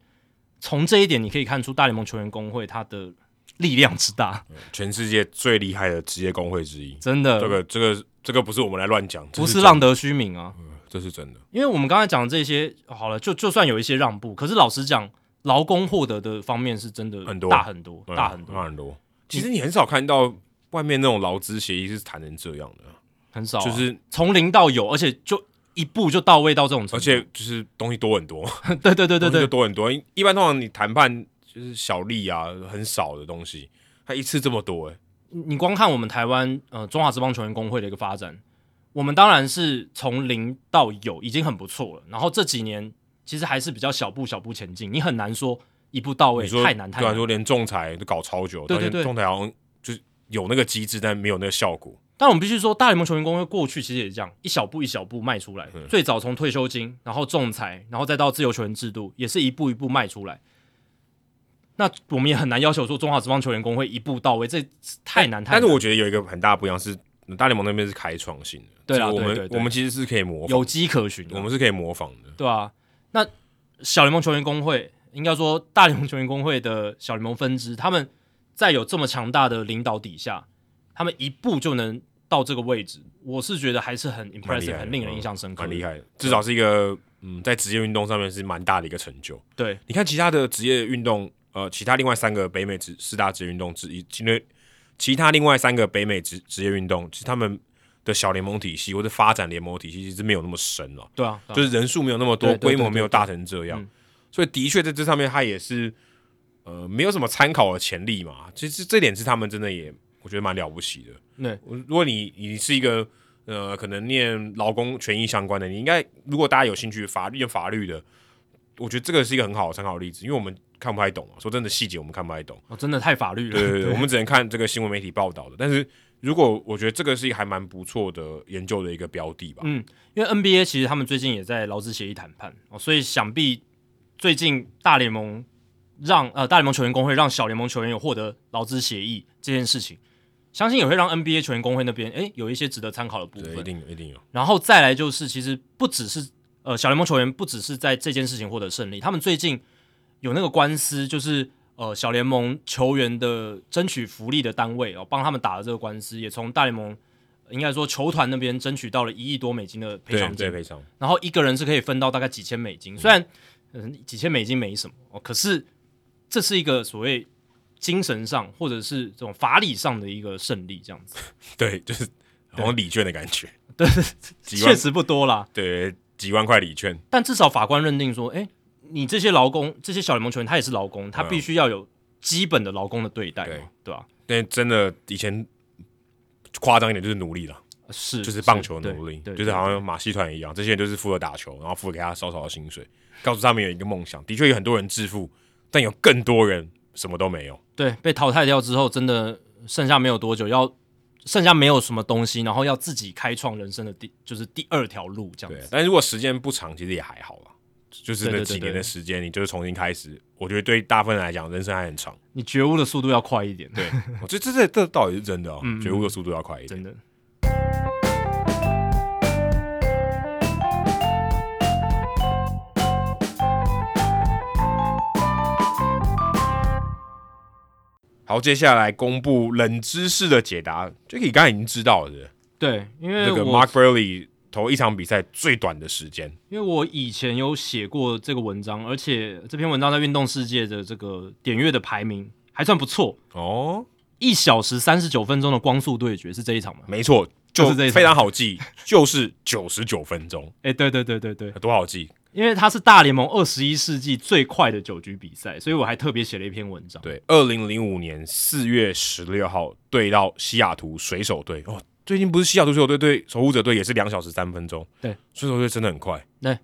[SPEAKER 2] 从这一点你可以看出大联盟球员工会它的力量之大，
[SPEAKER 1] 全世界最厉害的职业工会之一，
[SPEAKER 2] 真的、
[SPEAKER 1] 嗯这个这个这个不是我们来乱讲，
[SPEAKER 2] 呃不
[SPEAKER 1] 这嗯
[SPEAKER 2] 是
[SPEAKER 1] 真的
[SPEAKER 2] 浪得虚名啊。
[SPEAKER 1] 这是真的。
[SPEAKER 2] 因为我们刚才讲的这些，好了，就就算有一些让步，可是老实讲，劳工获得的方面是真的
[SPEAKER 1] 很多
[SPEAKER 2] 大很多，
[SPEAKER 1] 对啊
[SPEAKER 2] 大很多，
[SPEAKER 1] 大很多。其实你很少看到外面那种劳资协议是谈成这样的，
[SPEAKER 2] 很少啊、
[SPEAKER 1] 就是
[SPEAKER 2] 从零到有，而且就一步就到位到这种程度。
[SPEAKER 1] 而且就是东西多很多，
[SPEAKER 2] 对对对对
[SPEAKER 1] 东西就
[SPEAKER 2] 对，
[SPEAKER 1] 多很多。一一般通常你谈判就是小利啊，很少的东西，他一次这么多、欸，
[SPEAKER 2] 你光看我们台湾呃中华职棒球员工会的一个发展，我们当然是从零到有已经很不错了。然后这几年其实还是比较小步小步前进，你很难说一步到
[SPEAKER 1] 你
[SPEAKER 2] 位，
[SPEAKER 1] 说
[SPEAKER 2] 太难太
[SPEAKER 1] 对啊，
[SPEAKER 2] 难。
[SPEAKER 1] 说连仲裁都搞超久，
[SPEAKER 2] 对对
[SPEAKER 1] 但是
[SPEAKER 2] 对
[SPEAKER 1] 仲裁好像就是有那个机制，但没有那个效果。
[SPEAKER 2] 但我们必须说，大联盟球员工会过去其实也是这样，一小步一小步迈出来。
[SPEAKER 1] 嗯
[SPEAKER 2] 最早从退休金，然后仲裁，然后再到自由球员制度，也是一步一步迈出来。那我们也很难要求说中华职棒球员工会一步到位，这太难太
[SPEAKER 1] 但
[SPEAKER 2] 难。
[SPEAKER 1] 是我觉得有一个很大不一样是，大联盟那边是开创性的，
[SPEAKER 2] 对
[SPEAKER 1] 这
[SPEAKER 2] 啊
[SPEAKER 1] 个我
[SPEAKER 2] 对
[SPEAKER 1] 们
[SPEAKER 2] 对对
[SPEAKER 1] 我们其实是可以模仿，
[SPEAKER 2] 有迹可循、啊，
[SPEAKER 1] 我们是可以模仿的。
[SPEAKER 2] 对啊，那小联盟球员工会应该说大联盟球员工会的小联盟分支，他们在有这么强大的领导底下，他们一步就能到这个位置，我是觉得还是很
[SPEAKER 1] 蛮厉害
[SPEAKER 2] impressive，
[SPEAKER 1] 的，
[SPEAKER 2] 很令
[SPEAKER 1] 嗯
[SPEAKER 2] 人印象深刻。
[SPEAKER 1] 蛮厉害的，至少是一个嗯，在职业运动上面是蛮大的一个成就。
[SPEAKER 2] 对，
[SPEAKER 1] 你看其他的职业运动，呃，其他另外三个北美职四大职业运动之一，其实其他另外三个北美职职业运动，其实他们的小联盟体系或者发展联盟体系其实没有那么深了、
[SPEAKER 2] 对啊，对啊
[SPEAKER 1] 就是人数没有那么多
[SPEAKER 2] 对，对
[SPEAKER 1] 规模
[SPEAKER 2] 对对
[SPEAKER 1] 没有大成这样
[SPEAKER 2] 嗯，
[SPEAKER 1] 所以的确在这上面他也是呃没有什么参考的潜力嘛。其实这点是他们真的也我觉得蛮了不起的。
[SPEAKER 2] 对
[SPEAKER 1] 我，如果你你是一个呃可能念劳工权益相关的，你应该如果大家有兴趣法律念法律的，我觉得这个是一个很好的参考例子，因为我们看不太懂啊。说真的，细节我们看不太懂，
[SPEAKER 2] 哦，真的太法律了。
[SPEAKER 1] 对对对，我们只能看这个新闻媒体报道的。但是如果我觉得这个是一个还蛮不错的研究的一个标的吧，
[SPEAKER 2] 嗯 因为 NBA 其实他们最近也在劳资协议谈判哦，所以想必最近大联盟让呃大联盟球员工会让小联盟球员有获得劳资协议这件事情，相信也会让 NBA 球员工会那边诶有一些值得参考的部
[SPEAKER 1] 对，一
[SPEAKER 2] 分。
[SPEAKER 1] 定有一定有。
[SPEAKER 2] 然后再来就是，其实不只是呃小联盟球员不只是在这件事情获得胜利，他们最近有那个官司，就是呃小联盟球员的争取福利的单位哦，帮他们打了这个官司，也从大联盟呃应该说球团那边争取到了一亿多美金的赔
[SPEAKER 1] 对
[SPEAKER 2] 偿
[SPEAKER 1] 对
[SPEAKER 2] 金，
[SPEAKER 1] 赔偿，
[SPEAKER 2] 然后一个人是可以分到大概几千美金，虽然嗯、几千美金没什么哦，可是这是一个所谓。精神上或者是这种法理上的一个胜利，这样子，
[SPEAKER 1] 对，就是好像礼券的感觉，
[SPEAKER 2] 对，
[SPEAKER 1] 几万
[SPEAKER 2] 确实不多啦。
[SPEAKER 1] 对几万块礼券，
[SPEAKER 2] 但至少法官认定说，哎、你这些劳工，这些小联盟球员，他也是劳工，他必须要有基本的劳工的对待嘛，
[SPEAKER 1] 对
[SPEAKER 2] 对吧、
[SPEAKER 1] 但真的以前夸张一点就是奴隶了。
[SPEAKER 2] 是，
[SPEAKER 1] 就是棒球奴隶，
[SPEAKER 2] 对，对
[SPEAKER 1] 就是好像马戏团一样，这些人就是负责打球，然后负责给他少少的薪水，告诉他们有一个梦想。的确有很多人致富，但有更多人什么都没有。
[SPEAKER 2] 对被淘汰掉之后，真的剩下没有多久，要剩下没有什么东西，然后要自己开创人生的第就是第二条路这样
[SPEAKER 1] 对
[SPEAKER 2] 子，。
[SPEAKER 1] 但如果时间不长，其实也还好啦，就是那
[SPEAKER 2] 对对对
[SPEAKER 1] 几年
[SPEAKER 2] 对
[SPEAKER 1] 的时间，你就是重新开始。我觉得对大部分人来讲，人生还很 长。
[SPEAKER 2] 你觉悟的速度要快一点，
[SPEAKER 1] 对，我觉得这这这倒也是真的哦，觉悟的速度要快一点
[SPEAKER 2] 嗯真。的。
[SPEAKER 1] 好，接下来公布冷知识的解答，Jacky 刚才已经知道了是不是，
[SPEAKER 2] 对，因为
[SPEAKER 1] 那个
[SPEAKER 2] 我
[SPEAKER 1] Mark Burley 投一场比赛最短的时间，
[SPEAKER 2] 因为我以前有写过这个文章，而且这篇文章在运动世界的这个点阅的排名还算不错，
[SPEAKER 1] 哦，
[SPEAKER 2] 一小时三十九分钟的光速对决是这一场吗？
[SPEAKER 1] 没错，
[SPEAKER 2] 就
[SPEAKER 1] 就是
[SPEAKER 2] 这一场
[SPEAKER 1] 非常好记， 就是九十九分钟，
[SPEAKER 2] 哎、对对对对对，
[SPEAKER 1] 多好记。
[SPEAKER 2] 因为它是大联盟二十一世纪最快的九局比赛，所以我还特别写了一篇文章。
[SPEAKER 1] 对，二零零五年四月十六号对到西雅图水手队哦，最近不是西雅图水手队对守护者队也是两小时三分钟，
[SPEAKER 2] 对，
[SPEAKER 1] 水手队真的很快，
[SPEAKER 2] 对，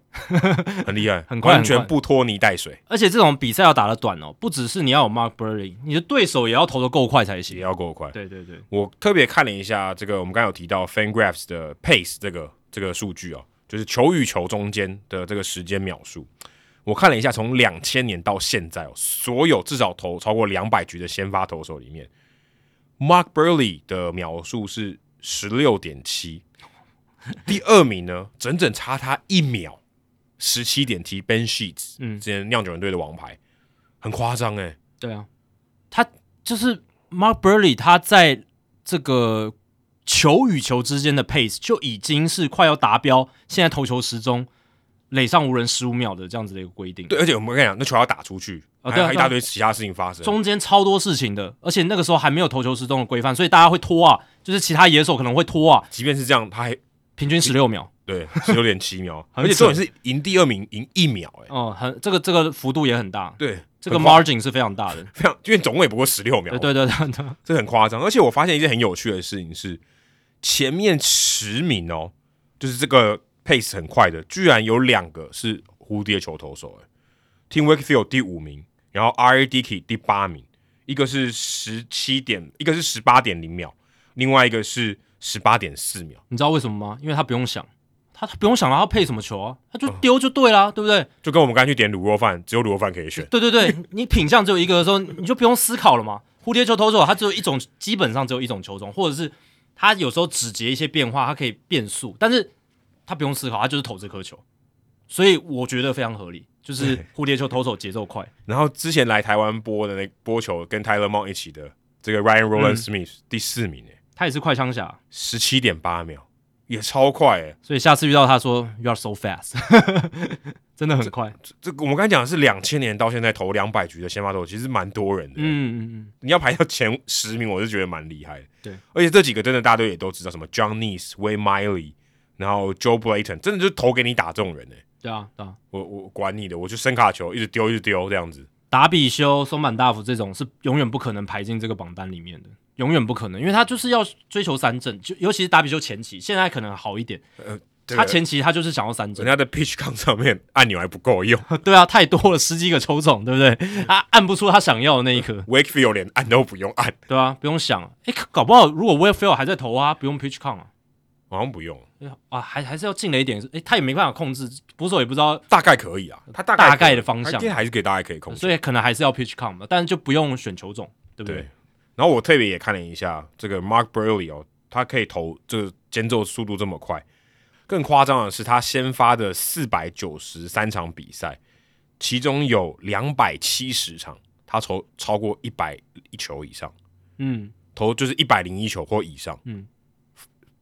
[SPEAKER 1] 很厉害，
[SPEAKER 2] 很快
[SPEAKER 1] 完全
[SPEAKER 2] 很快
[SPEAKER 1] 不拖泥带水，
[SPEAKER 2] 而且这种比赛要打得短哦，不只是你要有 Mark Burley，你的对手也要投得够快才
[SPEAKER 1] 也
[SPEAKER 2] 行。
[SPEAKER 1] 要够快。
[SPEAKER 2] 对对对，
[SPEAKER 1] 我特别看了一下这个，我们刚刚有提到 FanGraphs 的 pace 这个这个数据哦，就是球与球中间的这个时间秒数。我看了一下，从两千年到现在哦，所有至少投超过两百局的先发投手里面，Mark Burley 的秒数是十六点 七，第二名呢，整整差他一秒，十七点七 Ben Sheets，
[SPEAKER 2] 嗯
[SPEAKER 1] 之前酿酒人队的王牌，很夸张哎，
[SPEAKER 2] 对啊，他就是 Mark Burley，他在这个球与球之间的 pace 就已经是快要达标，现在投球时钟垒上无人十五秒的这样子的一个规定。
[SPEAKER 1] 对，而且我们跟你讲，那球要打出去，
[SPEAKER 2] 哦
[SPEAKER 1] 还
[SPEAKER 2] 对啊
[SPEAKER 1] 还一
[SPEAKER 2] 对啊
[SPEAKER 1] 大堆其他事情发生，
[SPEAKER 2] 中间超多事情的，而且那个时候还没有投球时钟的规范，所以大家会拖啊，就是其他野手可能会拖啊，
[SPEAKER 1] 即便是这样，他还
[SPEAKER 2] 平均十六秒，
[SPEAKER 1] 对十六点七秒，
[SPEAKER 2] 很
[SPEAKER 1] 而且
[SPEAKER 2] 扯
[SPEAKER 1] 重点是赢第二名赢一秒、哎、
[SPEAKER 2] 哦、很这个这个幅度也很大，
[SPEAKER 1] 对，
[SPEAKER 2] 这个
[SPEAKER 1] 很夸
[SPEAKER 2] margin 是非常大的，
[SPEAKER 1] 非常，因为总共也不过十六秒，
[SPEAKER 2] 对对对对对，
[SPEAKER 1] 这很夸张。而且我发现一件很有趣的事情是，前面十名哦，就是这个 pace 很快的，居然有两个是蝴蝶球投手、哎，Tim Wakefield 第五名，然后 R A Dickey 第八名，一个是十七点，一个是十八点零秒，另外一个是十八点四秒。
[SPEAKER 2] 你知道为什么吗？因为他不用想，他他不用想了，他配什么球啊，他就丢就对啦，对不对？
[SPEAKER 1] 就跟我们刚才去点卤肉饭，只有卤肉饭可以选。
[SPEAKER 2] 对对对，你品相只有一个的时候，你就不用思考了嘛。蝴蝶球投手他只有一种，基本上只有一种球种，或者是他有时候指节一些变化，他可以变速，但是他不用思考，他就是投这颗球，所以我觉得非常合理，就是蝴蝶球投手节奏快。
[SPEAKER 1] 然后之前来台湾播的那播球跟 Tyler Mong 一起的这个 Ryan
[SPEAKER 2] 嗯
[SPEAKER 1] Roland Smith、第四名诶，
[SPEAKER 2] 他也是快枪侠，
[SPEAKER 1] 十七点八秒，也超快诶。
[SPEAKER 2] 所以下次遇到他说 “You are so fast”，真 的很快。
[SPEAKER 1] 这个我们刚才讲的是两千年到现在投两百局的先发投手，其实蛮多人的。
[SPEAKER 2] 嗯嗯嗯，
[SPEAKER 1] 你要排到前十名，我就觉得蛮厉害的。
[SPEAKER 2] 对，
[SPEAKER 1] 而且这几个真的大家都也都知道，什么 John Nees、Way Miley，然后 Joe Blayton，真的就是投给你打中人诶。
[SPEAKER 2] 对啊对啊，
[SPEAKER 1] 我我管你的，我就伸卡球一直丢一直丢这样子。
[SPEAKER 2] 达比修、松坂大辅这种是永远不可能排进这个榜单里面的，永远不可能，因为他就是要追求三振，就尤其是达比修前期，现在可能好一点，
[SPEAKER 1] 这个
[SPEAKER 2] 他前期他就是想要三
[SPEAKER 1] 人
[SPEAKER 2] 振，
[SPEAKER 1] 家的 pitch count 上面按钮还不够 用
[SPEAKER 2] 对啊，太多了十几个抽中，对不对？ 他按不出他想要的那一颗，
[SPEAKER 1] ，Wakefield 连按都不用按，
[SPEAKER 2] 对啊，不用想，诶，可搞不好如果 w e l f i e l 还在投啊，不用 pitch count 啊。
[SPEAKER 1] 好像不用，
[SPEAKER 2] 啊，还还是要进了一点，诶，他也没办法控制，捕手也不知道，
[SPEAKER 1] 大概可以啊，他大概
[SPEAKER 2] 呃大概
[SPEAKER 1] 可以
[SPEAKER 2] 的方向
[SPEAKER 1] 他今天还是可以大概可以控制。
[SPEAKER 2] 所以可能还是要 pitch count 嘛，但是就不用选球种，对不对？
[SPEAKER 1] 对然后我特别也看了一下这个 Mark Burley 哦，他可以投这个间奏速度这么快，更夸张的是他先发的四百九十三场比赛，其中有两百七十场他投超过一百一球以上，
[SPEAKER 2] 嗯，
[SPEAKER 1] 投就是一百零一球或以上，
[SPEAKER 2] 嗯，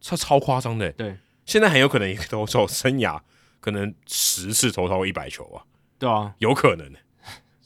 [SPEAKER 1] 这超夸张的。欸
[SPEAKER 2] 对，
[SPEAKER 1] 现在很有可能一个投手生涯可能十次投超过一百球啊，
[SPEAKER 2] 对啊，
[SPEAKER 1] 有可能。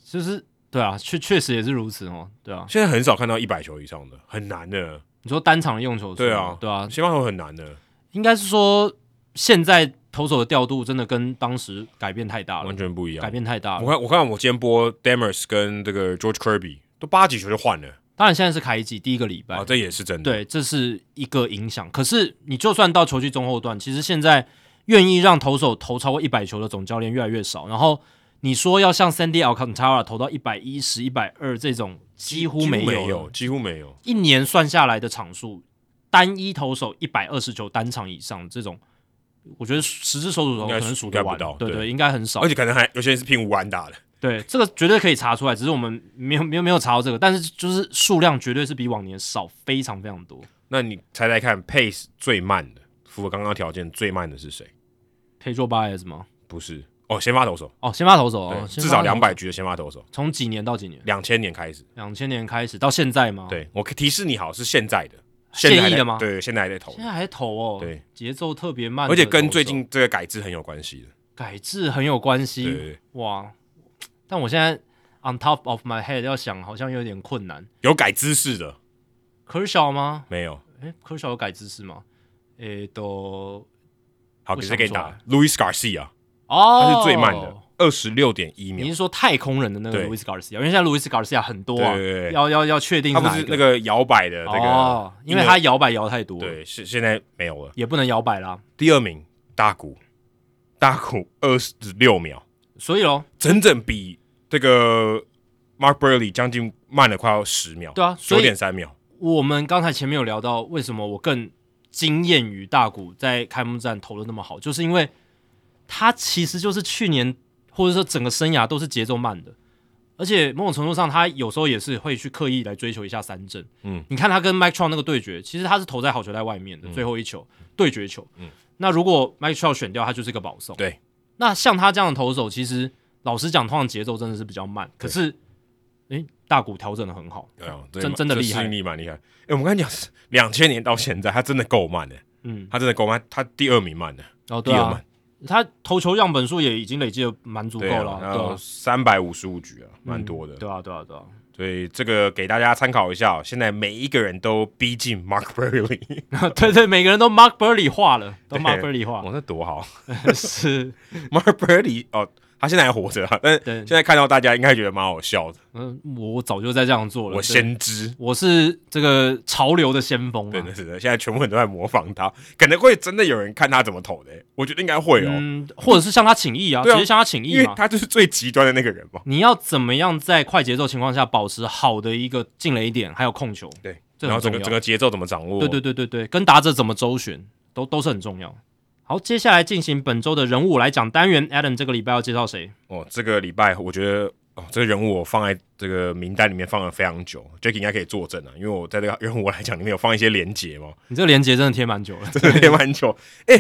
[SPEAKER 2] 就是对啊，确确实也是如此哦，对啊。
[SPEAKER 1] 现在很少看到一百球以上的，很难的。
[SPEAKER 2] 你说单场的用球数，
[SPEAKER 1] 对啊，
[SPEAKER 2] 对啊，
[SPEAKER 1] 先发投很难的，
[SPEAKER 2] 应该是说现在投手的调度真的跟当时改变太大了
[SPEAKER 1] 完，全不一样
[SPEAKER 2] 改。变太大
[SPEAKER 1] 我
[SPEAKER 2] 了。
[SPEAKER 1] 看，我看我今天播 Demers 跟这个 George Kirby 都八几球就换了
[SPEAKER 2] 当然现在是开季第一个礼拜，
[SPEAKER 1] 啊，这也是真的。
[SPEAKER 2] 对，这是一个影响。可是你就算到球季中后段，其实现在愿意让投手投超过一百球的总教练越来越少。然后你说要像 Sandy Alcantara 投到一百一十、一百二这种，几乎没
[SPEAKER 1] 几乎
[SPEAKER 2] 有了
[SPEAKER 1] 没有，几乎没有。
[SPEAKER 2] 一年算下来的场数，单一投手一百二十球单场以上这种，我觉得十只手指头
[SPEAKER 1] 应
[SPEAKER 2] 可
[SPEAKER 1] 该
[SPEAKER 2] 能
[SPEAKER 1] 数
[SPEAKER 2] 数得
[SPEAKER 1] 应该
[SPEAKER 2] 完
[SPEAKER 1] 不到，
[SPEAKER 2] 对
[SPEAKER 1] 对
[SPEAKER 2] 对，应该很少
[SPEAKER 1] 而。且可能还有些人是拼无安打的，
[SPEAKER 2] 对，这个绝对可以查出来，只是我们没有没有没有查到这个，但是就是数量绝对是比往年少非常非常多。
[SPEAKER 1] 那你猜猜看，pace 最慢的，符合刚刚条件最慢的是谁？
[SPEAKER 2] Pedro Baez 吗？
[SPEAKER 1] 不是哦，先发投手，
[SPEAKER 2] 哦，先发投手
[SPEAKER 1] 对
[SPEAKER 2] 哦，，先
[SPEAKER 1] 至少
[SPEAKER 2] 发投手
[SPEAKER 1] 两，百局的先发投手，
[SPEAKER 2] 从几年到几年？
[SPEAKER 1] 两千年开始。
[SPEAKER 2] 两千年开始到现在吗？，
[SPEAKER 1] 对我提示你好，是现在的，
[SPEAKER 2] 哦现役
[SPEAKER 1] 在还在
[SPEAKER 2] 的吗
[SPEAKER 1] 对，现在还在投
[SPEAKER 2] 现，在还投哦，
[SPEAKER 1] 对，
[SPEAKER 2] 节奏特别慢的
[SPEAKER 1] 而
[SPEAKER 2] 投手，
[SPEAKER 1] 且跟最近这个改制很有关系的。
[SPEAKER 2] 改制很有关系。
[SPEAKER 1] 对对，对
[SPEAKER 2] 哇！但我现在 on top of my head 要想，好像有点困难。
[SPEAKER 1] 有改姿势的
[SPEAKER 2] 科小吗？
[SPEAKER 1] 没有？
[SPEAKER 2] 诶，科小有改姿势吗？诶，都
[SPEAKER 1] 好，
[SPEAKER 2] 我
[SPEAKER 1] 直
[SPEAKER 2] 想
[SPEAKER 1] 接给你
[SPEAKER 2] 不出来
[SPEAKER 1] 打 Louis Garcia，
[SPEAKER 2] 哦，
[SPEAKER 1] 他是最慢的，二十六点一秒
[SPEAKER 2] 你。是说太空人的那个
[SPEAKER 1] 对
[SPEAKER 2] Luis Garcia？因为现在 Luis Garcia 很多啊，
[SPEAKER 1] 对对对
[SPEAKER 2] 要要要确定
[SPEAKER 1] 他不
[SPEAKER 2] 哪
[SPEAKER 1] 是
[SPEAKER 2] 一
[SPEAKER 1] 那个摇摆的那个，
[SPEAKER 2] 哦，因为他摇摆摇太多，，
[SPEAKER 1] 对，是现在没有了。
[SPEAKER 2] 也不能摇摆啦。
[SPEAKER 1] 第二名大谷，大谷二十六秒，
[SPEAKER 2] 所以咯，
[SPEAKER 1] 整整比这个 Mark Burley 将近慢了快要十秒，
[SPEAKER 2] 对啊所
[SPEAKER 1] 九
[SPEAKER 2] 以
[SPEAKER 1] 点三秒。
[SPEAKER 2] 我们刚才前面有聊到，为什么我更惊艳于大谷在开幕战投的那么好，就是因为他其实就是去年或者说整个生涯都是节奏慢的，而且某种程度上，他有时候也是会去刻意来追求一下三振。
[SPEAKER 1] 嗯，
[SPEAKER 2] 你看他跟 Mike Trout 那个对决，其实他是投在好球在外面的、最后一球对决球。
[SPEAKER 1] 嗯，
[SPEAKER 2] 那如果 Mike Trout 选掉，他就是一个保送。
[SPEAKER 1] 对，
[SPEAKER 2] 那像他这样的投手，其实老实讲，通常节奏真的是比较慢，可是。诶，大谷调整的很好，
[SPEAKER 1] 哎呦，这
[SPEAKER 2] 哦真
[SPEAKER 1] 蛮
[SPEAKER 2] 真的
[SPEAKER 1] 这
[SPEAKER 2] 厉害
[SPEAKER 1] 适应力蛮厉害。哎，我们刚才讲两千年到现在，他真的够慢的，
[SPEAKER 2] 嗯，
[SPEAKER 1] 他真的够慢，他第二名慢的，
[SPEAKER 2] 哦，
[SPEAKER 1] 第
[SPEAKER 2] 对
[SPEAKER 1] 二
[SPEAKER 2] 啊
[SPEAKER 1] 慢，，
[SPEAKER 2] 他投球样本数也已经累积的蛮足够
[SPEAKER 1] 对
[SPEAKER 2] 了
[SPEAKER 1] 啊，
[SPEAKER 2] 啊，
[SPEAKER 1] 然
[SPEAKER 2] 对
[SPEAKER 1] 后
[SPEAKER 2] 啊，
[SPEAKER 1] 三百五十五局啊，蛮多的。
[SPEAKER 2] 对啊，对啊，对啊，
[SPEAKER 1] 所以这个给大家参考一下哦。现在每一个人都逼近 Mark Burley，
[SPEAKER 2] 对对，每个人都 Mark Burley 化了，都 Mark Burley 化
[SPEAKER 1] 哇，那多好
[SPEAKER 2] 是，
[SPEAKER 1] ！Mark Burley 哦，他现在还活着啊，但是
[SPEAKER 2] 对
[SPEAKER 1] 现在看到大家应该觉得蛮好笑的。
[SPEAKER 2] 嗯，我早就在这样做了，
[SPEAKER 1] 我
[SPEAKER 2] 对
[SPEAKER 1] 先知，
[SPEAKER 2] 我是这个潮流的先锋
[SPEAKER 1] 真
[SPEAKER 2] 啊
[SPEAKER 1] 的，是的，现在全部人都在模仿他，可能会真的有人看他怎么投的，我觉得应该会哦，
[SPEAKER 2] 嗯，或者是向他请益啊，
[SPEAKER 1] 对
[SPEAKER 2] 直
[SPEAKER 1] 啊
[SPEAKER 2] 接向他请
[SPEAKER 1] 因
[SPEAKER 2] 益
[SPEAKER 1] 为
[SPEAKER 2] 嘛。
[SPEAKER 1] 他就是最极端的那个人嘛。
[SPEAKER 2] 你要怎么样在快节奏情况下保持好的一个进垒点，还有控球？
[SPEAKER 1] 对，
[SPEAKER 2] 这很
[SPEAKER 1] 然后整个
[SPEAKER 2] 重要
[SPEAKER 1] 整个节奏怎么掌握？
[SPEAKER 2] 对对对对对，跟打者怎么周旋都都是很重要。好，接下来进行本周的人物来讲单元，Adam 这个礼拜要介绍谁？
[SPEAKER 1] 哦，这个礼拜我觉得哦，这个人物我放在这个名单里面放了非常久，Jack 应该可以作证啊，因为我在这个人物来讲里面有放一些连结嘛，
[SPEAKER 2] 你这个连接真的贴蛮久了，
[SPEAKER 1] 真的也蛮久。哎、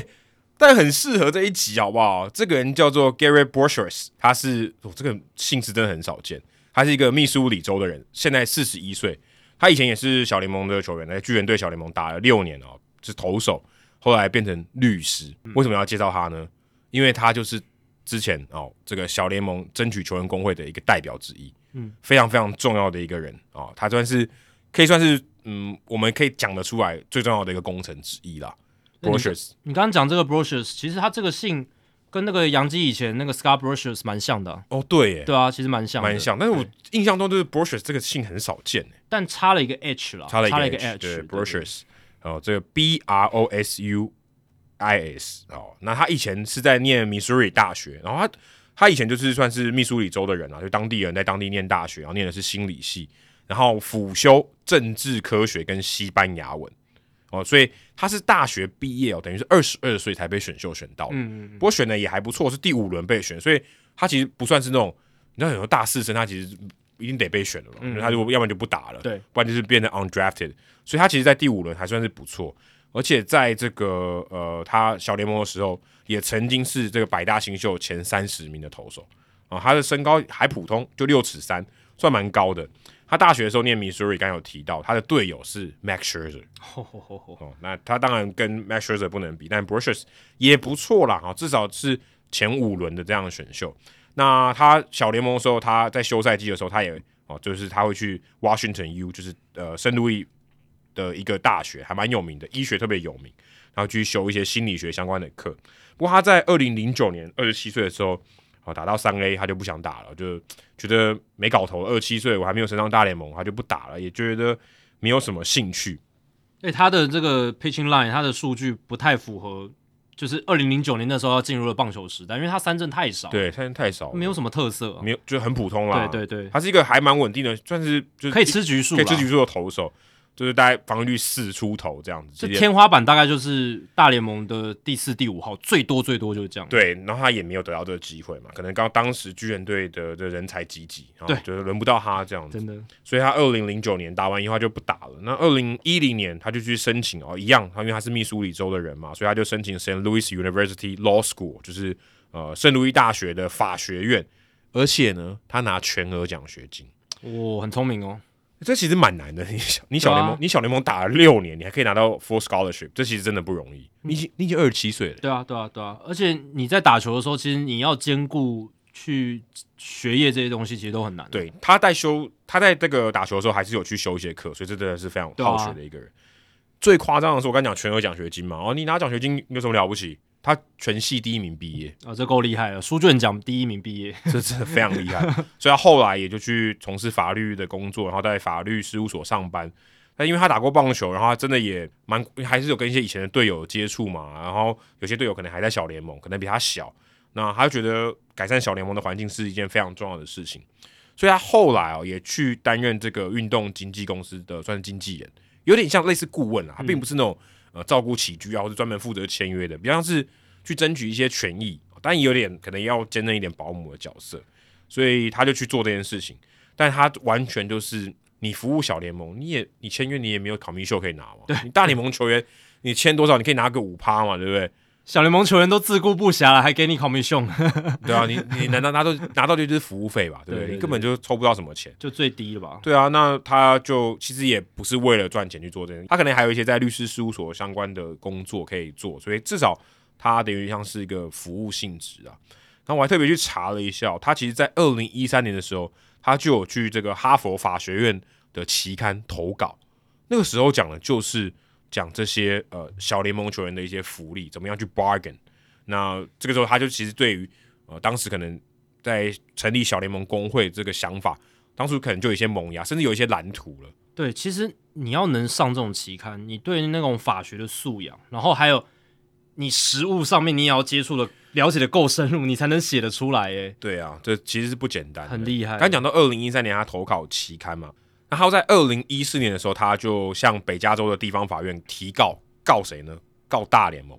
[SPEAKER 1] 但很适合这一集，好不好？这个人叫做 Gary b o r s h e s 他是我、哦、这个姓氏真的很少见，他是一个密苏里州的人，现在四十一岁，他以前也是小联盟的球员，在巨人队小联盟打了六年哦，是投手，后来变成律师。
[SPEAKER 2] 嗯
[SPEAKER 1] 为什么要介绍他呢？因为他就是之前哦，这个小联盟争取球员工会的一个代表之一，
[SPEAKER 2] 嗯，
[SPEAKER 1] 非常非常重要的一个人哦，他算是可以算是嗯，我们可以讲得出来最重要的一个功臣之一啦。b r
[SPEAKER 2] 那你
[SPEAKER 1] o s h e r s
[SPEAKER 2] 你刚刚讲这个 Brochus，其实他这个姓跟那个杨基以前那个 Scar Brochus 蛮像的啊、
[SPEAKER 1] 哦，对耶，
[SPEAKER 2] 对啊，其实蛮像的，
[SPEAKER 1] 蛮像，但是我印象中就是 b r o s h e r s 这个姓很少见耶
[SPEAKER 2] 但差了一个 H 了，
[SPEAKER 1] 哦差了一个
[SPEAKER 2] 一个
[SPEAKER 1] H，
[SPEAKER 2] H，
[SPEAKER 1] 对 brochures，哦，这个 B R O S U I S 哦，那他以前是在念密苏里大学，然后他他以前就是算是密苏里州的人啊，就当地人在当地念大学，然后念的是心理系，然后辅修政治科学跟西班牙文哦，所以他是大学毕业哦，等于是二十二岁才被选秀选到的，
[SPEAKER 2] 嗯，嗯嗯
[SPEAKER 1] 不过选的也还不错，是第五轮被选，所以他其实不算是那种，你知道很多大四生他其实一定得被选的嘛，因为他就要不然就不打了，
[SPEAKER 2] 嗯对，
[SPEAKER 1] 不然就是变成 undrafted，所以他其实，在第五轮还算是不错，而且在这个呃他小联盟的时候，也曾经是这个百大新秀前三十名的投手啊、他的身高还普通，就六尺三，算蛮高的。他大学的时候念 Missouri，刚刚有提到，他的队友是 Max Scherzer，
[SPEAKER 2] 吼吼吼吼，
[SPEAKER 1] 哦，那他当然跟 Max Scherzer 不能比，但 b r o s h e r s 也不错啦，哦，至少是前五轮的这样的选秀。那他小联盟的时候，他在休赛季的时候，他也哦，就是他会去 Washington U，就是呃圣路易的一个大学，还蛮有名的，医学特别有名，然后去修一些心理学相关的课。不过他在二零零九年二十七岁的时候，哦，打到三 A，他就不想打了，就觉得没搞头，二十七岁我还没有升上大联盟，他就不打了，也觉得没有什么兴趣。
[SPEAKER 2] 哎，他的这个 pitching line，他的数据不太符合，就是二零零九年那时候要进入了棒球时代，因为他三振太少，，
[SPEAKER 1] 对，太太少了，
[SPEAKER 2] 没有什么特色啊、
[SPEAKER 1] 没有，就很普通啦。
[SPEAKER 2] 对对
[SPEAKER 1] 他是一个还蛮稳定的，算是就是
[SPEAKER 2] 对，可以吃局数
[SPEAKER 1] 可
[SPEAKER 2] 啦，
[SPEAKER 1] 以吃局数的投手，就是大概防御率四出头这样子。
[SPEAKER 2] 这
[SPEAKER 1] 直接
[SPEAKER 2] 天花板大概就是大联盟的第四、第五号，最多最多就是这样。，
[SPEAKER 1] 对，然后他也没有得到这个机会嘛，可能刚当时巨人队的的人才济济，然后
[SPEAKER 2] 对
[SPEAKER 1] 就是轮不到他这样子，
[SPEAKER 2] 真的，
[SPEAKER 1] 所以他二零零九年打完以后他就不打了。那二零一零年他就去申请哦，一样，他因为他是密苏里州的人嘛，所以他就申请 St. Louis University Law School，就是呃圣路易大学的法学院，而且呢，他拿全额奖学金。
[SPEAKER 2] 哇，很聪明哦。
[SPEAKER 1] 这其实蛮难的。你小你小联盟，
[SPEAKER 2] 对啊
[SPEAKER 1] 你小联盟打了六年，你还可以拿到 full scholarship，这其实真的不容易。你已经你已经二十七岁了，
[SPEAKER 2] 对啊，对啊，对啊。而且你在打球的时候，其实你要兼顾去学业这些东西，其实都很难。，
[SPEAKER 1] 对他在修，他在这个打球的时候还是有去修一些课，所以这真的是非常
[SPEAKER 2] 对啊
[SPEAKER 1] 好学的一个人。最夸张的是，我刚讲全额奖学金嘛，哦，你拿奖学金有什么了不起？他全系第一名毕业，
[SPEAKER 2] 啊，这够厉害了。书卷奖第一名毕业，
[SPEAKER 1] 这真的非常厉害。所以他后来也就去从事法律的工作，然后在法律事务所上班。但因为他打过棒球，然后他真的也蛮还是有跟一些以前的队友接触嘛，然后有些队友可能还在小联盟，可能比他小，那他就觉得改善小联盟的环境是一件非常重要的事情，所以他后来哦也去担任这个运动经纪公司的算是经纪人，有点像类似顾问啦，他并不是那种、呃照顾起居啊，或是专门负责签约的，比较像是去争取一些权益，但也有点可能要兼任一点保姆的角色，所以他就去做这件事情，但他完全就是你服务小联盟，你也你签约你也没有考米秀可以拿嘛，你大联盟球员你签多少你可以拿个五趴嘛，对不对？
[SPEAKER 2] 小联盟球员都自顾不暇了，还给你 commission，
[SPEAKER 1] 对啊，你你难道拿到拿到的就是服务费吧？对不对？
[SPEAKER 2] 对对
[SPEAKER 1] 你根本就抽不到什么钱。
[SPEAKER 2] 就最低了吧？
[SPEAKER 1] 对啊，那他就其实也不是为了赚钱去做这件事，他可能还有一些在律师事务所相关的工作可以做，所以至少他等于像是一个服务性质啊。然后我还特别去查了一下哦，他其实在二零一三年的时候，他就有去这个哈佛法学院的期刊投稿，那个时候讲的就是讲这些呃小联盟球员的一些福利，怎么样去 bargain。那这个时候他就其实对于呃当时可能在成立小联盟工会这个想法，当初可能就有一些萌芽，甚至有一些蓝图了。
[SPEAKER 2] 对，其实你要能上这种期刊，你对那种法学的素养，然后还有你实务上面，你也要接触的了解的够深入，你才能写得出来。哎，
[SPEAKER 1] 对啊，这其实是不简单的，
[SPEAKER 2] 很厉害
[SPEAKER 1] 刚讲到二零一三年他投考期刊嘛，那他在二零一四年的时候，他就向北加州的地方法院提告，告谁呢？告大联盟。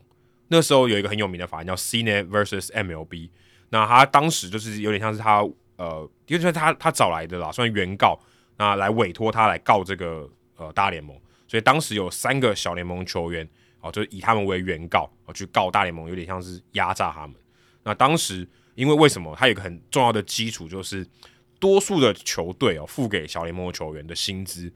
[SPEAKER 1] 那时候有一个很有名的法案叫 CNET versus MLB，那他当时就是有点像是他呃，因为算他他找来的啦，算原告，那来委托他来告这个呃大联盟，所以当时有三个小联盟球员哦，就是以他们为原告哦去告大联盟，有点像是压榨他们。那当时因为为什么他有一个很重要的基础，就是多数的球队哦付给小联盟的球员的薪资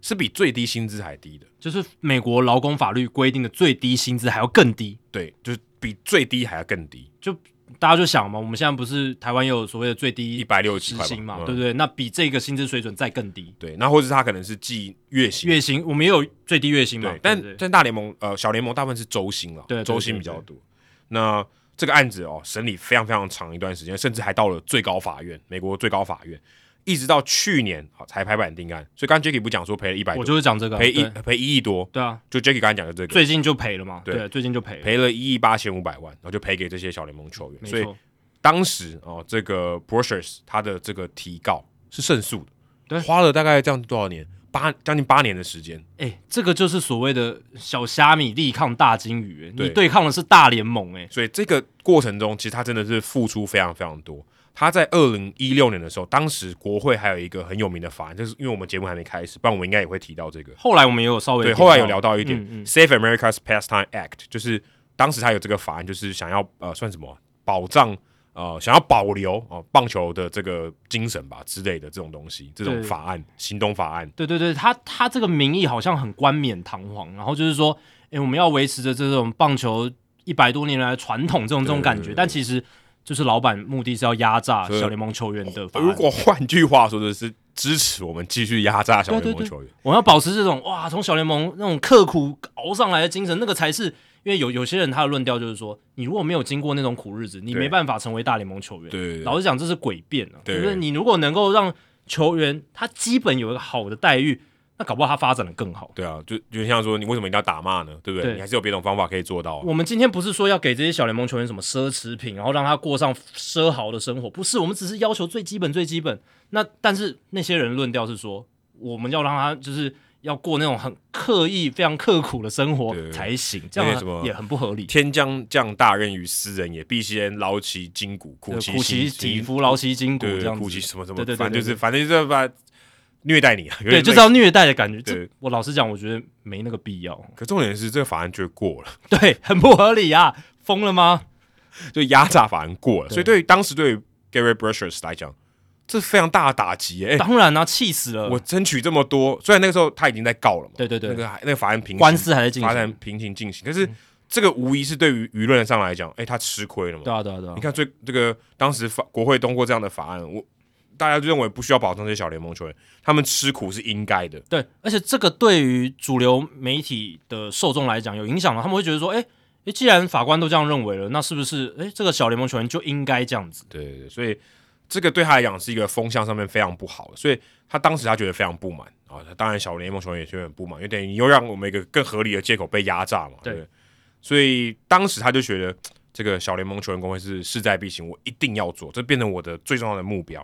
[SPEAKER 1] 是比最低薪资还低的。
[SPEAKER 2] 就是美国劳工法律规定的最低薪资还要更低。
[SPEAKER 1] 对，就是比最低还要更低，
[SPEAKER 2] 就大家就想嘛，我们现在不是台湾也有所谓的最低
[SPEAKER 1] 一百六十
[SPEAKER 2] 时
[SPEAKER 1] 七块
[SPEAKER 2] 薪嘛，
[SPEAKER 1] 嗯
[SPEAKER 2] 对不对？那比这个薪资水准再更低，
[SPEAKER 1] 对，那或者是他可能是计月薪，
[SPEAKER 2] 月薪我们也有最低月薪嘛
[SPEAKER 1] 对，，
[SPEAKER 2] 对不
[SPEAKER 1] 但
[SPEAKER 2] 对
[SPEAKER 1] 但大联盟呃小联盟大部分是周薪了，
[SPEAKER 2] 对对
[SPEAKER 1] 周薪
[SPEAKER 2] 对
[SPEAKER 1] 比较
[SPEAKER 2] 对
[SPEAKER 1] 多。那这个案子哦，审理非常非常长一段时间，甚至还到了最高法院，美国最高法院，一直到去年好、才拍板定案。所以刚刚 Jacky 不讲说赔了一百
[SPEAKER 2] 我
[SPEAKER 1] 多，
[SPEAKER 2] 就是讲这个啊
[SPEAKER 1] 赔一
[SPEAKER 2] 对
[SPEAKER 1] 赔一亿多，
[SPEAKER 2] 对啊，
[SPEAKER 1] 就 Jacky 刚才讲的这个，
[SPEAKER 2] 最近就赔了嘛，
[SPEAKER 1] 对
[SPEAKER 2] 对，最近就赔了，
[SPEAKER 1] 赔了一亿八千五百万，然后就赔给这些小联盟球员。
[SPEAKER 2] 没
[SPEAKER 1] 所以
[SPEAKER 2] 错，
[SPEAKER 1] 当时哦，这个 b r o s h e r s 他的这个提告是胜诉的，
[SPEAKER 2] 对
[SPEAKER 1] 花了大概这样多少年？八将近八年的时间，
[SPEAKER 2] 哎，这个就是所谓的小虾米力抗大金鱼，
[SPEAKER 1] 对
[SPEAKER 2] 你对抗的是大联盟，哎，
[SPEAKER 1] 所以这个过程中，其实他真的是付出非常非常多。他在二零一六年的时候，当时国会还有一个很有名的法案，就是因为我们节目还没开始，不然我们应该也会提到这个。
[SPEAKER 2] 后来我们也有稍微
[SPEAKER 1] 对，
[SPEAKER 2] 提到
[SPEAKER 1] 后来有聊到一点、
[SPEAKER 2] 嗯
[SPEAKER 1] Save America's Pastime Act，就是当时他有这个法案，就是想要呃算什么保障呃想要保留哦、棒球的这个精神吧之类的这种东西，这种
[SPEAKER 2] 对
[SPEAKER 1] 法案行动法案。
[SPEAKER 2] 对对对，他他这个名义好像很冠冕堂皇，然后就是说，诶，我们要维持着这种棒球一百多年来的传统这种这种感
[SPEAKER 1] 对对
[SPEAKER 2] 觉，
[SPEAKER 1] 对
[SPEAKER 2] 但其实就是老板目的是要压榨
[SPEAKER 1] 所以
[SPEAKER 2] 小联盟球员的法案
[SPEAKER 1] 如果换句话说，就是支持我们继续压榨小
[SPEAKER 2] 对
[SPEAKER 1] 联
[SPEAKER 2] 对
[SPEAKER 1] 盟
[SPEAKER 2] 对
[SPEAKER 1] 球员。
[SPEAKER 2] 我们要保持这种哇，从小联盟那种刻苦熬上来的精神，那个才是因为有有些人他的论调就是说，你如果没有经过那种苦日子，你
[SPEAKER 1] 对
[SPEAKER 2] 没办法成为大联盟球员。
[SPEAKER 1] 对对对
[SPEAKER 2] 老实讲，这是诡辩啊！
[SPEAKER 1] 对
[SPEAKER 2] 就是你如果能够让球员他基本有一个好的待遇，那搞不好他发展的更好。
[SPEAKER 1] 对啊，就就像说，你为什么一定要打骂呢？对不对？
[SPEAKER 2] 对
[SPEAKER 1] 你还是有别种方法可以做到啊、
[SPEAKER 2] 我们今天不是说要给这些小联盟球员什么奢侈品，然后让他过上奢豪的生活，不是，我们只是要求最基本最基本。那但是那些人论调是说，我们要让他就是要过那种很刻意、非常刻苦的生活
[SPEAKER 1] 对
[SPEAKER 2] 才行，这
[SPEAKER 1] 那什么
[SPEAKER 2] 样也很不合理。
[SPEAKER 1] 天将降大任于斯人也，必先劳其筋骨，苦
[SPEAKER 2] 对
[SPEAKER 1] 其
[SPEAKER 2] 苦其体
[SPEAKER 1] 体
[SPEAKER 2] 肤，劳其筋骨，
[SPEAKER 1] 对
[SPEAKER 2] 这
[SPEAKER 1] 对，
[SPEAKER 2] 样
[SPEAKER 1] 苦其
[SPEAKER 2] 子，
[SPEAKER 1] 什么什么，
[SPEAKER 2] 对对对
[SPEAKER 1] 反正就
[SPEAKER 2] 对
[SPEAKER 1] 是反正就是把虐待你啊。有
[SPEAKER 2] 对，
[SPEAKER 1] 点
[SPEAKER 2] 就
[SPEAKER 1] 类
[SPEAKER 2] 是
[SPEAKER 1] 似
[SPEAKER 2] 要虐待的感觉。
[SPEAKER 1] 对
[SPEAKER 2] 这我老实讲，我觉得没那个必要，
[SPEAKER 1] 可重点是这个法案就过了，
[SPEAKER 2] 对，很不合理啊，疯了吗？
[SPEAKER 1] 就压榨法案过了，
[SPEAKER 2] 对
[SPEAKER 1] 所以对于当时对于 Gary Brushers 来讲，这非常大的打击耶。哎，
[SPEAKER 2] 当然啊，气死了，
[SPEAKER 1] 我争取这么多，虽然那个时候他已经在告了嘛，
[SPEAKER 2] 对对对
[SPEAKER 1] 那个还那个法案平行
[SPEAKER 2] 官司还在进
[SPEAKER 1] 法
[SPEAKER 2] 行，嗯
[SPEAKER 1] 案平行进行，但是这个无疑是对于舆论上来讲，哎，他吃亏了嘛
[SPEAKER 2] 对。啊对啊对啊
[SPEAKER 1] 你，看最这个当时法国会通过这样的法案，我大家就认为不需要保障这些小联盟球员，他们吃苦是应该的。
[SPEAKER 2] 对，而且这个对于主流媒体的受众来讲有影响了，他们会觉得说，哎、诶既然法官都这样认为了，那是不是哎、诶这个小联盟球员就应该这样子？
[SPEAKER 1] 对对对，所以这个对他来讲是一个风向上面非常不好的，所以他当时他觉得非常不满啊。当然，小联盟球员也觉得很不满，因为等于你又让我们一个更合理的借口被压榨嘛。
[SPEAKER 2] 对
[SPEAKER 1] 对，所以当时他就觉得嘖这个小联盟球员工会是势在必行，我一定要做，这变成我的最重要的目标。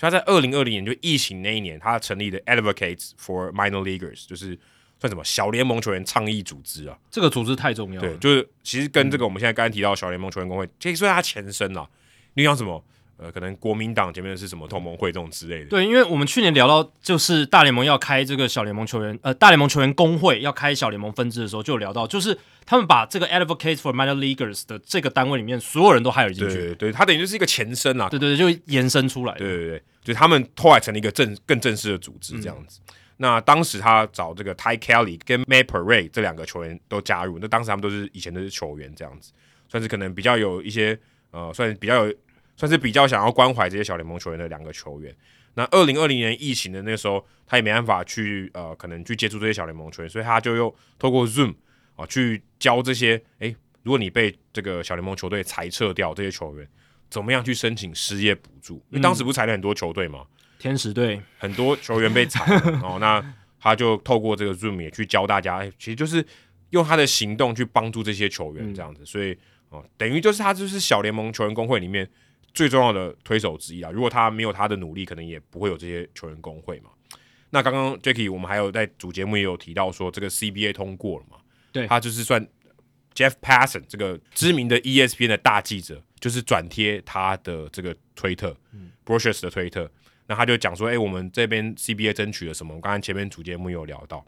[SPEAKER 1] 所以他在二零二零年就疫情那一年，他成立的 Advocates for Minor Leaguers，就是算什么小联盟球员倡议组织啊。
[SPEAKER 2] 这个组织太重要
[SPEAKER 1] 对，
[SPEAKER 2] 了。
[SPEAKER 1] 就是其实跟这个我们现在刚才提到的小联盟球员工会，其实算它前身啊啦。你像什么呃，可能国民党前面是什么同盟会这种之类的。
[SPEAKER 2] 对，因为我们去年聊到，就是大联盟要开这个小联盟球员，呃，大联盟球员工会要开小联盟分支的时候，就有聊到，就是他们把这个 Advocate for Minor Leaguers 的这个单位里面所有人都 hire 进
[SPEAKER 1] 对
[SPEAKER 2] 去，
[SPEAKER 1] 对对，它等于就是一个前身啊啦。
[SPEAKER 2] 对对对，就延伸出来的。
[SPEAKER 1] 对对对，就是他们后来成立一个正更正式的组织这样子。
[SPEAKER 2] 嗯
[SPEAKER 1] 那当时他找这个 Ty Kelly 跟 Matt Paray 这两个球员都加入，那当时他们都是以前都是球员这样子，算是可能比较有一些呃，算是比较有，算是比较想要关怀这些小联盟球员的两个球员。那二零二零年疫情的那时候，他也没办法去呃，可能去接触这些小联盟球员，所以他就又透过 Zoom 啊、去教这些，诶，如果你被这个小联盟球队裁撤掉，这些球员怎么样去申请失业补助？因为当时不是裁了很多球队嘛，
[SPEAKER 2] 天使队，
[SPEAKER 1] 很多球员被裁 了哦，那他就透过这个 Zoom 也去教大家，哎其实就是用他的行动去帮助这些球员
[SPEAKER 2] 嗯
[SPEAKER 1] 这样子，所以哦，等于就是他就是小联盟球员工会里面最重要的推手之一啊。如果他没有他的努力，可能也不会有这些球员工会嘛。那刚刚 Jacky 我们还有在主节目也有提到说，这个 CBA 通过了嘛？
[SPEAKER 2] 对
[SPEAKER 1] 他就是算 Jeff Passan 这个知名的 E ESPN 的大记者，就是转贴他的这个推特、b r o s h e r s 的推特，那他就讲说，哎、我们这边 CBA 争取了什么？我刚才前面主节目有聊到，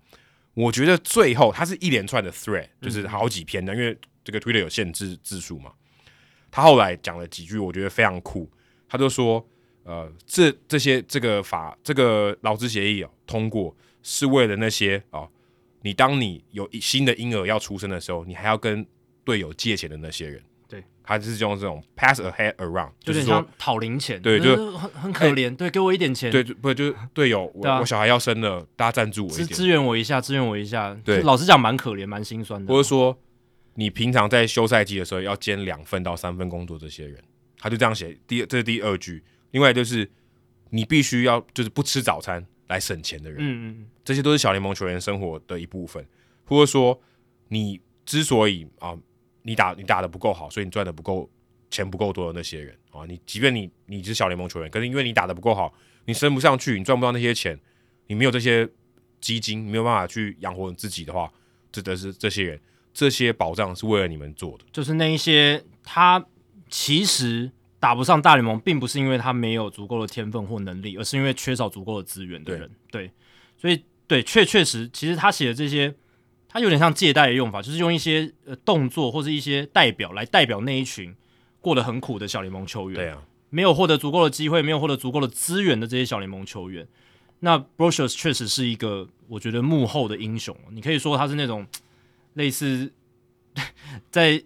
[SPEAKER 1] 我觉得最后它是一连串的
[SPEAKER 2] 嗯
[SPEAKER 1] thread，就是好几篇的，因为这个 Twitter 有限制字数嘛。他后来讲了几句，我觉得非常酷，他就说，呃，这这些这个法这个劳资协议哦通过，是为了那些哦，你当你有一新的婴儿要出生的时候，你还要跟队友借钱的那些人，
[SPEAKER 2] 对，
[SPEAKER 1] 他就是用这种 pass ahead around，就
[SPEAKER 2] 有
[SPEAKER 1] 是
[SPEAKER 2] 点
[SPEAKER 1] 说
[SPEAKER 2] 像讨零钱，
[SPEAKER 1] 对
[SPEAKER 2] 是
[SPEAKER 1] 就
[SPEAKER 2] 很很可怜，对，给我一点钱，
[SPEAKER 1] 对，就不就是队友，我、
[SPEAKER 2] 对啊
[SPEAKER 1] 我小孩要生了，大家赞助我一
[SPEAKER 2] 支
[SPEAKER 1] 点，
[SPEAKER 2] 支援我一下，支援我一下，
[SPEAKER 1] 对
[SPEAKER 2] 就老实讲蛮可怜，蛮心酸的，
[SPEAKER 1] 或者说你平常在休赛季的时候要兼两份到三份工作，这些人他就这样写。第这是第二句，另外就是你必须要就是不吃早餐来省钱的人，
[SPEAKER 2] 嗯嗯，
[SPEAKER 1] 这些都是小联盟球员生活的一部分。或者说你之所以啊，你打你打的不够好，所以你赚的不够钱不够多的那些人啊，你即便你你是小联盟球员，可是因为你打的不够好，你升不上去，你赚不到那些钱，你没有这些基金，你没有办法去养活你自己的话，这的是这些人这些保障是为了你们做的。
[SPEAKER 2] 就是那一些他其实打不上大联盟，并不是因为他没有足够的天分或能力，而是因为缺少足够的资源的人。对，所以对，确确实，其实他写的这些，他有点像借贷的用法，就是用一些呃动作或是一些代表来代表那一群过得很苦的小联盟球员。
[SPEAKER 1] 对啊，
[SPEAKER 2] 没有获得足够的机会，没有获得足够的资源的这些小联盟球员。那 Brochus 确实是一个我觉得幕后的英雄，啊你可以说他是那种类似 在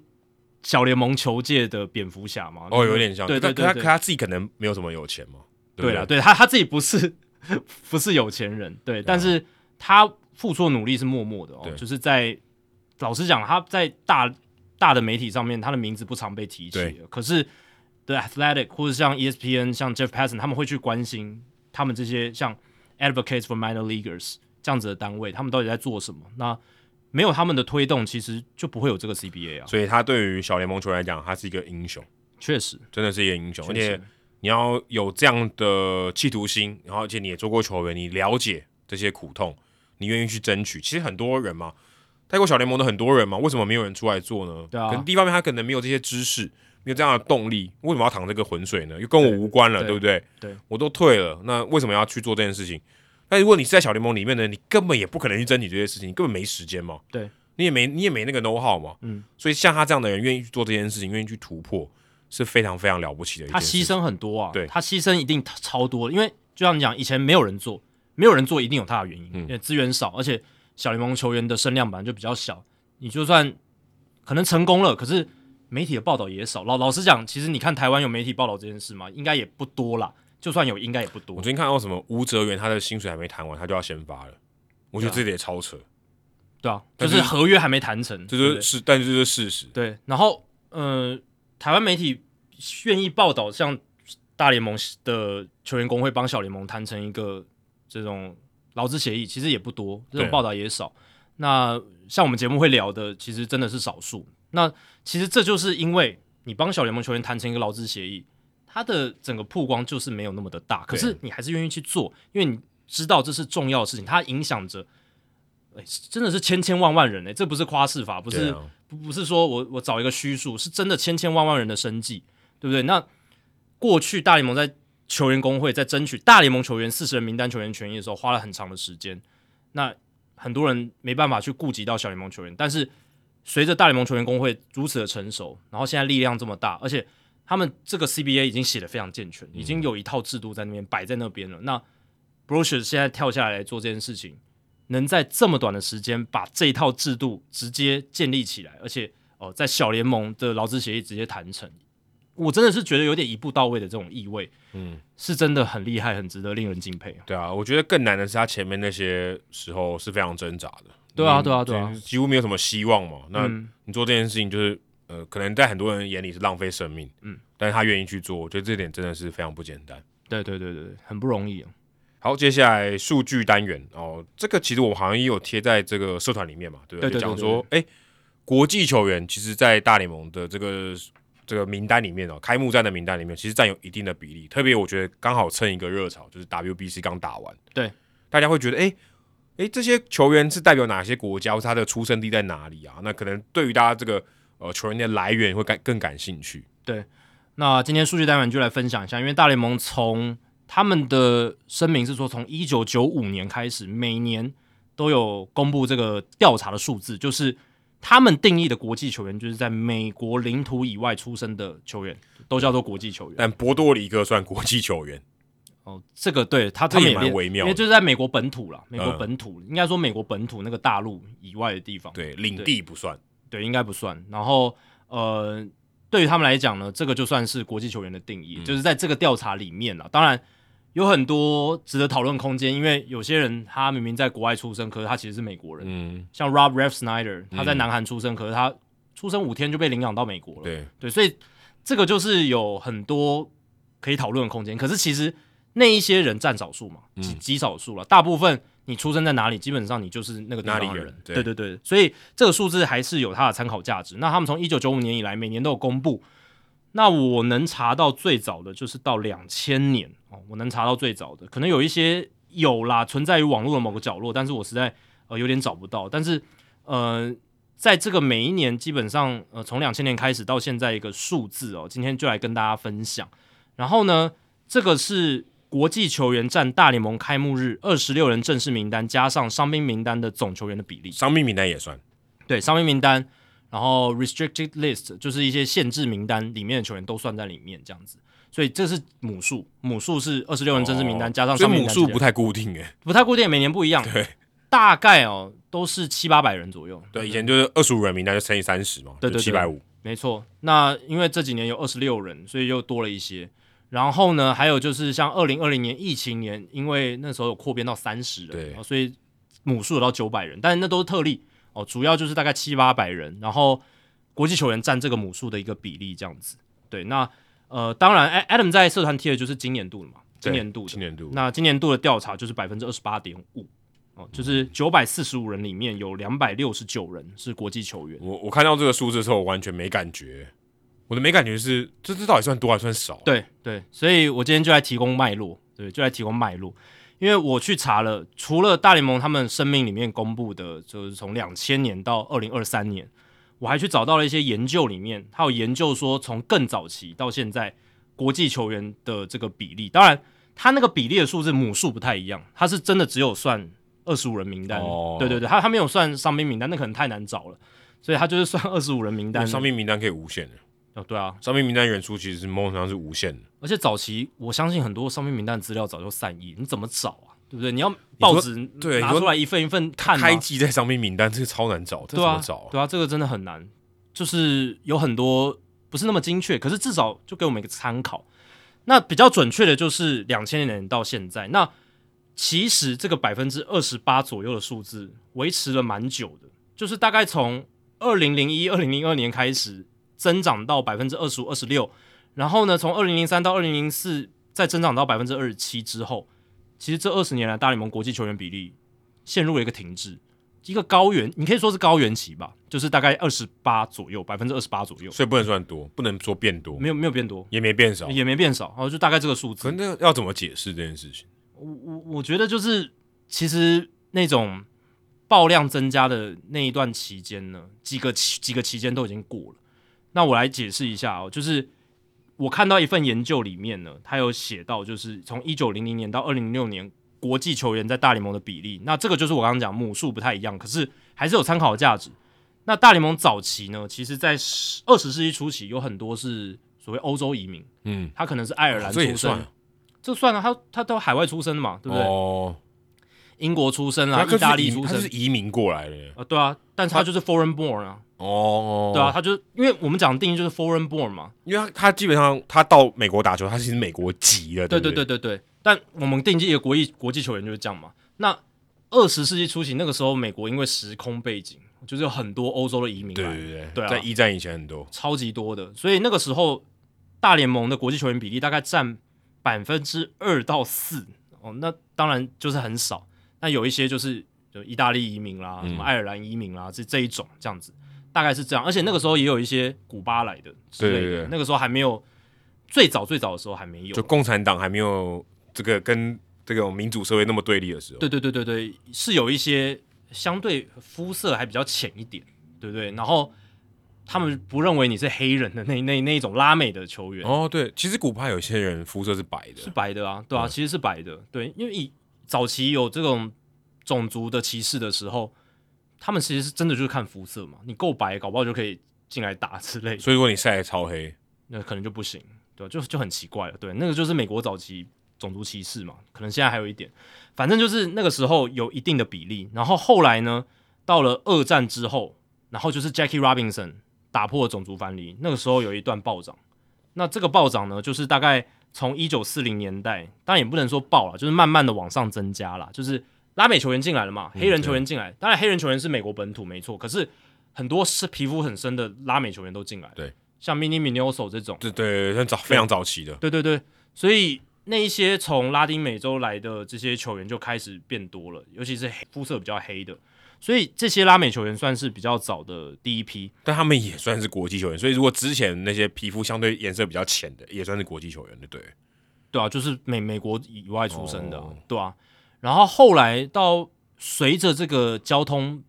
[SPEAKER 2] 小联盟球界的蝙蝠侠嘛？
[SPEAKER 1] 哦，有点像，
[SPEAKER 2] 对对
[SPEAKER 1] 但
[SPEAKER 2] 对
[SPEAKER 1] 可他
[SPEAKER 2] 对
[SPEAKER 1] 可他自己可能没有什么有钱嘛，对不
[SPEAKER 2] 对啊，对他他自己不是 不是有钱人，对，但是他付出的努力是默默的哦
[SPEAKER 1] 啊对，
[SPEAKER 2] 就是在老实讲，他在大大的媒体上面，他的名字不常被提起
[SPEAKER 1] 对，
[SPEAKER 2] 可是 The Athletic 或者像 ESPN、像 Jeff p a s s o n 他们会去关心他们这些像 Advocates for Minor Leaguers 这样子的单位，他们到底在做什么？那没有他们的推动，其实就不会有这个 CBA 啊。
[SPEAKER 1] 所以他对于小联盟球员来讲，他是一个英雄，
[SPEAKER 2] 确实，
[SPEAKER 1] 真的是一个英雄，而
[SPEAKER 2] 确实
[SPEAKER 1] 且。你要有这样的企图心，然后而且你也做过球员，你了解这些苦痛，你愿意去争取。其实很多人嘛，泰国小联盟的很多人嘛，为什么没有人出来做呢？
[SPEAKER 2] 对啊
[SPEAKER 1] 可能第一方面他可能没有这些知识，没有这样的动力，为什么要淌这个浑水呢？又跟我
[SPEAKER 2] 对
[SPEAKER 1] 无关了，
[SPEAKER 2] 对
[SPEAKER 1] 对不对？
[SPEAKER 2] 对，
[SPEAKER 1] 我都退了，那为什么要去做这件事情？那如果你是在小联盟里面呢，你根本也不可能去争取这些事情，你根本没时间嘛。
[SPEAKER 2] 对，
[SPEAKER 1] 你也没你也没那个 know how 嘛。
[SPEAKER 2] 嗯，
[SPEAKER 1] 所以像他这样的人愿意去做这件事情，愿意去突破，是非常非常了不起的一
[SPEAKER 2] 他
[SPEAKER 1] 件事情。
[SPEAKER 2] 牺牲很多啊，
[SPEAKER 1] 对
[SPEAKER 2] 他牺牲一定超多，因为就像你讲，以前没有人做，没有人做一定有他的原因，
[SPEAKER 1] 嗯
[SPEAKER 2] 因为资源少，而且小联盟球员的声量本来就比较小，你就算可能成功了，可是媒体的报道也少。老老实讲，其实你看台湾有媒体报道这件事吗？应该也不多啦，就算有，应该也不
[SPEAKER 1] 我
[SPEAKER 2] 多。
[SPEAKER 1] 最近看到什么吴哲源，他的薪水还没谈完，他就要先发了，我
[SPEAKER 2] 啊
[SPEAKER 1] 觉得这个也超扯，
[SPEAKER 2] 对啊，就
[SPEAKER 1] 但是
[SPEAKER 2] 是合约还没谈成，
[SPEAKER 1] 这
[SPEAKER 2] 对
[SPEAKER 1] 就
[SPEAKER 2] 不对
[SPEAKER 1] 是事，但是这就是事实。
[SPEAKER 2] 对，然后呃，台湾媒体愿意报道像大联盟的球员工会帮小联盟谈成一个这种劳资协议，其实也不多，这
[SPEAKER 1] 对
[SPEAKER 2] 种
[SPEAKER 1] 啊
[SPEAKER 2] 报道也少。那像我们节目会聊的，其实真的是少数。那其实这就是因为你帮小联盟球员谈成一个劳资协议，它的整个曝光就是没有那么的大，可
[SPEAKER 1] 啊
[SPEAKER 2] 是你还是愿意去做，因为你知道这是重要的事情，它影响着。哎，真的是千千万万人哎、这不是夸饰法，不
[SPEAKER 1] 对
[SPEAKER 2] 是
[SPEAKER 1] 啊
[SPEAKER 2] 不不是说我我找一个虚数，是真的千千万万人的生计，对不对？那过去大联盟在球员工会在争取大联盟球员四十人名单球员权益的时候，花了很长的时间。那很多人没办法去顾及到小联盟球员，但是随着大联盟球员工会如此的成熟，然后现在力量这么大，而且他们这个 CBA 已经写的非常健全，已经有一套制度在那边摆在那边了。那 b r o s h e r 现在跳下来做这件事情，能在这么短的时间把这一套制度直接建立起来，而且哦、呃在小联盟的劳资协议直接谈成，我真的是觉得有点一步到位的这种意味，
[SPEAKER 1] 嗯，
[SPEAKER 2] 是真的很厉害，很值得令人敬佩。
[SPEAKER 1] 对啊，我觉得更难的是他前面那些时候是非常挣扎的。
[SPEAKER 2] 对啊
[SPEAKER 1] 嗯
[SPEAKER 2] 对啊对啊，
[SPEAKER 1] 几乎没有什么希望嘛。那
[SPEAKER 2] 嗯
[SPEAKER 1] 你做这件事情，就是呃，可能在很多人眼里是浪费生命，
[SPEAKER 2] 嗯，
[SPEAKER 1] 但是他愿意去做，我觉得这点真的是非常不简单。
[SPEAKER 2] 对对对对，很不容易、啊。
[SPEAKER 1] 好，接下来数据单元哦，这个其实我好像也有贴在这个社团里面嘛，对不
[SPEAKER 2] 对对
[SPEAKER 1] 就讲
[SPEAKER 2] 对
[SPEAKER 1] 说，哎、国际球员其实，在大联盟的这个这个名单里面哦，开幕战的名单里面，其实占有一定的比例。特别我觉得刚好趁一个热潮，就是 WBC 刚打完，
[SPEAKER 2] 对，
[SPEAKER 1] 大家会觉得，哎、哎、这些球员是代表哪些国家，或是他的出生地在哪里啊？那可能对于大家这个呃球员的来源会感更感兴趣。
[SPEAKER 2] 那今天数据单元就来分享一下，因为大联盟从他们的声明是说，从一九九五年开始，每年都有公布这个调查的数字，就是他们定义的国际球员，就是在美国领土以外出生的球员，都叫做国际球员。
[SPEAKER 1] 但波多黎各算国际球员，
[SPEAKER 2] 哦，这个对他
[SPEAKER 1] 这
[SPEAKER 2] 他
[SPEAKER 1] 也
[SPEAKER 2] 们
[SPEAKER 1] 蛮
[SPEAKER 2] 练
[SPEAKER 1] 微妙的
[SPEAKER 2] 因为就是在美国本土啦，美国
[SPEAKER 1] 嗯
[SPEAKER 2] 本土、应该说美国本土那个大陆以外的地方，
[SPEAKER 1] 对，领地不算。
[SPEAKER 2] 对，应该不算。然后呃，对于他们来讲呢，这个就算是国际球员的定义，就是在这个调查里面啦。当然有很多值得讨论空间，因为有些人他明明在国外出生，可是他其实是美国人。
[SPEAKER 1] 嗯，
[SPEAKER 2] 像 Rob Ref Snyder，他在南韩出生，可是他出生五天就被领养到美国了。
[SPEAKER 1] 对，
[SPEAKER 2] 对，所以这个就是有很多可以讨论的空间。可是其实那一些人占少数嘛，极
[SPEAKER 1] 嗯
[SPEAKER 2] 极少数了，大部分你出生在哪里，基本上你就是那个地
[SPEAKER 1] 哪
[SPEAKER 2] 方
[SPEAKER 1] 里
[SPEAKER 2] 的
[SPEAKER 1] 人
[SPEAKER 2] 人。
[SPEAKER 1] 对
[SPEAKER 2] 对对对，所以这个数字还是有它的参考价值。那他们从一九九五年以来，每年都有公布。那我能查到最早的就是到两千年哦，我能查到最早的，可能有一些有啦，存在于网络的某个角落，但是我实在呃有点找不到。但是呃，在这个每一年基本上呃从两千年开始到现在一个数字哦，今天就来跟大家分享。然后呢，这个是国际球员占大联盟开幕日二十六人正式名单加上伤兵名单的总球员的比例。
[SPEAKER 1] 伤病名单也算。
[SPEAKER 2] 对，伤病名单，然后 restricted list 就是一些限制名单里面的球员都算在里面，这样子。所以这是母数，母数是二十六人正式名单、
[SPEAKER 1] 哦
[SPEAKER 2] 加上
[SPEAKER 1] 所以
[SPEAKER 2] 伤病名
[SPEAKER 1] 母
[SPEAKER 2] 单
[SPEAKER 1] 数
[SPEAKER 2] 之
[SPEAKER 1] 不
[SPEAKER 2] 间
[SPEAKER 1] 太固定 诶。
[SPEAKER 2] 不太固定，每年不一样。
[SPEAKER 1] 对
[SPEAKER 2] 大概哦都是七八百人左右。
[SPEAKER 1] 对，以前就是二十五人名单就乘以三十嘛，
[SPEAKER 2] 对对
[SPEAKER 1] 七
[SPEAKER 2] 对
[SPEAKER 1] 百五。
[SPEAKER 2] 没错，那因为这几年有二十六人，所以又多了一些。然后呢，还有就是像二零二零年疫情年，因为那时候有扩编到三十人
[SPEAKER 1] 对，
[SPEAKER 2] 哦所以母数有到九百人，但是那都是特例哦，主要就是大概七八百人，然后国际球员占这个母数的一个比例这样子。对，那呃，当然，A-，Adam 在社团贴的就是今年度的嘛，今年度
[SPEAKER 1] 对
[SPEAKER 2] 的
[SPEAKER 1] 今年度。
[SPEAKER 2] 那今年度的调查就是百分之二十八点五哦，就是九百四十五人里面有两百六十九人是国际球员。
[SPEAKER 1] 我我看到这个数字的时候，我完全没感觉。我的没感觉是，这这到底算多还算少？，啊
[SPEAKER 2] 对对，所以我今天就来提供脉络，对，就来提供脉络，因为我去查了，除了大联盟他们生命里面公布的，就是从两千年到二零二三年，我还去找到了一些研究，里面还有研究说从更早期到现在国际球员的这个比例，当然他那个比例的数字母数不太一样，他是真的只有算二十五人名单，
[SPEAKER 1] 哦
[SPEAKER 2] 对对对，他他没有算伤兵名单，那可能太难找了。所以他就是算二十五人名单，
[SPEAKER 1] 伤病名单可以无限的，
[SPEAKER 2] 哦，对啊，
[SPEAKER 1] 伤病名单人数其实是某种程度上是无限的。
[SPEAKER 2] 而且早期我相信很多上面名单资料早就散佚，你怎么找啊？对不对？你要报纸
[SPEAKER 1] 对
[SPEAKER 2] 拿
[SPEAKER 1] 你说
[SPEAKER 2] 出来一份一份看吗
[SPEAKER 1] 开季在伤病名单，这个超难找，这
[SPEAKER 2] 对
[SPEAKER 1] 怎
[SPEAKER 2] 啊
[SPEAKER 1] 么找啊？
[SPEAKER 2] 对啊，这个真的很难，就是有很多不是那么精确，可是至少就给我们一个参考。那比较准确的就是两千年到现在，那其实这个百分之二十八左右的数字维持了蛮久的，就是大概从二零零一、二零零二年开始增长到百分之二十五、二十六，然后呢，从二零零三到二零零四再增长到百分之二十七之后，其实这二十年来大联盟国际球员比例陷入了一个停滞，一个高原，你可以说是高原期吧，就是大概二十八左右，百分之二十八左右，
[SPEAKER 1] 所以不能算多，不能说变多，
[SPEAKER 2] 没有没有变多，
[SPEAKER 1] 也没变少。
[SPEAKER 2] 也没变少，然哦后就大概这个数
[SPEAKER 1] 可
[SPEAKER 2] 字
[SPEAKER 1] 是。那要怎么解释这件事情？
[SPEAKER 2] 我我我觉得就是其实那种爆量增加的那一段期间呢，几个期几个期间都已经过了。那我来解释一下哦，就是我看到一份研究里面呢，它有写到，就是从一九零零年到二零零六年国际球员在大联盟的比例，那这个就是我刚刚讲母数不太一样，可是还是有参考价值。那大联盟早期呢，其实在二十世纪初期有很多是所谓欧洲移民，
[SPEAKER 1] 嗯，
[SPEAKER 2] 他可能是爱尔兰
[SPEAKER 1] 哦
[SPEAKER 2] 出
[SPEAKER 1] 这
[SPEAKER 2] 生，
[SPEAKER 1] 也算啊
[SPEAKER 2] 这算了，他他到海外出生的嘛，对不对？
[SPEAKER 1] 哦，
[SPEAKER 2] 英国出生啊，
[SPEAKER 1] 那
[SPEAKER 2] 意大利出
[SPEAKER 1] 他
[SPEAKER 2] 生
[SPEAKER 1] 就是移民过来的
[SPEAKER 2] 啊，对啊，但是他就是 foreign born 啊，
[SPEAKER 1] 哦，
[SPEAKER 2] 对啊，，他就是因为我们讲的定义就是 foreign born 嘛，
[SPEAKER 1] 因为他他基本上他到美国打球，他其实美国籍的，
[SPEAKER 2] 对
[SPEAKER 1] 对
[SPEAKER 2] 对
[SPEAKER 1] 不
[SPEAKER 2] 对对对，但我们定义一个国际国际球员就是这样嘛。那二十世纪初期那个时候，美国因为时空背景，就是有很多欧洲的移民
[SPEAKER 1] 对
[SPEAKER 2] 来，
[SPEAKER 1] 对对
[SPEAKER 2] 对啊
[SPEAKER 1] 在一战以前很多，
[SPEAKER 2] 超级多的，所以那个时候大联盟的国际球员比例大概占百分之二到四哦，那当然就是很少。那有一些就是就意大利移民啦，
[SPEAKER 1] 嗯
[SPEAKER 2] 什么爱尔兰移民啦，这这一种这样子，大概是这样。而且那个时候也有一些古巴来的之类
[SPEAKER 1] 对
[SPEAKER 2] 的，
[SPEAKER 1] 对对
[SPEAKER 2] 那个时候还没有，最早最早的时候还没有
[SPEAKER 1] 就。共产党还没有这个跟这种民主社会那么对立的时候，
[SPEAKER 2] 对对对对对，是有一些相对肤色还比较浅一点，对不对？然后他们不认为你是黑人的那那那一种拉美的球员，
[SPEAKER 1] 哦，对，其实古巴有些人肤色是白
[SPEAKER 2] 是
[SPEAKER 1] 的，
[SPEAKER 2] 白的啊，对啊，其实是白的，对，因为以早期有这种种族的歧视的时候，他们其实是真的就是看肤色嘛，你够白，搞不好就可以进来打之类的。
[SPEAKER 1] 所以说你晒得超黑，
[SPEAKER 2] 那可能就不行，对，啊就就很奇怪了，对，那个就是美国早期种族歧视嘛，可能现在还有一点，反正就是那个时候有一定的比例，然后后来呢，到了二战之后，然后就是 Jackie Robinson 打破了种族藩篱，那个时候有一段暴涨，那这个暴涨呢，就是大概从一九四零年代，当然也不能说暴了，就是慢慢的往上增加啦，就是拉美球员进来了嘛，黑人球员进来，当然黑人球员是美国本土没错，可是很多是皮肤很深的拉美球员都进来了，
[SPEAKER 1] 对，
[SPEAKER 2] 像 Mini Minoso 这种，
[SPEAKER 1] 对对，很早非常早期的，
[SPEAKER 2] 对对对，所以那一些从拉丁美洲来的这些球员就开始变多了，尤其是黑肤色比较黑的，所以这些拉美球员算是比较早的第一批。
[SPEAKER 1] 但他们也算是国际球员，所以如果之前那些皮肤相对颜色比较浅的，也算是国际球员的，对了，
[SPEAKER 2] 对啊，就是美美国以外出生的啊、
[SPEAKER 1] 哦
[SPEAKER 2] 对啊。然后后来到随着这个交通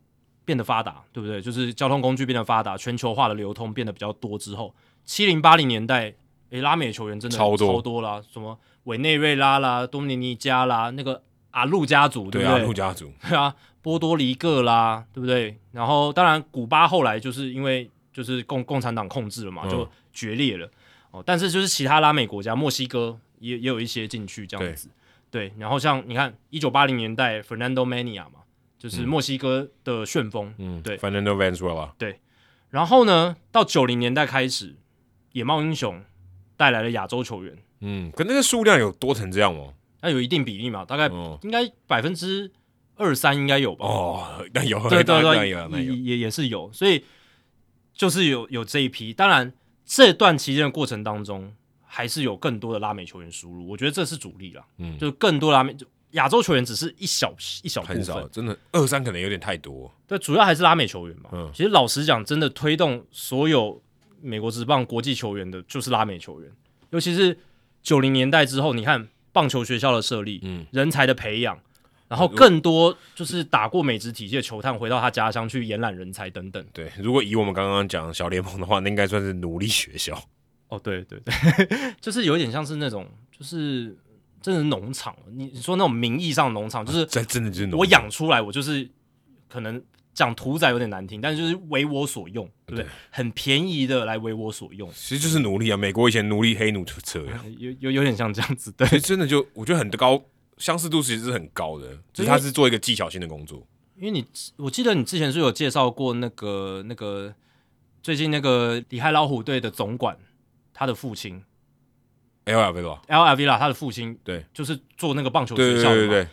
[SPEAKER 2] 变得发达，对不对？就是交通工具变得发达，全球化的流通变得比较多之后，七零八零年代，诶，拉美球员真的
[SPEAKER 1] 超多
[SPEAKER 2] 超多啦，什么委内瑞拉啦、多米尼加啦，那个阿路家族，
[SPEAKER 1] 对
[SPEAKER 2] 不
[SPEAKER 1] 啊，
[SPEAKER 2] 对
[SPEAKER 1] 陆家族，
[SPEAKER 2] 对啊，波多黎各啦，对不对？然后当然，古巴后来就是因为就是共共产党控制了嘛，
[SPEAKER 1] 嗯
[SPEAKER 2] 就决裂了。哦，但是就是其他拉美国家，墨西哥也也有一些进去这样子。对，然后像你看，一九八零年代 Fernando Mania 嘛，就是墨西哥的旋风。
[SPEAKER 1] 嗯，
[SPEAKER 2] 对
[SPEAKER 1] ，Fernando Valenzuela，
[SPEAKER 2] 然后呢，到九零年代开始，野猫英雄带来了亚洲球员，
[SPEAKER 1] 嗯，可那个数量有多成这样吗？
[SPEAKER 2] 那有一定比例嘛，大概
[SPEAKER 1] 哦
[SPEAKER 2] 应该百分之二三应该有吧。
[SPEAKER 1] 哦， 那有，
[SPEAKER 2] 对对
[SPEAKER 1] 那
[SPEAKER 2] 对，
[SPEAKER 1] 有，那有，
[SPEAKER 2] 也也也是有，所以就是有有这一批。当然，这段期间的过程当中，还是有更多的拉美球员输入，我觉得这是主力啦。
[SPEAKER 1] 嗯
[SPEAKER 2] 就是更多拉美就亚洲球员只是一小一小部
[SPEAKER 1] 很少，
[SPEAKER 2] 分，
[SPEAKER 1] 真的二三可能有点太多，
[SPEAKER 2] 对，主要还是拉美球员嘛。
[SPEAKER 1] 嗯
[SPEAKER 2] 其实老实讲，真的推动所有美国职棒国际球员的，就是拉美球员，尤其是九零年代之后，你看棒球学校的设立，
[SPEAKER 1] 嗯
[SPEAKER 2] 人才的培养。然后更多就是打过美职体系的球探回到他家乡去延揽人才等等，
[SPEAKER 1] 对。如果以我们刚刚讲小联盟的话，那应该算是奴隶学 校，
[SPEAKER 2] 哦，对对对， 就是有点像是那种，就是真的是农场。你你说那种名义上的农场，就是
[SPEAKER 1] 这真的就是奴隶
[SPEAKER 2] 我养出来，我就是可能讲屠宰有点难听，但是就是为我所用，对不对？
[SPEAKER 1] 对
[SPEAKER 2] 很便宜的来为我所用，
[SPEAKER 1] 其实就是奴隶啊。美国以前奴隶黑奴就这样，
[SPEAKER 2] 有有有点像这样子，对
[SPEAKER 1] 其实真的就我觉得很高，相似度其实是很高的，只是他是做一个技巧性的工作。
[SPEAKER 2] 因为你我记得你之前是有介绍过那个那个最近那个里海老虎队的总管，他的父亲
[SPEAKER 1] L L V 吧，
[SPEAKER 2] L a v i l a 他的父亲
[SPEAKER 1] 对
[SPEAKER 2] 就是做那个棒球
[SPEAKER 1] 对
[SPEAKER 2] 学
[SPEAKER 1] 对
[SPEAKER 2] 校的嘛
[SPEAKER 1] 对对，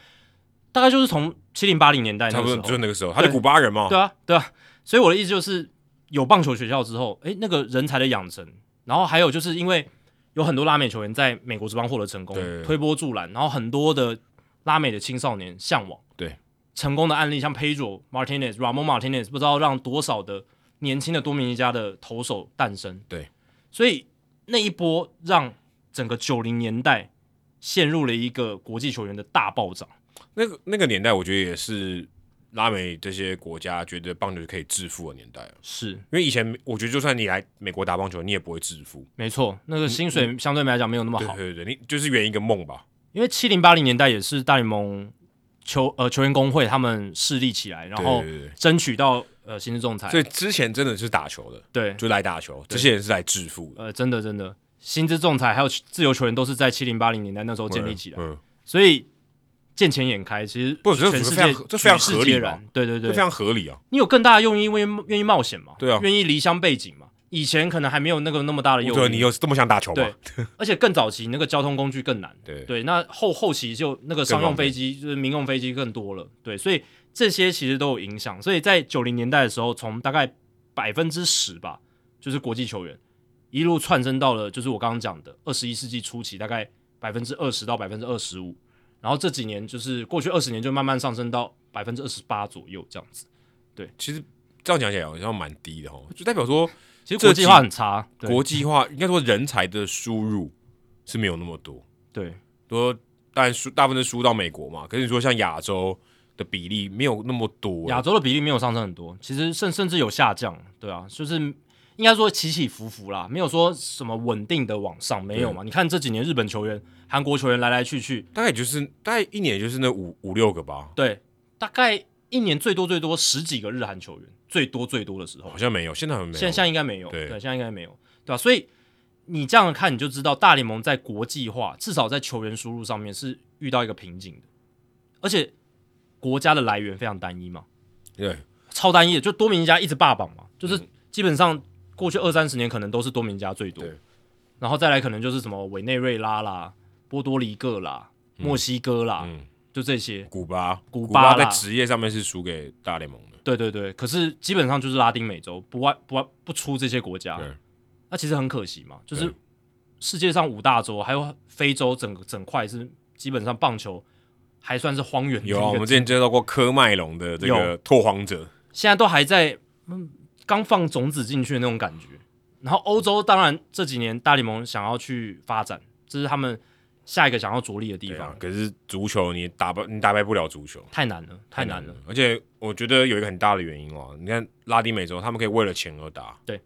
[SPEAKER 2] 大概就是从七零八零年代那
[SPEAKER 1] 差
[SPEAKER 2] 个
[SPEAKER 1] 不
[SPEAKER 2] 时
[SPEAKER 1] 多
[SPEAKER 2] 候
[SPEAKER 1] 就是那个时候，他是古巴人嘛，
[SPEAKER 2] 对啊，对啊。所以我的意思就是，有棒球学校之后，诶，那个人才的养成，然后还有就是因为有很多拉美球员在美国职棒获得成功
[SPEAKER 1] 对，
[SPEAKER 2] 推波助澜，然后很多的拉美的青少年向往。
[SPEAKER 1] 对，
[SPEAKER 2] 成功的案例像 Pedro Martinez、Ramon Martinez，不知道让多少的年轻的多米尼加的投手诞生。
[SPEAKER 1] 对，
[SPEAKER 2] 所以那一波让整个九零年代陷入了一个国际球员的大暴涨。
[SPEAKER 1] 那个那个年代，我觉得也是拉美这些国家觉得棒球可以致富的年代啊。
[SPEAKER 2] 是，
[SPEAKER 1] 因为以前我觉得，就算你来美国打棒球，你也不会致富。
[SPEAKER 2] 没错，那
[SPEAKER 1] 嗯
[SPEAKER 2] 个薪水相对来讲没有那么
[SPEAKER 1] 对
[SPEAKER 2] 好。
[SPEAKER 1] 对对，你就是圆一个梦吧。
[SPEAKER 2] 因为七零八零年代也是大联盟球呃球员工会他们势力起来，然
[SPEAKER 1] 对
[SPEAKER 2] 后
[SPEAKER 1] 对对对
[SPEAKER 2] 争取到呃刑事仲裁
[SPEAKER 1] 所，以之前真的是打球的，
[SPEAKER 2] 对，
[SPEAKER 1] 就来打球，
[SPEAKER 2] 对
[SPEAKER 1] 这些人是来致富的。
[SPEAKER 2] 呃，真的真的，薪资仲裁还有自由球员都是在七零八零年代那时候建立起来，
[SPEAKER 1] 嗯，
[SPEAKER 2] 所以见钱眼开，其实
[SPEAKER 1] 不这
[SPEAKER 2] 全世
[SPEAKER 1] 非常
[SPEAKER 2] 界
[SPEAKER 1] 这非常
[SPEAKER 2] 举世
[SPEAKER 1] 合理
[SPEAKER 2] 皆
[SPEAKER 1] 吧
[SPEAKER 2] 然，对对
[SPEAKER 1] 这非
[SPEAKER 2] 对，
[SPEAKER 1] 常合理啊。
[SPEAKER 2] 你有更大的用意，因为愿意冒险嘛，
[SPEAKER 1] 对啊
[SPEAKER 2] 愿意离乡背景嘛，以前可能还没有那个那么大的
[SPEAKER 1] 对，
[SPEAKER 2] 诱
[SPEAKER 1] 你
[SPEAKER 2] 因，
[SPEAKER 1] 有这么想打球
[SPEAKER 2] 对
[SPEAKER 1] 吗？，
[SPEAKER 2] 而且更早期那个交通工具更难。
[SPEAKER 1] 对
[SPEAKER 2] 对，那后后期就那个商用飞机就是民用飞机更多了，对，所以这些其实都有影响。所以在九零年代的时候，从大概百分之十吧，就是国际球员一路窜升到了，就是我刚刚讲的二十一世纪初期，大概百分之二十到百分之二十五，然后这几年就是过去二十年就慢慢上升到百分之二十八左右这样子。
[SPEAKER 1] 其实这样讲起来好像蛮低的哦，就代表说
[SPEAKER 2] 其实
[SPEAKER 1] 这
[SPEAKER 2] 国际
[SPEAKER 1] 几
[SPEAKER 2] 化很差，对
[SPEAKER 1] 国际化应该说人才的输入是没有那么多，
[SPEAKER 2] 对
[SPEAKER 1] 多当然输大部分是输到美国嘛，可是你说像亚洲的比例没有那么多，
[SPEAKER 2] 亚洲的比例没有上升很多，其实甚甚至有下降，对啊，就是应该说起起伏伏啦，没有说什么稳定的往上，没有嘛。你看这几年日本球员、韩国球员来来去去，
[SPEAKER 1] 大概也就是大概一年也就是那五五六个吧，
[SPEAKER 2] 对，大概一年最多最多十几个日韩球员，最多最多的时候
[SPEAKER 1] 好，像没有，现在好像没有，
[SPEAKER 2] 现在现在应该没有，
[SPEAKER 1] 对
[SPEAKER 2] 对，现在应该没有，对吧、所以你这样看，你就知道大联盟在国际化，至少在球员输入上面是遇到一个瓶颈的，而且国家的来源非常单一嘛，
[SPEAKER 1] 对，
[SPEAKER 2] 超单一的，就多明加一直霸榜
[SPEAKER 1] 嗯
[SPEAKER 2] 嘛，就是基本上过去二三十年可能都是多明加最多
[SPEAKER 1] 对，
[SPEAKER 2] 然后再来可能就是什么委内瑞拉啦、波多黎各啦、墨西哥啦，
[SPEAKER 1] 嗯
[SPEAKER 2] 就这些。
[SPEAKER 1] 古巴，
[SPEAKER 2] 啊古
[SPEAKER 1] 巴
[SPEAKER 2] 巴啦
[SPEAKER 1] 在职业上面是输给大联盟的，
[SPEAKER 2] 对对对，可是基本上就是拉丁美洲，不外不外不出这些国家
[SPEAKER 1] 对，
[SPEAKER 2] 那其实很可惜嘛，就是
[SPEAKER 1] 对
[SPEAKER 2] 世界上五大洲还有非洲整个整块是基本上棒球还算是荒原的一
[SPEAKER 1] 有
[SPEAKER 2] 个，
[SPEAKER 1] 啊，我们之前接到过科麦隆的这个
[SPEAKER 2] 有
[SPEAKER 1] 拓荒者，
[SPEAKER 2] 现在都还在嗯刚放种子进去的那种感觉。然后欧洲当然这几年大联盟想要去发展，这是他们下一个想要着力的地
[SPEAKER 1] 对
[SPEAKER 2] 方，
[SPEAKER 1] 啊，可是足球你打不你打败不了足球，
[SPEAKER 2] 太难了，太难了。，
[SPEAKER 1] 而且我觉得有一个很大的原因哦，你看拉丁美洲他们可以为了钱而打，
[SPEAKER 2] 对，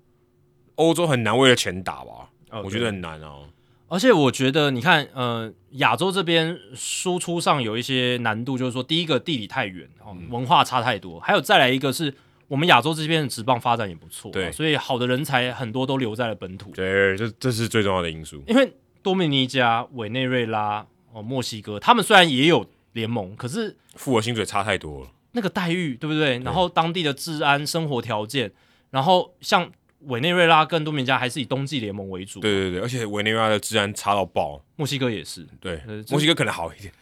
[SPEAKER 1] 欧洲很难为了钱打吧？
[SPEAKER 2] 呃
[SPEAKER 1] 我觉得很难哦，
[SPEAKER 2] 而且我觉得，你看，呃，亚洲这边输出上有一些难度，就是说，第一个地理太远，哦，
[SPEAKER 1] 嗯
[SPEAKER 2] 文化差太多，还有再来一个是我们亚洲这边的职棒发展也不错，哦
[SPEAKER 1] 对
[SPEAKER 2] 所以好的人才很多都留在了本土，
[SPEAKER 1] 对，这这是最重要的因素，
[SPEAKER 2] 因为多米尼加、委内瑞拉、哦墨西哥，他们虽然也有联盟，可是
[SPEAKER 1] 付我薪水差太多了，
[SPEAKER 2] 那个待遇，对不对？然后当地的治安、生活条件，然后像委内瑞拉跟多米尼加还是以冬季联盟为主，
[SPEAKER 1] 对对对，而且委内瑞拉的治安差到爆，
[SPEAKER 2] 墨西哥也是，
[SPEAKER 1] 对
[SPEAKER 2] 呃，这
[SPEAKER 1] 墨西哥可能好一点，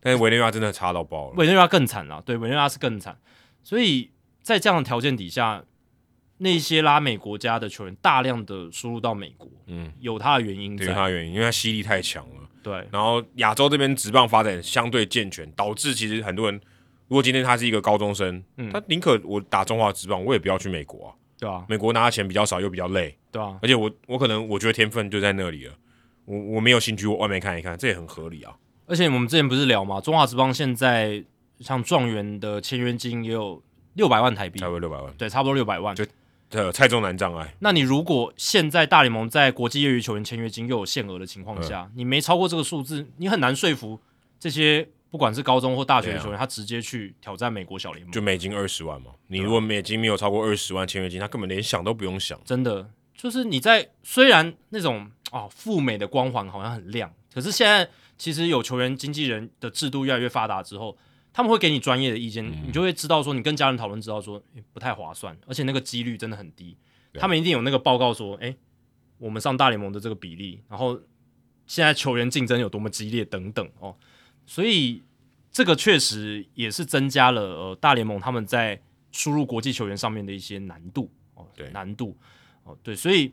[SPEAKER 1] 但是委内瑞拉真的差到爆了，
[SPEAKER 2] 委内瑞拉更惨啦，对，委内瑞拉是更惨。所以在这样的条件底下，那些拉美国家的球员大量的输入到美国，
[SPEAKER 1] 嗯，
[SPEAKER 2] 有它的原因
[SPEAKER 1] 对于
[SPEAKER 2] 在。
[SPEAKER 1] 他的原因，因为他吸力太强了。
[SPEAKER 2] 对，
[SPEAKER 1] 然后亚洲这边职棒发展相对健全，导致其实很多人，如果今天他是一个高中生，
[SPEAKER 2] 嗯
[SPEAKER 1] 他宁可我打中华职棒，我也不要去美国啊。
[SPEAKER 2] 对啊，
[SPEAKER 1] 美国拿的钱比较少，又比较累，
[SPEAKER 2] 对啊，
[SPEAKER 1] 而且我我可能我觉得天分就在那里了，我我没有兴趣我外面看一看，这也很合理啊。
[SPEAKER 2] 而且我们之前不是聊嘛，中华职棒现在像状元的签约金也有六百万台币
[SPEAKER 1] 才，会六百万，
[SPEAKER 2] 对，差不多六百万
[SPEAKER 1] 就。呃，蔡中南障碍，
[SPEAKER 2] 那你如果现在大联盟在国际业余球员签约金又有限额的情况
[SPEAKER 1] 嗯
[SPEAKER 2] 下，你没超过这个数字，你很难说服这些不管是高中或大学的
[SPEAKER 1] 对啊
[SPEAKER 2] 球员，他直接去挑战美国小联盟
[SPEAKER 1] 就。美金二十万嘛。你
[SPEAKER 2] 啊
[SPEAKER 1] 如果美金没有超过二十万签约金，他根本连想都不用想。
[SPEAKER 2] 真的就是你在虽然那种哦赴美的光环好像很亮，可是现在其实有球员经纪人的制度越来越发达之后，他们会给你专业的意见，
[SPEAKER 1] 嗯
[SPEAKER 2] 你就会知道说你跟家人讨论，知道说、诶不太划算，而且那个几率真的很低。
[SPEAKER 1] 对
[SPEAKER 2] 他们一定有那个报告说，诶，我们上大联盟的这个比例，然后现在球员竞争有多么激烈等等哦，所以这个确实也是增加了呃大联盟他们在输入国际球员上面的一些难度哦，
[SPEAKER 1] 对
[SPEAKER 2] 难度哦，对，所以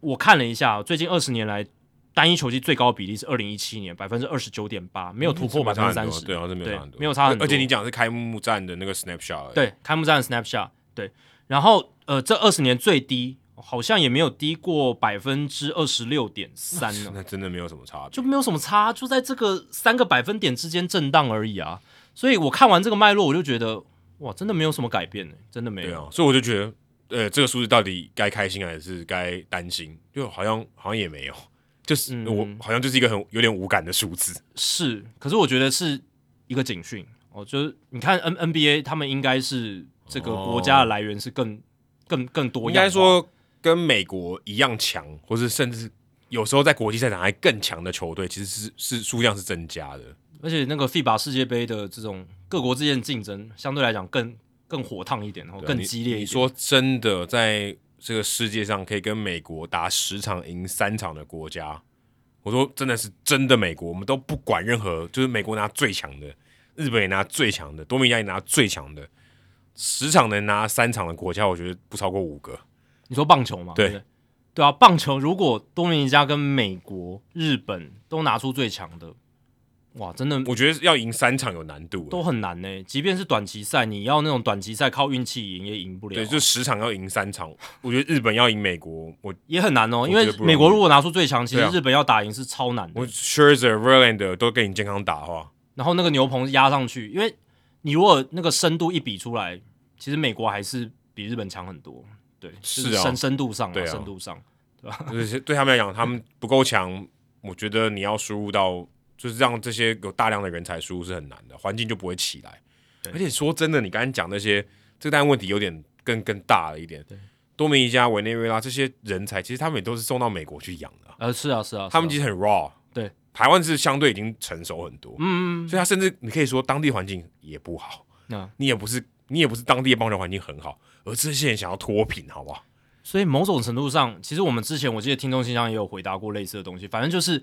[SPEAKER 2] 我看了一下，哦最近二十年来单一球季最高比例是二零一七年百分之二十九点八，没有突破百分之三十，
[SPEAKER 1] 对啊，这没有
[SPEAKER 2] 对
[SPEAKER 1] 差很多，
[SPEAKER 2] 没有差很多
[SPEAKER 1] 而且你讲的是开幕战的那个 snapshot，而已，
[SPEAKER 2] 对，开幕战的 snapshot，对，然后呃，这二十年最低好像也没有低过百分之二十六点三呢，
[SPEAKER 1] 那真的没有什么差别。
[SPEAKER 2] 就没有什么差，就在这个三个百分点之间震荡而已啊。所以我看完这个脉络，我就觉得哇，真的没有什么改变呢、真的没
[SPEAKER 1] 对
[SPEAKER 2] 有。
[SPEAKER 1] 啊，所以我就觉得，呃，这个数字到底该开心还是该担心？就好像好像也没有， 就是、
[SPEAKER 2] 嗯
[SPEAKER 1] 我好像就是一个很有点无感的数字。
[SPEAKER 2] 是，可是我觉得是一个警讯哦，就是你看 N NBA 他们应该是这个国家的来源是更、更更多
[SPEAKER 1] 我哦应
[SPEAKER 2] 样化，
[SPEAKER 1] 该说跟美国一样强，或是甚至有时候在国际赛场还更强的球队，其实是是数量是增加的。
[SPEAKER 2] 而且那个 FIBA 世界杯的这种各国之间的竞争，相对来讲更更火烫一点，然后
[SPEAKER 1] 对啊
[SPEAKER 2] 更
[SPEAKER 1] 你
[SPEAKER 2] 激烈一点。
[SPEAKER 1] 你说真的，在这个世界上可以跟美国打十场赢三场的国家，我说真的是真的美国，我们都不管任何，就是美国拿最强的，日本也拿最强的，多米尼加也拿最强的，十场能拿三场的国家，我觉得不超过五个。
[SPEAKER 2] 你说棒球嘛？
[SPEAKER 1] 对
[SPEAKER 2] 对不对对啊，棒球如果多米尼加跟美国、日本都拿出最强的，哇，真的
[SPEAKER 1] 我觉得要赢三场有难度，
[SPEAKER 2] 都很难呢、即便是短期赛，你要那种短期赛靠运气赢也赢不了啊、
[SPEAKER 1] 对，就十场要赢三场，我觉得日本要赢美国，我
[SPEAKER 2] 也很难哦。因
[SPEAKER 1] 觉得
[SPEAKER 2] 为
[SPEAKER 1] 不容易
[SPEAKER 2] 美国如果拿出最强，其
[SPEAKER 1] 对
[SPEAKER 2] 实
[SPEAKER 1] 啊
[SPEAKER 2] 日本要打赢是超难的。
[SPEAKER 1] 我 Scherzer、Verlander 都跟你健康打的话，
[SPEAKER 2] 然后那个牛棚压上去，因为你如果那个深度一比出来，其实美国还是比日本强很多。对，就是
[SPEAKER 1] 啊
[SPEAKER 2] 深深度上
[SPEAKER 1] 对啊
[SPEAKER 2] 深度上。
[SPEAKER 1] 就是对他们来讲，他们不够强，我觉得你要输入到，就是让这些有大量的人才输入是很难的，环境就不会起来。而且说真的，你刚才讲那些，这个当然问题有点更更大了一点。多米尼加、委内瑞拉这些人才，其实他们也都是送到美国去养的啊、
[SPEAKER 2] 呃，是啊，是啊，
[SPEAKER 1] 他们
[SPEAKER 2] 是
[SPEAKER 1] 其
[SPEAKER 2] 啊
[SPEAKER 1] 实很 raw。
[SPEAKER 2] 对，
[SPEAKER 1] 台湾是相对已经成熟很多，
[SPEAKER 2] 嗯嗯
[SPEAKER 1] 所以他甚至你可以说当地环境也不好，
[SPEAKER 2] 嗯啊，
[SPEAKER 1] 你也不是你也不是当地的棒球环境很好，而这些人想要脱贫，好不好？
[SPEAKER 2] 所以某种程度上，其实我们之前我记得听众信箱也有回答过类似的东西，反正就是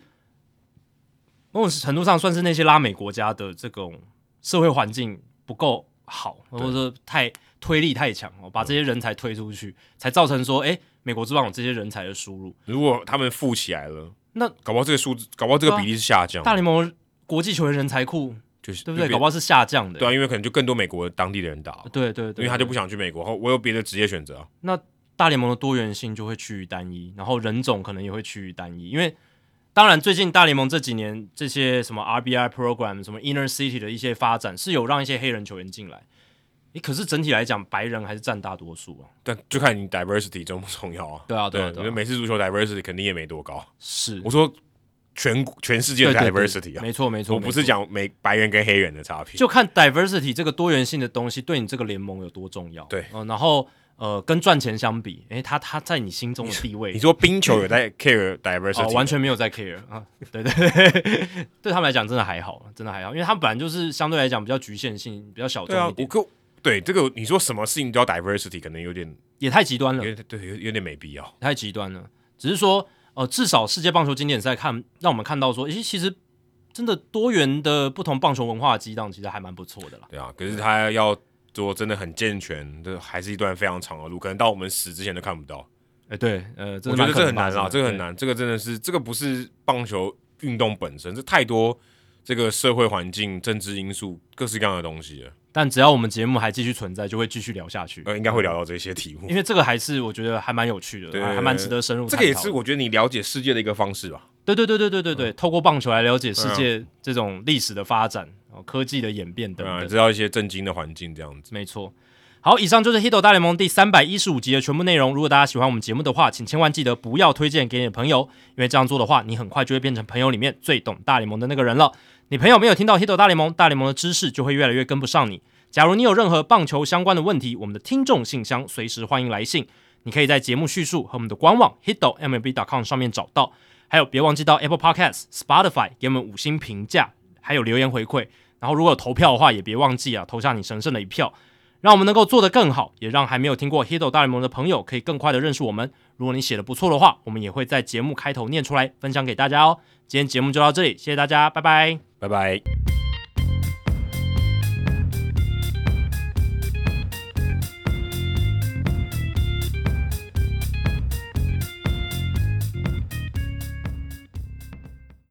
[SPEAKER 2] 某种程度上算是那些拉美国家的这种社会环境不够好，或者说太推力太强哦，把这些人才推出去，才造成说，哎、美国之棒有这些人才的输入。
[SPEAKER 1] 如果他们富起来了，
[SPEAKER 2] 那
[SPEAKER 1] 搞不好这个数字，搞不好这个比例是下降的，
[SPEAKER 2] 大联盟国际球员人才库，
[SPEAKER 1] 就是
[SPEAKER 2] 对不对？
[SPEAKER 1] 就变
[SPEAKER 2] 搞不好是下降的、欸
[SPEAKER 1] 对啊，因为可能就更多美国当地的人打了，
[SPEAKER 2] 对对
[SPEAKER 1] 因
[SPEAKER 2] 对，
[SPEAKER 1] 为他就
[SPEAKER 2] 对
[SPEAKER 1] 不想去美国，后我有别的职业选择啊，
[SPEAKER 2] 那大联盟的多元性就会趋于单一，然后人种可能也会趋于单一，因为当然最近大联盟这几年这些什么 RBI program、什么 Inner City 的一些发展是有让一些黑人球员进来，诶，可是整体来讲白人还是占大多数啊。
[SPEAKER 1] 但就看你 diversity 重不重要啊。
[SPEAKER 2] 对啊，
[SPEAKER 1] 对
[SPEAKER 2] 啊，
[SPEAKER 1] 我觉
[SPEAKER 2] 对
[SPEAKER 1] 得
[SPEAKER 2] 啊，
[SPEAKER 1] 美式足球 diversity 肯定也没多高。
[SPEAKER 2] 是
[SPEAKER 1] 我说全全世界
[SPEAKER 2] 对
[SPEAKER 1] 的
[SPEAKER 2] 对对
[SPEAKER 1] diversity 啊，
[SPEAKER 2] 没错没错，
[SPEAKER 1] 我不是
[SPEAKER 2] 没错。
[SPEAKER 1] 讲美白人跟黑人的差别，
[SPEAKER 2] 就看 diversity 这个多元性的东西对你这个联盟有多重要，
[SPEAKER 1] 对
[SPEAKER 2] 呃然后呃，跟赚钱相比，诶，他他在你心中的 地位
[SPEAKER 1] 你，说冰球有在 care
[SPEAKER 2] 哦
[SPEAKER 1] diversity，、，
[SPEAKER 2] 完全没有在 care 啊，对对对， 对他们来讲真的还好，真的还好，因为他们本来就是相对来讲比较局限性，比较小
[SPEAKER 1] 对
[SPEAKER 2] 众
[SPEAKER 1] 啊
[SPEAKER 2] 一，
[SPEAKER 1] 我
[SPEAKER 2] 点，
[SPEAKER 1] 可对这个你说什么事情都要 diversity，可能有点
[SPEAKER 2] 也太极端
[SPEAKER 1] 有
[SPEAKER 2] 了，
[SPEAKER 1] 点对有有点没必要。
[SPEAKER 2] 太极端了。只是说，呃，至少世界棒球经典赛看，让我们看到说，诶，其实真的多元的不同棒球文化的激荡，其实还蛮不错的啦。
[SPEAKER 1] 对啊，可是他要做真的很健全，这还是一段非常长的路，可能到我们死之前都看不到。
[SPEAKER 2] 哎，对，呃，真
[SPEAKER 1] 我
[SPEAKER 2] 的
[SPEAKER 1] 觉得这
[SPEAKER 2] 蛮可
[SPEAKER 1] 很难
[SPEAKER 2] 怕
[SPEAKER 1] 啊，
[SPEAKER 2] 的
[SPEAKER 1] 这个很。难，这个真的是这个不是棒球运动本身，这太多这个社会环境、政治因素、各式各样的东西了。
[SPEAKER 2] 对但只要我们节目还继续存在，就会继续聊下去，
[SPEAKER 1] 呃，应该会聊到这些题目
[SPEAKER 2] 因，为这个还是我觉得还蛮有趣的，
[SPEAKER 1] 对
[SPEAKER 2] 还还蛮值得深入探
[SPEAKER 1] 这
[SPEAKER 2] 讨
[SPEAKER 1] 个
[SPEAKER 2] 的。
[SPEAKER 1] 也是我觉得你了解世界的一个方式吧。
[SPEAKER 2] 对对对对对对对，透过棒球来了解世界这种历史的发展、哦科技的演变等
[SPEAKER 1] 对啊，
[SPEAKER 2] 等，
[SPEAKER 1] 知道一些震惊的环境这样子。
[SPEAKER 2] 没错。好，以上就是《h i t o 大联盟》第三百一十五集的全部内容。如果大家喜欢我们节目的话，请千万记得不要推荐给你的朋友，因为这样做的话，你很快就会变成朋友里面最懂大联盟的那个人了。你朋友没有听到《h i t o 大联盟》，大联盟的知识就会越来越跟不上你。假如你有任何棒球相关的问题，我们的听众信箱随时欢迎来信，你可以在节目叙述和我们的官网 hito mlb.com 上面找到。还有，别忘记到 Apple Podcast、Spotify 给我们五星评价，还有留言回馈。然后，如果有投票的话，也别忘记啊，投下你神圣的一票，让我们能够做得更好，也让还没有听过 Hito 大联盟的朋友可以更快的认识我们。如果你写的不错的话，我们也会在节目开头念出来，分享给大家哦。今天节目就到这里，谢谢大家，拜拜。
[SPEAKER 1] 拜拜。